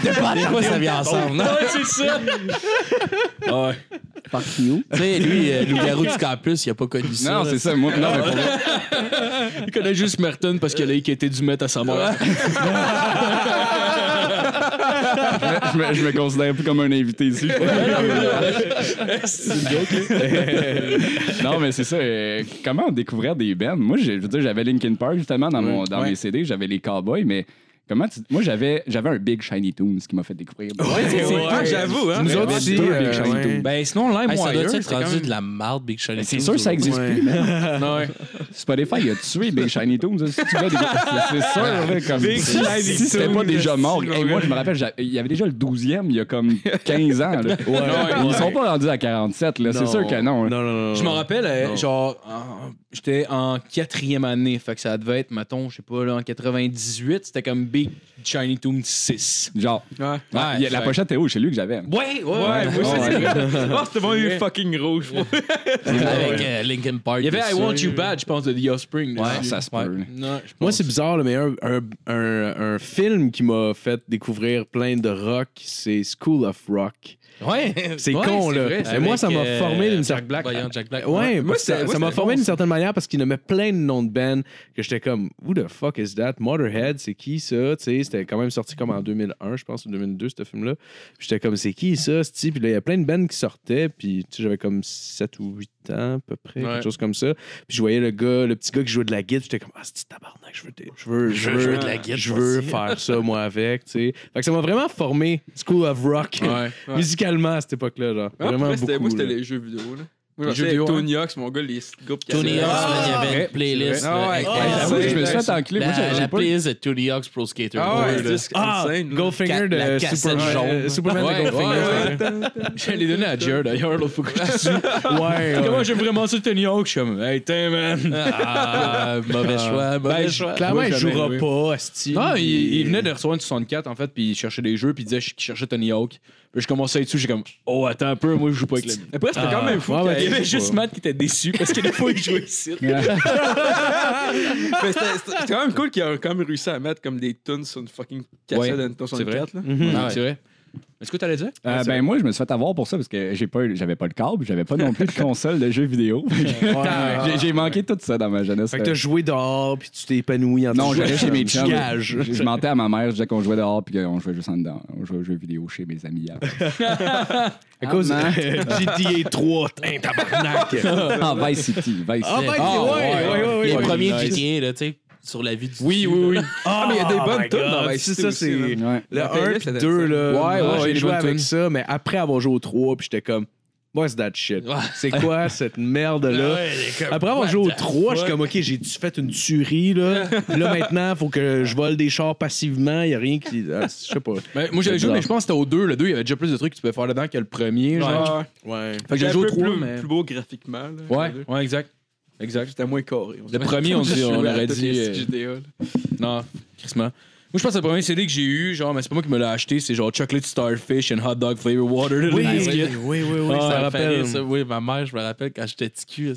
[SPEAKER 7] Des fois, ça vient ensemble. non?
[SPEAKER 8] c'est ça.
[SPEAKER 6] fuck you.
[SPEAKER 7] Tu sais, lui, euh, Loup-Garou du Campus, il a pas connu ça.
[SPEAKER 6] Non,
[SPEAKER 7] là.
[SPEAKER 6] c'est ça. Moi, non, mais pour-
[SPEAKER 8] Il connaît juste Merton parce qu'il a été du maître à sa mort.
[SPEAKER 6] je, me, je me considère plus comme un invité ici. non, mais c'est ça. euh, comment découvrir des bands? Moi, j'ai- je veux dire, j'avais Linkin Park justement dans, mon, dans mes CD, j'avais les Cowboys, mais. Comment tu- Moi, j'avais j'avais un Big Shiny Toons qui m'a fait découvrir.
[SPEAKER 8] j'avoue. Hein?
[SPEAKER 4] Nous autres
[SPEAKER 6] Vraiment
[SPEAKER 4] aussi.
[SPEAKER 6] deux
[SPEAKER 4] euh,
[SPEAKER 6] Big Shiny
[SPEAKER 4] ouais.
[SPEAKER 6] Toons.
[SPEAKER 8] Ben, sinon, Lime
[SPEAKER 7] Hey, ça doit
[SPEAKER 8] Wire,
[SPEAKER 7] être
[SPEAKER 8] c'était
[SPEAKER 7] rendu
[SPEAKER 8] quand même-
[SPEAKER 7] de la marde, Big Charlie.
[SPEAKER 6] Ben, C'est
[SPEAKER 7] Toons,
[SPEAKER 6] sûr que ça
[SPEAKER 7] ou-
[SPEAKER 6] existe
[SPEAKER 4] Ouais.
[SPEAKER 6] plus. man.
[SPEAKER 8] Ouais.
[SPEAKER 6] Spotify a tué Big Shiny Toons. Si tu veux, des- c'est c'est sûr. là, Comme,
[SPEAKER 5] Big
[SPEAKER 6] si-
[SPEAKER 5] Shiny
[SPEAKER 6] si c'était pas
[SPEAKER 5] Toons,
[SPEAKER 6] déjà mort.
[SPEAKER 5] si,
[SPEAKER 6] Hey,
[SPEAKER 5] ouais.
[SPEAKER 6] moi, je me rappelle, j'a- il y avait déjà le 12e il y a comme 15 ans. là. Ils sont pas rendus à 47. là. C'est
[SPEAKER 4] Non.
[SPEAKER 6] sûr que non. hein.
[SPEAKER 4] Non, non, non.
[SPEAKER 8] Je
[SPEAKER 4] non.
[SPEAKER 8] m'en rappelle, euh, genre, en- j'étais en quatrième année, fait que ça devait être, mettons, je sais pas, là, en 98, c'était comme
[SPEAKER 3] Big Shiny Tomb 6.
[SPEAKER 6] Genre.
[SPEAKER 5] Ouais.
[SPEAKER 6] Ouais, il y a- la
[SPEAKER 3] fait-
[SPEAKER 6] pochette est où chez lui que j'avais.
[SPEAKER 3] Ouais, ouais,
[SPEAKER 5] Oh, c'était bon, il est fucking rouge.
[SPEAKER 7] Avec euh, Linkin Park.
[SPEAKER 3] Il y avait I
[SPEAKER 7] dessus.
[SPEAKER 3] Want You Bad, je pense, de The Offspring.
[SPEAKER 6] Ah,
[SPEAKER 3] dessus.
[SPEAKER 6] ça se peut.
[SPEAKER 7] Ouais.
[SPEAKER 6] là.
[SPEAKER 3] Non, je pense.
[SPEAKER 4] Moi, c'est bizarre, là, mais un, un, un- un film qui m'a fait découvrir plein de rock, c'est School of Rock.
[SPEAKER 7] Ouais.
[SPEAKER 4] C'est
[SPEAKER 7] Ouais,
[SPEAKER 4] con, là.
[SPEAKER 7] vrai,
[SPEAKER 4] Mais
[SPEAKER 7] c'est
[SPEAKER 4] moi,
[SPEAKER 7] avec,
[SPEAKER 4] ça m'a
[SPEAKER 7] euh,
[SPEAKER 4] formé d'une
[SPEAKER 7] Jack
[SPEAKER 4] certaine.
[SPEAKER 7] Black. Voyons, Jack Black.
[SPEAKER 4] Ouais,
[SPEAKER 5] Moi,
[SPEAKER 4] parce que
[SPEAKER 5] c'est-
[SPEAKER 4] ça
[SPEAKER 5] moi,
[SPEAKER 4] ça m'a
[SPEAKER 5] c'est
[SPEAKER 4] formé
[SPEAKER 5] bon,
[SPEAKER 4] d'une
[SPEAKER 5] ça.
[SPEAKER 4] certaine manière parce qu'il nommait plein de noms de bands que j'étais comme Who the fuck is that? Motorhead, c'est qui ça? Tu sais, c'était quand même sorti comme en 2001, je pense, ou 2002, ce film-là. Puis J'étais comme c'est qui ça, ce type? Puis là, il y a plein de bands qui sortaient, puis tu sais, j'avais comme 7 ou 8 ans à peu près, quelque chose comme ça. Puis je voyais le gars, le petit gars qui jouait de la guitare, j'étais comme Ah, c'est tabarnak, je veux, des- je veux, je veux,
[SPEAKER 7] jouer de la guitare,
[SPEAKER 4] je
[SPEAKER 7] moi
[SPEAKER 4] veux
[SPEAKER 7] aussi.
[SPEAKER 4] faire ça, moi, avec. tu sais. Fait que ça m'a vraiment formé School of Rock
[SPEAKER 5] Ouais.
[SPEAKER 4] musicalement à cette époque-là. Genre,
[SPEAKER 5] Ah,
[SPEAKER 4] vraiment
[SPEAKER 5] après, c'était-
[SPEAKER 4] beaucoup.
[SPEAKER 5] Moi, c'était
[SPEAKER 4] là.
[SPEAKER 5] les jeux vidéo. Là. Moi,
[SPEAKER 4] jeux
[SPEAKER 5] j'avais
[SPEAKER 4] vidéo, hein.
[SPEAKER 5] Tony Hawk's, mon gars, les groupes qui
[SPEAKER 7] Tony
[SPEAKER 5] avaient-
[SPEAKER 7] Hawk's,
[SPEAKER 5] Ah,
[SPEAKER 7] man, il y avait
[SPEAKER 6] vrai.
[SPEAKER 7] une playlist.
[SPEAKER 5] Ah ouais,
[SPEAKER 7] là,
[SPEAKER 5] ouais,
[SPEAKER 7] incroyable.
[SPEAKER 6] Ah,
[SPEAKER 5] ouais,
[SPEAKER 6] oui, je me suis
[SPEAKER 5] ouais.
[SPEAKER 6] fait enculer. Moi,
[SPEAKER 7] La,
[SPEAKER 6] j'ai-
[SPEAKER 7] la
[SPEAKER 6] j'ai pas-
[SPEAKER 7] playlist de Tony Hawk's Pro Skater.
[SPEAKER 5] Ah ouais,
[SPEAKER 7] deux, là.
[SPEAKER 5] c'est insane. là.
[SPEAKER 4] Goldfinger
[SPEAKER 7] La- la
[SPEAKER 4] de
[SPEAKER 7] cassette
[SPEAKER 4] Superman.
[SPEAKER 7] jaune.
[SPEAKER 4] euh, Superman de
[SPEAKER 3] Ouais,
[SPEAKER 4] Goldfinger.
[SPEAKER 3] ouais, Je l'ai donné à Jared d'ailleurs, l'autre fois que je suis.
[SPEAKER 4] Ouais, ouais.
[SPEAKER 3] Comment j'aime vraiment ça, Tony Hawk? Je suis comme, hey, t'es man.
[SPEAKER 7] Ah, mauvais choix,
[SPEAKER 3] Ben,
[SPEAKER 7] mauvais choix.
[SPEAKER 4] Clairement,
[SPEAKER 3] Ouais,
[SPEAKER 4] il
[SPEAKER 3] jamais,
[SPEAKER 4] jouera
[SPEAKER 3] oui.
[SPEAKER 4] pas, hostie.
[SPEAKER 3] Non, il, il venait de recevoir une 64 en fait, puis il cherchait des jeux, puis il disait qu'il cherchait Tony Hawk. Puis je commençais à être dessus, j'ai comme, oh, attends un peu, moi je joue pas avec la
[SPEAKER 5] Après, c'était quand même fou.
[SPEAKER 4] Ouais, ouais,
[SPEAKER 5] qu'il y avait
[SPEAKER 4] c'est
[SPEAKER 5] juste
[SPEAKER 4] pas-
[SPEAKER 3] Matt qui était déçu parce que des fois il jouait ici.
[SPEAKER 6] Euh,
[SPEAKER 5] Mais c'était c'était- c'était quand même cool qu'ils aient quand même réussi à mettre comme des tunes sur une fucking cassette
[SPEAKER 3] Ouais,
[SPEAKER 5] d'Anton
[SPEAKER 3] c'est vrai.
[SPEAKER 5] 64. là.
[SPEAKER 3] Ah, C'est vrai. Est-ce que t'allais dire?
[SPEAKER 6] Euh, ben moi je me suis fait avoir pour ça parce que j'ai pas eu- j'avais pas le câble, j'avais pas non plus de console de jeux vidéo. J'ai- J'ai manqué tout ça dans ma jeunesse.
[SPEAKER 4] Fait que t'as joué dehors, Oh, puis tu t'es épanoui en
[SPEAKER 6] non,
[SPEAKER 4] jouant.
[SPEAKER 6] j'allais chez mes
[SPEAKER 4] Tu
[SPEAKER 6] chums.
[SPEAKER 4] gages.
[SPEAKER 6] Je, je mentais à ma mère, je disais qu'on jouait dehors puis qu'on jouait juste en dedans. On jouait aux jeux vidéo chez mes amis.
[SPEAKER 4] À cause
[SPEAKER 6] Ah,
[SPEAKER 4] GTA 3, tain, tabarnak.
[SPEAKER 6] en Vice City, Vice
[SPEAKER 4] Ah,
[SPEAKER 6] City.
[SPEAKER 4] ben,
[SPEAKER 7] Ah,
[SPEAKER 4] ouais, ouais, ouais,
[SPEAKER 7] Les
[SPEAKER 4] ouais.
[SPEAKER 7] premiers GTA, là, tu sais, sur la vie du
[SPEAKER 4] Oui, oui, oui.
[SPEAKER 5] Ah, mais il y a des bonnes tunes dans Vice
[SPEAKER 4] C'est
[SPEAKER 5] City
[SPEAKER 4] ça,
[SPEAKER 5] aussi,
[SPEAKER 4] c'est.
[SPEAKER 5] là.
[SPEAKER 6] Ouais.
[SPEAKER 4] Le
[SPEAKER 5] La playlist,
[SPEAKER 4] 1
[SPEAKER 5] c'était
[SPEAKER 4] et
[SPEAKER 5] ça.
[SPEAKER 4] 2,
[SPEAKER 5] Ouais,
[SPEAKER 4] là.
[SPEAKER 5] ouais,
[SPEAKER 4] j'ai
[SPEAKER 5] les
[SPEAKER 4] joué
[SPEAKER 5] bonnes
[SPEAKER 4] avec
[SPEAKER 5] tunes.
[SPEAKER 4] ça, mais après avoir joué au 3, puis j'étais comme, what's that shit?
[SPEAKER 7] Ouais.
[SPEAKER 4] C'est quoi cette merde-là? Après avoir joué au 3, je suis comme, OK, j'ai dû fait une tuerie, là. Puis là, maintenant, faut que je vole des chars passivement. Il n'y a rien qui. Ah, je sais pas.
[SPEAKER 3] Ben, moi j'avais
[SPEAKER 4] C'est
[SPEAKER 3] joué,
[SPEAKER 4] bizarre.
[SPEAKER 3] mais je pense que c'était au 2. Le 2, il y avait déjà plus de trucs que tu pouvais faire dedans que le premier. Genre.
[SPEAKER 5] Ouais.
[SPEAKER 4] Ouais.
[SPEAKER 3] Fait que j'ai
[SPEAKER 5] C'était
[SPEAKER 3] joué au
[SPEAKER 5] un peu
[SPEAKER 3] 3,
[SPEAKER 5] plus,
[SPEAKER 3] mais.
[SPEAKER 5] plus beau graphiquement. là.
[SPEAKER 3] Ouais, ouais, exact. Exact.
[SPEAKER 5] C'était moins carré. on
[SPEAKER 3] Le
[SPEAKER 5] se-
[SPEAKER 3] premier, on, dit,
[SPEAKER 5] Je
[SPEAKER 3] on
[SPEAKER 5] jouais à
[SPEAKER 3] aurait
[SPEAKER 5] tous
[SPEAKER 3] dit.
[SPEAKER 5] les
[SPEAKER 3] euh,
[SPEAKER 5] GTA, là.
[SPEAKER 3] Non, crissement. Moi, je pense que le premier CD que j'ai eu, genre, mais c'est pas moi qui me l'ai acheté, c'est genre Chocolate Starfish and Hot Dog Flavor Water. de
[SPEAKER 4] Oui,
[SPEAKER 3] Limp
[SPEAKER 4] oui,
[SPEAKER 3] Bizkit.
[SPEAKER 4] oui, oui, oui,
[SPEAKER 7] Ah,
[SPEAKER 4] ça
[SPEAKER 7] ça
[SPEAKER 4] me
[SPEAKER 7] me fait
[SPEAKER 4] rappelle.
[SPEAKER 7] rire, ça. Oui, ma mère, je me rappelle quand j'étais petit cul, elle-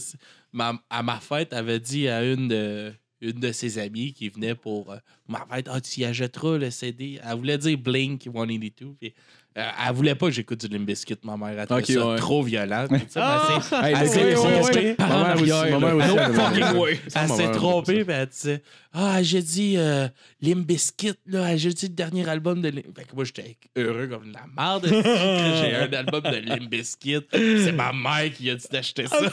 [SPEAKER 7] ma- à ma fête, elle avait dit à une de, une de ses amies qui venait pour euh, ma fête, ah, tu y achèteras le CD. Elle voulait dire Blink 182. Puis, euh, elle voulait pas que j'écoute du Limbiscuit, ma mère. Elle trouvait
[SPEAKER 3] Ok,
[SPEAKER 7] ça
[SPEAKER 3] ouais.
[SPEAKER 7] trop violent. tout ça, mais c'est-
[SPEAKER 4] Ah,
[SPEAKER 3] Hey,
[SPEAKER 7] c'est-
[SPEAKER 3] oui,
[SPEAKER 7] c'est-
[SPEAKER 3] oui,
[SPEAKER 7] c'est-
[SPEAKER 3] oui.
[SPEAKER 7] par en
[SPEAKER 4] Ma mère aussi,
[SPEAKER 7] arrière,
[SPEAKER 4] ma mère
[SPEAKER 7] là.
[SPEAKER 4] aussi,
[SPEAKER 7] No
[SPEAKER 4] elle avait-
[SPEAKER 7] fucking way.
[SPEAKER 4] Ça,
[SPEAKER 7] Elle
[SPEAKER 4] ma
[SPEAKER 7] s'est
[SPEAKER 4] mère,
[SPEAKER 7] trompée, puis elle disait Ah, j'ai dit euh, Limbiskit, là, j'ai dit le dernier album de Limbiskit. Fait que moi, j'étais heureux comme de la merde. j'ai un album de Limbiskit. C'est ma mère qui a dit d'acheter ça.
[SPEAKER 4] Toi,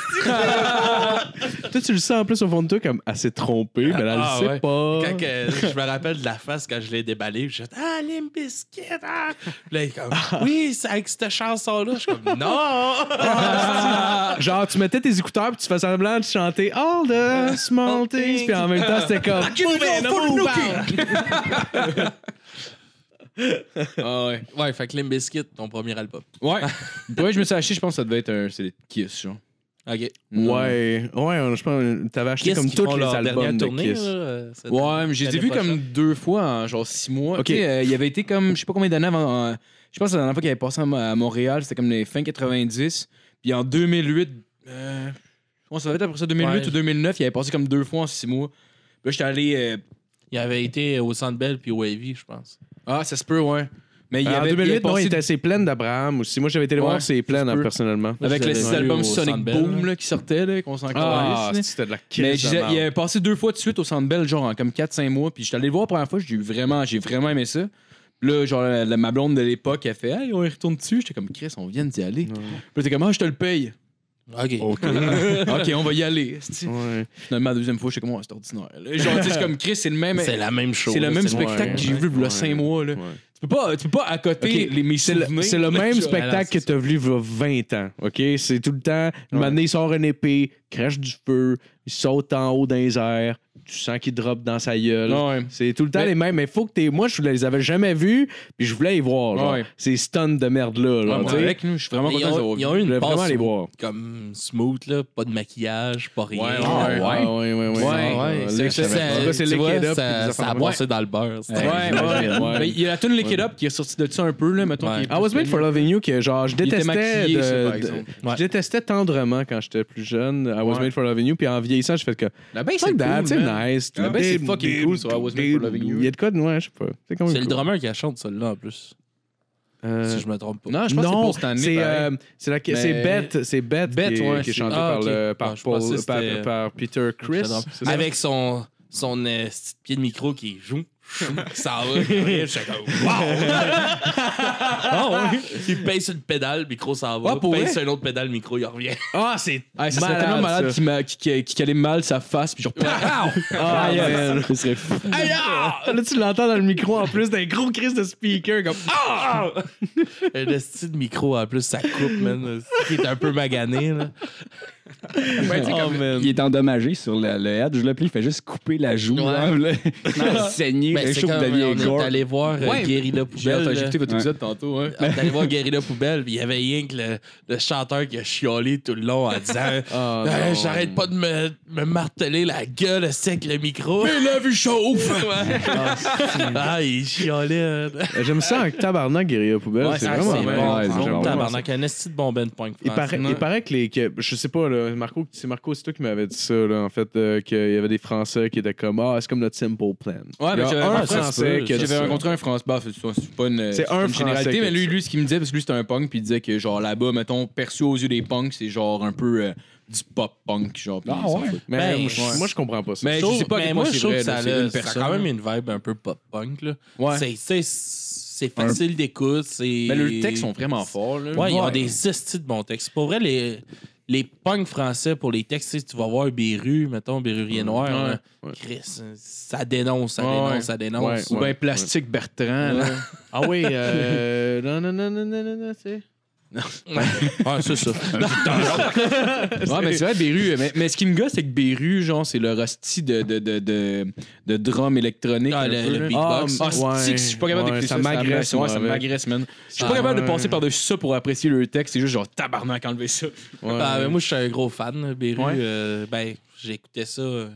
[SPEAKER 4] tu le sens en plus au fond de toi comme assez trompé, mais là,
[SPEAKER 7] Ah,
[SPEAKER 4] elle le
[SPEAKER 7] ouais.
[SPEAKER 4] sait pas.
[SPEAKER 7] Quand que- je me rappelle de la face quand je l'ai déballé, je dis Ah, Limbiskit, ah! Puis là, il est comme Oui, c'est avec cette chanson-là. Je suis comme Non!
[SPEAKER 4] Genre, tu mettais tes écouteurs puis tu fais semblant de chanter All the small things, puis en même temps, c'était comme.
[SPEAKER 3] Ah ouais.
[SPEAKER 7] ouais, fait que Limbiskit, ton premier album.
[SPEAKER 3] Ouais. ouais, je me suis acheté, je pense que ça devait être un CD de Kiss, genre.
[SPEAKER 7] OK.
[SPEAKER 4] Ouais, ouais, on- je pense t'avais acheté
[SPEAKER 7] Kiss
[SPEAKER 4] comme
[SPEAKER 7] qui
[SPEAKER 4] tous
[SPEAKER 7] font
[SPEAKER 4] les
[SPEAKER 7] leur
[SPEAKER 4] albums
[SPEAKER 7] dernière
[SPEAKER 4] de
[SPEAKER 7] tournée,
[SPEAKER 4] Kiss.
[SPEAKER 7] là, euh, cette-
[SPEAKER 3] Ouais, mais j'ai
[SPEAKER 7] l'année
[SPEAKER 3] vu comme
[SPEAKER 7] prochaine.
[SPEAKER 3] deux fois en genre six mois.
[SPEAKER 4] Ok.
[SPEAKER 3] Tu sais, euh, il avait été comme, je sais pas combien d'années avant. euh, je pense que la dernière fois qu'il avait passé à Mo- à Montréal, c'était comme les fins 90. Puis en 2008, euh, on savait après ça 2008
[SPEAKER 7] Ouais.
[SPEAKER 3] ou 2009, il avait passé comme deux fois en six mois. Puis là, j'étais allé. euh,
[SPEAKER 7] Il avait été au Centre Bell puis au Wavy, je pense.
[SPEAKER 3] ah, ça se peut, ouais. Mais il
[SPEAKER 4] en
[SPEAKER 3] avait il
[SPEAKER 4] 2008,
[SPEAKER 3] avait
[SPEAKER 4] non, il
[SPEAKER 3] passé
[SPEAKER 4] était assez plein d'Abraham aussi. Moi, j'avais été le voir,
[SPEAKER 3] Ouais,
[SPEAKER 4] c'est plein,
[SPEAKER 3] ça se peut.
[SPEAKER 4] personnellement.
[SPEAKER 7] Moi,
[SPEAKER 3] avec
[SPEAKER 7] je
[SPEAKER 3] le
[SPEAKER 7] l'avais
[SPEAKER 3] six
[SPEAKER 7] vu
[SPEAKER 3] albums
[SPEAKER 7] au
[SPEAKER 3] Sonic
[SPEAKER 7] Centre Bell,
[SPEAKER 3] Boom
[SPEAKER 7] là.
[SPEAKER 3] là, qui sortait, là, qu'on s'en
[SPEAKER 4] Ah,
[SPEAKER 3] calisse, là.
[SPEAKER 4] c'était de la Kiss.
[SPEAKER 3] Mais
[SPEAKER 4] de
[SPEAKER 3] je disais,
[SPEAKER 4] merde.
[SPEAKER 3] il avait passé deux fois de suite au Centre Bell, genre en comme 4-5 mois. Puis j'étais allé le voir la première fois, j'ai eu vraiment, j'ai vraiment aimé ça. Puis là, genre, la- la- ma blonde de l'époque, elle fait Hey, on y retourne dessus. J'étais comme Chris, on vient d'y aller. Puis t'es comme Ah, je te le paye.
[SPEAKER 7] OK.
[SPEAKER 3] ok, on va y aller. esti.
[SPEAKER 4] Ouais.
[SPEAKER 3] Finalement, la deuxième fois, j'étais comme Ouais, c'est ordinaire. là. Genre, tu sais, c'est comme Chris, c'est le même.
[SPEAKER 7] C'est la même chose.
[SPEAKER 3] C'est le
[SPEAKER 7] là,
[SPEAKER 3] même
[SPEAKER 7] c'est-
[SPEAKER 3] spectacle que j'ai vu il y a 5 mois. Là. Tu, peux pas, tu peux pas accoter
[SPEAKER 4] Ok,
[SPEAKER 3] les, mes
[SPEAKER 4] C'est le,
[SPEAKER 3] souvenirs.
[SPEAKER 4] c'est le même
[SPEAKER 3] Genre,
[SPEAKER 4] spectacle que t'as vu il y a 20 ans, OK? C'est tout le temps, une année, il sort une épée, crache du feu, il saute en haut dans les airs, tu sens qu'il drop dans sa gueule.
[SPEAKER 3] Ouais.
[SPEAKER 4] C'est tout le temps
[SPEAKER 3] Mais-
[SPEAKER 4] les mêmes, mais faut que t'es. Moi, je les avais jamais vus, puis je voulais les voir. genre.
[SPEAKER 3] Ouais.
[SPEAKER 4] Ces stuns de merde-là.
[SPEAKER 3] Ouais,
[SPEAKER 4] genre, tu
[SPEAKER 3] moi,
[SPEAKER 4] sais.
[SPEAKER 3] avec, nous, je suis vraiment
[SPEAKER 7] Mais ils,
[SPEAKER 3] content de les
[SPEAKER 7] ont,
[SPEAKER 3] avoir
[SPEAKER 7] ils
[SPEAKER 3] vus.
[SPEAKER 7] ont eu
[SPEAKER 4] Je
[SPEAKER 7] une
[SPEAKER 4] voulais vraiment
[SPEAKER 7] passe
[SPEAKER 4] les voir.
[SPEAKER 7] comme smooth, là, pas de maquillage, pas rien.
[SPEAKER 3] Ouais,
[SPEAKER 7] Ah,
[SPEAKER 3] ouais.
[SPEAKER 4] Ah, ouais, ouais, ouais.
[SPEAKER 7] ouais,
[SPEAKER 4] Lick-
[SPEAKER 7] ça- ça-
[SPEAKER 4] En tout cas, c'est
[SPEAKER 7] tu
[SPEAKER 4] Lick
[SPEAKER 7] vois,
[SPEAKER 4] It Up, puis des
[SPEAKER 7] ça,
[SPEAKER 4] affaires
[SPEAKER 7] ça a
[SPEAKER 4] de
[SPEAKER 7] bossé dans le beurre. c'était-
[SPEAKER 3] Ouais, ouais,
[SPEAKER 4] Ouais.
[SPEAKER 3] Mais il y a la tune Lick It Up qui est sortie de ça un peu, là, mettons.
[SPEAKER 7] Ouais.
[SPEAKER 3] qui est
[SPEAKER 4] I was
[SPEAKER 3] plus
[SPEAKER 4] made for loving you que genre je
[SPEAKER 3] Il était
[SPEAKER 4] détestais
[SPEAKER 3] maquillé,
[SPEAKER 4] de-
[SPEAKER 3] ça, par
[SPEAKER 4] de-
[SPEAKER 3] exemple.
[SPEAKER 7] Ouais.
[SPEAKER 4] je détestais tendrement quand j'étais plus jeune I was
[SPEAKER 3] Ouais.
[SPEAKER 4] made for loving you puis en vieillissant je fais que
[SPEAKER 3] La baisse,
[SPEAKER 4] fuck that Ben, c'est
[SPEAKER 3] man.
[SPEAKER 4] nice
[SPEAKER 3] La baisse, c'est fucking cool sur I was made for loving you.
[SPEAKER 4] il y a de quoi de ouais je sais pas c'est quand même
[SPEAKER 7] C'est le
[SPEAKER 4] cool.
[SPEAKER 7] drummer qui a chanté celle-là en plus,
[SPEAKER 4] Euh,
[SPEAKER 7] si je me trompe pas.
[SPEAKER 3] Non, je pense que c'est
[SPEAKER 4] non
[SPEAKER 3] pour cette année.
[SPEAKER 4] c'est
[SPEAKER 3] pareil.
[SPEAKER 4] euh, c'est la c'est Beth c'est Beth
[SPEAKER 3] Beth,
[SPEAKER 4] qui
[SPEAKER 3] ouais,
[SPEAKER 4] est- qui
[SPEAKER 3] c'est-
[SPEAKER 4] est chantée
[SPEAKER 7] ah,
[SPEAKER 4] par
[SPEAKER 7] ok.
[SPEAKER 4] le par
[SPEAKER 7] Ouais, je pensais
[SPEAKER 4] Paul
[SPEAKER 7] que
[SPEAKER 4] par-
[SPEAKER 7] c'était-
[SPEAKER 4] par Peter Chris
[SPEAKER 7] Je l'adore.
[SPEAKER 4] c'est ça?
[SPEAKER 7] Avec son, son euh, petit pied de micro qui joue. ça va. Je suis comme, wow! Ah ouais. Il pèse sur une pédale, le micro s'en va.
[SPEAKER 3] Ah, pour
[SPEAKER 7] pèse
[SPEAKER 3] vrai?
[SPEAKER 7] sur une autre pédale, le micro, il revient.
[SPEAKER 4] ah c'est
[SPEAKER 3] Ah, ça serait
[SPEAKER 4] malade,
[SPEAKER 3] tellement malade
[SPEAKER 4] ça.
[SPEAKER 3] qu'il m'a- qu'il qu'il- qu'il calait mal sa face, puis genre.
[SPEAKER 4] ah man.
[SPEAKER 3] Ce serait fou.
[SPEAKER 7] Aïe, ah!
[SPEAKER 4] là tu l'entends dans le micro en plus d'un gros Chris de speaker comme oh,
[SPEAKER 7] Ah! Le style de micro, en plus, ça coupe, man. Qui est un peu magané, là. Ah.
[SPEAKER 6] Ouais, tu sais, comme il est endommagé sur le, le head, je le plie, il fait juste couper la joue.
[SPEAKER 7] Ouais.
[SPEAKER 6] genre, là. Il a saigné,
[SPEAKER 7] Ben,
[SPEAKER 6] le
[SPEAKER 7] c'est
[SPEAKER 6] chaud
[SPEAKER 7] comme,
[SPEAKER 6] de
[SPEAKER 7] on
[SPEAKER 6] vieille
[SPEAKER 7] est
[SPEAKER 6] gore.
[SPEAKER 7] allé voir euh,
[SPEAKER 3] Ouais,
[SPEAKER 7] Guérilla
[SPEAKER 3] J'ai
[SPEAKER 7] Poubelle. euh, là.
[SPEAKER 3] ajouté votre
[SPEAKER 6] Ouais.
[SPEAKER 3] épisode tantôt, hein.
[SPEAKER 7] On est Ah, allé voir Guérilla Poubelle, puis il y avait rien que le, le chanteur qui a chiolé tout le long en disant
[SPEAKER 4] Ah,
[SPEAKER 7] Ah,
[SPEAKER 4] non.
[SPEAKER 7] J'arrête pas de me, me marteler la gueule sec le micro. Mais la vue chauffe! ah, il chialait. hein.
[SPEAKER 4] Ben, J'aime ça en tabarnak guérilla poubelle. c'est
[SPEAKER 7] Ah,
[SPEAKER 4] vraiment
[SPEAKER 7] c'est
[SPEAKER 4] nice.
[SPEAKER 7] bon,
[SPEAKER 6] ouais,
[SPEAKER 7] franchement,
[SPEAKER 6] c'est vraiment
[SPEAKER 7] tabarnak, un esti de bon band punk.
[SPEAKER 4] Il paraît, il paraît que les. que- je sais pas, là, Marco, c'est Marco, c'est toi qui m'avais dit ça, là, en fait, euh, qu'il y avait des Français qui étaient comme Ah, c'est comme notre Simple Plan.
[SPEAKER 3] Ouais,
[SPEAKER 4] Il y
[SPEAKER 3] mais
[SPEAKER 4] a
[SPEAKER 3] j'avais
[SPEAKER 4] un
[SPEAKER 3] rencontré-
[SPEAKER 4] Français qui a dit
[SPEAKER 3] J'avais
[SPEAKER 4] ça.
[SPEAKER 3] rencontré un Français. Bah, c'est c'est pas une,
[SPEAKER 4] C'est
[SPEAKER 3] c'est
[SPEAKER 4] un
[SPEAKER 3] une généralité,
[SPEAKER 4] Français
[SPEAKER 3] mais
[SPEAKER 4] qui a
[SPEAKER 3] lui,
[SPEAKER 4] dit
[SPEAKER 3] lui, ce qu'il me disait, parce que lui, c'était un punk, puis il disait que, genre, là-bas, mettons, perçu aux yeux des punks, c'est genre un peu euh, du pop punk, genre.
[SPEAKER 4] Ah
[SPEAKER 3] puis ils s'en foutent.
[SPEAKER 4] Mais
[SPEAKER 7] Ben,
[SPEAKER 4] moi, je-
[SPEAKER 7] ouais.
[SPEAKER 4] moi, je comprends pas ça.
[SPEAKER 3] Mais je sais pas à
[SPEAKER 7] mais
[SPEAKER 3] quel
[SPEAKER 7] moi,
[SPEAKER 3] point
[SPEAKER 7] je
[SPEAKER 3] c'est
[SPEAKER 7] trouve
[SPEAKER 3] vrai,
[SPEAKER 7] que ça,
[SPEAKER 3] là, c'est
[SPEAKER 7] a-
[SPEAKER 3] une
[SPEAKER 7] ça a
[SPEAKER 3] personne.
[SPEAKER 7] quand même une vibe un peu pop-punk. là.
[SPEAKER 3] Ouais.
[SPEAKER 7] C'est- C'est c'est facile d'écoute. c'est-
[SPEAKER 3] Mais leurs textes sont vraiment forts, là.
[SPEAKER 7] Ouais, ils ont des estis de bons textes. Pour vrai, les, les punks français, pour les textes, tu sais, tu vas voir Beru, mettons, Bérurier Noir. là.
[SPEAKER 4] ouais.
[SPEAKER 7] Chris, ça dénonce, ça
[SPEAKER 3] Ouais,
[SPEAKER 7] dénonce,
[SPEAKER 3] ouais.
[SPEAKER 7] ça dénonce.
[SPEAKER 3] Ou bien Plastique Bertrand, là.
[SPEAKER 4] Ah oui, euh. non, non, non, non, non, non, non, c'est.
[SPEAKER 7] Ah, c'est ça.
[SPEAKER 3] Ouais, mais c'est vrai, Beru. euh, Mais, mais ce qui me gosse, c'est que Beru, genre, c'est le rusty de, de, de, de, de drum électronique.
[SPEAKER 7] Ah,
[SPEAKER 3] un
[SPEAKER 7] le-
[SPEAKER 3] peu,
[SPEAKER 7] le
[SPEAKER 3] là.
[SPEAKER 7] beatbox.
[SPEAKER 3] Ah,
[SPEAKER 4] Ouais.
[SPEAKER 3] c'est que je suis pas capable
[SPEAKER 4] Ouais,
[SPEAKER 3] d'écouter
[SPEAKER 4] ça
[SPEAKER 3] ça.
[SPEAKER 4] m'agresse,
[SPEAKER 3] Ouais, ça
[SPEAKER 4] moi, avec.
[SPEAKER 3] m'agresse, man. Je suis
[SPEAKER 7] Ah,
[SPEAKER 3] pas capable
[SPEAKER 4] ouais.
[SPEAKER 3] de passer par-dessus ça pour apprécier le texte. C'est juste genre tabarnak, enlever ça. Bah, euh,
[SPEAKER 4] Ouais.
[SPEAKER 7] Ah, ben, moi, je suis un gros fan, Beru.
[SPEAKER 3] Ouais.
[SPEAKER 7] euh, ben, j'écoutais ça. euh,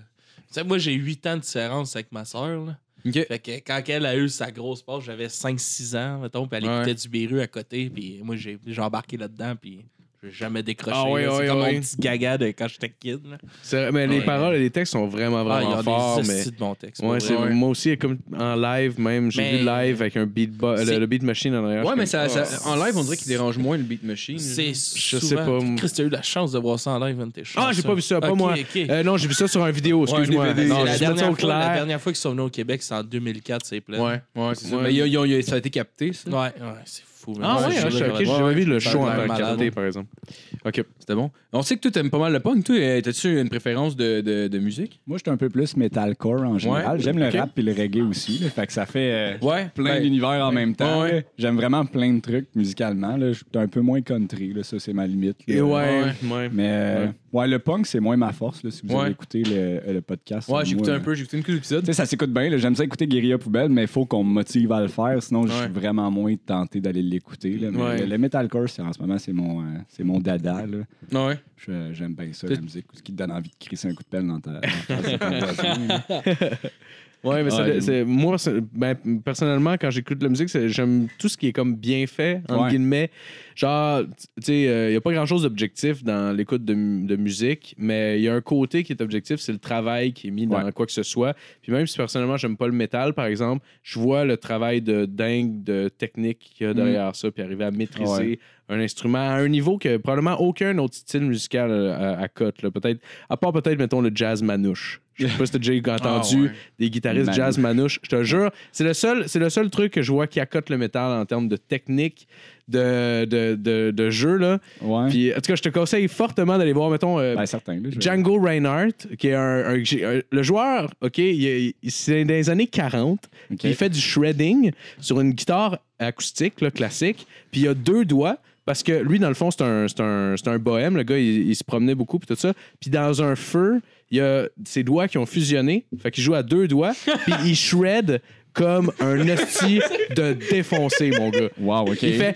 [SPEAKER 7] Tu sais, moi, j'ai 8 ans de différence avec ma sœur. là.
[SPEAKER 3] Ok.
[SPEAKER 7] Fait que quand elle a eu sa grosse passe, j'avais 5-6 ans, mettons, puis elle
[SPEAKER 3] Ouais.
[SPEAKER 7] écoutait du Beru à côté, puis moi, j'ai j'ai embarqué là-dedans, puis j'ai jamais décroché.
[SPEAKER 4] Ah oui,
[SPEAKER 7] là. c'est
[SPEAKER 4] oui,
[SPEAKER 7] comme
[SPEAKER 4] oui.
[SPEAKER 7] mon petit gaga de quand j'étais kid. là.
[SPEAKER 4] C'est- mais les
[SPEAKER 7] Ouais.
[SPEAKER 4] paroles et les textes sont vraiment,
[SPEAKER 7] Ah,
[SPEAKER 4] vraiment
[SPEAKER 7] il y a
[SPEAKER 4] forts.
[SPEAKER 7] des
[SPEAKER 4] Mais...
[SPEAKER 7] hosties de bons textes.
[SPEAKER 4] Ouais,
[SPEAKER 7] pour
[SPEAKER 4] c'est
[SPEAKER 7] vrai.
[SPEAKER 4] moi aussi, comme en live, même, j'ai
[SPEAKER 7] Mais-
[SPEAKER 4] vu live avec un beat, le,
[SPEAKER 7] C'est-
[SPEAKER 4] le beat machine en arrière.
[SPEAKER 3] Ouais, mais
[SPEAKER 4] je suis
[SPEAKER 3] ça,
[SPEAKER 4] comme,
[SPEAKER 3] ça-
[SPEAKER 4] Ah.
[SPEAKER 3] en live, on dirait qu'il dérange moins le beat machine.
[SPEAKER 4] Je
[SPEAKER 7] C'est
[SPEAKER 4] sais
[SPEAKER 7] souvent-
[SPEAKER 4] pas, moi.
[SPEAKER 7] Chris, t'as eu la chance de voir ça en live, man, t'es
[SPEAKER 4] Ah, j'ai pas vu ça, pas moi. Euh, non, j'ai vu ça sur un vidéo, excuse-moi.
[SPEAKER 3] DVD.
[SPEAKER 4] Non,
[SPEAKER 7] c'est
[SPEAKER 4] j'ai
[SPEAKER 7] la
[SPEAKER 4] mis ça
[SPEAKER 7] dernière,
[SPEAKER 4] au
[SPEAKER 7] fois,
[SPEAKER 4] clair.
[SPEAKER 7] la dernière fois qu'ils sont venus au Québec, c'est en 2004, c'est plein.
[SPEAKER 3] Ouais, ouais, c'est ça.
[SPEAKER 4] Ouais.
[SPEAKER 3] Mais y a- y a- y a- ça a été capté, ça.
[SPEAKER 7] ouais, ouais, c'est fou. man.
[SPEAKER 4] Ah
[SPEAKER 7] Ouais,
[SPEAKER 4] ouais,
[SPEAKER 7] je
[SPEAKER 4] hein,
[SPEAKER 7] suis
[SPEAKER 4] j'ai-
[SPEAKER 7] là,
[SPEAKER 4] ok,
[SPEAKER 7] ouais.
[SPEAKER 4] j'ai jamais vu le
[SPEAKER 7] ça
[SPEAKER 4] show en
[SPEAKER 7] a l'air
[SPEAKER 4] tant que
[SPEAKER 7] malade.
[SPEAKER 4] capté, par exemple. Ok.
[SPEAKER 3] C'était bon. On sait que toi, t'aimes pas mal le punk. Toi, euh, t'as-tu une préférence de, de, de musique?
[SPEAKER 6] Moi, je suis un peu plus metalcore en général. J'aime le rap et le reggae aussi. là. fait que ça fait euh,
[SPEAKER 3] Ouais.
[SPEAKER 6] plein
[SPEAKER 3] ben,
[SPEAKER 6] d'univers en même temps.
[SPEAKER 3] Ouais, ouais.
[SPEAKER 6] là. J'aime vraiment plein de trucs musicalement. là. Je suis un peu moins country. là. Ça, c'est ma limite. là.
[SPEAKER 4] Et ouais, ouais.
[SPEAKER 6] Mais euh, ouais. le punk, c'est moins ma force. là, si vous
[SPEAKER 3] Ouais.
[SPEAKER 6] avez écouté le, le podcast.
[SPEAKER 3] Ouais,
[SPEAKER 6] euh,
[SPEAKER 3] j'ai écouté
[SPEAKER 6] moi,
[SPEAKER 3] un peu, j'ai écouté une couple
[SPEAKER 6] Tu
[SPEAKER 3] d'épisodes.
[SPEAKER 6] sais, ça s'écoute bien. là. J'aime ça écouter Guérilla Poubelle, mais il faut qu'on me motive à le faire. Sinon, je suis
[SPEAKER 3] Ouais.
[SPEAKER 6] vraiment moins tenté d'aller l'écouter. là. Mais
[SPEAKER 4] Ouais.
[SPEAKER 6] Le, le metalcore, c'est- en ce moment, c'est mon, euh, c'est mon dada. là.
[SPEAKER 3] Ouais.
[SPEAKER 6] Je- J'aime bien ça,
[SPEAKER 3] T'es-
[SPEAKER 6] la musique. Ce qui te donne envie de crisser un coup de pelle dans ta. dans ta- dans ton voisin, là.
[SPEAKER 4] Ouais, mais ça-
[SPEAKER 6] Ouais,
[SPEAKER 4] c'est- moi, c'est- ben, personnellement, quand j'écoute de la musique, c'est- j'aime tout ce qui est comme bien fait, entre
[SPEAKER 6] Ouais.
[SPEAKER 4] guillemets. Genre, tu sais, il n'y a pas grand-chose d'objectif dans l'écoute de, mu- de musique, mais il y a un côté qui est objectif, c'est le travail qui est mis dans
[SPEAKER 6] Ouais.
[SPEAKER 4] quoi que ce soit. Puis même si personnellement, j'aime pas le métal, par exemple, je vois le travail de dingue, de technique qu'il
[SPEAKER 6] Mm.
[SPEAKER 4] y a derrière ça, puis arriver à maîtriser un instrument à un niveau que probablement aucun autre style musical euh, à, à cote. là. Peut-être, à part peut-être, mettons, le jazz manouche. Je sais pas si t'as déjà entendu des guitaristes
[SPEAKER 6] Manouche.
[SPEAKER 4] jazz manouche. Je te jure, c'est le seul, c'est le seul truc que je vois qui accote le métal en termes de technique, de, de, de, de jeu là.
[SPEAKER 6] Ouais.
[SPEAKER 4] Puis en tout cas, je te conseille fortement d'aller voir, mettons. euh,
[SPEAKER 6] Ben, certain. là, je-
[SPEAKER 4] Django Reinhardt, qui est un, un- un- le joueur, OK, il est- il- c'est dans les années 40,
[SPEAKER 6] Ok.
[SPEAKER 4] puis il fait du shredding sur une guitare acoustique, là, classique, puis il a deux doigts, parce que lui, dans le fond, c'est un, c'est un, c'est un bohème, le gars, il, il se promenait beaucoup, puis tout ça, puis dans un feu, il y a ses doigts qui ont fusionné. Fait qu'il joue à deux doigts, puis il shred comme un hostie de défoncé, mon gars.
[SPEAKER 6] Wow, ok.
[SPEAKER 4] Il fait.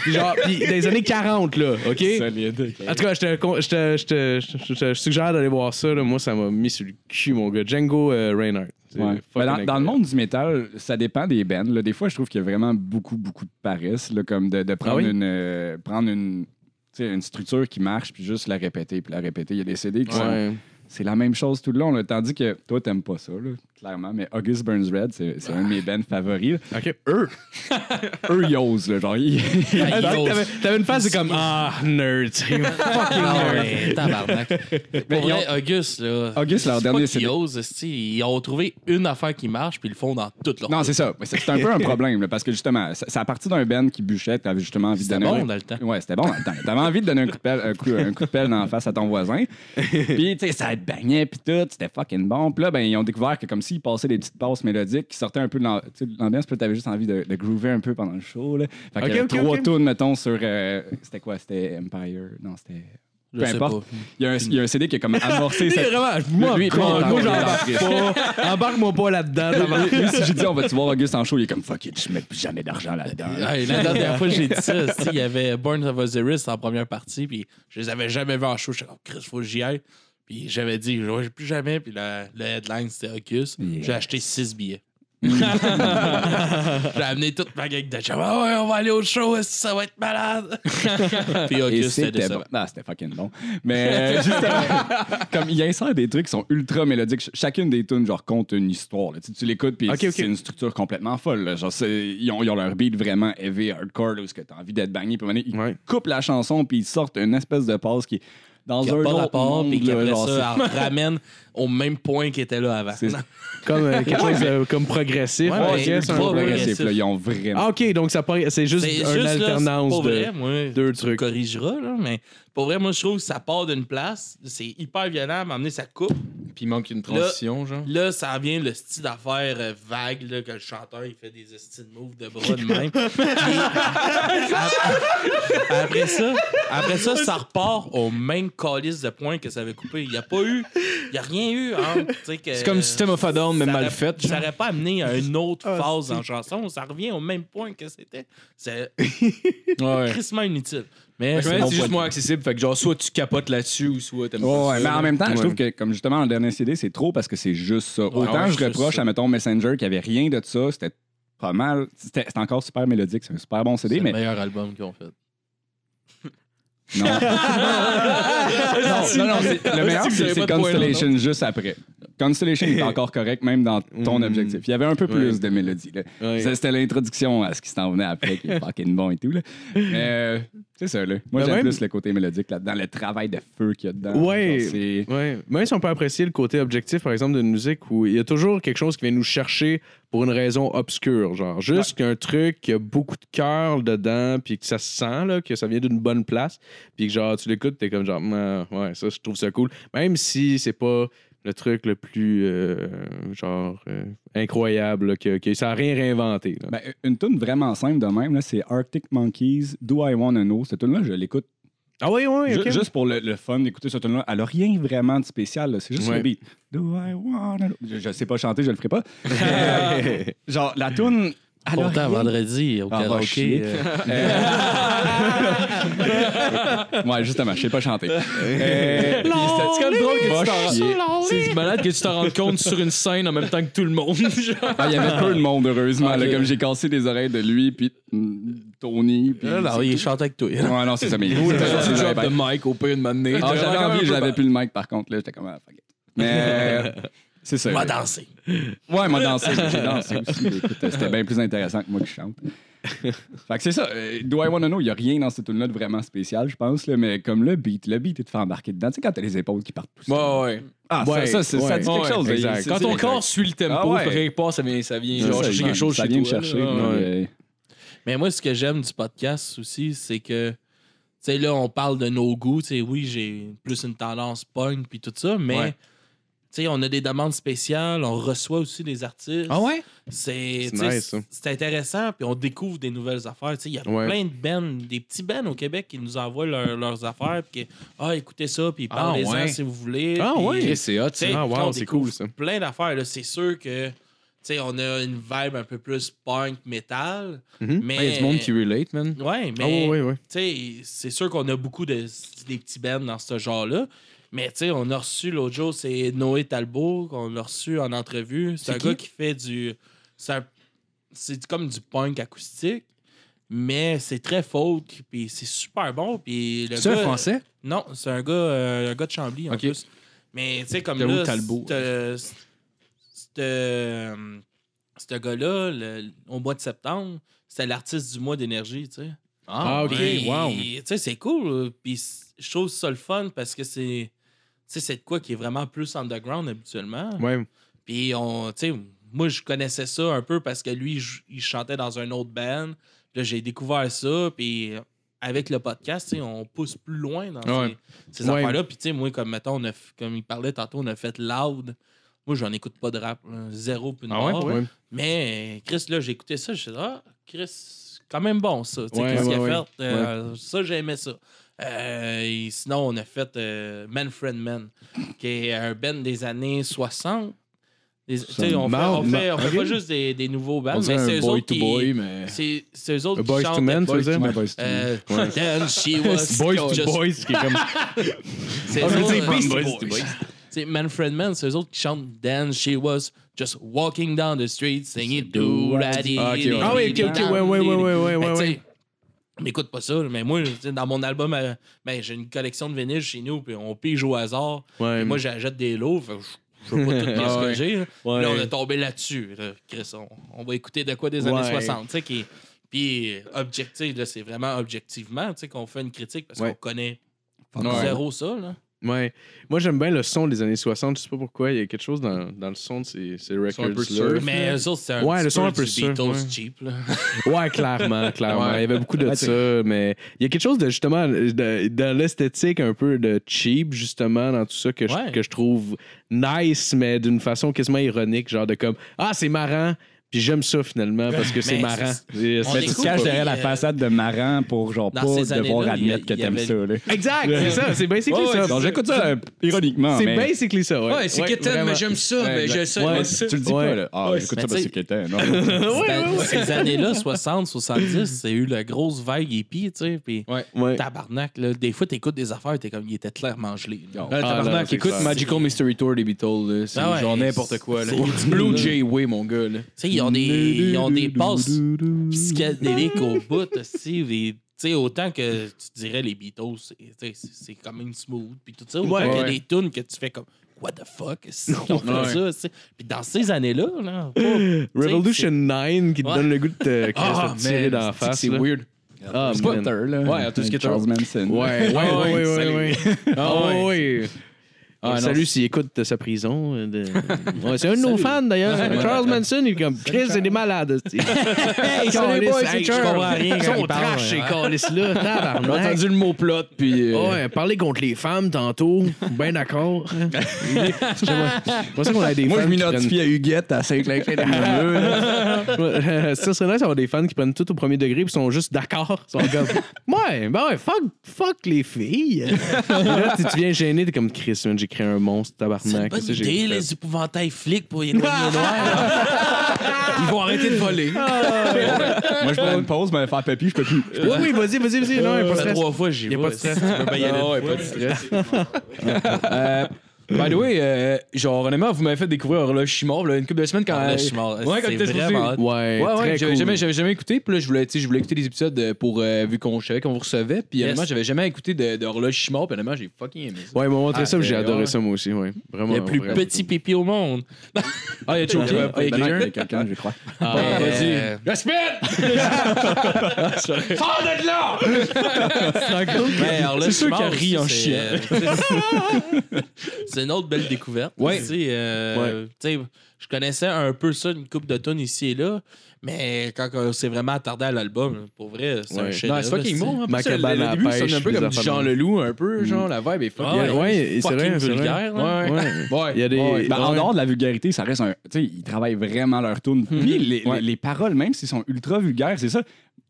[SPEAKER 4] Puis genre, puis dans les années 40, là, OK?
[SPEAKER 6] Solide.
[SPEAKER 4] En tout cas, je te, con- je te- je te- je te- je te suggère d'aller voir ça. là. Moi, ça m'a mis sur le cul, mon gars. Django euh, Reinhardt. C'est
[SPEAKER 6] Ouais.
[SPEAKER 4] fucking
[SPEAKER 6] Ben, dans, dans
[SPEAKER 4] incroyable.
[SPEAKER 6] le monde du métal, ça dépend des bands. là. Des fois, je trouve qu'il y a vraiment beaucoup, beaucoup de paresse, là, comme de, de prendre,
[SPEAKER 4] Ah oui?
[SPEAKER 6] une, euh, prendre une, tu sais, une structure qui marche, puis juste la répéter, puis la répéter. Il y a des CD qui sont...
[SPEAKER 4] Ouais.
[SPEAKER 6] C'est la même chose tout le long, là. tandis que toi, t'aimes pas ça, là, clairement, mais August Burns Red, c'est c'est un de mes bands favoris. là.
[SPEAKER 4] OK.
[SPEAKER 6] Eux, eux, ils osent, là, genre, ils-
[SPEAKER 7] Ah, il ose.
[SPEAKER 4] T'avais t'avais une face, c'est comme Ah, nerd.
[SPEAKER 7] Non, mais tabarnak. Pour
[SPEAKER 6] ils
[SPEAKER 7] vrai, Auguste, là.
[SPEAKER 6] Auguste, leur
[SPEAKER 7] c'est pas
[SPEAKER 6] dernier,
[SPEAKER 7] qu'ils
[SPEAKER 6] c'est-
[SPEAKER 7] osent, esti, ils ont trouvé une affaire qui marche, puis ils le font dans toute leur.
[SPEAKER 6] Non, c'est ça. C'est c'est un peu un problème, là, parce que justement, ça, ça a parti d'un band qui bûchait, t'avais justement envie de
[SPEAKER 7] C'était
[SPEAKER 6] donner.
[SPEAKER 7] bon
[SPEAKER 6] un-
[SPEAKER 7] dans le temps.
[SPEAKER 6] Ouais, c'était bon dans le temps. T'avais envie de donner un coup de pelle, un coup, un coup de pelle dans la face à ton voisin. Puis, tu sais, ça te bagnait, puis tout, c'était fucking bon. Puis là, ben, ils ont découvert que comme s'ils passaient des petites passes mélodiques qui sortaient un peu de l'am- tu sais, de l'ambiance, puis là, t'avais juste envie de, de groover un peu pendant le show. Là. Fait que
[SPEAKER 4] Ok,
[SPEAKER 6] euh,
[SPEAKER 4] ok,
[SPEAKER 6] trois
[SPEAKER 4] ok.
[SPEAKER 6] tunes, mettons, sur. euh, c'était quoi C'était Empire Non, c'était.
[SPEAKER 7] Je
[SPEAKER 6] Peu
[SPEAKER 7] sais
[SPEAKER 6] importe.
[SPEAKER 7] pas.
[SPEAKER 6] Il y, a un, il y a un CD qui a comme amorcé cette.
[SPEAKER 4] Moi,
[SPEAKER 6] Lui- lui,
[SPEAKER 4] con,
[SPEAKER 6] il est
[SPEAKER 4] moi,
[SPEAKER 6] en-
[SPEAKER 4] j'embarque pas. Embarque-moi pas là-dedans. tabarnak.
[SPEAKER 6] Lui, si j'ai dit, on va-tu voir Auguste en show, il est comme fuck it, je mets plus jamais d'argent là-dedans.
[SPEAKER 7] Hey, Ah, la dernière fois que j'ai dit ça, esti, il y avait Burns of Osiris en première partie, puis je les avais jamais vus en show. J'étais comme, Chris, faut que j'y aille. Puis j'avais dit, je vais plus jamais, puis le, le headline, c'était Auguste.
[SPEAKER 6] Yeah.
[SPEAKER 7] J'ai acheté 6 billets. j'ai amené toute ma gang de chum. Ah ouais, on va aller au show, esti, ça va être malade. puis
[SPEAKER 6] Et
[SPEAKER 7] Auguste, c'était
[SPEAKER 6] c'était bon.
[SPEAKER 7] décevant.
[SPEAKER 6] Non, c'était fucking bon. Mais euh, justement, comme il insère des trucs qui sont ultra mélodiques, Ch- chacune des tunes genre compte une histoire. là. Tu, tu l'écoutes puis
[SPEAKER 4] Ok,
[SPEAKER 6] c'est
[SPEAKER 4] ok.
[SPEAKER 6] une structure complètement folle. là. Genre c'est- ils ont, ils ont leur beat vraiment heavy, hardcore, là, où ce que t'as envie d'être bagné. Puis à un moment donné, ils
[SPEAKER 4] Ouais.
[SPEAKER 6] coupent la chanson puis ils sortent une espèce de passe qui est dans
[SPEAKER 7] Qui a
[SPEAKER 6] un
[SPEAKER 7] pas
[SPEAKER 6] autre
[SPEAKER 7] rapport,
[SPEAKER 6] monde,
[SPEAKER 7] puis
[SPEAKER 6] là,
[SPEAKER 7] qu'après
[SPEAKER 6] genre,
[SPEAKER 7] ça, elle ramène au même point qu'il était là avant.
[SPEAKER 6] c'est- c'est-
[SPEAKER 4] Comme euh, quelque chose euh, comme progressif.
[SPEAKER 7] Ouais, mais
[SPEAKER 4] I guess,
[SPEAKER 7] c'est
[SPEAKER 4] un
[SPEAKER 7] pas
[SPEAKER 4] peu.
[SPEAKER 7] vrai.
[SPEAKER 6] progressif. là. Ils ont vraiment
[SPEAKER 4] Ah, OK, donc ça par- c'est juste une
[SPEAKER 7] là, c'est
[SPEAKER 4] alternance
[SPEAKER 7] pas
[SPEAKER 4] de.
[SPEAKER 7] vrai, moi,
[SPEAKER 4] deux
[SPEAKER 7] tu
[SPEAKER 4] trucs.
[SPEAKER 7] me corrigeras, là, mais pour vrai, moi, je trouve que ça part d'une place, c'est hyper violent, m'amener sa coupe.
[SPEAKER 8] Puis il manque une transition, genre.
[SPEAKER 7] Là, ça vient le style d'affaire euh, vague, là, que le chanteur, il fait des styles de moves de bras de même. Puis- ap- après ça, après ça, ça repart au même calice de points que ça avait coupé. Il n'y a pas eu, il n'y a rien eu. hein,
[SPEAKER 8] C'est comme System of a Down, mais
[SPEAKER 7] ça
[SPEAKER 8] mal
[SPEAKER 7] aurait-
[SPEAKER 8] fait,
[SPEAKER 7] Ça n'aurait pas amené à une autre phase en chanson. Ça revient au même point que c'était. C'est
[SPEAKER 8] Ouais.
[SPEAKER 7] crissement inutile. Mais
[SPEAKER 8] C'est
[SPEAKER 7] mon
[SPEAKER 8] juste
[SPEAKER 7] point
[SPEAKER 8] moins accessible. Fait que genre, soit tu capotes là-dessus ou soit t'aimes
[SPEAKER 6] Ouais,
[SPEAKER 8] pas
[SPEAKER 6] ouais,
[SPEAKER 8] ça.
[SPEAKER 6] mais en même temps, je trouve que, comme justement, le dernier CD, c'est trop parce que c'est juste ça. Autant
[SPEAKER 7] ouais,
[SPEAKER 6] je
[SPEAKER 7] c'est
[SPEAKER 6] reproche
[SPEAKER 7] ça.
[SPEAKER 6] à, mettons, Messenger qui avait rien de ça, c'était pas mal. C'était c'était encore super mélodique, c'est un super bon
[SPEAKER 7] de vue.
[SPEAKER 6] CD,
[SPEAKER 7] le
[SPEAKER 6] mais.
[SPEAKER 7] meilleur album qu'ils ont fait.
[SPEAKER 6] Non. non, non, non, c'est- le meilleur, c'est c'est Constellation juste après. Constellation est encore correct, même dans ton
[SPEAKER 4] Mm.
[SPEAKER 6] objectif. Il y avait un peu plus
[SPEAKER 4] Ouais.
[SPEAKER 6] de mélodie. là.
[SPEAKER 4] Ouais.
[SPEAKER 6] Ça, C'était l'introduction à ce qui s'en venait après, qui est fucking bon et tout. Là. Mais euh, c'est ça, là. Moi,
[SPEAKER 4] Mais
[SPEAKER 6] j'aime
[SPEAKER 4] même-
[SPEAKER 6] plus le côté mélodique là-dedans, le travail de feu qu'il y a dedans.
[SPEAKER 4] Ouais.
[SPEAKER 6] Genre, c'est-
[SPEAKER 4] Ouais. Même si on peut apprécier le côté objectif, par exemple, d'une musique où il y a toujours quelque chose qui vient nous chercher pour une raison obscure. Genre, juste qu'un truc qui a beaucoup de cœur dedans, puis que ça se sent, là, que ça vient d'une bonne place, puis que genre, tu l'écoutes, t'es comme genre, Ah, ouais, ça, je trouve ça cool. Même si c'est pas le truc le plus, euh, genre, euh, incroyable, là, que, que ça n'a rien réinventé. là.
[SPEAKER 6] Ben, une tune vraiment simple de même, là, c'est Arctic Monkeys, Do I Wanna Know. Cette tune-là, je l'écoute
[SPEAKER 4] Ah oui, oui,
[SPEAKER 6] ju-
[SPEAKER 4] ok.
[SPEAKER 6] juste pour le, le fun d'écouter cette tune-là. Elle n'a rien vraiment de spécial, là, c'est juste
[SPEAKER 4] Ouais.
[SPEAKER 6] le beat. Do I Wanna Know. Je ne sais pas chanter, je le ferai pas. Mais, euh, genre, la tune. elle a
[SPEAKER 7] Pourtant,
[SPEAKER 6] rien.
[SPEAKER 7] vendredi, au
[SPEAKER 6] Ah, va
[SPEAKER 7] karaoké.
[SPEAKER 6] chier.
[SPEAKER 7] euh,
[SPEAKER 6] Ouais, justement, je sais pas chanter. Euh, puis c'était-
[SPEAKER 8] C'est quand même drôle que
[SPEAKER 6] Va
[SPEAKER 8] tu t'en
[SPEAKER 6] chier.
[SPEAKER 8] C'est malade que tu t'en rendes compte sur une scène en même temps que tout le monde. genre.
[SPEAKER 6] Ah, Il y avait peu de monde, heureusement. là,
[SPEAKER 8] Ok.
[SPEAKER 6] comme j'ai cassé les oreilles de lui, puis mm, Tony. Puis
[SPEAKER 8] Ah,
[SPEAKER 7] là, là, il chante avec toi. là.
[SPEAKER 6] Ouais, non, c'est ça. Mais
[SPEAKER 8] C'est le
[SPEAKER 6] Ouais,
[SPEAKER 8] job
[SPEAKER 6] ben,
[SPEAKER 8] de Mike au pire de m'amener.
[SPEAKER 6] Ah, j'avais
[SPEAKER 8] Encore un
[SPEAKER 6] envie,
[SPEAKER 8] peu
[SPEAKER 6] j'avais
[SPEAKER 8] peur.
[SPEAKER 6] plus le mic par contre, là, j'étais comme ah, fuck it. Mais c'est ça.
[SPEAKER 7] On va
[SPEAKER 6] là.
[SPEAKER 7] danser.
[SPEAKER 6] Ouais, m'a dansé, mais j'ai dansé aussi. mais écoute, euh, c'était bien plus intéressant que moi qui chante. Fait que c'est ça. euh, Do I Wanna Know, il n'y a rien dans cette tune-là de vraiment spécial, je pense, là, mais comme le beat, le beat, il te fait embarquer dedans. Tu sais, quand t'as les épaules qui partent tout seules.
[SPEAKER 8] Ouais, ouais.
[SPEAKER 6] Ah, ça,
[SPEAKER 4] Ouais,
[SPEAKER 6] ça, c'est- ça
[SPEAKER 4] ouais,
[SPEAKER 6] dit quelque
[SPEAKER 8] ouais,
[SPEAKER 6] chose. là,
[SPEAKER 4] exact.
[SPEAKER 6] c'est-
[SPEAKER 8] Quand
[SPEAKER 6] c'est-
[SPEAKER 8] ton corps suit le
[SPEAKER 6] Ah
[SPEAKER 8] tempo,
[SPEAKER 6] ouais.
[SPEAKER 8] rien que pas, ça vient, ça vient genre,
[SPEAKER 6] ça,
[SPEAKER 8] chercher
[SPEAKER 6] ça,
[SPEAKER 8] quelque chose
[SPEAKER 6] ça
[SPEAKER 8] chez
[SPEAKER 6] vient me
[SPEAKER 8] toi, là.
[SPEAKER 6] chercher.
[SPEAKER 8] Ouais.
[SPEAKER 6] puis, euh,
[SPEAKER 7] Mais moi, ce que j'aime du podcast aussi, c'est que, tu sais, là, on parle de nos goûts. Tu sais, oui, j'ai plus une tendance punk puis tout ça, mais
[SPEAKER 8] Ouais.
[SPEAKER 7] Tu sais, on a des demandes spéciales, on reçoit aussi des artistes.
[SPEAKER 4] Ah ouais?
[SPEAKER 7] C'est
[SPEAKER 4] C'est
[SPEAKER 7] tu sais,
[SPEAKER 4] nice, ça.
[SPEAKER 7] c'est- c'est intéressant, puis on découvre des nouvelles affaires. Tu sais, Il y a
[SPEAKER 4] Ouais.
[SPEAKER 7] plein de bands, des petits bands au Québec qui nous envoient leur- leurs affaires, puis qui, ah, écoutez ça, puis
[SPEAKER 4] Ah,
[SPEAKER 7] parlez-en
[SPEAKER 4] ouais.
[SPEAKER 7] si vous voulez.
[SPEAKER 4] Ah,
[SPEAKER 7] puis-
[SPEAKER 4] ouais.
[SPEAKER 7] Tu
[SPEAKER 3] C'est hot.
[SPEAKER 7] sais,
[SPEAKER 4] Ah, wow,
[SPEAKER 7] puis on
[SPEAKER 4] c'est
[SPEAKER 7] découvre
[SPEAKER 4] cool, ça.
[SPEAKER 7] Plein d'affaires. là. C'est sûr que tu sais, on a une vibe un peu plus punk, metal,
[SPEAKER 3] Mhm.
[SPEAKER 7] mais.
[SPEAKER 3] Il y a du monde qui relate, man.
[SPEAKER 7] Ouais, mais.
[SPEAKER 4] Ah, ouais, ouais, ouais.
[SPEAKER 7] Tu sais, c'est sûr qu'on a beaucoup de des petits bands dans ce genre-là. Mais tu sais, on a reçu l'autre jour, c'est Noé Talbot qu'on a reçu en entrevue. C'est un gars qui fait du. C'est un- c'est comme du punk acoustique, mais c'est très folk, puis c'est super bon. Puis le
[SPEAKER 6] C'est un
[SPEAKER 7] gars-
[SPEAKER 6] français?
[SPEAKER 7] Non, c'est un gars, euh, un gars de Chambly en
[SPEAKER 6] Ok.
[SPEAKER 7] plus. Mais tu sais, comme
[SPEAKER 6] Talbot,
[SPEAKER 7] là,
[SPEAKER 6] Talbot.
[SPEAKER 7] c'est, euh, c'est, euh, ce gars-là, le- au mois de septembre, c'était l'artiste du mois d'énergie, tu sais.
[SPEAKER 4] Ah, ok,
[SPEAKER 7] Puis,
[SPEAKER 4] wow.
[SPEAKER 7] Tu sais, c'est cool. Puis c- je trouve ça le fun parce que c'est. Tu sais, c'est de quoi qui est vraiment plus underground habituellement.
[SPEAKER 4] Ouais.
[SPEAKER 7] Puis on. Tu sais, moi, je connaissais ça un peu parce que lui, il jou- il chantait dans un autre band. Là, j'ai découvert ça. Puis avec le podcast, tu sais, on pousse plus loin dans
[SPEAKER 3] Ouais.
[SPEAKER 7] ces, ces
[SPEAKER 4] Ouais.
[SPEAKER 7] affaires-là. Puis tu sais, moi, comme mettons, on a f- comme il parlait tantôt, on a fait loud. Moi, j'en écoute pas de rap. là. Zéro, puis une
[SPEAKER 4] Ah ouais,
[SPEAKER 7] barre.
[SPEAKER 4] ouais.
[SPEAKER 7] Mais Chris, là, j'ai écouté ça, je suis ah, Chris, c'est quand même bon ça. Tu sais,
[SPEAKER 4] Ouais,
[SPEAKER 7] Chris
[SPEAKER 4] ouais,
[SPEAKER 7] qu'il a
[SPEAKER 4] ouais.
[SPEAKER 7] fait, euh, ça, j'aimais ça. Euh, et sinon, on a fait euh, Man Friend Man, qui est un band des années 60. Des- tu sais, on fait, on
[SPEAKER 4] marre,
[SPEAKER 7] fait, on fait pas juste des, des nouveaux
[SPEAKER 8] ah,
[SPEAKER 7] bands,
[SPEAKER 3] On
[SPEAKER 7] mais
[SPEAKER 3] dirait
[SPEAKER 7] c'est
[SPEAKER 3] un
[SPEAKER 7] eux
[SPEAKER 3] boy
[SPEAKER 7] autres
[SPEAKER 3] to
[SPEAKER 7] qui-
[SPEAKER 3] boy, mais.
[SPEAKER 7] C'est c'est eux autres
[SPEAKER 4] A
[SPEAKER 7] qui
[SPEAKER 4] boys to
[SPEAKER 7] chantent.
[SPEAKER 4] men, tu veux dire?
[SPEAKER 7] Euh, Then she was
[SPEAKER 4] Boys to
[SPEAKER 7] just-
[SPEAKER 4] boys, qui est comme.
[SPEAKER 7] C'est
[SPEAKER 4] Ah, je
[SPEAKER 7] eux
[SPEAKER 4] veux
[SPEAKER 7] autres,
[SPEAKER 4] dire
[SPEAKER 7] euh,
[SPEAKER 4] Beastie
[SPEAKER 7] Boys to
[SPEAKER 4] Boys.
[SPEAKER 7] Boys. C'est Man Friend Man, c'est eux autres qui chantent Then she was just walking down the street singing do ratty.
[SPEAKER 3] Ah, ok, ouais.
[SPEAKER 4] Ah, oui, ok, ok, ouais, ouais, ouais, ouais, ouais, ouais. ouais.
[SPEAKER 7] M'écoute pas ça, là, mais moi, tu sais, dans mon album, euh, ben, j'ai une collection de vinyles chez nous, puis on pige au hasard.
[SPEAKER 4] Ouais.
[SPEAKER 7] Puis moi, j'achète des lots, fait que je je veux pas tout dire ce que j'ai. là.
[SPEAKER 4] Ouais.
[SPEAKER 7] Puis Là, on est tombé là-dessus. là. Chris, on, on va écouter de quoi des années
[SPEAKER 4] Ouais.
[SPEAKER 7] 60, tu sais, qui Puis, euh, objectif, là, c'est vraiment objectivement, tu sais, qu'on fait une critique parce
[SPEAKER 4] Ouais.
[SPEAKER 7] qu'on connaît
[SPEAKER 3] Ouais.
[SPEAKER 7] zéro ça, là.
[SPEAKER 4] Ouais. Moi, j'aime bien le son des années 60. Je sais pas pourquoi. Il y a quelque chose dans, dans le son de ces, ces records-là.
[SPEAKER 7] Mais eux autres, c'est un
[SPEAKER 4] Ouais,
[SPEAKER 7] petit
[SPEAKER 4] le son
[SPEAKER 7] peu
[SPEAKER 4] un peu
[SPEAKER 7] du
[SPEAKER 4] sûr,
[SPEAKER 7] Beatles
[SPEAKER 4] ouais.
[SPEAKER 7] cheap. Là.
[SPEAKER 4] Ouais, clairement, clairement.
[SPEAKER 3] Ouais.
[SPEAKER 4] Il y avait beaucoup de
[SPEAKER 3] Ouais,
[SPEAKER 4] ça, mais il y a quelque chose de justement euh, de- dans l'esthétique un peu de cheap, justement, dans tout ça que, je,
[SPEAKER 7] Ouais.
[SPEAKER 4] que je trouve nice, mais d'une façon quasiment ironique, genre de comme Ah, c'est marrant, puis j'aime ça finalement parce que c'est
[SPEAKER 7] Mais
[SPEAKER 4] marrant.
[SPEAKER 7] on
[SPEAKER 4] Mais
[SPEAKER 6] Tu te
[SPEAKER 7] Écoute,
[SPEAKER 6] caches
[SPEAKER 7] puis,
[SPEAKER 6] derrière la
[SPEAKER 7] euh,
[SPEAKER 6] façade de Maran pour genre
[SPEAKER 7] dans
[SPEAKER 6] pas
[SPEAKER 7] ces
[SPEAKER 6] devoir
[SPEAKER 7] années-là, il y a-
[SPEAKER 6] admettre que
[SPEAKER 7] il y
[SPEAKER 6] t'aimes
[SPEAKER 7] avait-
[SPEAKER 6] ça. là.
[SPEAKER 4] Exact, c'est ça, c'est basically
[SPEAKER 6] Ouais, ouais,
[SPEAKER 4] ça.
[SPEAKER 6] donc j'écoute ça euh, ironiquement.
[SPEAKER 4] C'est
[SPEAKER 6] mais-
[SPEAKER 4] basically ça, ouais.
[SPEAKER 8] Ouais, c'est
[SPEAKER 4] Ouais,
[SPEAKER 8] que t'aimes,
[SPEAKER 4] vraiment.
[SPEAKER 8] mais j'aime ça, mais je sais.
[SPEAKER 4] Ouais.
[SPEAKER 8] mais
[SPEAKER 6] Tu le dis
[SPEAKER 4] Ouais.
[SPEAKER 6] pas, là. Ah, j'écoute
[SPEAKER 7] Mais
[SPEAKER 6] ça parce
[SPEAKER 7] tu
[SPEAKER 6] que
[SPEAKER 7] sais-
[SPEAKER 6] t'es. Non.
[SPEAKER 7] Dans Ces années-là, 60, 70, c'est eu la grosse vague hippie, tu sais. Puis
[SPEAKER 4] Ouais.
[SPEAKER 7] tabarnak, là, des fois, t'écoutes des affaires, t'es comme, il était clairement gelé. là.
[SPEAKER 3] Ah,
[SPEAKER 4] là,
[SPEAKER 3] tabarnak,
[SPEAKER 4] c'est
[SPEAKER 3] écoute
[SPEAKER 4] clair.
[SPEAKER 3] Magical Mystery Tour des Beatles, là. c'est
[SPEAKER 7] Ah ouais,
[SPEAKER 3] genre n'importe quoi. Là.
[SPEAKER 7] c'est- c'est-
[SPEAKER 3] Blue Jay Way, mon gars. Là.
[SPEAKER 7] Tu sais, ils ont des, ils ont des passes psychédéliques au bout, Steve. et, tu sais, autant que tu dirais les Beatles, c'est- tu sais, c'est c'est quand même smooth. Puis tout ça, autant
[SPEAKER 4] Ouais.
[SPEAKER 7] qu'il y a
[SPEAKER 4] Ouais.
[SPEAKER 7] des tunes que tu fais comme What the fuck? Si on fait ça, tu sais. Puis dans ces années-là, là, pas- tu sais,
[SPEAKER 4] Revolution 9 qui te
[SPEAKER 7] Ouais.
[SPEAKER 4] donne le goût de te, ah,
[SPEAKER 3] man,
[SPEAKER 4] tirer dans la
[SPEAKER 3] c'est-tu que
[SPEAKER 4] face.
[SPEAKER 3] C'est
[SPEAKER 4] là.
[SPEAKER 3] weird.
[SPEAKER 4] Ah,
[SPEAKER 6] C'est
[SPEAKER 4] man.
[SPEAKER 6] pas Ther, là.
[SPEAKER 3] Ouais, tout ce qui est
[SPEAKER 6] Charles
[SPEAKER 3] Ther.
[SPEAKER 6] Manson.
[SPEAKER 4] Ouais, ouais, ouais, ouais, ouais, ouais. Ah,
[SPEAKER 3] ouais.
[SPEAKER 4] ouais.
[SPEAKER 3] Ah, non,
[SPEAKER 4] salut s'il écoute de sa prison. euh, de- Ouais, c'est un de nos fans d'ailleurs. Charles Manson, il est comme Chris, c'est des malades. hey,
[SPEAKER 3] salut, boys, c'est Charles.
[SPEAKER 7] Ils
[SPEAKER 4] Ils
[SPEAKER 7] sont
[SPEAKER 4] sont
[SPEAKER 7] trash,
[SPEAKER 4] trash,
[SPEAKER 7] ces
[SPEAKER 4] ces calices-là.
[SPEAKER 3] J'ai entendu le mot plot, puis. euh,
[SPEAKER 4] Ouais, parler contre les femmes tantôt. Ben d'accord. Moi, ça qu'on a des
[SPEAKER 6] Moi,
[SPEAKER 4] fans
[SPEAKER 6] je
[SPEAKER 4] qui prennent-
[SPEAKER 6] m'identifie à Huguette à Saint-Clair.
[SPEAKER 4] ça serait nice d'avoir des fans qui prennent tout au premier degré puis sont juste d'accord. Ils sont comme, ouais, ben ouais, fuck, fuck les filles. Puis là, tu, tu viens gêner, t'es comme Chris, man, j'ai créé un monstre,
[SPEAKER 7] C'est une
[SPEAKER 4] tabarnak.
[SPEAKER 7] bonne
[SPEAKER 4] Qu'est-ce que j'ai
[SPEAKER 7] idée,
[SPEAKER 4] fait?
[SPEAKER 7] les épouvantails flics pour éloigner les noirs.
[SPEAKER 8] Ils vont arrêter de voler.
[SPEAKER 6] Moi, je prends une pause, mais faire papy, je peux plus.
[SPEAKER 4] Oui, oui, vas-y, vas-y, vas-y. Non, y a pas de
[SPEAKER 7] Ça fait
[SPEAKER 4] stress.
[SPEAKER 7] trois fois,
[SPEAKER 4] Y
[SPEAKER 7] j'y
[SPEAKER 4] a
[SPEAKER 7] vais.
[SPEAKER 4] pas de stress.
[SPEAKER 7] si tu veux bien y aller.
[SPEAKER 3] Euh, by the way, euh, genre, honnêtement, vous m'avez fait découvrir Horloge Chimor, là, une couple de semaines quand.
[SPEAKER 7] Horloge Chimor,
[SPEAKER 3] Ouais, quand
[SPEAKER 7] c'est
[SPEAKER 3] t'étais supposé-
[SPEAKER 7] vraiment hot.
[SPEAKER 4] Ouais,
[SPEAKER 3] Ouais, ouais,
[SPEAKER 4] très
[SPEAKER 3] j'avais
[SPEAKER 4] cool.
[SPEAKER 3] jamais, j'avais jamais écouté. Puis là, je voulais, tu sais, je voulais écouter des épisodes euh, pour. euh, vu qu'on je savais qu'on vous recevait. Puis,
[SPEAKER 7] Yes.
[SPEAKER 3] honnêtement, j'avais jamais écouté de- d'Horloge Chimor. Puis, honnêtement, j'ai fucking aimé ça.
[SPEAKER 4] Ouais, ils m'ont montré
[SPEAKER 3] Ah,
[SPEAKER 4] ça, puis j'ai
[SPEAKER 3] euh,
[SPEAKER 4] adoré
[SPEAKER 3] ouais.
[SPEAKER 4] ça, moi aussi, ouais. Vraiment.
[SPEAKER 7] Le plus
[SPEAKER 4] vraiment.
[SPEAKER 7] petit pipi au monde.
[SPEAKER 3] Ah, y'a
[SPEAKER 6] Il y
[SPEAKER 3] Choker. Ah, y'a quelqu'un.
[SPEAKER 6] a quelqu'un, je crois.
[SPEAKER 3] Ah,
[SPEAKER 7] Euh,
[SPEAKER 3] vas-y. Respect!
[SPEAKER 7] Ouais, alors là,
[SPEAKER 3] C'est sûr
[SPEAKER 7] je pense
[SPEAKER 3] qu'elle rit en
[SPEAKER 7] que c'est-
[SPEAKER 3] chiant.
[SPEAKER 7] euh, c'est- c'est une autre belle découverte.
[SPEAKER 3] Ouais.
[SPEAKER 7] Tu sais, euh, tu sais, je connaissais un peu ça, une coupe de tonnes ici et là, mais quand on s'est vraiment attardé à l'album, pour vrai, c'est un
[SPEAKER 4] Ouais.
[SPEAKER 7] chef
[SPEAKER 3] Non, c'est fucking bon. hein. Parce que
[SPEAKER 4] Macabane
[SPEAKER 3] Le
[SPEAKER 4] à
[SPEAKER 3] le
[SPEAKER 4] la
[SPEAKER 3] début,
[SPEAKER 4] pêche,
[SPEAKER 3] sonne un peu
[SPEAKER 4] des
[SPEAKER 3] comme du
[SPEAKER 4] affaires
[SPEAKER 3] Jean
[SPEAKER 4] de-
[SPEAKER 3] Leloup, un peu. Genre, la vibe est fuck.
[SPEAKER 4] Ouais,
[SPEAKER 7] Ouais.
[SPEAKER 4] ouais, c'est
[SPEAKER 7] Fucking
[SPEAKER 4] vrai. c'est vrai.
[SPEAKER 7] vulgaire, hein. là.
[SPEAKER 4] Ouais, ouais.
[SPEAKER 3] Ouais.
[SPEAKER 4] Il y a des.
[SPEAKER 3] Ouais.
[SPEAKER 6] Ben, En
[SPEAKER 4] ouais.
[SPEAKER 6] dehors de la vulgarité, ça reste un. Tu sais, ils travaillent vraiment leur tune.
[SPEAKER 4] Mhm.
[SPEAKER 6] Puis les, les- les paroles, même s'ils sont ultra vulgaires, c'est ça.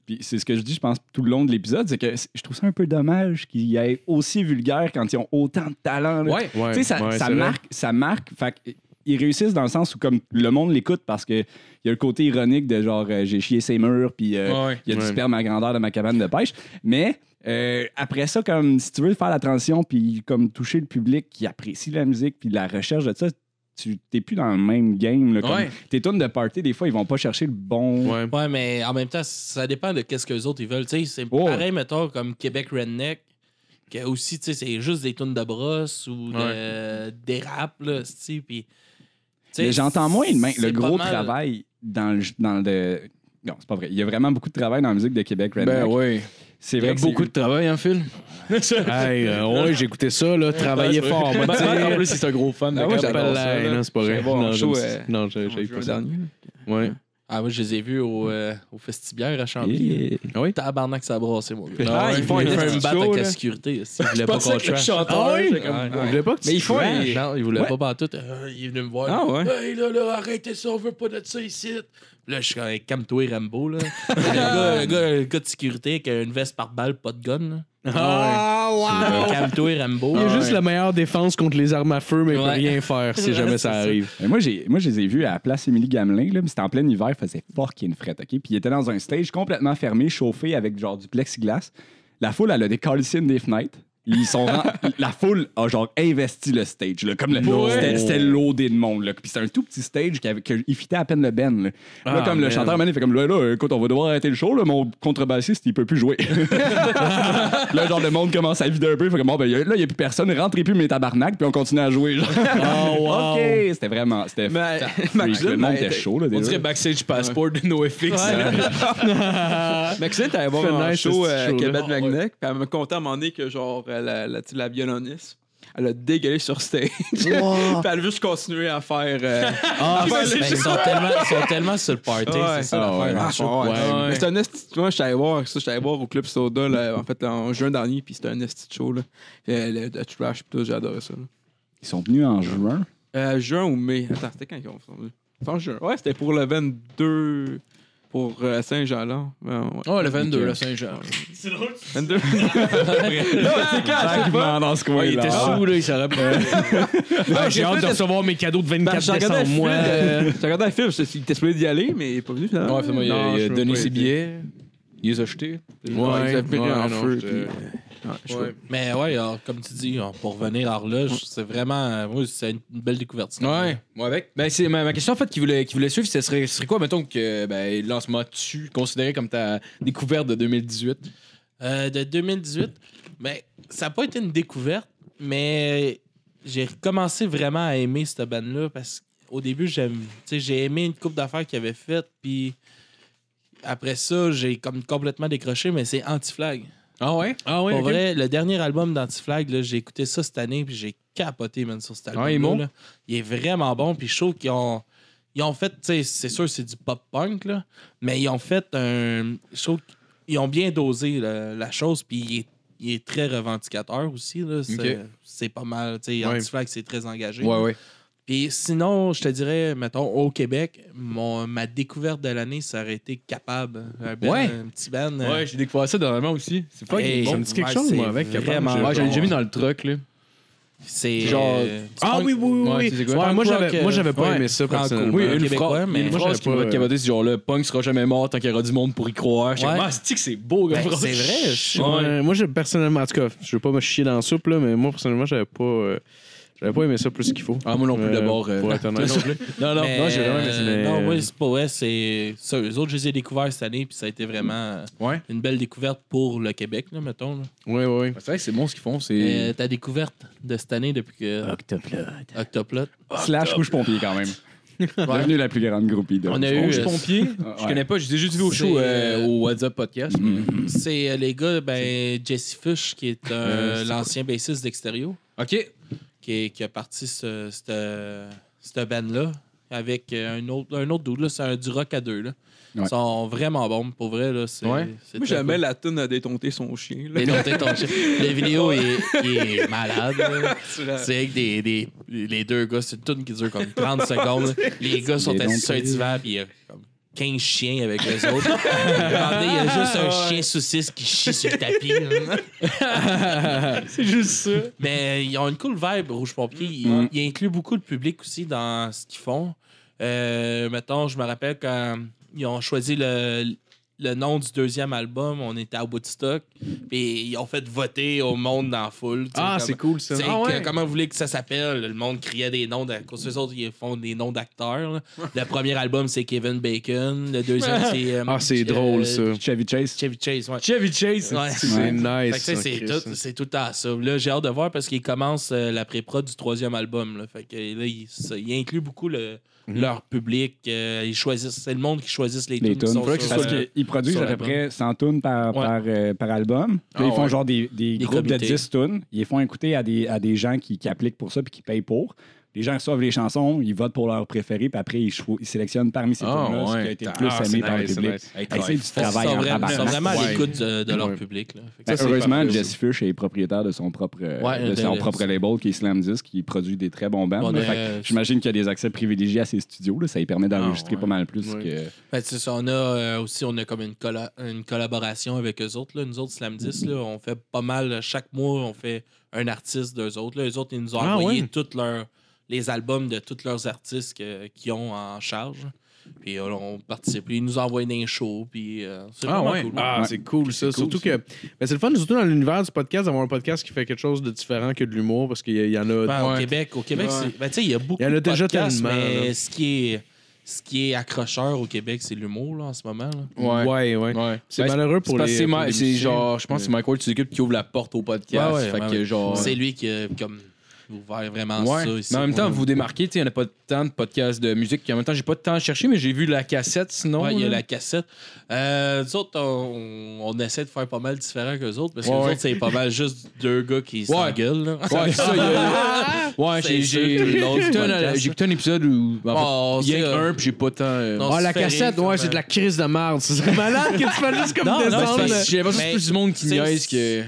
[SPEAKER 6] Puis c'est ce que je dis, je pense, tout le long de l'épisode, c'est que c- je trouve ça un peu dommage qu'ils y aient aussi vulgaires quand ils ont autant de talent. là.
[SPEAKER 3] Ouais.
[SPEAKER 4] Ouais,
[SPEAKER 6] Tu sais, ça,
[SPEAKER 4] ouais,
[SPEAKER 6] ça
[SPEAKER 4] c'est vrai.
[SPEAKER 6] marque, ça marque. Fait que, ils réussissent dans le sens où comme le monde l'écoute parce que il y a le côté ironique de genre euh, j'ai chié ses murs puis euh,
[SPEAKER 7] Ouais.
[SPEAKER 6] il y a du
[SPEAKER 4] Ouais.
[SPEAKER 6] sperme à grandeur de ma cabane de pêche. Mais euh, après ça, comme si tu veux faire la transition puis comme toucher le public qui apprécie la musique puis la recherche de ça, tu t'es plus dans le même game. Là, comme
[SPEAKER 7] Ouais.
[SPEAKER 6] Tes tunes de party, des fois, ils vont pas chercher le bon.
[SPEAKER 4] Ouais.
[SPEAKER 7] Ouais, mais en même temps, ça dépend de qu'est-ce que les autres ils veulent. Tu sais, c'est
[SPEAKER 6] Oh.
[SPEAKER 7] pareil, mettons, comme Québec Redneck, que aussi, tu sais, c'est juste des tunes de brosse ou de, des rap, là, c'ti, puis. tu sais,
[SPEAKER 6] Mais j'entends moins le, main-
[SPEAKER 7] c'est
[SPEAKER 6] le gros
[SPEAKER 7] pas mal-
[SPEAKER 6] travail dans le, dans le. Non, c'est pas vrai. Il y a vraiment beaucoup de travail dans la musique de Québec. Redneck.
[SPEAKER 3] Ben ouais. Il
[SPEAKER 6] C'est
[SPEAKER 3] y
[SPEAKER 6] vrai
[SPEAKER 3] a
[SPEAKER 6] que c'est-
[SPEAKER 3] beaucoup de travail, hein, Phil?
[SPEAKER 4] Hey, euh, ouais, j'ai écouté ça, là. Travailler fort. moi, tu sais.
[SPEAKER 3] En plus, c'est un gros fan de
[SPEAKER 6] Ah ouais,
[SPEAKER 3] Cap.
[SPEAKER 6] j'adore ça, là.
[SPEAKER 4] Non, c'est pas
[SPEAKER 6] J'allais
[SPEAKER 4] vrai.
[SPEAKER 6] voir en
[SPEAKER 4] Non,
[SPEAKER 6] show,
[SPEAKER 4] j'aime
[SPEAKER 6] euh,
[SPEAKER 4] ça. Non, j'ai j'ai
[SPEAKER 5] Juin
[SPEAKER 4] pas ça.
[SPEAKER 5] dernier, là.
[SPEAKER 4] Ouais.
[SPEAKER 7] Ah, moi, je les ai vus au, euh, au Festibière à Chambly. là.
[SPEAKER 6] Yeah.
[SPEAKER 4] Oui.
[SPEAKER 7] Tabarnak, ça a brassé, mon gars.
[SPEAKER 5] Ah, ils font un
[SPEAKER 7] fait
[SPEAKER 5] petit
[SPEAKER 7] me battre
[SPEAKER 5] show,
[SPEAKER 7] avec
[SPEAKER 5] là.
[SPEAKER 7] la sécurité. c'ti, Ils voulaient pas qu'on trash.
[SPEAKER 4] Ah oui?
[SPEAKER 7] Ouais.
[SPEAKER 4] On voulait pas que tu
[SPEAKER 6] Mais il faut-
[SPEAKER 4] crashes.
[SPEAKER 6] Ouais.
[SPEAKER 7] Non, ils voulaient
[SPEAKER 6] Ouais.
[SPEAKER 7] pas partout. Euh, il est venu me voir.
[SPEAKER 5] Ah ouais?
[SPEAKER 7] Hey, là, là, arrêtez ça, on veut pas de ça ici. Puis Là, je suis comme, Hey, calme-toi, Rambo. Là. le, gars, le, gars, le gars de sécurité avec une veste par balle, pas de gun. là.
[SPEAKER 3] Ah!
[SPEAKER 7] Euh, Calme-toi, Rambo.
[SPEAKER 4] Il y a
[SPEAKER 7] Ah,
[SPEAKER 4] juste
[SPEAKER 7] ouais.
[SPEAKER 4] la meilleure défense contre les armes à feu, mais il peut
[SPEAKER 7] Ouais.
[SPEAKER 4] rien faire si
[SPEAKER 7] Ouais,
[SPEAKER 4] jamais
[SPEAKER 7] c'est
[SPEAKER 4] ça
[SPEAKER 7] ça.
[SPEAKER 4] arrive.
[SPEAKER 6] Mais moi, j'ai, moi, je les ai vus à la place Émilie Gamelin. Là, puis c'était en plein hiver, il faisait fucking frette, OK? Puis ils étaient dans un stage complètement fermé, chauffé, avec genre du plexiglas. La foule, elle a des calcines des fenêtres. Ils sont ren- La foule a genre investi le stage. là, comme le... c'était, c'était loadé de monde. Là. Puis c'était un tout petit stage qui, avait... qui fitait à peine le Ben. Là, Là,
[SPEAKER 4] Ah,
[SPEAKER 6] comme le
[SPEAKER 4] man.
[SPEAKER 6] chanteur, man, il fait comme là, là, écoute, on va devoir arrêter le show. Là, mon contrebassiste, il peut plus jouer. là, genre, le monde commence à vider un peu. Fait comme, bon, ben, y a- là, il n'y a plus personne. Rentrez plus mes tabarnak, puis on continue à jouer. genre.
[SPEAKER 3] Ah,
[SPEAKER 6] OK, c'était vraiment. C'était
[SPEAKER 5] Mais- ben, ma
[SPEAKER 6] freak.
[SPEAKER 5] cousine,
[SPEAKER 6] Le monde
[SPEAKER 5] elle
[SPEAKER 6] était
[SPEAKER 5] était-
[SPEAKER 6] chaud, là.
[SPEAKER 3] ben, On
[SPEAKER 6] déjà.
[SPEAKER 3] dirait Backstage Passport de NoFX.
[SPEAKER 5] Ma cousine était allée voir
[SPEAKER 4] Fait
[SPEAKER 5] un
[SPEAKER 4] nice,
[SPEAKER 5] show
[SPEAKER 4] ce
[SPEAKER 5] euh,
[SPEAKER 4] show-là.
[SPEAKER 5] à Québec
[SPEAKER 4] Ah, ouais.
[SPEAKER 5] Magnac, puis elle me contait à un moment donné que genre euh, la, la, tu sais, la violoniste, elle a dégueulé sur stage. puis elle a juste continué à faire. euh,
[SPEAKER 7] Ah, ben, ils, sont tellement, ils sont tellement sur le party,
[SPEAKER 5] Ouais.
[SPEAKER 7] c'est ça.
[SPEAKER 6] Ah, ouais.
[SPEAKER 7] l'affaire.
[SPEAKER 5] Ah, ouais.
[SPEAKER 7] ouais.
[SPEAKER 5] Mais c'est un esti de- moi, je suis allé voir ça, je suis allé voir au club Soda là, en fait en juin dernier, puis c'était un esti de show là. Euh, le, le trash pis tout, j'ai adoré ça. là.
[SPEAKER 6] Ils sont venus en juin.
[SPEAKER 5] Euh, juin ou mai. Attends, c'était quand ils ont fondé? C'était en juin. Ouais, c'était pour le 22 pour euh, Saint-Jean-Lan. Ouais, ouais.
[SPEAKER 3] Oh, le 22, le Saint-Jean.
[SPEAKER 5] 22.
[SPEAKER 6] Vaguement dans ce coin-là.
[SPEAKER 3] Ah, Il était
[SPEAKER 6] Ah.
[SPEAKER 3] sous, là, il s'en rappelle.
[SPEAKER 4] Ah,
[SPEAKER 5] j'ai
[SPEAKER 4] J'ai hâte
[SPEAKER 5] fait
[SPEAKER 4] de
[SPEAKER 5] le-
[SPEAKER 4] recevoir mes cadeaux de
[SPEAKER 5] Ben,
[SPEAKER 4] 24
[SPEAKER 5] j'ai regardé un
[SPEAKER 4] décembre,
[SPEAKER 5] film,
[SPEAKER 4] moi.
[SPEAKER 5] euh, j'ai regardé un film, je- il était supposé d'y aller, mais il est pas venu finalement.
[SPEAKER 3] Ouais, finalement, il a-
[SPEAKER 5] Non,
[SPEAKER 3] il
[SPEAKER 5] je
[SPEAKER 3] a
[SPEAKER 5] veux
[SPEAKER 3] donné
[SPEAKER 5] pas
[SPEAKER 3] ses
[SPEAKER 5] aider.
[SPEAKER 3] billets. Il les a achetés.
[SPEAKER 5] Ouais, ils
[SPEAKER 4] Ouais,
[SPEAKER 5] avaient pris
[SPEAKER 4] ouais,
[SPEAKER 5] en
[SPEAKER 4] non,
[SPEAKER 5] feu.
[SPEAKER 4] je te-
[SPEAKER 5] puis- Ouais, je
[SPEAKER 4] Ouais.
[SPEAKER 7] Mais ouais, alors, comme tu dis, alors, pour revenir à l'horloge, c'est vraiment. euh, Moi, c'est une belle découverte. ça.
[SPEAKER 3] Ouais, moi avec. Ben, c'est ma, ma question en fait qui voulait, qui voulait suivre, ce serait, ce serait quoi, mettons, que ben, là, en ce moment, tu considérais comme ta découverte de 2018?
[SPEAKER 7] Euh, de 2018. Ben, ça n'a pas été une découverte, mais j'ai commencé vraiment à aimer cette bande-là parce qu'au début, j'aime, tu sais, j'ai aimé une coupe d'affaires qu'ils avaient faite, puis après ça, j'ai comme complètement décroché, mais c'est Anti-Flag.
[SPEAKER 3] Ah ouais?
[SPEAKER 4] Ah oui,
[SPEAKER 7] Pour
[SPEAKER 4] ok.
[SPEAKER 7] vrai, le dernier album d'Anti-Flag, là, j'ai écouté ça cette année, puis j'ai capoté même sur cet
[SPEAKER 3] Ah, il est
[SPEAKER 7] album.
[SPEAKER 3] bon?
[SPEAKER 7] Il est vraiment bon, puis je trouve qu'ils ont. Ils ont fait, tu sais, c'est sûr, c'est du pop-punk, là, mais ils ont fait un. Je trouve qu'ils ont bien dosé là, la chose, puis il est, il est très revendicateur aussi, là. C'est,
[SPEAKER 3] Ok.
[SPEAKER 7] c'est pas mal, tu sais,
[SPEAKER 4] Ouais.
[SPEAKER 7] Anti-Flag, c'est très engagé.
[SPEAKER 3] Ouais, ouais.
[SPEAKER 7] Puis sinon, je te dirais, mettons, au Québec, mon, ma découverte de l'année, ça aurait été capable. Un, band,
[SPEAKER 3] Ouais.
[SPEAKER 7] un petit band. euh,
[SPEAKER 3] Ouais, j'ai découvert ça dernièrement aussi. C'est pas
[SPEAKER 7] Hey,
[SPEAKER 4] Ça me dit quelque
[SPEAKER 7] ouais,
[SPEAKER 4] chose, moi,
[SPEAKER 7] c'est
[SPEAKER 4] avec. Capable,
[SPEAKER 7] vraiment
[SPEAKER 4] je-
[SPEAKER 3] Ouais, j'ai
[SPEAKER 7] bon,
[SPEAKER 3] déjà mis
[SPEAKER 7] ouais.
[SPEAKER 3] dans le truc, là.
[SPEAKER 7] C'est
[SPEAKER 3] Genre-
[SPEAKER 7] euh,
[SPEAKER 4] Ah oui, oui, oui,
[SPEAKER 3] Ouais,
[SPEAKER 4] oui.
[SPEAKER 3] tu sais quoi?
[SPEAKER 4] Ouais, moi,
[SPEAKER 7] Punk
[SPEAKER 4] j'avais-
[SPEAKER 7] rock,
[SPEAKER 4] moi,
[SPEAKER 7] euh,
[SPEAKER 4] j'avais pas
[SPEAKER 7] ouais,
[SPEAKER 4] aimé ça,
[SPEAKER 7] franco.
[SPEAKER 4] personnellement.
[SPEAKER 7] Oui,
[SPEAKER 3] Oui, une,
[SPEAKER 7] euh, Québécois,
[SPEAKER 3] phrase-
[SPEAKER 7] mais-
[SPEAKER 3] une
[SPEAKER 4] Moi,
[SPEAKER 3] phrase
[SPEAKER 4] j'avais
[SPEAKER 3] qui
[SPEAKER 4] pas,
[SPEAKER 3] m'a
[SPEAKER 4] euh,
[SPEAKER 3] capoté, c'est genre le punk sera jamais mort tant qu'il y aura du monde pour y croire. Je sais
[SPEAKER 7] Ouais.
[SPEAKER 3] pas, c'est que c'est beau comme
[SPEAKER 7] Ben,
[SPEAKER 3] phrase.
[SPEAKER 7] c'est vrai. je-
[SPEAKER 4] Ouais, Moi, j'ai personnellement, en tout cas, je veux pas me chier dans la soupe, là, mais moi, personnellement, j'avais pas, euh, j'avais pas aimé ça plus qu'il faut.
[SPEAKER 3] Ah, moi non plus,
[SPEAKER 4] Euh,
[SPEAKER 3] d'abord. euh,
[SPEAKER 4] pour être honnête.
[SPEAKER 3] Non, non,
[SPEAKER 7] mais,
[SPEAKER 3] non, j'ai vraiment
[SPEAKER 7] euh,
[SPEAKER 4] mais-
[SPEAKER 7] Non, moi, c'est pas vrai. C'est ça. Eux autres, je les ai découverts cette année, puis ça a été vraiment euh,
[SPEAKER 3] Ouais.
[SPEAKER 7] une belle découverte pour le Québec, là, mettons. là.
[SPEAKER 4] Oui, oui, oui.
[SPEAKER 3] C'est vrai que c'est bon ce qu'ils font, c'est.
[SPEAKER 7] Euh, ta découverte de cette année depuis que. Octoplot. Octoplot.
[SPEAKER 4] Ah,
[SPEAKER 6] Slash couche pompier quand même. Devenu la plus grande groupie de. Ah,
[SPEAKER 7] On a eu.
[SPEAKER 3] Rouge pompier,
[SPEAKER 6] Ouais.
[SPEAKER 3] je connais pas, je les ai juste vus au
[SPEAKER 7] C'est,
[SPEAKER 3] show
[SPEAKER 7] euh,
[SPEAKER 3] euh, au WhatsApp podcast. mais-
[SPEAKER 7] C'est
[SPEAKER 3] Euh,
[SPEAKER 7] euh, les gars, ben, Jesse Fush, qui est euh, l'ancien bassiste d'Extérieur,
[SPEAKER 3] Ok,
[SPEAKER 7] qui, qui a parti ce, cette, cette band-là avec euh, un autre, un autre dude, là, c'est un du rock à deux. Là.
[SPEAKER 6] Ouais.
[SPEAKER 7] Ils sont vraiment bons, pour vrai. Là, c'est,
[SPEAKER 4] Ouais.
[SPEAKER 7] c'est
[SPEAKER 5] Moi,
[SPEAKER 7] très
[SPEAKER 5] jamais
[SPEAKER 7] cool.
[SPEAKER 5] la toune a détonté son chien. Là.
[SPEAKER 7] Mais non, t'es ton chien. La vidéo est, est malade. là.
[SPEAKER 5] la-
[SPEAKER 7] C'est avec des, des- les deux gars, c'est une tune qui dure comme 30 secondes. Les gars sont
[SPEAKER 6] Des
[SPEAKER 7] assis
[SPEAKER 6] longues
[SPEAKER 7] sur un
[SPEAKER 6] prises.
[SPEAKER 7] divan, puis il y a comme 15 chiens avec les autres. À un moment donné, Il y a juste un chien saucisse qui chie sur le tapis.
[SPEAKER 4] C'est juste ça.
[SPEAKER 7] Mais euh, ils ont une cool vibe, Rouge Pompier. Ils,
[SPEAKER 6] Mm.
[SPEAKER 7] ils incluent beaucoup le public aussi dans ce qu'ils font. Euh, mettons, je me rappelle quand ils ont choisi le, le nom du deuxième album, on était à Woodstock, puis ils ont fait voter au monde dans la foule. tu sais,
[SPEAKER 4] Ah,
[SPEAKER 7] comme-
[SPEAKER 4] c'est cool ça.
[SPEAKER 7] c'est
[SPEAKER 4] Ah,
[SPEAKER 7] que-
[SPEAKER 4] ouais.
[SPEAKER 7] comment vous voulez que ça s'appelle? Le monde criait des noms. À cause des autres, ils font des noms d'acteurs. là. Le premier album, c'est Kevin Bacon. Le deuxième, c'est. euh,
[SPEAKER 4] Ah, c'est
[SPEAKER 7] euh,
[SPEAKER 4] drôle ça.
[SPEAKER 6] Chevy Chase.
[SPEAKER 7] Chevy Chase, ouais.
[SPEAKER 4] Chevy Chase.
[SPEAKER 7] Ouais.
[SPEAKER 4] C'est
[SPEAKER 6] Ouais.
[SPEAKER 7] Fait
[SPEAKER 4] nice.
[SPEAKER 7] que, tu sais,
[SPEAKER 4] ça,
[SPEAKER 7] c'est
[SPEAKER 4] Chris.
[SPEAKER 7] tout, c'est tout le temps ça. Là, j'ai hâte de voir parce qu'ils commencent euh, la pré-prod du troisième album. Là. Fait que là, ils, ça- ils incluent beaucoup le-
[SPEAKER 4] Mhm.
[SPEAKER 7] leur public. Euh, ils choisissent, c'est le monde qui choisissent les tunes.
[SPEAKER 6] Les
[SPEAKER 7] qui
[SPEAKER 6] tunes.
[SPEAKER 7] sont
[SPEAKER 6] Faudrait que ce
[SPEAKER 7] sur,
[SPEAKER 6] soit-
[SPEAKER 7] euh,
[SPEAKER 6] Parce qu'ils produisent
[SPEAKER 7] sur
[SPEAKER 6] à peu
[SPEAKER 7] l'album.
[SPEAKER 6] près 100 tunes par,
[SPEAKER 7] Ouais.
[SPEAKER 6] par, euh, par album. Puis
[SPEAKER 1] Ah
[SPEAKER 6] ils font
[SPEAKER 1] ouais.
[SPEAKER 6] genre des, des
[SPEAKER 7] Des
[SPEAKER 6] groupes
[SPEAKER 7] comités.
[SPEAKER 6] de 10 tunes. Ils les font écouter à des, à des gens qui, qui appliquent pour ça puis qui payent pour. Les gens reçoivent les chansons, ils votent pour leur préféré, puis après, ils, chou- ils sélectionnent parmi ces
[SPEAKER 4] Ah,
[SPEAKER 6] tunes-là ce qui a
[SPEAKER 4] ouais.
[SPEAKER 6] été le plus
[SPEAKER 4] Ah, c'est
[SPEAKER 6] aimé par le
[SPEAKER 4] nice, c'est
[SPEAKER 6] public.
[SPEAKER 4] nice.
[SPEAKER 6] Hey, c'est
[SPEAKER 7] Fait
[SPEAKER 6] du
[SPEAKER 7] que
[SPEAKER 6] travail
[SPEAKER 7] ils
[SPEAKER 6] en
[SPEAKER 7] sont vraiment, ils sont
[SPEAKER 6] tabarnak.
[SPEAKER 7] vraiment à
[SPEAKER 4] Ouais.
[SPEAKER 7] l'écoute de, de leur
[SPEAKER 4] Ouais.
[SPEAKER 7] public. là. Fait que
[SPEAKER 6] Ben,
[SPEAKER 4] Ça, c'est
[SPEAKER 6] heureusement,
[SPEAKER 4] parfait,
[SPEAKER 6] Jesse Fush est propriétaire de son propre, euh,
[SPEAKER 7] Ouais,
[SPEAKER 6] de
[SPEAKER 7] de-
[SPEAKER 6] son propre label qui est Slam Disc, qui produit des très bons bands.
[SPEAKER 7] Bon,
[SPEAKER 6] là.
[SPEAKER 7] euh,
[SPEAKER 6] Fait que J'imagine qu'il y a des accès privilégiés à ses studios. là. Ça lui permet d'enregistrer
[SPEAKER 7] Ah,
[SPEAKER 4] ouais.
[SPEAKER 6] pas mal plus
[SPEAKER 4] Ouais.
[SPEAKER 6] que.
[SPEAKER 7] Ben, c'est ça, on a euh, aussi on a comme une, colla- une collaboration avec eux autres. Là. Nous autres, Slam 10, là, on fait pas mal, euh, chaque mois, on fait un artiste d'eux autres. Là. Eux autres, ils nous ont
[SPEAKER 4] Ah,
[SPEAKER 7] envoyé
[SPEAKER 4] ouais.
[SPEAKER 7] toutes leurs, les albums de tous leurs artistes que- qu'ils ont en charge. Puis euh, on participe. Ils nous ont envoyé des shows. Puis, euh, c'est
[SPEAKER 4] Ah
[SPEAKER 7] vraiment
[SPEAKER 4] ouais.
[SPEAKER 7] cool.
[SPEAKER 4] Ah,
[SPEAKER 6] Ouais.
[SPEAKER 4] c'est cool ça. surtout
[SPEAKER 6] ça.
[SPEAKER 4] que ben, c'est le fun, surtout dans l'univers du podcast, d'avoir un podcast qui fait quelque chose de différent que de l'humour parce qu'il y, a- il y en a.
[SPEAKER 7] Ben, Au
[SPEAKER 4] Ouais.
[SPEAKER 7] Québec, au Québec, c'est- ben, tu sais, il y a beaucoup
[SPEAKER 4] Il y en a
[SPEAKER 7] de
[SPEAKER 4] déjà
[SPEAKER 7] podcasts,
[SPEAKER 4] tellement,
[SPEAKER 7] mais
[SPEAKER 4] là.
[SPEAKER 7] ce qui est ce qui est accrocheur au Québec, c'est l'humour là, en ce moment. là.
[SPEAKER 4] Ouais, ouais.
[SPEAKER 8] Ouais.
[SPEAKER 4] C'est
[SPEAKER 8] Ben,
[SPEAKER 4] malheureux pour
[SPEAKER 8] c'est parce
[SPEAKER 4] les.
[SPEAKER 8] que c'est
[SPEAKER 4] pour
[SPEAKER 8] Ma-
[SPEAKER 4] les
[SPEAKER 8] C'est
[SPEAKER 4] musiciens.
[SPEAKER 8] genre, je pense que c'est Mike Ward, tu l'équipe qui ouvre la porte au podcast.
[SPEAKER 7] Ouais, ouais,
[SPEAKER 8] fait
[SPEAKER 7] ouais,
[SPEAKER 8] que
[SPEAKER 7] ouais.
[SPEAKER 8] genre.
[SPEAKER 3] euh,
[SPEAKER 8] euh,
[SPEAKER 7] C'est lui qui a comme ouvert vraiment
[SPEAKER 8] Ouais.
[SPEAKER 7] ça ici.
[SPEAKER 8] mais en même temps,
[SPEAKER 7] Ouais.
[SPEAKER 8] vous démarquez, il n'y en a pas tant de podcasts de musique. puis En même temps, j'ai pas de temps à chercher, mais j'ai vu la cassette sinon.
[SPEAKER 7] Ouais, il y a
[SPEAKER 8] là.
[SPEAKER 7] la cassette. Euh, nous autres, on, on essaie de faire pas mal différent qu'eux autres, parce que
[SPEAKER 8] Ouais,
[SPEAKER 7] eux
[SPEAKER 8] ouais.
[SPEAKER 7] autres, c'est pas mal juste deux gars qui s'engueulent. là.
[SPEAKER 8] Ouais, ça, il y a- Ouais,
[SPEAKER 7] C'est
[SPEAKER 8] j'ai-
[SPEAKER 7] sûr
[SPEAKER 8] j'ai
[SPEAKER 7] que l'autre
[SPEAKER 8] j'ai écouté un-
[SPEAKER 7] podcast,
[SPEAKER 8] j'ai écouté un épisode où.
[SPEAKER 7] Bon,
[SPEAKER 8] En
[SPEAKER 7] on
[SPEAKER 8] fait, Ah, il y
[SPEAKER 7] sait,
[SPEAKER 8] a
[SPEAKER 7] euh,
[SPEAKER 8] un, puis j'ai pas tant. euh,
[SPEAKER 7] non,
[SPEAKER 4] Ah,
[SPEAKER 7] on
[SPEAKER 4] la
[SPEAKER 7] se fait
[SPEAKER 4] cassette,
[SPEAKER 7] rire,
[SPEAKER 4] ouais,
[SPEAKER 7] ça,
[SPEAKER 4] c'est de
[SPEAKER 7] mais-
[SPEAKER 4] la crise de merde. C'est malade que tu fais juste comme
[SPEAKER 7] Non, non,
[SPEAKER 4] descendre.
[SPEAKER 7] c'est-
[SPEAKER 8] J'ai l'impression que
[SPEAKER 7] Mais-
[SPEAKER 8] c'est plus du monde qui
[SPEAKER 7] c'est-
[SPEAKER 8] niaise que.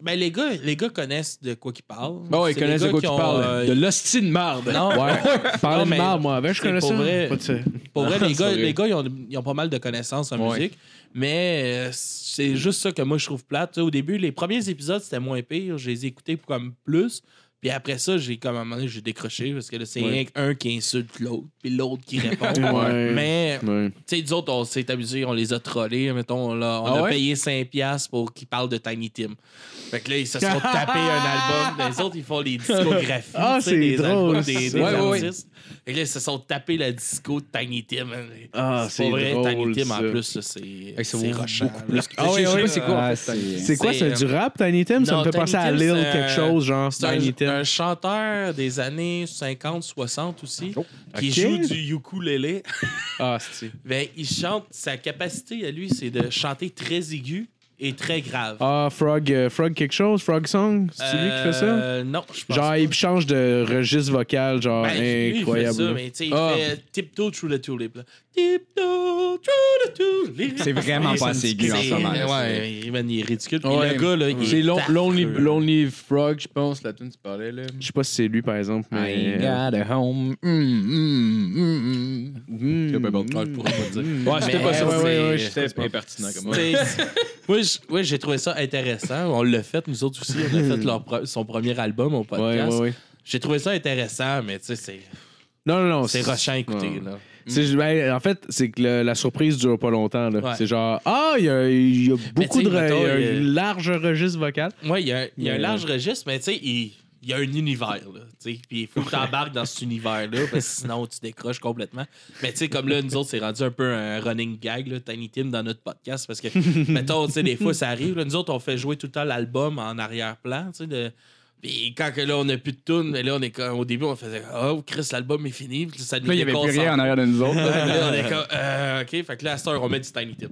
[SPEAKER 7] Ben, les gars, les gars connaissent de quoi qu'ils parlent.
[SPEAKER 8] Bah ouais, ils
[SPEAKER 7] C'est des
[SPEAKER 8] connaissent de
[SPEAKER 7] gars
[SPEAKER 8] quoi
[SPEAKER 7] qui
[SPEAKER 8] tu
[SPEAKER 7] ont,
[SPEAKER 8] parles.
[SPEAKER 7] euh,
[SPEAKER 8] De l'hostie de marde.
[SPEAKER 7] Non,
[SPEAKER 4] Parler
[SPEAKER 7] Non,
[SPEAKER 4] de
[SPEAKER 7] mais-
[SPEAKER 4] marde, moi, avec, je
[SPEAKER 7] c'est
[SPEAKER 4] connais
[SPEAKER 7] pour
[SPEAKER 4] ça.
[SPEAKER 7] vrai.
[SPEAKER 4] Pas de ça.
[SPEAKER 7] Pour vrai, les gars,
[SPEAKER 8] Sérieux.
[SPEAKER 7] les gars ils, ont, ils ont pas mal de connaissances en
[SPEAKER 8] Ouais.
[SPEAKER 7] musique, mais euh, c'est juste ça que moi je trouve plate. Tu sais, Au début, les premiers épisodes, c'était moins pire. Je les ai écoutés pour comme plus. Puis après ça, j'ai comme à un moment donné, j'ai décroché parce que là, c'est rien qu'un qui insulte l'autre, puis l'autre qui répond.
[SPEAKER 4] Ouais.
[SPEAKER 7] Mais,
[SPEAKER 4] Ouais.
[SPEAKER 7] tu sais, nous autres, on s'est amusés, on les a trollés. Mettons, on, l'a- on
[SPEAKER 8] Ah
[SPEAKER 7] a
[SPEAKER 8] ouais?
[SPEAKER 7] payé 5$ pour qu'ils parlent de Tiny Tim. Fait que là, ils se sont tapés un album. Les autres, ils font les discographies.
[SPEAKER 4] Ah,
[SPEAKER 7] tu sais,
[SPEAKER 4] c'est
[SPEAKER 7] des
[SPEAKER 4] drôle,
[SPEAKER 7] albums
[SPEAKER 4] ça.
[SPEAKER 7] des, des
[SPEAKER 8] Ouais, ouais, ouais.
[SPEAKER 7] artistes. Fait que là, ils se sont tapés la disco de Tiny Tim.
[SPEAKER 4] Ah,
[SPEAKER 7] pas
[SPEAKER 4] c'est
[SPEAKER 7] vrai. Tiny
[SPEAKER 4] drôle,
[SPEAKER 7] Tim, en
[SPEAKER 4] ça.
[SPEAKER 7] plus, là, c'est c'est rochant. là.
[SPEAKER 4] Ah oui, oui,
[SPEAKER 8] c'est quoi, en
[SPEAKER 6] Ah,
[SPEAKER 8] fait,
[SPEAKER 6] c'est-
[SPEAKER 4] C'est quoi,
[SPEAKER 7] C'est,
[SPEAKER 4] c'est du rap, Tiny Tim? Ça
[SPEAKER 7] non,
[SPEAKER 4] me fait
[SPEAKER 7] Tiny
[SPEAKER 4] penser à
[SPEAKER 7] Tim,
[SPEAKER 4] Lil
[SPEAKER 7] c'est un-
[SPEAKER 4] quelque chose, genre
[SPEAKER 7] C'est un,
[SPEAKER 4] Tiny Tim.
[SPEAKER 7] un chanteur des années 50-60 aussi, qui
[SPEAKER 4] Oh, Ok.
[SPEAKER 7] joue du ukulélé.
[SPEAKER 4] Ah, c'est
[SPEAKER 7] Ben, il chante, sa capacité à lui, c'est de chanter très aigu et très grave.
[SPEAKER 4] Ah, Frog, euh, Frog quelque chose, Frog Song, c'est lui qui fait ça?
[SPEAKER 7] Euh, Non, je pense
[SPEAKER 4] Genre,
[SPEAKER 7] pas.
[SPEAKER 4] il change de registre vocal, genre
[SPEAKER 7] Ben, lui,
[SPEAKER 4] incroyable.
[SPEAKER 7] Il fait ça, mais tu sais, il
[SPEAKER 4] Ah.
[SPEAKER 7] fait tiptoe through the tulip. là. Tiptoe through the tulip.
[SPEAKER 6] C'est vraiment pas assez aigu en ce moment.
[SPEAKER 7] C'est-
[SPEAKER 6] là.
[SPEAKER 7] Ouais, man, il est ridicule. Puis
[SPEAKER 8] Ouais.
[SPEAKER 7] le gars, là, il est
[SPEAKER 8] C'est Lon-
[SPEAKER 7] affreux.
[SPEAKER 8] Lonely, Lonely Frog, je pense, la tune tu parlais là.
[SPEAKER 4] Je sais pas si c'est lui, par exemple, mais... euh,
[SPEAKER 8] a home. Mm, mm, mm, mm.
[SPEAKER 4] Hmm.
[SPEAKER 8] Je sais pas, bon,
[SPEAKER 4] Hmm.
[SPEAKER 8] je pourrais pas te dire.
[SPEAKER 7] Ouais, c'était pas ça.
[SPEAKER 8] Ouais, ouais, ouais,
[SPEAKER 7] C'est-
[SPEAKER 8] c'était impertinent comme moi.
[SPEAKER 7] C'est- Moi, j- oui, j'ai trouvé ça intéressant. On l'a fait, nous autres aussi. On a fait leur pre- son premier album au
[SPEAKER 4] Ouais,
[SPEAKER 7] podcast.
[SPEAKER 4] ouais, ouais.
[SPEAKER 7] J'ai trouvé ça intéressant, mais tu sais, c'est-
[SPEAKER 4] Non, non, non.
[SPEAKER 7] c'est rushant à écouter.
[SPEAKER 4] Oh, Ouais.
[SPEAKER 7] là.
[SPEAKER 4] C'est- ben, en fait, c'est que le- la surprise dure pas longtemps. là.
[SPEAKER 7] Ouais.
[SPEAKER 4] C'est genre, ah, il y a, il y a beaucoup
[SPEAKER 7] tu sais,
[SPEAKER 4] de. re-
[SPEAKER 7] mettons,
[SPEAKER 4] il y a
[SPEAKER 7] il y a-
[SPEAKER 4] un large registre vocal.
[SPEAKER 7] Oui, il y a, il y a un
[SPEAKER 4] Mais-
[SPEAKER 7] large
[SPEAKER 6] euh,
[SPEAKER 7] registre, mais tu sais, il, il y a un univers. Là, tu sais. puis il faut que tu embarques dans cet univers-là, parce que sinon tu décroches complètement. Mais tu sais, comme là, nous autres, c'est rendu un peu un running gag, là, Tiny Tim, dans notre podcast, parce que, mettons, tu sais, des fois, ça arrive. là, nous autres, on fait jouer tout le temps l'album en arrière-plan, tu sais, de- Puis quand que là, on n'a plus de tunes, mais là, on est comme, au début, on faisait Oh, Chris, l'album est fini. Puis là, ça nous
[SPEAKER 6] Là, il n'y avait plus
[SPEAKER 7] déconcentre.
[SPEAKER 6] rien en arrière de nous autres.
[SPEAKER 7] Ouais, mais là, on est comme, Euh, OK, fait que là, à cette heure, on met du Tiny Tim.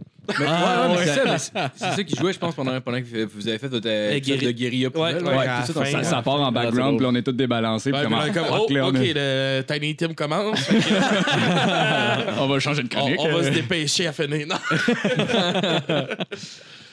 [SPEAKER 3] Ah, ouais, mais c'est ça, mais c'est- c'est ça qui jouait, je pense, pendant, pendant que vous avez fait votre euh,
[SPEAKER 7] Euh,
[SPEAKER 3] épisode
[SPEAKER 7] guéri-
[SPEAKER 3] de guérilla poubelle,
[SPEAKER 7] ouais,
[SPEAKER 3] là.
[SPEAKER 7] ouais, à
[SPEAKER 3] tout
[SPEAKER 7] la
[SPEAKER 3] dans
[SPEAKER 7] fin,
[SPEAKER 6] Ça,
[SPEAKER 3] le-
[SPEAKER 6] ça part en background, puis on est tous débalancés. puis
[SPEAKER 7] Ouais, puis
[SPEAKER 6] comme,
[SPEAKER 7] là, on est comme,
[SPEAKER 6] ah,
[SPEAKER 7] oh,
[SPEAKER 6] fuck, là, on
[SPEAKER 7] OK,
[SPEAKER 6] est-
[SPEAKER 7] le Tiny Tim commence.
[SPEAKER 6] on va changer de
[SPEAKER 7] on,
[SPEAKER 6] chronique.
[SPEAKER 7] on va se dépêcher à finir. Non.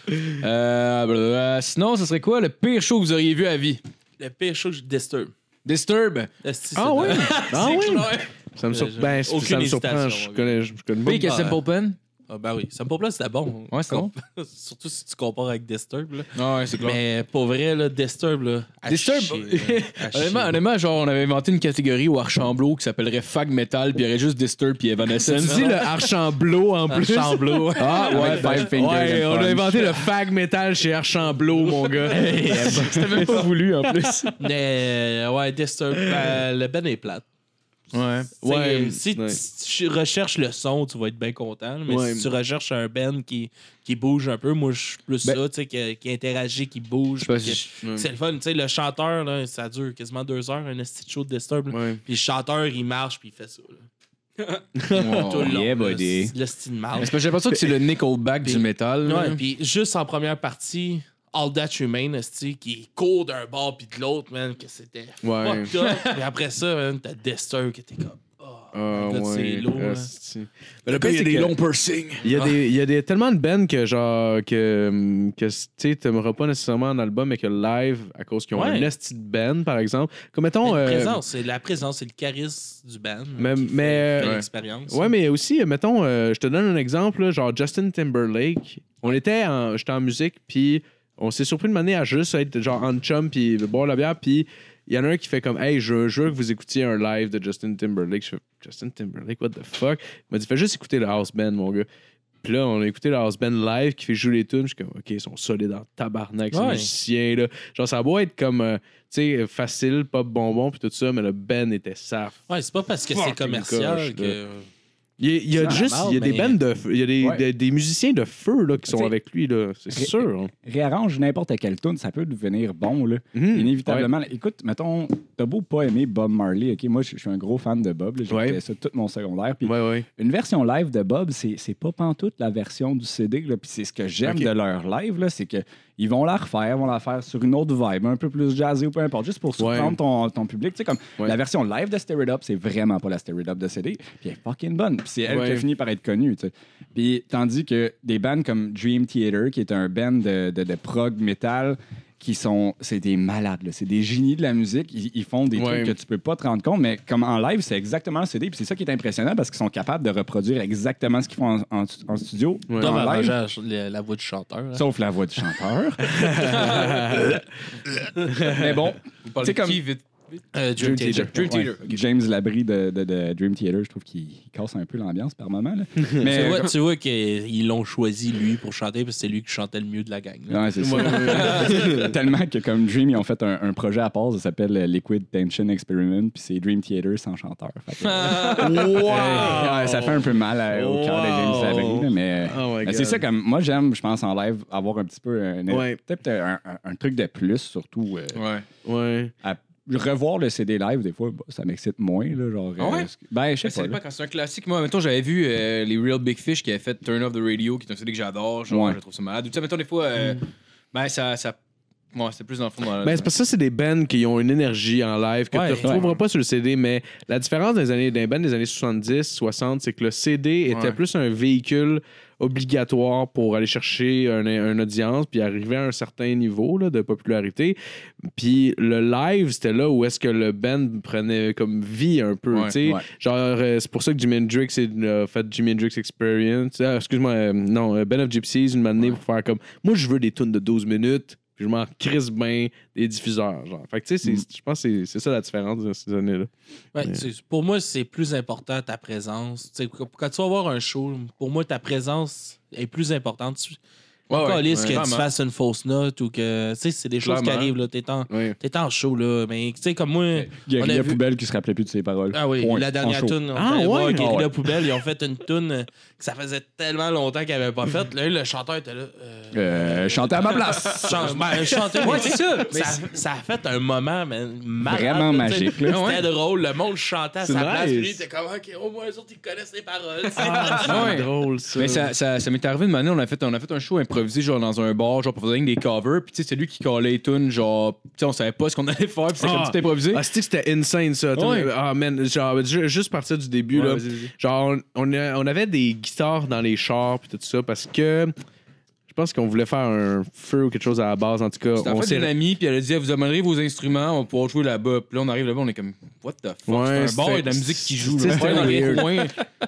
[SPEAKER 3] Euh, blablabla. sinon, ce serait quoi le pire show que vous auriez vu à vie?
[SPEAKER 7] Le pire show, je disturbe.
[SPEAKER 3] Disturb.
[SPEAKER 7] Esti, c'est
[SPEAKER 4] Ah oui!
[SPEAKER 7] de-
[SPEAKER 4] Ah
[SPEAKER 7] C'est
[SPEAKER 4] oui!
[SPEAKER 7] clair. Euh,
[SPEAKER 4] Ça me, sur...
[SPEAKER 7] Aucune
[SPEAKER 4] ben, c'est- ça me
[SPEAKER 7] hésitation,
[SPEAKER 4] surprend.
[SPEAKER 7] mon
[SPEAKER 4] Je
[SPEAKER 7] gars.
[SPEAKER 4] connais, je connais
[SPEAKER 3] Pire que
[SPEAKER 7] Ah.
[SPEAKER 3] Simple Pen.
[SPEAKER 7] Ah ben oui, ça me plaît, c'était bon.
[SPEAKER 3] Ouais, c'est bon.
[SPEAKER 7] Surtout si tu compares avec Disturb. là.
[SPEAKER 3] Ah ouais, c'est clair.
[SPEAKER 7] Mais pour vrai, là, Disturb, là, à
[SPEAKER 3] Disturb,
[SPEAKER 7] chier, là, à
[SPEAKER 3] Honnêtement,
[SPEAKER 7] chier.
[SPEAKER 3] honnêtement, genre, on avait inventé une catégorie au Archambault qui s'appellerait Fag Metal, puis il y aurait juste Disturb puis
[SPEAKER 4] Tu
[SPEAKER 3] Evanescence.
[SPEAKER 4] dis le Archamblot en plus.
[SPEAKER 7] Archambault.
[SPEAKER 3] Ah ouais,
[SPEAKER 6] Avec
[SPEAKER 3] ben,
[SPEAKER 6] Five Fingers
[SPEAKER 4] Ouais,
[SPEAKER 6] and
[SPEAKER 4] on a
[SPEAKER 6] Punch.
[SPEAKER 4] inventé le fag metal chez Archamblot, mon gars.
[SPEAKER 3] c'était même pas voulu en plus.
[SPEAKER 7] Mais euh, ouais, Disturb, ben, le ben est plate.
[SPEAKER 4] Ouais.
[SPEAKER 7] Tu sais,
[SPEAKER 4] Ouais.
[SPEAKER 7] si tu-
[SPEAKER 4] ouais.
[SPEAKER 7] tu recherches le son, tu vas être bien content. là, Mais
[SPEAKER 4] Ouais.
[SPEAKER 7] si tu recherches un ben qui, qui bouge un peu, moi, je suis plus
[SPEAKER 4] Ben
[SPEAKER 7] ça, tu sais, que- qui, interagit, qui bouge.
[SPEAKER 3] sais pas
[SPEAKER 7] puis
[SPEAKER 3] si
[SPEAKER 7] que- C'est le fun, tu sais, le chanteur, là, ça dure quasiment deux heures, un esti de show de Disturb. là.
[SPEAKER 4] Ouais.
[SPEAKER 7] Puis le chanteur, il marche, puis il fait ça. là. Tout
[SPEAKER 6] Oh,
[SPEAKER 7] le long.
[SPEAKER 6] yeah,
[SPEAKER 7] là,
[SPEAKER 6] buddy.
[SPEAKER 7] c'est- Le style marche.
[SPEAKER 3] Parce que j'ai l'impression que c'est le Nickelback du métal. là.
[SPEAKER 7] Ouais, puis juste en première partie, All That Remains, esti, qui court d'un bord puis de l'autre, man, que c'était
[SPEAKER 4] Ouais.
[SPEAKER 7] fucked up. Et après ça, man, t'as Dester qui était comme. Oh,
[SPEAKER 4] Ah,
[SPEAKER 7] God, c'est
[SPEAKER 4] ouais.
[SPEAKER 7] lourd, hein. là.
[SPEAKER 4] esti. Mais le pire, c'est que-
[SPEAKER 3] piercings.
[SPEAKER 4] Il y a, des, il y a des, tellement de bands que genre que, hum, que tu n'aimeras pas nécessairement en album, mais que live, à cause qu'ils ont
[SPEAKER 7] Ouais.
[SPEAKER 4] une esti de band, par exemple. Comme
[SPEAKER 7] Mais
[SPEAKER 4] mettons.
[SPEAKER 7] la
[SPEAKER 4] euh,
[SPEAKER 7] présence, c'est la présence, c'est le charisme du band. hein,
[SPEAKER 4] mais,
[SPEAKER 7] qui
[SPEAKER 4] mais,
[SPEAKER 7] fait
[SPEAKER 4] euh,
[SPEAKER 7] l'expérience.
[SPEAKER 4] Ouais, mais aussi, euh, mettons, euh, je te donne un exemple, là, genre Justin Timberlake. On était en, j'étais en musique, puis on s'est surpris de m'amener à juste être genre en chum, puis boire la bière, puis il y en a un qui fait comme, hey, je, je veux que vous écoutiez un live de Justin Timberlake. Je fais, Justin Timberlake, what the fuck? Il m'a dit, fais juste écouter le house band, mon gars. Puis là, on a écouté le house band live qui fait jouer les tunes. Je suis comme, OK, ils sont solides en tabarnak, ces
[SPEAKER 7] Ouais.
[SPEAKER 4] musiciens, là. Genre, ça va être comme, euh, tu sais, facile, pop bonbon, puis tout ça, mais le band était saf.
[SPEAKER 7] Ouais, c'est pas parce que c'est
[SPEAKER 4] Fucking
[SPEAKER 7] commercial
[SPEAKER 4] gosh,
[SPEAKER 7] que.
[SPEAKER 4] Il y a, il y a
[SPEAKER 7] C'est
[SPEAKER 4] juste il
[SPEAKER 7] normal,
[SPEAKER 4] y a des
[SPEAKER 7] mais-
[SPEAKER 4] bandes de feu- il y a des,
[SPEAKER 6] Ouais.
[SPEAKER 4] des, des musiciens de feu là, qui sont
[SPEAKER 6] T'sais,
[SPEAKER 4] avec lui là, c'est
[SPEAKER 6] ré-
[SPEAKER 4] sûr. hein.
[SPEAKER 6] Réarrange n'importe quelle tune, ça peut devenir bon, là.
[SPEAKER 7] Hmm.
[SPEAKER 4] Mhm.
[SPEAKER 6] Inévitablement. Écoute, mettons, t'as beau pas aimer Bob Marley, OK? Moi, je je suis un gros fan de Bob. là. J'ai
[SPEAKER 4] Ouais.
[SPEAKER 6] fait ça tout mon secondaire. Puis
[SPEAKER 4] Ouais, ouais, ouais.
[SPEAKER 6] une version live de Bob, c'est c'est pas pantoute la version du CD. là. Puis c'est ce que j'aime
[SPEAKER 4] Ok.
[SPEAKER 6] de leur live, là, c'est que ils vont la refaire, vont la faire sur une autre vibe, un peu plus jazzée ou peu importe, juste pour surprendre
[SPEAKER 4] Ouais.
[SPEAKER 6] ton, ton public. Tu sais, comme
[SPEAKER 4] Ouais.
[SPEAKER 6] la version live de Stir It Up, c'est vraiment pas la Stir It Up de CD. Puis elle est fucking bonne. Puis c'est elle qui a
[SPEAKER 4] Ouais.
[SPEAKER 6] fini par être connue. tu sais. Puis tandis que des bands comme Dream Theater, qui est un band de, de, de prog metal, qui sont. C'est des malades, là. c'est des génies de la musique. Ils, ils font des
[SPEAKER 4] Ouais.
[SPEAKER 6] trucs que tu peux pas te rendre compte, mais comme en live, c'est exactement le CD. Puis c'est ça qui est impressionnant parce qu'ils sont capables de reproduire exactement ce qu'ils font en, en- en studio.
[SPEAKER 7] Tom
[SPEAKER 6] en live,
[SPEAKER 7] Arrangeage, le- la voix du chanteur. hein.
[SPEAKER 6] Sauf la voix du chanteur. mais bon,
[SPEAKER 3] Vous
[SPEAKER 6] C'est
[SPEAKER 3] parlez de
[SPEAKER 6] comme-
[SPEAKER 3] qui vite?
[SPEAKER 7] Euh, Dream Theater.
[SPEAKER 6] Ouais. James Labrie de, de- de Dream Theater, je trouve qu'il casse un peu l'ambiance par moment. là.
[SPEAKER 7] Tu
[SPEAKER 6] Mais
[SPEAKER 7] vois, tu vois qu'ils l'ont choisi, lui, pour chanter, parce que c'est lui qui chantait le mieux de la gang. là.
[SPEAKER 6] Ouais, c'est ça. Tellement que comme Dream, ils ont fait un, un projet à part, ça s'appelle euh, Liquid Tension Experiment, puis c'est Dream Theater sans chanteur. Fait que- euh, Ouais, ça fait un peu mal à- au cœur de James
[SPEAKER 4] Wow.
[SPEAKER 6] Labrie, là, mais
[SPEAKER 4] Oh my
[SPEAKER 6] mais c'est
[SPEAKER 4] God.
[SPEAKER 6] ça comme moi j'aime, je pense en live avoir un petit peu un,
[SPEAKER 4] Ouais.
[SPEAKER 6] peut-être euh, un, un- un truc de plus surtout. euh,
[SPEAKER 3] Ouais.
[SPEAKER 4] Ouais.
[SPEAKER 6] à revoir le CD live des fois, bah, ça m'excite moins là, genre.
[SPEAKER 3] Ah ouais?
[SPEAKER 6] euh, ben je
[SPEAKER 3] Ben,
[SPEAKER 6] sais
[SPEAKER 3] ça
[SPEAKER 6] pas.
[SPEAKER 3] dépend,
[SPEAKER 6] là.
[SPEAKER 3] quand c'est un classique. Moi, mettons, j'avais vu euh, les Real Big Fish qui avaient fait Turn Off the Radio, qui est un CD que j'adore. Genre,
[SPEAKER 6] Ouais.
[SPEAKER 3] je trouve ça malade. Ou tu sais, mettons, des fois, euh, ben, ça. ça... Ouais, c'était plus dans le fond. Dans
[SPEAKER 4] Ben, c'est parce que ça, c'est des bands qui ont une énergie en live que
[SPEAKER 7] Ouais,
[SPEAKER 4] tu ne retrouveras pas sur le CD, mais la différence des années d'un band des années 70, 60, c'est que le CD était
[SPEAKER 3] Ouais.
[SPEAKER 4] plus un véhicule obligatoire pour aller chercher un- une audience puis arriver à un certain niveau là, de popularité. Puis le live, c'était là où est-ce que le band prenait comme vie un peu,
[SPEAKER 3] Ouais,
[SPEAKER 4] tu sais.
[SPEAKER 6] ouais.
[SPEAKER 4] Genre, euh, c'est pour ça que Jimi Hendrix a fait Jimi Hendrix Experience. Ah, Excuse-moi, euh, non, euh, Band of Gypsies, une année pour faire comme moi, je veux des tunes de 12 minutes, puis je m'en crisse bien des diffuseurs. Genre. Fait que tu sais, c'est- je pense que c'est- c'est ça la différence de ces années-là.
[SPEAKER 7] Ouais, c'est- Pour moi, c'est plus important ta présence. Tu sais, quand quand tu vas voir un show, pour moi, ta présence est plus importante. Tu-
[SPEAKER 3] Ouais, ouais.
[SPEAKER 7] Calisse que tu
[SPEAKER 3] Vraiment.
[SPEAKER 7] fasses une fausse note ou que. Tu sais, c'est des choses qui
[SPEAKER 3] Clairement.
[SPEAKER 7] arrivent, là. T'es en,
[SPEAKER 3] Oui.
[SPEAKER 7] t'es en show, là. Mais, tu sais, comme moi. On a
[SPEAKER 6] Guérilla
[SPEAKER 7] vu-
[SPEAKER 6] Poubelle qui se rappelait plus de ses paroles.
[SPEAKER 7] Ah oui,
[SPEAKER 6] Point.
[SPEAKER 7] la dernière
[SPEAKER 6] En show.
[SPEAKER 7] tune, on
[SPEAKER 4] Ah
[SPEAKER 7] ah,
[SPEAKER 4] ouais?
[SPEAKER 7] voir
[SPEAKER 6] Ah
[SPEAKER 7] Guérilla
[SPEAKER 6] ouais.
[SPEAKER 7] Poubelle, ils ont fait une tune euh, que ça faisait tellement longtemps qu'ils n'avaient pas faite. Là, le chanteur était là. euh,
[SPEAKER 6] Euh, chanter à ma place.
[SPEAKER 7] Change, ben, chanter, mais tu sais,
[SPEAKER 8] ça.
[SPEAKER 7] ça, ça a fait un moment man, malade,
[SPEAKER 6] Vraiment
[SPEAKER 7] là, tu sais.
[SPEAKER 6] magique, là.
[SPEAKER 7] C'était drôle, le monde chantait à sa
[SPEAKER 6] C'est
[SPEAKER 7] place.
[SPEAKER 6] nice.
[SPEAKER 7] Puis t'es comme, ok, au moins, eux autres, ils connaissent les paroles. tu sais.
[SPEAKER 3] Ah.
[SPEAKER 4] C'est drôle, ça.
[SPEAKER 3] Mais ça, ça, ça m'est arrivé une année, on a, fait, on a fait un show improvisé, genre dans un bar, genre pour faire des covers. Puis tu sais, c'est lui qui collait les tunes, genre, tu sais, on savait pas ce qu'on allait faire, puis c'était
[SPEAKER 4] Ah.
[SPEAKER 3] comme tout improvisé.
[SPEAKER 4] Ah, c'est-tu que c'était insane, ça. Attends,
[SPEAKER 3] Ouais.
[SPEAKER 4] Ah, man, genre, ju- juste partir du début, là. Genre, on, on a- on avait des guitares dans les chars, puis tout ça, parce que je pense qu'on voulait faire un feu ou quelque chose à la base, en tout cas.
[SPEAKER 3] C'était
[SPEAKER 4] Euh, on
[SPEAKER 3] en fait
[SPEAKER 4] s'est-
[SPEAKER 3] une amie, puis elle a dit Vous amènerez vos instruments, on va pouvoir jouer là-bas. Puis là, on arrive là-bas, on est comme What the fuck
[SPEAKER 4] Ouais,
[SPEAKER 3] C'est un bar, il y a de la
[SPEAKER 4] c'était-
[SPEAKER 3] musique qui joue.
[SPEAKER 4] c'était
[SPEAKER 3] là. Ouais, dans les
[SPEAKER 4] weird.
[SPEAKER 3] coins.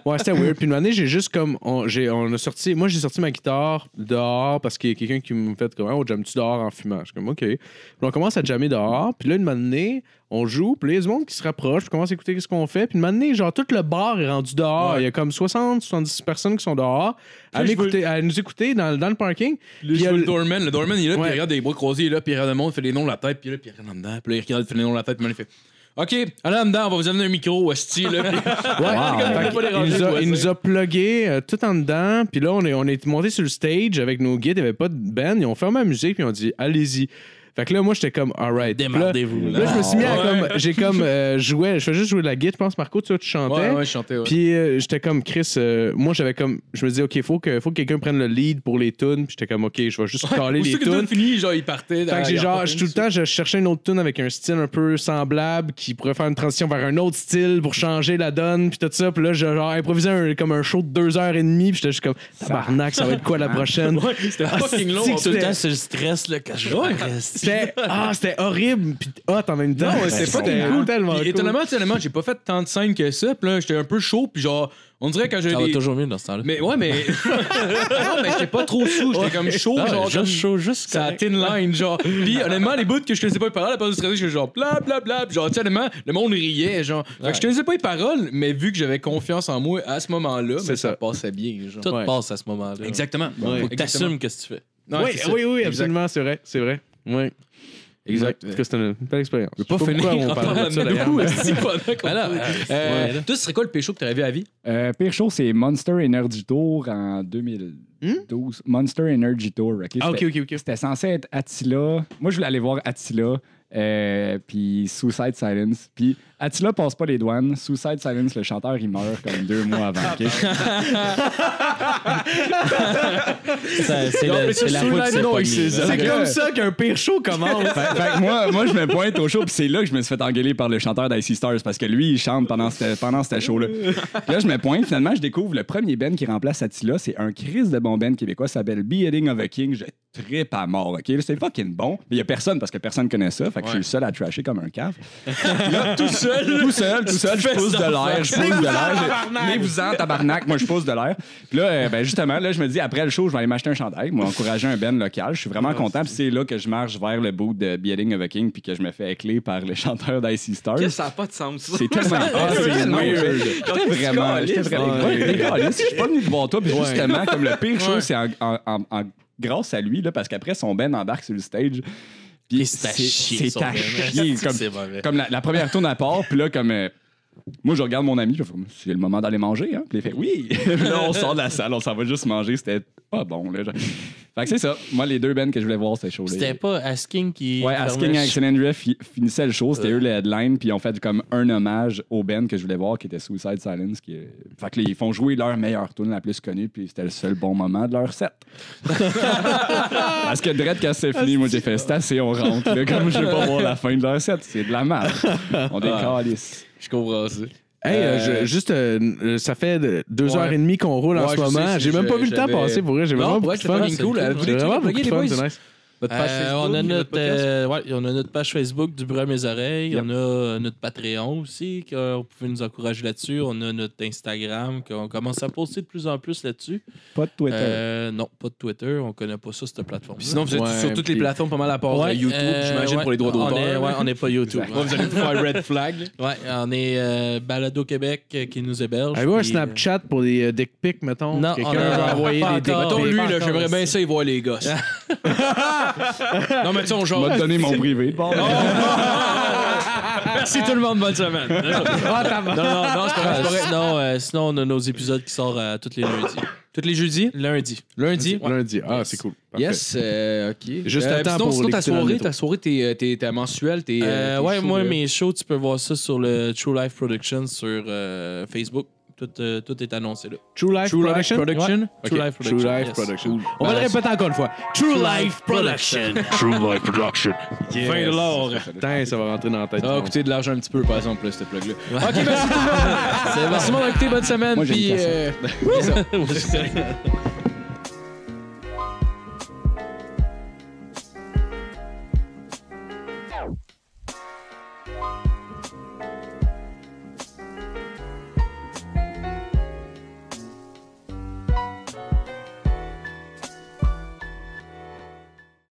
[SPEAKER 4] Ouais, c'était weird. Puis une année, j'ai juste comme. On, j'ai, on a sorti. Moi, j'ai sorti ma guitare dehors parce qu'il y a quelqu'un qui me fait comme. Ah, on jamme-tu dehors en fumant? Je suis comme, OK. Puis on commence à jammer dehors. Puis là, une année, on joue. Puis là, il y a du monde qui se rapproche. Puis commence à écouter ce qu'on fait. Puis une année, genre, tout le bar est rendu dehors. Il y a comme 60, 70 personnes qui sont dehors à,
[SPEAKER 3] Puis je
[SPEAKER 4] m'écouter- à nous écouter dans, dans le parking.
[SPEAKER 3] Puis
[SPEAKER 4] il y a
[SPEAKER 3] je vois
[SPEAKER 4] le-
[SPEAKER 3] le doorman, le doorman, il est là, puis
[SPEAKER 4] Ouais.
[SPEAKER 3] il regarde des bras croisés, il est là, puis il regarde le monde, il fait les noms de la tête, puis là, puis il regarde en dedans, puis là, il regarde, il fait les noms de la tête, puis là, il fait OK, allez en dedans, on va vous amener un micro, hostie, là. Puis-
[SPEAKER 4] Ouais,
[SPEAKER 3] Ah, Fait
[SPEAKER 4] Fait
[SPEAKER 3] que-
[SPEAKER 4] qu'il nous a- il nous a plugué euh, tout en dedans. Puis là, on est, on est monté sur le stage avec nos guides. Il n'y avait pas de band. Ils ont fermé la musique. Puis ils ont dit, allez-y. Fait que là, moi, j'étais comme, alright.
[SPEAKER 7] Ah. Démerdez-vous.
[SPEAKER 4] Là, je me suis mis à
[SPEAKER 3] Ouais.
[SPEAKER 4] comme. J'ai comme. euh, joué, je fais juste jouer de la guitare, je pense, Marco, tu vois, tu chantais.
[SPEAKER 3] Ouais, ouais, je chantais, ouais.
[SPEAKER 4] Puis euh, j'étais comme, Chris, euh, moi, j'avais comme. Je me disais, OK, faut que, faut que quelqu'un prenne le lead pour les tunes. Puis j'étais comme, OK, je vais juste caler les
[SPEAKER 3] Aussitôt que le
[SPEAKER 4] tunes.
[SPEAKER 3] tune fini, genre, Ah, il partait.
[SPEAKER 4] Fait que j'ai genre, je- tout le temps, je cherchais une autre tune avec un style un peu semblable qui pourrait faire une transition vers un autre style pour changer la donne, puis tout ça. Puis là, je genre, improvisais un- comme un show de deux heures et demie, puis j'étais juste comme, tabarnak, ça va être quoi la prochaine?
[SPEAKER 3] C'était
[SPEAKER 4] Ah,
[SPEAKER 3] fucking long.
[SPEAKER 4] si
[SPEAKER 3] en
[SPEAKER 4] que
[SPEAKER 7] Tout
[SPEAKER 3] plus.
[SPEAKER 7] le temps, c'est le stress là, que je reste.
[SPEAKER 4] C'était ah, c'était horrible, puis ah, hot en même temps.
[SPEAKER 3] Non, ouais, c'était
[SPEAKER 4] pas
[SPEAKER 3] fucking cool.
[SPEAKER 4] tellement
[SPEAKER 3] Puis
[SPEAKER 4] cool.
[SPEAKER 3] étonnamment, étonnamment, j'ai pas fait tant de scènes que ça. Puis là, j'étais un peu chaud. Puis genre, on dirait quand j'ai.
[SPEAKER 7] Ça va
[SPEAKER 3] des-
[SPEAKER 7] toujours mieux dans ce temps-là.
[SPEAKER 3] Mais ouais, mais. non, mais j'étais pas trop sous. J'étais comme chaud.
[SPEAKER 7] Ah,
[SPEAKER 3] genre,
[SPEAKER 7] juste chaud, juste
[SPEAKER 3] ça
[SPEAKER 7] correct.
[SPEAKER 3] thin line, genre. Puis honnêtement, les bouts que je connaissais pas les paroles, à part du stratégie, j'étais genre bla bla bla. Puis genre, tu sais, honnêtement, le monde riait, genre. Fait que je connaissais pas les paroles, mais vu que j'avais confiance en moi à ce moment-là,
[SPEAKER 4] C'est
[SPEAKER 3] ben, ça
[SPEAKER 4] ça.
[SPEAKER 3] passait bien, genre.
[SPEAKER 7] Tout
[SPEAKER 4] Ouais.
[SPEAKER 7] passe à ce moment-là.
[SPEAKER 3] Exactement.
[SPEAKER 7] Faut que
[SPEAKER 3] Exactement.
[SPEAKER 7] t'assumes qu'est-ce que tu fais.
[SPEAKER 3] Non,
[SPEAKER 4] oui,
[SPEAKER 3] c'est ça.
[SPEAKER 4] oui, oui,
[SPEAKER 3] Exact.
[SPEAKER 4] absolument, c'est vrai, c'est vrai. Oui.
[SPEAKER 3] Exact.
[SPEAKER 4] Parce que c'était une belle expérience.
[SPEAKER 3] Je veux pas
[SPEAKER 4] Je sais
[SPEAKER 3] finir
[SPEAKER 4] pourquoi on
[SPEAKER 3] en
[SPEAKER 4] parle de
[SPEAKER 3] parlant
[SPEAKER 4] ça,
[SPEAKER 3] de
[SPEAKER 4] d'ailleurs.
[SPEAKER 3] nous, c'est hein. pas vrai qu'on-
[SPEAKER 7] Alors,
[SPEAKER 3] Euh,
[SPEAKER 7] ouais, là.
[SPEAKER 3] Toi, ce serait quoi le pécho que t'aurais vu à vie?
[SPEAKER 6] Euh, pire chose, c'est Monster Energy Tour en 2012. Monster Energy Tour. ok?
[SPEAKER 4] Hmm? Ah, ok,
[SPEAKER 6] C'était-
[SPEAKER 4] ok, ok.
[SPEAKER 6] C'était censé être Attila. Moi, je voulais aller voir Attila. euh, puis Suicide Silence. Puis Attila passe pas les douanes. Suicide Silence, le chanteur, il meurt comme deux mois avant. ok?
[SPEAKER 7] Ça, C'est le- c'est la route que c'est
[SPEAKER 4] C'est
[SPEAKER 6] Ok.
[SPEAKER 4] comme ça qu'un pire show commence.
[SPEAKER 6] Fait- fait que moi, moi, je me pointe au show, puis c'est là que je me suis fait engueuler par le chanteur d'IC Stars, parce que lui, il chante pendant ce pendant ce show-là. Puis là, je me pointe, finalement, je découvre le premier Ben qui remplace Attila, c'est un Chris de bon Ben québécois, ça s'appelle Beating of a King, je trippe à mort, OK? C'est fucking bon, mais il y a personne, parce que personne connaît ça, fait que je suis le seul à trasher comme un cave. Puis là, tout seul, tout seul, tout seul, je pousse de l'air, je pousse de l'air, je- venez-vous-en, tabarnak, moi, je pousse de l'air. Puis là, euh, ben, justement, là, je me dis, après le show, je vais aller m'acheter un chandail, moi, encourager un Ben local, je suis vraiment content, puis c'est là que je marche vers le bout de Beating of a King, puis que je me fais écler par le chanteur d'IC Stars.
[SPEAKER 5] Qu'est-ce que ça n'a pas de sens, ça?
[SPEAKER 6] C'est tellement Ah, c'est
[SPEAKER 5] weird.
[SPEAKER 6] weird.
[SPEAKER 5] Quand tu
[SPEAKER 6] J'étais vraiment.
[SPEAKER 5] colles,
[SPEAKER 6] J'étais vraiment. Ouais, dégueulasse. Je suis pas venu te voir toi, puis justement, comme le pire chose, c'est en, en- en- en- grâce à lui, là, parce qu'après, son Ben embarque sur le stage. Puis
[SPEAKER 7] Puis c'est à chier, son
[SPEAKER 6] C'est à
[SPEAKER 7] Ben.
[SPEAKER 6] chier.
[SPEAKER 7] C'est
[SPEAKER 6] Comme,
[SPEAKER 7] mauvais.
[SPEAKER 6] comme la, la première tourne à part, puis là, comme. euh, moi, je regarde mon ami, je fais, c'est le moment d'aller manger, hein? Puis il fait, oui! Puis là, on sort de la salle, on s'en va juste manger, c'était pas bon, là. Fait que c'est ça. Moi, les deux bands que je voulais voir, c'était chaud, là.
[SPEAKER 7] C'était pas Asking qui.
[SPEAKER 6] Ouais,
[SPEAKER 7] fermait
[SPEAKER 6] Asking
[SPEAKER 7] le
[SPEAKER 6] Action Andrea fi- finissait le show, c'était eux le headline, puis ils ont fait comme un hommage au band que je voulais voir, qui était Suicide Silence. Qui... est- Fait que là, ils font jouer leur meilleure tune, la plus connue, puis c'était le seul bon moment de leur set. Parce que direct quand c'est fini, moi j'ai fait c'est assez, on rentre. là, comme je veux pas voir la fin de leur set, c'est de la merde. On décalisse.
[SPEAKER 3] Je comprends ça.
[SPEAKER 4] Hey, euh,
[SPEAKER 3] Euh,
[SPEAKER 4] je- juste, euh, euh, ça fait de- deux
[SPEAKER 3] Ouais.
[SPEAKER 4] heures et demie qu'on roule en
[SPEAKER 3] Ouais,
[SPEAKER 4] ce
[SPEAKER 3] je sais,
[SPEAKER 4] moment.
[SPEAKER 3] c'est-
[SPEAKER 4] J'ai même
[SPEAKER 3] je-
[SPEAKER 4] pas vu le temps
[SPEAKER 3] j'avais-
[SPEAKER 4] passer pour vrai. J'ai
[SPEAKER 3] Non,
[SPEAKER 4] vraiment
[SPEAKER 3] ouais,
[SPEAKER 4] beaucoup de
[SPEAKER 3] c'était
[SPEAKER 4] fun.
[SPEAKER 3] fucking cool.
[SPEAKER 4] J'ai
[SPEAKER 3] Voulez-vous
[SPEAKER 4] vraiment
[SPEAKER 3] plugger
[SPEAKER 4] beaucoup de
[SPEAKER 3] les
[SPEAKER 4] fun,
[SPEAKER 3] boys?
[SPEAKER 4] c'est nice.
[SPEAKER 3] Votre page
[SPEAKER 7] Euh,
[SPEAKER 3] Facebook,
[SPEAKER 7] on, a
[SPEAKER 3] votre
[SPEAKER 7] notre,
[SPEAKER 3] podcast?
[SPEAKER 7] euh, ouais, on a notre page Facebook du Bruit à mes oreilles.
[SPEAKER 3] Yep.
[SPEAKER 7] On a euh, notre Patreon aussi, que euh, vous pouvez nous encourager là-dessus. On a notre Instagram, qu'on commence à poster de plus en plus là-dessus.
[SPEAKER 6] Pas de Twitter.
[SPEAKER 7] Euh, non, pas de Twitter. On connaît pas ça, cette plateforme.
[SPEAKER 3] Puis sinon, vous êtes
[SPEAKER 4] Ouais,
[SPEAKER 3] sur toutes
[SPEAKER 4] puis-
[SPEAKER 3] les plateformes, pas mal à part euh, YouTube, j'imagine, pour les droits
[SPEAKER 7] On est,
[SPEAKER 3] d'auteur.
[SPEAKER 7] ouais, on n'est pas YouTube.
[SPEAKER 3] Ouais, vous allez vous faire red flag. là.
[SPEAKER 7] Ouais, on est euh, Balado Québec euh, qui nous héberge.
[SPEAKER 3] Ah
[SPEAKER 4] Avez-vous un
[SPEAKER 7] puis,
[SPEAKER 4] Snapchat pour des euh, dick pics, mettons?
[SPEAKER 7] Non,
[SPEAKER 4] Quelqu'un va
[SPEAKER 7] on a-
[SPEAKER 4] envoyer
[SPEAKER 7] pas
[SPEAKER 4] des dick
[SPEAKER 7] encore.
[SPEAKER 4] pics.
[SPEAKER 3] Mettons, lui,
[SPEAKER 7] pas
[SPEAKER 3] là,
[SPEAKER 7] encore
[SPEAKER 3] j'aimerais
[SPEAKER 7] ici.
[SPEAKER 3] bien ça y voir les gosses. non, mais tu sais, on
[SPEAKER 6] On
[SPEAKER 3] genre.
[SPEAKER 6] m'a donné mon privé.
[SPEAKER 3] Merci tout le monde, bonne semaine. Ah,
[SPEAKER 7] euh, Non, non, non, c'est pas vrai, c'est pas vrai. Sinon, euh, sinon, on a nos épisodes qui sortent euh, tous les lundis.
[SPEAKER 3] Toutes les jeudis?
[SPEAKER 7] Lundi.
[SPEAKER 3] Lundi? ouais.
[SPEAKER 4] Lundi. Ah, c'est cool. Parfait.
[SPEAKER 3] Yes, euh, ok.
[SPEAKER 4] Juste
[SPEAKER 3] euh,
[SPEAKER 4] le temps
[SPEAKER 3] sinon,
[SPEAKER 4] pour
[SPEAKER 3] sinon, ta
[SPEAKER 4] l'écouter dans le
[SPEAKER 3] soirée,
[SPEAKER 4] métro.
[SPEAKER 3] ta soirée, t'es, euh, t'es, t'es mensuelle, t'es.
[SPEAKER 7] Euh,
[SPEAKER 3] euh, t'es
[SPEAKER 7] ouais,
[SPEAKER 3] chaud,
[SPEAKER 7] moi,
[SPEAKER 3] là.
[SPEAKER 7] mes shows, tu peux voir ça sur le True Life Productions sur euh, Facebook. Tout, euh, tout est annoncé là.
[SPEAKER 4] True Life
[SPEAKER 3] True Life
[SPEAKER 4] Production?
[SPEAKER 3] Production?
[SPEAKER 7] True Life
[SPEAKER 4] True
[SPEAKER 7] Productions.
[SPEAKER 4] Life
[SPEAKER 7] yes.
[SPEAKER 4] Production. On va le répéter encore une fois. True Life Production.
[SPEAKER 3] Fin de l'or.
[SPEAKER 4] Putain, ça va rentrer dans la tête.
[SPEAKER 3] Ça va coûter de l'argent un petit peu, par exemple, là, ce plug-là. Ok, merci. euh, beaucoup. merci, mon écouté, bonne semaine.
[SPEAKER 6] Moi, j'ai une
[SPEAKER 3] puis,
[SPEAKER 6] cassette.
[SPEAKER 3] euh, c'est ça.